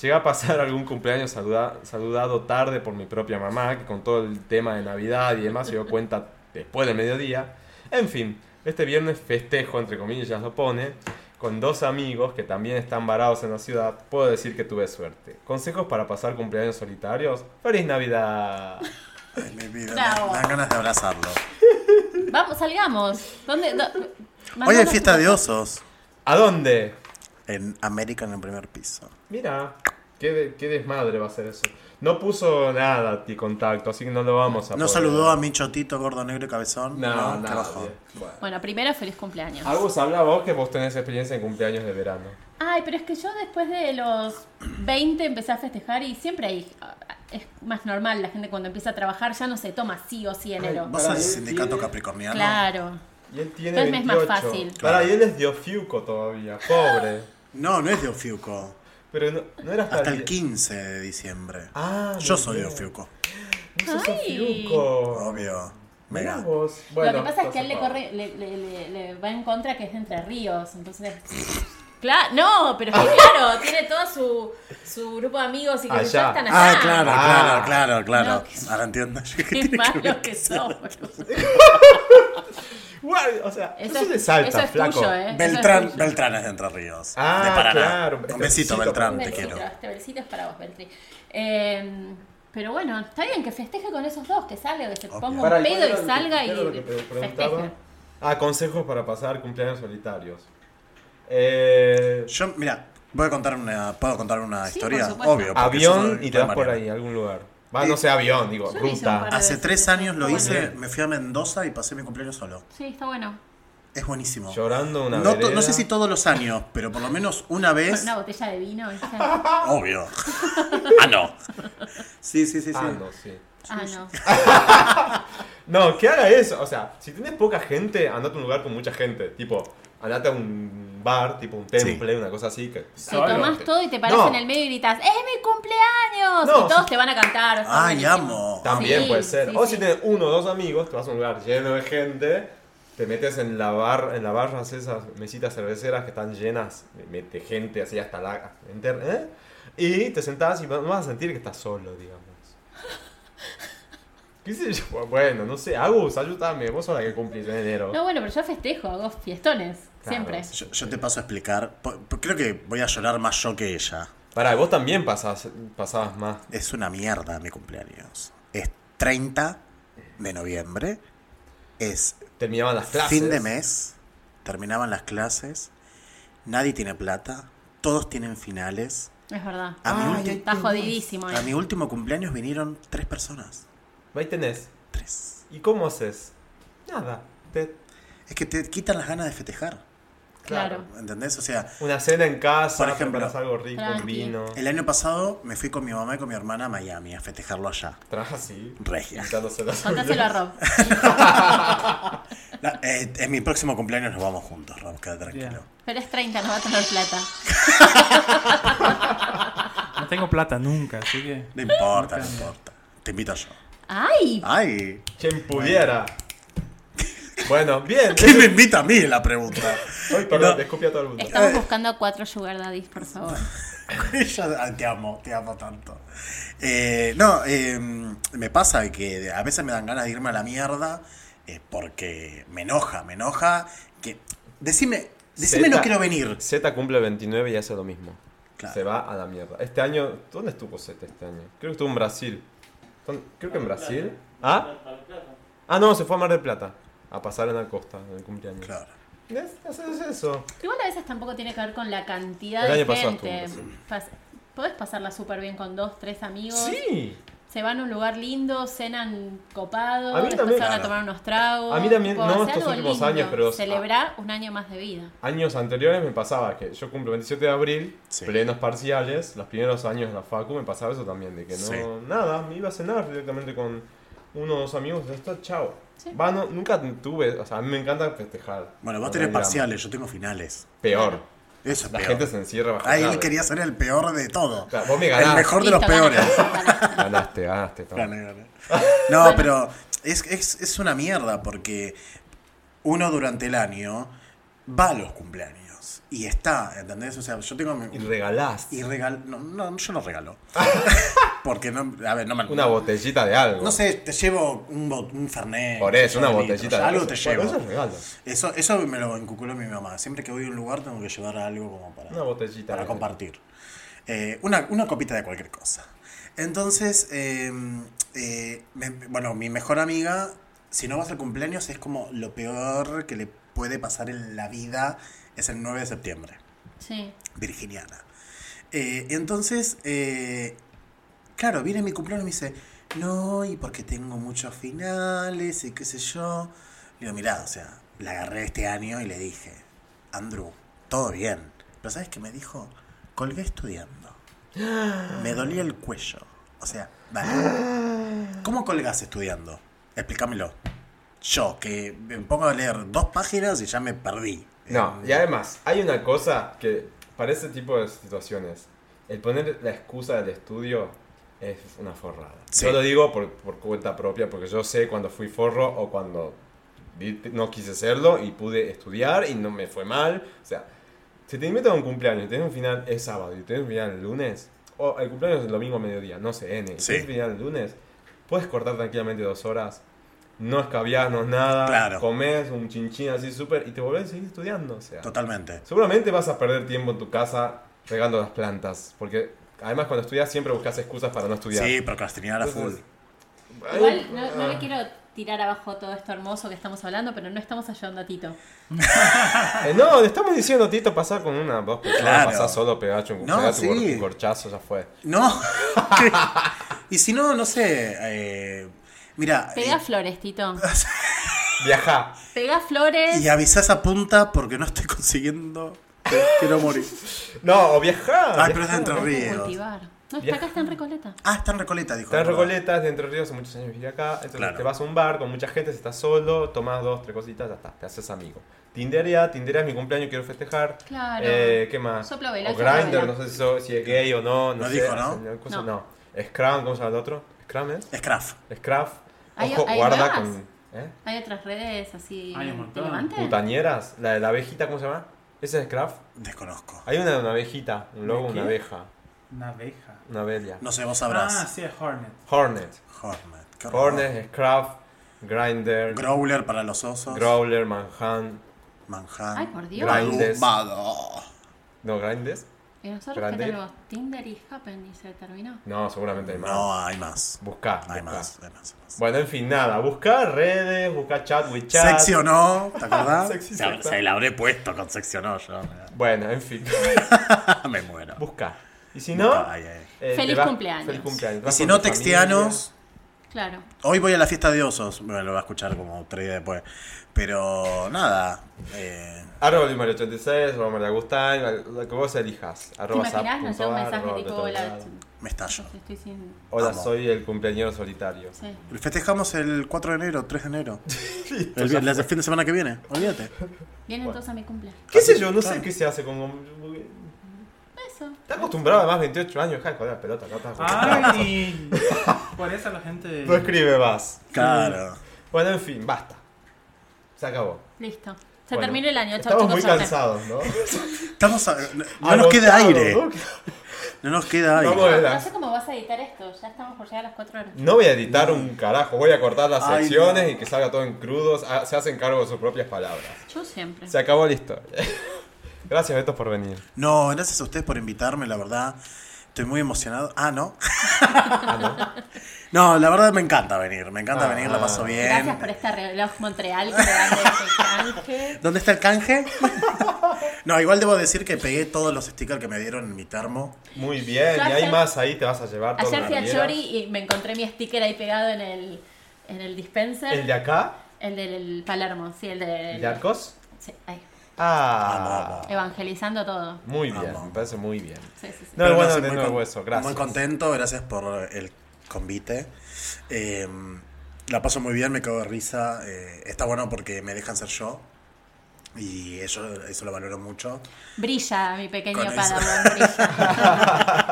Speaker 3: Llegué a pasar algún cumpleaños saluda- saludado tarde por mi propia mamá, que con todo el tema de Navidad y demás se dio cuenta después del mediodía. En fin, este viernes festejo, entre comillas lo pone, con dos amigos que también están varados en la ciudad. Puedo decir que tuve suerte. ¿Consejos para pasar cumpleaños solitarios? ¡Feliz Navidad!
Speaker 1: Ay, mi vida.
Speaker 4: Bravo.
Speaker 1: Me dan ganas de abrazarlo.
Speaker 4: Vamos, salgamos. ¿Dónde? do-
Speaker 1: Hoy
Speaker 4: Mandá
Speaker 1: hay
Speaker 4: una
Speaker 1: fiesta de
Speaker 4: foto.
Speaker 1: osos
Speaker 3: ¿A dónde?
Speaker 1: en América en el primer piso.
Speaker 3: Mira, qué, de- qué desmadre va a ser eso. No puso nada ti contacto, así que no lo vamos a
Speaker 1: ¿No
Speaker 3: poder.
Speaker 1: saludó a mi chotito gordo negro y cabezón?
Speaker 3: No,
Speaker 1: No,
Speaker 3: nadie.
Speaker 1: qué bajón.
Speaker 3: Bueno.
Speaker 4: Bueno, primero feliz cumpleaños.
Speaker 3: Agus, habla vos que vos tenés experiencia en cumpleaños de verano.
Speaker 4: Ay, pero es que yo después de los 20 empecé a festejar y siempre hay, ah, es más normal, la gente cuando empieza a trabajar ya no se toma sí o sí enero.
Speaker 1: ¿Vos
Speaker 3: Para
Speaker 1: sos
Speaker 3: mí,
Speaker 1: sindicato
Speaker 3: sí.
Speaker 1: capricorniano?
Speaker 4: Claro.
Speaker 3: Y él tiene
Speaker 4: Entonces me
Speaker 3: 28.
Speaker 4: es más fácil.
Speaker 3: Pará, y él es de Ofiuco todavía, pobre.
Speaker 1: No, no es de Ofiuco.
Speaker 3: Pero no, no era hasta,
Speaker 1: Hasta el
Speaker 3: die-
Speaker 1: 15 de diciembre.
Speaker 3: Ah,
Speaker 1: Yo
Speaker 3: muy
Speaker 1: soy Oh, de
Speaker 3: bien.
Speaker 1: Ofiuco.
Speaker 3: No sos
Speaker 4: Ay.
Speaker 3: Ofiuco.
Speaker 1: Obvio.
Speaker 3: Mirá
Speaker 1: Mega.
Speaker 3: vos. Bueno,
Speaker 4: Lo que pasa es que
Speaker 3: entonces,
Speaker 4: a él le,
Speaker 3: pa-
Speaker 4: corre, le, le- le- le va en contra que es de Entre Ríos, entonces... Claro, no, pero es que claro, tiene todo su, su grupo de amigos y que
Speaker 3: Allá.
Speaker 4: ya están allá.
Speaker 1: Ah, claro,
Speaker 3: Ah.
Speaker 1: claro, claro, claro.
Speaker 4: No, que-
Speaker 1: Ahora entiendo. ¿Qué
Speaker 4: Qué
Speaker 1: tiene que
Speaker 4: malos
Speaker 1: ver?
Speaker 4: que somos.
Speaker 3: Guay, o sea, eso,
Speaker 4: Eso
Speaker 3: es de
Speaker 4: es-
Speaker 3: Salta,
Speaker 4: eso es
Speaker 3: flaco.
Speaker 4: tuyo, eh.
Speaker 1: Beltrán,
Speaker 4: Eso es-
Speaker 1: Beltrán es de Entre Ríos.
Speaker 3: Ah,
Speaker 1: de Paraná.
Speaker 3: claro.
Speaker 1: Un besito,
Speaker 3: Este
Speaker 1: Beltrán,
Speaker 4: Un
Speaker 1: te
Speaker 4: besito,
Speaker 1: quiero.
Speaker 4: este besito es para vos, Beltri. Eh, pero bueno, está bien que festeje con esos dos, que salga, que se
Speaker 1: Obvio.
Speaker 4: ponga
Speaker 3: Pará,
Speaker 4: un
Speaker 3: ¿y cuál
Speaker 4: pedo
Speaker 3: era lo
Speaker 4: y
Speaker 3: que-
Speaker 4: salga
Speaker 3: qué
Speaker 4: y
Speaker 3: era lo que te preguntaba?
Speaker 4: festeje.
Speaker 3: Ah, consejos para pasar cumpleaños solitarios. Eh,
Speaker 1: Yo, mira, voy a contar una, puedo contar una
Speaker 4: Sí,
Speaker 1: historia,
Speaker 4: por supuesto.
Speaker 1: obvio. porque yo
Speaker 3: avión
Speaker 1: soy
Speaker 3: y te vas por
Speaker 1: mariano.
Speaker 3: ahí, a algún lugar. Va, no sé, avión, digo,
Speaker 4: Yo lo hice un par
Speaker 3: ruta.
Speaker 4: de-
Speaker 1: Hace
Speaker 4: veces.
Speaker 1: tres años lo
Speaker 4: Bueno.
Speaker 1: hice, me fui a Mendoza y pasé mi cumpleaños solo.
Speaker 4: Sí, está bueno.
Speaker 1: Es buenísimo.
Speaker 3: Llorando una
Speaker 1: No, to-
Speaker 3: vereda.
Speaker 1: no sé si todos los años, pero por lo menos una vez.
Speaker 4: Una botella de vino. esa.
Speaker 1: Obvio. ah, no. Sí, sí, sí, sí.
Speaker 3: Ah, no, sí.
Speaker 4: Ah, no.
Speaker 3: No, que haga eso. O sea, si tienes poca gente, andate a un lugar con mucha gente. Tipo, andate a un bar, tipo un temple, una cosa así. Que,
Speaker 4: Te tomás todo y te paras
Speaker 3: No.
Speaker 4: en el medio y gritas, ¡es mi cumpleaños!
Speaker 3: No,
Speaker 4: y todos
Speaker 3: sí.
Speaker 4: te van a cantar. está
Speaker 1: Ay,
Speaker 4: buenísimo.
Speaker 1: Ah, amo.
Speaker 3: También
Speaker 4: Sí,
Speaker 3: puede ser.
Speaker 4: sí,
Speaker 3: o
Speaker 4: sí.
Speaker 3: si tienes uno o dos amigos, te vas a un lugar lleno de gente, te metes en la bar, en la barra esas mesitas cerveceras que están llenas de, de gente así hasta la enter- ¿eh? y te sentás y va- no vas a sentir que estás solo, digamos. ¿Qué sé yo? Bueno, no sé, Agus, ayúdame, vos sos la que cumplís en enero.
Speaker 4: No, bueno, pero yo festejo, hago fiestones.
Speaker 3: Claro.
Speaker 4: Siempre.
Speaker 1: Yo, yo te paso a explicar. Po- po- Creo que voy a llorar más yo que ella.
Speaker 3: Pará, vos también pasás, pasabas más.
Speaker 1: Es una mierda mi cumpleaños. Es 30 de noviembre. Es
Speaker 3: Terminaban las clases.
Speaker 1: fin de mes. Terminaban las clases. Nadie tiene plata. Todos tienen finales.
Speaker 4: Es verdad.
Speaker 1: A mi ulti-
Speaker 4: está jodidísimo. eh.
Speaker 1: A mi último cumpleaños vinieron tres personas.
Speaker 3: Ahí tenés.
Speaker 1: Tres.
Speaker 3: ¿Y cómo haces? Nada. Te-
Speaker 1: Es que te quitan las ganas de festejar.
Speaker 4: Claro.
Speaker 1: ¿Entendés? O sea,
Speaker 3: Una cena en casa,
Speaker 1: Por ejemplo.
Speaker 3: preparas algo rico, un
Speaker 4: Tranqui.
Speaker 3: vino.
Speaker 1: el año pasado me fui con mi mamá y con mi hermana a Miami a festejarlo allá.
Speaker 3: Traje así.
Speaker 1: Regia.
Speaker 3: Quitándose las
Speaker 4: Contáselo a
Speaker 3: uñas.
Speaker 4: Rob.
Speaker 1: La- eh, en mi próximo cumpleaños nos vamos juntos, Rob, queda tranquilo.
Speaker 4: Pero es 30, no va a tener plata.
Speaker 5: No tengo plata nunca, así que.
Speaker 1: No importa, no importa. Te invito yo.
Speaker 4: ¡Ay!
Speaker 1: Ay,
Speaker 3: Quien pudiera. Bueno, bien.
Speaker 1: ¿quién me invita a mí la pregunta?
Speaker 3: Ay, perdón,
Speaker 1: No.
Speaker 3: te escupí a todo el mundo.
Speaker 1: Eh.
Speaker 4: Estamos buscando a cuatro sugar daddies, por favor.
Speaker 1: Yo ah, te amo, te amo tanto. Eh, no, eh, me pasa que a veces me dan ganas de irme a la mierda eh, porque me enoja, me enoja. que Decime, decime
Speaker 3: Zeta-
Speaker 1: no quiero venir.
Speaker 3: Z cumple 29 y hace lo mismo.
Speaker 1: Claro.
Speaker 3: Se va a la mierda. Este año, ¿dónde estuvo Z este año? Creo que estuvo en Brasil. ¿Dónde- Creo que en Brasil. ¿Ah?
Speaker 6: Para el plato.
Speaker 3: Ah, no, se fue a Mar del Plata. A pasar en la costa en el cumpleaños.
Speaker 1: Claro.
Speaker 3: ¿Ves? Haces eso.
Speaker 4: Igual a veces tampoco tiene que ver con la cantidad
Speaker 3: El
Speaker 4: de
Speaker 3: año pasado
Speaker 4: gente.
Speaker 3: estuvo en
Speaker 4: Pas- Podés pasarla súper bien con dos, tres amigos.
Speaker 3: Sí.
Speaker 4: Se van a un lugar lindo, cenan copado,
Speaker 3: A mí
Speaker 4: después
Speaker 3: también-
Speaker 4: se van a
Speaker 1: Claro.
Speaker 4: tomar unos tragos.
Speaker 3: A mí también,
Speaker 4: tipo,
Speaker 3: no,
Speaker 4: hacer
Speaker 3: estos
Speaker 4: algo
Speaker 3: últimos
Speaker 4: lindo,
Speaker 3: años, pero-
Speaker 4: Celebrar un año más de vida.
Speaker 3: Años anteriores me pasaba que yo cumplo 27 de abril,
Speaker 1: Sí.
Speaker 3: plenos parciales, los primeros años de la facu me pasaba eso también, de que no,
Speaker 1: Sí.
Speaker 3: nada, me iba a cenar directamente con unos amigos, ya está, chao.
Speaker 4: Sí.
Speaker 3: Va, no, nunca tuve, o sea, a mí me encanta festejar.
Speaker 1: Bueno, vos
Speaker 3: Con
Speaker 1: tenés
Speaker 3: el drama.
Speaker 1: parciales, yo tengo finales.
Speaker 3: Peor,
Speaker 1: Eso es
Speaker 3: la
Speaker 1: peor.
Speaker 3: gente se encierra bajo
Speaker 1: Ahí él
Speaker 3: llave.
Speaker 1: quería ser el peor de todo.
Speaker 3: Claro, vos me
Speaker 1: El
Speaker 3: ganás.
Speaker 1: mejor de los
Speaker 4: Listo, gané,
Speaker 1: peores.
Speaker 4: gané.
Speaker 3: Ganaste, ganaste. toma.
Speaker 1: Gané, gané. No, pero es, es, es una mierda porque uno durante el año va a los cumpleaños y está, ¿entendés? O sea, yo tengo mi-
Speaker 3: Y regalás
Speaker 1: y regalo. No, no, yo no regalo. porque no, a ver, no me.
Speaker 3: una botellita de algo.
Speaker 1: No sé, te llevo un, bo- un fernet.
Speaker 3: Por eso,
Speaker 1: qué sé
Speaker 3: una
Speaker 1: yo,
Speaker 3: botellita de
Speaker 1: litros, Algo te
Speaker 3: Bueno, eso es
Speaker 1: llevo.
Speaker 3: regalo.
Speaker 1: Eso, eso me lo inculcó mi mamá. Siempre que voy a un lugar tengo que llevar algo como para.
Speaker 3: Una botellita.
Speaker 1: Para
Speaker 3: de-
Speaker 1: compartir. Eh, una, una copita de cualquier cosa. Entonces, eh, eh, me- bueno, mi mejor amiga, si no vas al cumpleaños, es como lo peor que le puede pasar en la vida es el 9 de septiembre,
Speaker 4: Sí.
Speaker 1: virginiana. Eh, entonces, eh, claro, viene mi cumpleaños y me dice, no, y porque tengo muchos finales y qué sé yo. Le digo, mirá, o sea, la agarré este año y le dije, Andrew, todo bien. Pero ¿sabes qué me dijo? Colgué estudiando. Me dolía el cuello. O sea, vale. ¿Cómo colgás estudiando? Explícamelo. Yo, que me pongo a leer dos páginas y ya me perdí.
Speaker 3: No,
Speaker 1: Eh,
Speaker 3: y además, hay una cosa que para ese tipo de situaciones, el poner la excusa del estudio es una forrada.
Speaker 1: Sí.
Speaker 3: Yo lo digo por, por cuenta propia, porque yo sé cuando fui forro o cuando di- no quise serlo y pude estudiar y no me fue mal. O sea, si te invitan a un cumpleaños y tenés un final es sábado y tenés un final el lunes, o el cumpleaños es el domingo a mediodía, no sé, N, y
Speaker 1: Sí.
Speaker 3: tenés un final el lunes, puedes cortar tranquilamente dos horas, no escabiás, no es nada,
Speaker 1: Claro.
Speaker 3: comés un chinchín así súper y te volvés a seguir estudiando. O sea,
Speaker 1: Totalmente.
Speaker 3: Seguramente vas a perder tiempo en tu casa regando las plantas, porque además cuando estudias siempre buscas excusas para no estudiar.
Speaker 1: Sí, procrastinar a full.
Speaker 3: Entonces,
Speaker 4: Igual no, no
Speaker 3: ah,
Speaker 4: le quiero tirar abajo todo esto hermoso que estamos hablando, pero no estamos ayudando a Tito.
Speaker 3: eh, no, le estamos diciendo, Tito, pasar con una voz
Speaker 1: Claro.
Speaker 3: pasar solo, pegacho, un
Speaker 1: No,
Speaker 3: pegá tu
Speaker 1: sí.
Speaker 3: cor- corchazo, ya fue.
Speaker 1: No. y si no, no sé. eh, mira.
Speaker 4: Pega
Speaker 1: eh,
Speaker 4: flores, Tito.
Speaker 3: Viajá.
Speaker 4: Pega flores.
Speaker 1: eh, y avisa esa punta porque no estoy consiguiendo. Quiero morir.
Speaker 3: No, o viajá.
Speaker 1: Ay,
Speaker 3: viajá.
Speaker 1: pero es de Entre
Speaker 4: Hay que
Speaker 1: Ríos.
Speaker 4: cultivar. No, está
Speaker 3: Viaja.
Speaker 4: acá, está en Recoleta.
Speaker 1: Ah, está en Recoleta, dijo.
Speaker 3: Está en
Speaker 1: ¿verdad?
Speaker 3: Recoletas, de Entre Ríos, hace muchos años viví acá. Entonces
Speaker 1: Claro.
Speaker 3: te vas a un bar con mucha gente, si estás solo, tomás dos, tres cositas, ya está, te haces amigo. Tinderea, Tinderea es mi cumpleaños, quiero festejar.
Speaker 4: Claro.
Speaker 3: Eh, ¿Qué más?
Speaker 4: Sopla vela,
Speaker 3: o
Speaker 4: sopla
Speaker 3: Grindr,
Speaker 4: vela.
Speaker 3: no sé si, so- si es gay o no. No,
Speaker 1: No
Speaker 3: sé,
Speaker 1: dijo, ¿no?
Speaker 3: no. cosa-
Speaker 4: No.
Speaker 3: no. Scrum, ¿cómo se llama el otro? ¿Scrum es?
Speaker 1: Scraff.
Speaker 3: Scraff.
Speaker 4: Hay-
Speaker 3: Ojo,
Speaker 4: hay
Speaker 3: guarda
Speaker 4: nuevas.
Speaker 3: con. ¿Eh?
Speaker 4: Hay otras redes así
Speaker 5: Hay un montón.
Speaker 4: relevantes.
Speaker 3: Putañeras, la de la abejita, ¿cómo se llama? ¿Esa es Scraff?
Speaker 1: Desconozco.
Speaker 3: Hay una de una abejita, un logo,
Speaker 5: ¿De
Speaker 3: una
Speaker 5: qué?
Speaker 3: abeja,
Speaker 5: Una abeja.
Speaker 3: una bella.
Speaker 1: No sé, vos
Speaker 5: Ah,
Speaker 1: sabrás.
Speaker 5: sí, es Hornet.
Speaker 3: Hornet.
Speaker 1: Hornet. qué horror.
Speaker 3: Hornet, eh. Scraff, Grinder,
Speaker 1: Growler para los osos.
Speaker 3: Growler, Manhunt.
Speaker 1: Manhattan.
Speaker 4: Ay, por Dios.
Speaker 3: Grindr. Grandes.
Speaker 1: Malvado.
Speaker 3: ¿No Grindes?
Speaker 4: Y nosotros
Speaker 3: Grande.
Speaker 4: que tenemos Tinder y Happen y se terminó.
Speaker 3: No, seguramente hay más.
Speaker 1: No, hay más.
Speaker 3: Buscá,
Speaker 1: Hay
Speaker 3: buscá.
Speaker 1: más, hay más. hay más.
Speaker 3: Bueno, en fin, nada. Buscá redes, buscá chat, WeChat.
Speaker 1: Sexy o no, ¿te acordás?
Speaker 3: Sexy,
Speaker 1: se,
Speaker 3: sexy.
Speaker 1: se la habré puesto con sexy o no, yo.
Speaker 3: Bueno, en fin.
Speaker 1: Ah, Me muero.
Speaker 3: buscá. Y si no...
Speaker 1: Ay, ay.
Speaker 3: eh, te
Speaker 4: Feliz
Speaker 3: vas-
Speaker 4: cumpleaños.
Speaker 3: Feliz cumpleaños.
Speaker 1: Y
Speaker 3: Vas
Speaker 1: si
Speaker 3: con
Speaker 1: no,
Speaker 3: tu familia.
Speaker 1: textianos.
Speaker 4: Claro.
Speaker 1: Hoy voy a la fiesta de osos, me lo va a escuchar como tres días después. Pero nada, eh,
Speaker 3: Arroba Luis Mario 86, arroba María Agustín, lo lo que vos elijas.
Speaker 4: ¿Te
Speaker 3: Arroba
Speaker 4: imaginas? No sé,
Speaker 3: zap.ar,
Speaker 4: un mensaje
Speaker 3: arroba
Speaker 4: tipo,
Speaker 3: Beto
Speaker 4: hola,
Speaker 3: Delgado.
Speaker 1: me estallo.
Speaker 4: estoy sin...
Speaker 3: Hola,
Speaker 1: Amo.
Speaker 3: soy el cumpleañero solitario.
Speaker 4: Sí.
Speaker 1: Festejamos el 4 de enero, 3 de enero. el, vi- el fin de semana que viene, olvídate.
Speaker 4: Vienen todos a mi cumpleaños.
Speaker 3: ¿Qué sé yo? No sé
Speaker 1: Claro.
Speaker 3: qué se hace con...
Speaker 4: Eso.
Speaker 3: Está acostumbrado a más 28 años, ja, con la pelota, no estás acostumbrado.
Speaker 5: Ay, por eso la gente.
Speaker 3: No escribe más.
Speaker 1: Claro.
Speaker 3: Bueno, en fin, basta. Se acabó.
Speaker 4: Listo. Se
Speaker 3: Bueno,
Speaker 4: terminó el año. Chau,
Speaker 3: Estamos
Speaker 4: chicos.
Speaker 3: muy
Speaker 4: suerte.
Speaker 3: cansados, ¿no?
Speaker 1: Estamos a- no, no nos queda
Speaker 3: Agotados,
Speaker 1: aire.
Speaker 3: ¿no?
Speaker 1: No nos queda
Speaker 3: Vamos
Speaker 1: aire.
Speaker 3: a-
Speaker 4: No sé cómo vas a editar esto. Ya estamos por llegar a las 4 horas.
Speaker 3: No voy a editar un carajo, voy a cortar las
Speaker 1: Ay,
Speaker 3: secciones
Speaker 1: no.
Speaker 3: y que salga todo en crudos. Ah, Se hacen cargo de sus propias palabras.
Speaker 4: Yo siempre.
Speaker 3: Se acabó la historia. Gracias, Beto, por venir.
Speaker 1: No, gracias a ustedes por invitarme, la verdad. Estoy muy emocionado. Ah, no. no, la verdad me encanta venir, me encanta
Speaker 3: Ah.
Speaker 1: venir, la paso bien.
Speaker 4: Gracias por este reloj Montreal que me dan de este canje.
Speaker 1: ¿Dónde está el canje? no, igual debo decir que pegué todos los stickers que me dieron en mi termo.
Speaker 3: Muy bien,
Speaker 4: Yo
Speaker 3: y hay
Speaker 4: ayer-
Speaker 3: más ahí, te vas a llevar todo
Speaker 4: Ayer
Speaker 3: lo
Speaker 4: fui
Speaker 3: que
Speaker 4: a
Speaker 3: quieras.
Speaker 4: Chori y me encontré mi sticker ahí pegado en el, en el dispenser.
Speaker 3: ¿El de acá?
Speaker 4: El del Palermo, sí, el
Speaker 3: ¿El
Speaker 4: del.
Speaker 3: de Arcos?
Speaker 4: Sí, ahí.
Speaker 3: Ah,
Speaker 4: Evangelizando todo.
Speaker 3: muy bien,
Speaker 1: Vamos.
Speaker 3: me parece muy bien.
Speaker 4: Sí, sí, sí.
Speaker 3: No,
Speaker 1: Pero
Speaker 3: bueno,
Speaker 1: sé,
Speaker 3: de
Speaker 1: muy
Speaker 3: nuevo
Speaker 1: con-
Speaker 3: eso, gracias.
Speaker 1: Muy contento, gracias por el convite. Eh, la paso muy bien, me cago de risa. eh, está bueno porque me dejan ser yo. Y eso, eso lo valoro mucho.
Speaker 4: Brilla, mi pequeño
Speaker 1: Con eso.
Speaker 4: Padawan, brilla.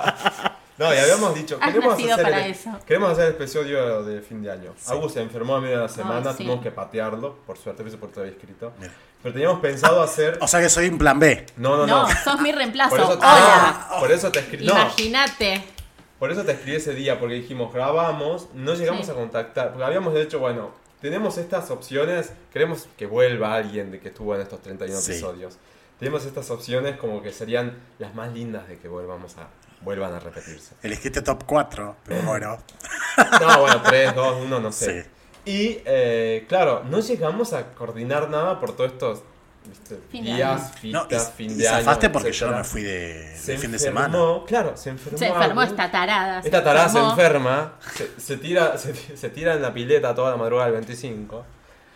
Speaker 3: No, y habíamos dicho,
Speaker 4: Has
Speaker 3: queremos
Speaker 4: nacido
Speaker 3: hacer,
Speaker 4: para
Speaker 3: el,
Speaker 4: eso.
Speaker 3: queremos hacer el episodio de fin de año. Agus se enfermó a medio de la semana,
Speaker 4: sí.
Speaker 3: tuvimos que patearlo, por suerte, por eso por todo escrito.
Speaker 1: Mira.
Speaker 3: Pero teníamos pensado hacer...
Speaker 1: O sea que soy un plan B.
Speaker 3: No, no, no.
Speaker 4: No, sos mi reemplazo.
Speaker 3: Por eso, te-
Speaker 4: Hola.
Speaker 3: por eso te escribí. No,
Speaker 4: Imagínate.
Speaker 3: por eso te escribí ese día, porque dijimos, grabamos, no llegamos
Speaker 4: Sí.
Speaker 3: a contactar, porque habíamos hecho, bueno, tenemos estas opciones, queremos que vuelva alguien de que estuvo en estos 31
Speaker 1: Sí.
Speaker 3: episodios. Tenemos estas opciones como que serían las más lindas de que volvamos a vuelvan a repetirse.
Speaker 1: Elegiste top 4, pero bueno.
Speaker 3: No, bueno, 3, 2, 1, no sé.
Speaker 1: Sí.
Speaker 3: Y eh, claro, no llegamos a coordinar nada por todos estos viste,
Speaker 4: Fin de
Speaker 3: días,
Speaker 1: No,
Speaker 3: fiestas,
Speaker 1: y,
Speaker 3: fin
Speaker 1: y
Speaker 3: de año.
Speaker 1: zafaste porque yo
Speaker 3: etcétera.
Speaker 1: me fui de, de
Speaker 3: Se
Speaker 1: fin de
Speaker 3: enfermó,
Speaker 1: semana.
Speaker 3: Claro, se enfermó.
Speaker 4: Se enfermó
Speaker 3: algo.
Speaker 4: esta tarada. se
Speaker 3: ¿eh? Esta tarada se
Speaker 4: enfermó.
Speaker 3: enferma, se, se tira, se, se tira en la pileta toda la madrugada del 25.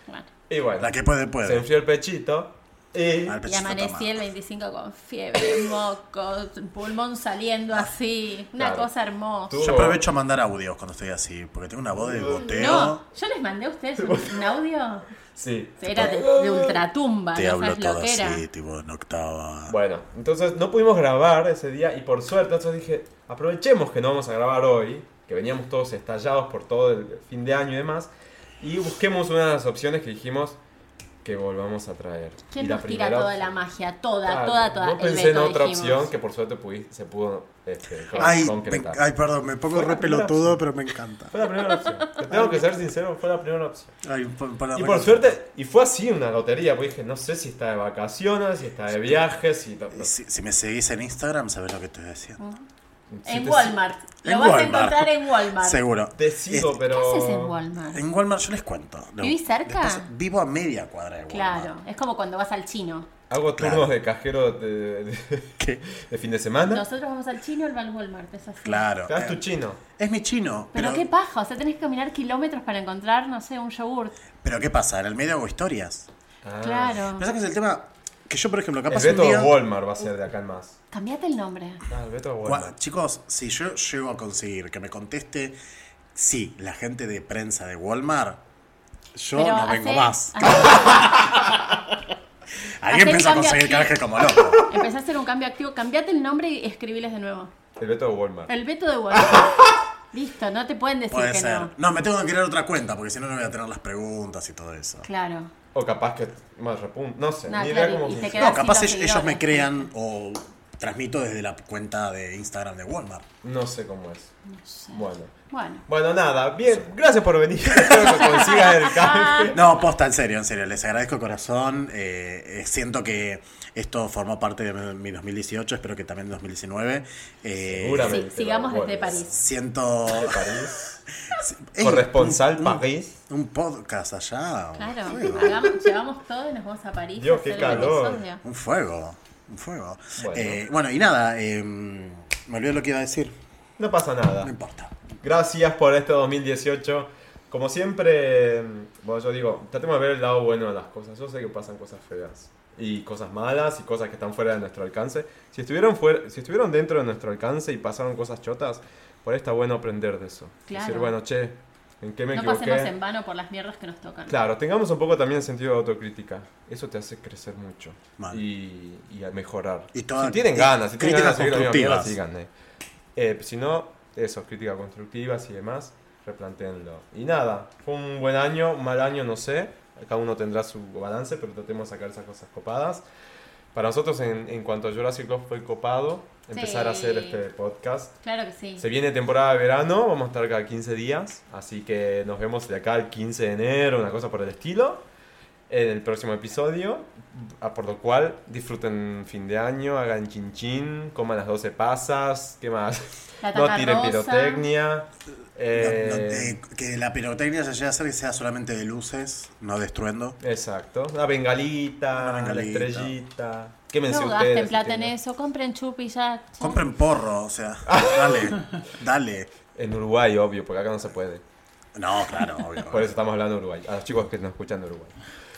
Speaker 4: Bueno,
Speaker 3: Y bueno,
Speaker 1: La que puede,
Speaker 3: se
Speaker 1: puede.
Speaker 3: enfrió el pechito. Y
Speaker 1: Al
Speaker 4: y
Speaker 1: pechito está
Speaker 4: amanecí
Speaker 1: mal.
Speaker 4: el 25 con fiebre, mocos, pulmón saliendo así. Una
Speaker 3: Claro.
Speaker 4: cosa hermosa.
Speaker 3: Tú-
Speaker 1: Yo aprovecho a mandar audios cuando estoy así, porque tengo una voz de goteo.
Speaker 4: No, yo les mandé a ustedes un, un audio.
Speaker 3: sí.
Speaker 4: Era de, de ultratumba,
Speaker 1: Te
Speaker 4: no
Speaker 1: hablo
Speaker 4: sabes lo
Speaker 1: todo
Speaker 4: que era.
Speaker 1: así, tipo en octava.
Speaker 3: Bueno, entonces no pudimos grabar ese día y por suerte entonces dije, aprovechemos que no vamos a grabar hoy, que veníamos todos estallados por todo el fin de año y demás, y busquemos una de las opciones que dijimos que volvamos a traer.
Speaker 4: ¿Quién
Speaker 3: Y la
Speaker 4: nos tira
Speaker 3: primera
Speaker 4: toda
Speaker 3: opción-
Speaker 4: la magia? Toda,
Speaker 3: Claro,
Speaker 4: toda, toda.
Speaker 3: No
Speaker 4: El
Speaker 3: pensé en
Speaker 4: Beto,
Speaker 3: otra
Speaker 4: dijimos.
Speaker 3: opción que por suerte pudi- se pudo este, con-
Speaker 1: Ay, me-
Speaker 3: concretar.
Speaker 1: ay, perdón, me pongo
Speaker 3: Fue la
Speaker 1: re
Speaker 3: primera
Speaker 1: pelotudo, pero me encanta.
Speaker 3: Fue la primera opción. Te tengo que ser sincero, fue la primera opción.
Speaker 1: Ay, pa- para
Speaker 3: Y por
Speaker 1: recordar.
Speaker 3: suerte, y fue así una lotería, porque dije, no sé si está de vacaciones, si está de viajes, si... no- no-
Speaker 1: Y Si, si me seguís en Instagram, sabés lo que estoy diciendo.
Speaker 3: si
Speaker 4: En
Speaker 3: te-
Speaker 4: Walmart. Lo
Speaker 1: En
Speaker 4: vas
Speaker 1: Walmart.
Speaker 4: a encontrar en Walmart.
Speaker 1: Seguro.
Speaker 3: Te sigo,
Speaker 1: Este,
Speaker 3: pero...
Speaker 4: ¿Qué haces en Walmart?
Speaker 1: En Walmart yo les cuento. No,
Speaker 4: ¿Vivís cerca?
Speaker 1: después- vivo a media cuadra de Walmart.
Speaker 4: Claro, es como cuando vas al chino.
Speaker 3: Hago turnos
Speaker 1: Claro.
Speaker 3: de cajero de, de-
Speaker 1: ¿Qué?
Speaker 3: de fin de semana.
Speaker 4: Nosotros vamos al chino, él va al Walmart, es así.
Speaker 1: Claro.
Speaker 3: Te das tu
Speaker 1: Eh,
Speaker 3: chino.
Speaker 1: es mi chino.
Speaker 4: Pero,
Speaker 1: Pero,
Speaker 4: qué paja, o sea, tenés que caminar kilómetros para encontrar, no sé, un yogurt.
Speaker 1: pero ¿qué pasa? En el medio hago historias.
Speaker 3: Ah.
Speaker 4: Claro.
Speaker 1: ¿Pensás que es el tema? Que yo, por ejemplo,
Speaker 3: El
Speaker 1: capaz un
Speaker 3: Beto
Speaker 1: día...
Speaker 3: Walmart va a ser de acá en más.
Speaker 4: Cambiate el nombre.
Speaker 3: Ah, el Beto
Speaker 1: Gua-
Speaker 3: Walmart.
Speaker 1: Chicos, si yo llego a conseguir que me conteste sí, la gente de prensa de Walmart, yo
Speaker 4: Pero
Speaker 1: no vengo
Speaker 4: hacé-
Speaker 1: más.
Speaker 4: hacé-
Speaker 1: Ahí empiezo a
Speaker 4: cambio
Speaker 1: conseguir
Speaker 4: activo.
Speaker 1: canje como loco.
Speaker 4: Empezá a hacer un cambio activo. Cambiate el nombre y escribiles de nuevo.
Speaker 3: El Beto Walmart.
Speaker 4: El Beto de Walmart. Listo, no te pueden decir
Speaker 1: Puede
Speaker 4: que
Speaker 1: ser. No.
Speaker 4: no.
Speaker 1: me tengo que crear otra cuenta porque si no, no voy a tener las preguntas y todo eso.
Speaker 4: Claro.
Speaker 3: O capaz que más repunte. No sé,
Speaker 4: Nah,
Speaker 3: ni idea
Speaker 4: claro, y-
Speaker 3: cómo
Speaker 4: y te
Speaker 3: funciona.
Speaker 4: quedas-
Speaker 1: No,
Speaker 4: sin
Speaker 1: capaz
Speaker 4: los
Speaker 1: ellos, ellos me
Speaker 4: seguidores.
Speaker 1: crean o transmito desde la cuenta de Instagram de Walmart.
Speaker 3: No sé cómo es. Bueno.
Speaker 4: Bueno.
Speaker 3: Bueno, nada. Bien. Gracias por venir. Espero que consigas
Speaker 4: Ah,
Speaker 3: el canje.
Speaker 1: No, posta, en serio, en serio. Les agradezco de corazón. Eh, eh, siento que esto formó parte de mi 2018, espero que también en 2019. Eh,
Speaker 3: Seguramente.
Speaker 4: Sí, sigamos
Speaker 3: Bueno.
Speaker 4: desde París.
Speaker 1: Siento.
Speaker 3: París.
Speaker 1: Eh,
Speaker 3: Corresponsal
Speaker 1: un- un-
Speaker 3: París.
Speaker 1: Un podcast allá. un
Speaker 4: Claro.
Speaker 1: fuego.
Speaker 4: hagamos- llevamos todo y nos vamos a París.
Speaker 3: Dios,
Speaker 4: a
Speaker 3: qué
Speaker 4: hacer el
Speaker 3: calor.
Speaker 4: episodio.
Speaker 1: Un fuego. Un fuego.
Speaker 3: Bueno.
Speaker 1: Eh, bueno, y nada, eh, me olvidé lo que iba a decir.
Speaker 3: No pasa nada.
Speaker 1: No importa.
Speaker 3: Gracias por este 2018. Como siempre, mm, bueno, yo digo, tratemos de ver el lado bueno de las cosas. Yo sé que pasan cosas feas y cosas malas y cosas que están fuera de nuestro alcance. Si estuvieron, fuera, si estuvieron dentro de nuestro alcance y pasaron cosas chotas, por ahí está bueno aprender de eso.
Speaker 4: Claro.
Speaker 3: Decir, bueno, che, ¿en qué me
Speaker 4: No
Speaker 3: equivoqué?
Speaker 4: pasemos en vano por las mierdas que nos tocan.
Speaker 3: Claro, tengamos un poco también sentido de autocrítica. Eso te hace crecer mucho
Speaker 1: Mal.
Speaker 3: y, y a mejorar.
Speaker 1: Y toda-
Speaker 3: si tienen
Speaker 1: y
Speaker 3: ganas, si tienen
Speaker 1: críticas
Speaker 3: ganas de seguir la misma mierda,
Speaker 1: constructivas.
Speaker 3: sigan, eh. Eh, si no, eso, críticas constructivas y demás, replantéenlo. Y nada, fue un buen año, un mal año, no sé. Cada uno tendrá su balance, pero tratemos de sacar esas cosas copadas. Para nosotros, en, en cuanto a Jurassic Club fue copado, empezar a
Speaker 4: Sí.
Speaker 3: hacer este podcast.
Speaker 4: Claro que sí.
Speaker 3: Se viene temporada de verano, vamos a estar cada 15 días, así que nos vemos de acá el 15 de enero, una cosa por el estilo, en el próximo episodio, a por lo cual disfruten fin de año, hagan chin chin, coman las 12 pasas, ¿qué más?
Speaker 4: La
Speaker 3: No
Speaker 4: Tata
Speaker 3: tiren
Speaker 4: Rosa.
Speaker 3: pirotecnia.
Speaker 1: No- no
Speaker 3: eh,
Speaker 1: te- que la pirotecnia se llegue a hacer que sea solamente de luces, no de estruendo.
Speaker 3: exacto, una bengalita,
Speaker 1: Una
Speaker 3: una
Speaker 1: bengalita.
Speaker 3: estrellita. Quémense
Speaker 4: No
Speaker 3: ustedes.
Speaker 4: gasten
Speaker 3: si
Speaker 4: plata en
Speaker 3: tienen.
Speaker 4: eso, compren chupi ya. ya.
Speaker 1: Compren porro, o sea,
Speaker 3: Ah.
Speaker 1: dale, dale.
Speaker 3: En Uruguay, obvio, porque acá no se puede.
Speaker 1: No, claro, obvio.
Speaker 3: Por eso estamos hablando de Uruguay, a los chicos que nos escuchan de Uruguay.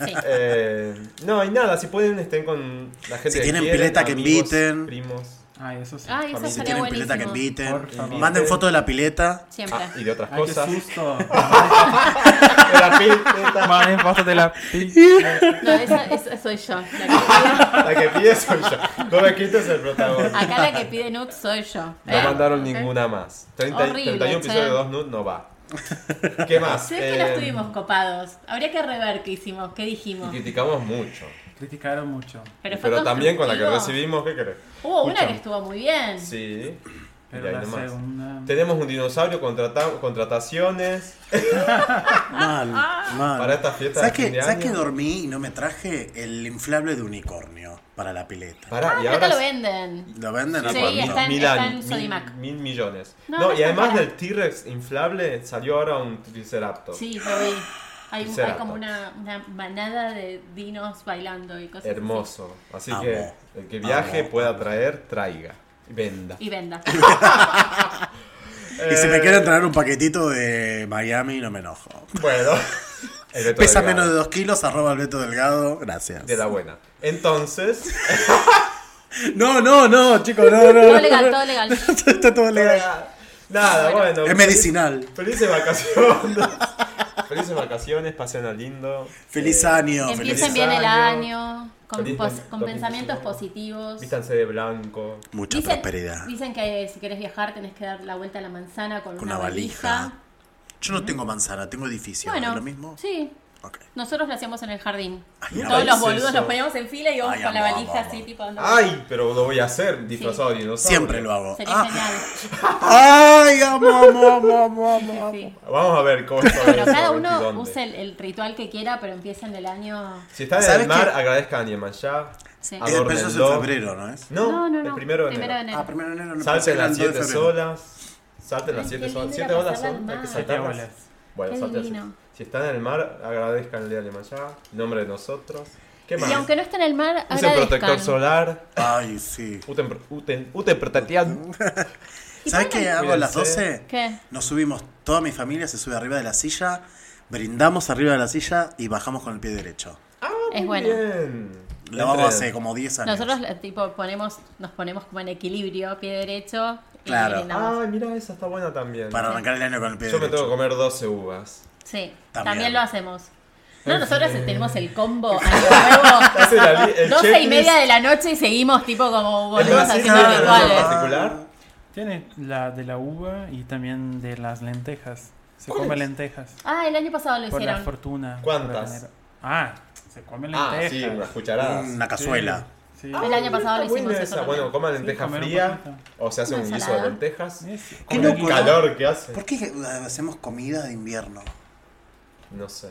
Speaker 4: Sí.
Speaker 3: Eh, no, y nada, si pueden estén con la gente
Speaker 1: Si
Speaker 3: que
Speaker 1: tienen
Speaker 3: quieren,
Speaker 1: pileta que
Speaker 3: amigos,
Speaker 1: inviten.
Speaker 3: primos
Speaker 5: Ah, eso sí.
Speaker 4: Ay, eso
Speaker 3: Familia.
Speaker 1: si
Speaker 4: estaría
Speaker 1: tienen
Speaker 4: buenísimo.
Speaker 1: pileta que
Speaker 5: Por
Speaker 1: inviten,
Speaker 5: favor.
Speaker 1: manden foto de la pileta.
Speaker 4: Siempre.
Speaker 3: ah, y de otras
Speaker 5: Ay, qué
Speaker 3: cosas.
Speaker 5: susto.
Speaker 3: De la pileta,
Speaker 5: Vale, foto de la pi-
Speaker 4: No, esa, esa soy yo. La que pide-
Speaker 3: la que pide soy yo. No me quites el protagonista.
Speaker 4: acá la que pide Nux soy yo. Eh,
Speaker 3: No mandaron ninguna más. 30,
Speaker 4: Horrible,
Speaker 3: 31 episodios de
Speaker 4: che.
Speaker 3: dos nudes no va. ¿Qué más?
Speaker 4: Sé que no
Speaker 3: Eh,
Speaker 4: estuvimos copados. Habría que rever qué hicimos, qué
Speaker 3: y
Speaker 4: dijimos.
Speaker 3: criticamos mucho.
Speaker 5: Criticaron mucho.
Speaker 4: Pero, fue
Speaker 3: Pero también con la que
Speaker 4: constructivo.
Speaker 3: recibimos, ¿qué querés?
Speaker 4: Hubo una que
Speaker 3: Escuchame.
Speaker 4: estuvo muy bien.
Speaker 3: Sí. y
Speaker 5: Pero
Speaker 3: ahí
Speaker 5: la
Speaker 3: nomás.
Speaker 5: segunda.
Speaker 3: Tenemos un dinosaurio, contrata- contrataciones.
Speaker 4: Ah,
Speaker 1: Mal, mal.
Speaker 3: Para esta fiesta
Speaker 1: ¿Sabes
Speaker 3: de fin
Speaker 1: que,
Speaker 3: de
Speaker 1: ¿sabes
Speaker 3: año?
Speaker 1: que dormí y no me traje el inflable de unicornio para la pileta?
Speaker 3: Pará, y
Speaker 4: Ah, pero
Speaker 3: ahora
Speaker 4: acá lo
Speaker 3: sí-
Speaker 4: venden.
Speaker 1: ¿Lo venden?
Speaker 4: Sí,
Speaker 1: ¿Cuánto?
Speaker 4: está en- está en
Speaker 3: años,
Speaker 4: Sodimac.
Speaker 3: Mil, mil millones.
Speaker 4: No,
Speaker 3: No,
Speaker 4: no
Speaker 3: y
Speaker 4: está
Speaker 3: además
Speaker 4: cara.
Speaker 3: del T-Rex inflable salió ahora un Triceratops.
Speaker 4: Sí, lo vi. Hay, un- hay
Speaker 3: Triceratops.
Speaker 4: como una, una manada de dinos bailando y cosas así.
Speaker 3: Hermoso. Así
Speaker 1: Amo.
Speaker 3: que el que viaje
Speaker 1: Amo.
Speaker 3: pueda traer, traiga. Venda.
Speaker 4: Y venda.
Speaker 1: Y si
Speaker 3: Eh,
Speaker 1: me quieren traer un paquetito de Miami, no me enojo.
Speaker 3: Bueno. el Beto
Speaker 1: Pesa
Speaker 3: Delgado.
Speaker 1: menos de 2 kilos, arroba el Beto Delgado. Gracias.
Speaker 3: De la buena. Entonces,
Speaker 1: No, no, no, chicos, no, no.
Speaker 4: Todo legal, todo legal.
Speaker 1: Está todo legal.
Speaker 3: nada, bueno.
Speaker 1: Es medicinal.
Speaker 3: Feliz- Felices vacaciones. Felices vacaciones, pasenla lindo.
Speaker 1: Feliz
Speaker 3: Eh,
Speaker 1: año.
Speaker 4: Empiecen
Speaker 1: feliz-
Speaker 4: bien eh. el
Speaker 3: año.
Speaker 4: año, con,
Speaker 3: Feliz
Speaker 4: pos-
Speaker 3: dos-
Speaker 4: con
Speaker 3: 2019.
Speaker 4: pensamientos positivos.
Speaker 3: Vístanse de blanco.
Speaker 1: Mucha prosperidad.
Speaker 4: dicen que eh, si querés viajar tenés que dar la vuelta a la manzana con,
Speaker 1: Con una valija. Yo no tengo manzana, tengo edificio.
Speaker 4: Bueno,
Speaker 1: ¿Es lo mismo?
Speaker 4: sí.
Speaker 1: Ok.
Speaker 4: Nosotros lo hacíamos en el jardín.
Speaker 1: Ay, no
Speaker 4: Todos los
Speaker 3: es
Speaker 4: boludos
Speaker 3: eso.
Speaker 4: los poníamos en fila y íbamos
Speaker 1: Ay,
Speaker 4: con la
Speaker 1: amo,
Speaker 4: valija
Speaker 1: amo,
Speaker 4: así,
Speaker 1: amo.
Speaker 4: tipo andando.
Speaker 3: ¡Ay! Pero lo voy a hacer disfrazado de dinosaurio.
Speaker 1: Siempre lo hago.
Speaker 4: Sería
Speaker 1: Ah.
Speaker 4: genial.
Speaker 1: Ay, amo, amo, amo, amo, amo. Eh, amo.
Speaker 4: Sí.
Speaker 3: Vamos a ver cómo está
Speaker 4: Bueno,
Speaker 3: eso,
Speaker 4: cada
Speaker 3: a ver si
Speaker 4: uno
Speaker 3: dónde.
Speaker 4: usa el, el ritual que quiera, pero empiecen el año.
Speaker 3: Si están en
Speaker 1: ¿Sabes
Speaker 3: el mar,
Speaker 1: qué?
Speaker 3: agradezcan a Nieman ya.
Speaker 4: Sí.
Speaker 1: Eh, pero eso es en
Speaker 3: Adórnenlo.
Speaker 1: febrero, ¿no es?
Speaker 3: Ah, No,
Speaker 4: No, no, no.
Speaker 3: el primero de enero.
Speaker 1: Ah, primero de enero. no, pensé
Speaker 3: Salten
Speaker 1: que era
Speaker 3: las
Speaker 1: el 2 de
Speaker 3: siete
Speaker 1: febrero.
Speaker 3: solas. Salten las
Speaker 4: Ay,
Speaker 3: siete
Speaker 4: qué
Speaker 3: solas.
Speaker 4: lindo
Speaker 3: Siete
Speaker 4: era
Speaker 3: olas
Speaker 4: pasarla
Speaker 3: son.
Speaker 4: al
Speaker 3: Hay que
Speaker 4: mar.
Speaker 5: Siete
Speaker 3: saltarlas.
Speaker 5: olas.
Speaker 3: Bueno,
Speaker 4: Qué
Speaker 3: salten las
Speaker 4: divino.
Speaker 3: Si están en el mar, agradezcan el día de mañana. En nombre de nosotros. ¿Qué más?
Speaker 4: Y aunque no estén en el mar,
Speaker 3: Usen protector
Speaker 4: agradezcan.
Speaker 3: solar.
Speaker 1: Ay, sí.
Speaker 3: Uten, pro- uten, uten protección.
Speaker 1: ¿Sabes qué hago a las
Speaker 3: Cuídense.
Speaker 1: 12?
Speaker 4: ¿Qué?
Speaker 1: Nos subimos, toda mi familia se sube arriba de la silla, brindamos arriba de la silla y bajamos con el pie derecho.
Speaker 4: Es bueno.
Speaker 3: Ah, Bien.
Speaker 1: Lo vamos
Speaker 3: Entren.
Speaker 1: hace como 10 años.
Speaker 4: Nosotros eh, tipo ponemos, nos ponemos como en equilibrio, pie derecho.
Speaker 1: Claro.
Speaker 4: Y brindamos.
Speaker 3: Ay, mira, esa está buena también.
Speaker 1: Para arrancar el año con el pie
Speaker 3: Yo me
Speaker 1: derecho.
Speaker 3: tengo que comer 12 uvas.
Speaker 4: sí,
Speaker 1: También.
Speaker 4: también. lo hacemos. No, nosotros tenemos el combo año nuevo.
Speaker 3: Hace la li- el
Speaker 4: Doce y
Speaker 3: checklist.
Speaker 4: media de la noche y seguimos tipo como
Speaker 3: ¿En
Speaker 4: boludos
Speaker 3: Brasil
Speaker 1: nada,
Speaker 4: haciendo
Speaker 3: tienen algo en
Speaker 4: rituales.
Speaker 3: particular?
Speaker 5: Tiene la de la uva y también de las lentejas. Se
Speaker 3: ¿Cuál
Speaker 5: come
Speaker 3: es?
Speaker 5: lentejas.
Speaker 4: Ah, el año pasado lo
Speaker 5: Por la
Speaker 4: hicieron.
Speaker 5: fortuna.
Speaker 3: ¿Cuántas?
Speaker 5: por enero. Ah, se come
Speaker 3: Ah,
Speaker 5: lentejas.
Speaker 3: sí, unas cucharadas.
Speaker 1: Una cazuela.
Speaker 5: Sí.
Speaker 4: El año pasado
Speaker 3: Ah, Está
Speaker 4: lo hicimos
Speaker 3: buena
Speaker 4: eso
Speaker 3: esa.
Speaker 4: también.
Speaker 3: Bueno, coman
Speaker 5: Sí,
Speaker 3: lentejas
Speaker 5: comer un
Speaker 3: frías
Speaker 5: poquito.
Speaker 3: o se hace
Speaker 4: Una
Speaker 3: un guiso de
Speaker 4: ensalada.
Speaker 3: lentejas.
Speaker 5: Es-
Speaker 1: Qué
Speaker 3: Con el
Speaker 1: loco, ¿no?
Speaker 3: calor que hace.
Speaker 1: ¿Por qué eh, hacemos comida de invierno?
Speaker 3: No sé.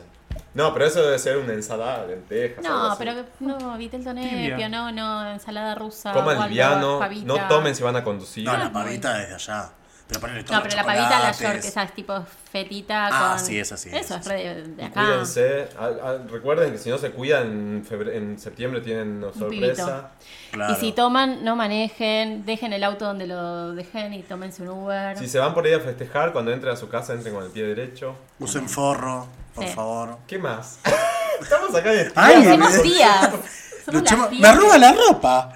Speaker 3: No, pero eso debe ser una ensalada de lentejas. algo
Speaker 4: No,
Speaker 3: así.
Speaker 4: pero no, vitel
Speaker 5: Tibia.
Speaker 4: tonepio, no, no, ensalada rusa. o algo,
Speaker 3: Coman liviano,
Speaker 4: pavita.
Speaker 3: no tomen si van a conducir.
Speaker 1: No, la pavita desde allá. Pero ponele todo
Speaker 4: No, pero la pavita a la york, esa es tipo fetita
Speaker 1: Ah,
Speaker 4: con...
Speaker 1: sí, esa sí,
Speaker 4: Eso
Speaker 1: esa
Speaker 4: es
Speaker 1: sí.
Speaker 4: re de, de
Speaker 3: Y
Speaker 4: acá.
Speaker 3: cuídense. Al- al- recuerden que si no se cuidan, en, febre- en septiembre tienen una sorpresa.
Speaker 1: Claro.
Speaker 4: Y si toman, no manejen, dejen el auto donde lo dejen y tómense un Uber.
Speaker 3: Si se van por ahí a festejar, cuando entren a su casa, entren con el pie derecho.
Speaker 1: Usen forro, por
Speaker 4: Sí.
Speaker 1: favor.
Speaker 3: ¿Qué más? Estamos acá de
Speaker 1: Ay,
Speaker 3: tía,
Speaker 4: Somos
Speaker 1: me-
Speaker 4: tías. Somos
Speaker 1: Luchemos-
Speaker 4: las
Speaker 1: ¡Me
Speaker 4: tías.
Speaker 1: roba la ropa!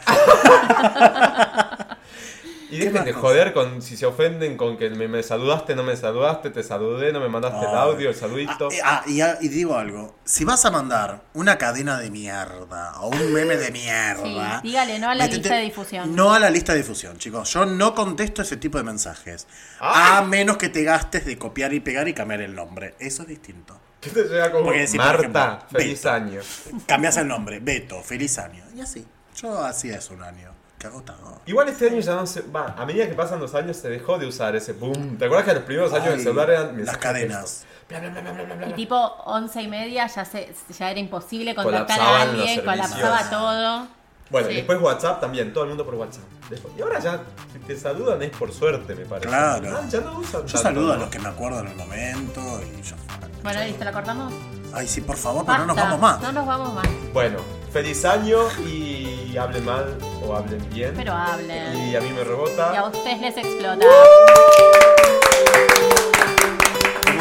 Speaker 3: Y dejen de joder con si se ofenden con que me, me saludaste, no me saludaste, te saludé, no me mandaste el
Speaker 1: Ay.
Speaker 3: audio, el saludito.
Speaker 1: Ah, y, ah, y digo algo. Si vas a mandar una cadena de mierda o un meme de mierda.
Speaker 4: Sí, dígale no a la
Speaker 1: métete-
Speaker 4: lista de difusión.
Speaker 1: No a la lista de difusión, chicos. Yo no contesto ese tipo de mensajes.
Speaker 3: Ah.
Speaker 1: A menos que te gastes de copiar y pegar y cambiar el nombre. Eso es distinto.
Speaker 3: ¿Qué te llega como
Speaker 1: Porque si, por
Speaker 3: Marta,
Speaker 1: ejemplo,
Speaker 3: feliz
Speaker 1: Beto.
Speaker 3: año?
Speaker 1: Cambias el nombre. Beto, feliz año. Y así. Yo así es un año. Qué agotador.
Speaker 3: Igual este año ya no se. Va, a medida que pasan los años se dejó de usar ese boom. ¿Te acuerdas que los primeros años
Speaker 1: Ay,
Speaker 3: del celular eran
Speaker 1: las
Speaker 3: mensajes
Speaker 1: cadenas.
Speaker 3: de texto? Bla, bla, bla, bla, bla, bla,
Speaker 4: Y
Speaker 3: bla.
Speaker 4: tipo once y media ya, se, ya era imposible contactar a
Speaker 3: Colapsaban los
Speaker 4: alguien,
Speaker 3: servicios.
Speaker 4: colapsaba todo.
Speaker 3: Bueno,
Speaker 4: Sí.
Speaker 3: después WhatsApp también, todo el mundo por WhatsApp. Después- y ahora ya, si te saludan es por suerte, me parece.
Speaker 1: Claro.
Speaker 3: Ah, ya no usan
Speaker 1: Yo
Speaker 3: tanto,
Speaker 1: saludo a
Speaker 3: ¿no?
Speaker 1: los que me acuerdo en el momento y yo.
Speaker 4: Bueno, listo, la cortamos.
Speaker 1: Ay, sí, por favor, pero no nos
Speaker 4: Basta,
Speaker 1: vamos más.
Speaker 4: No nos vamos más,
Speaker 3: Bueno, feliz año y hablen mal o hablen bien.
Speaker 4: pero hablen.
Speaker 3: Y a mí me
Speaker 4: Y a
Speaker 3: rebota.
Speaker 4: ustedes les explota.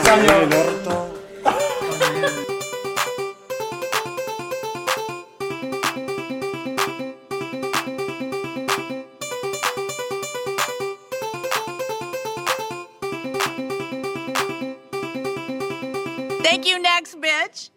Speaker 1: Vamos a ver el orto.
Speaker 7: Thank you, next bitch.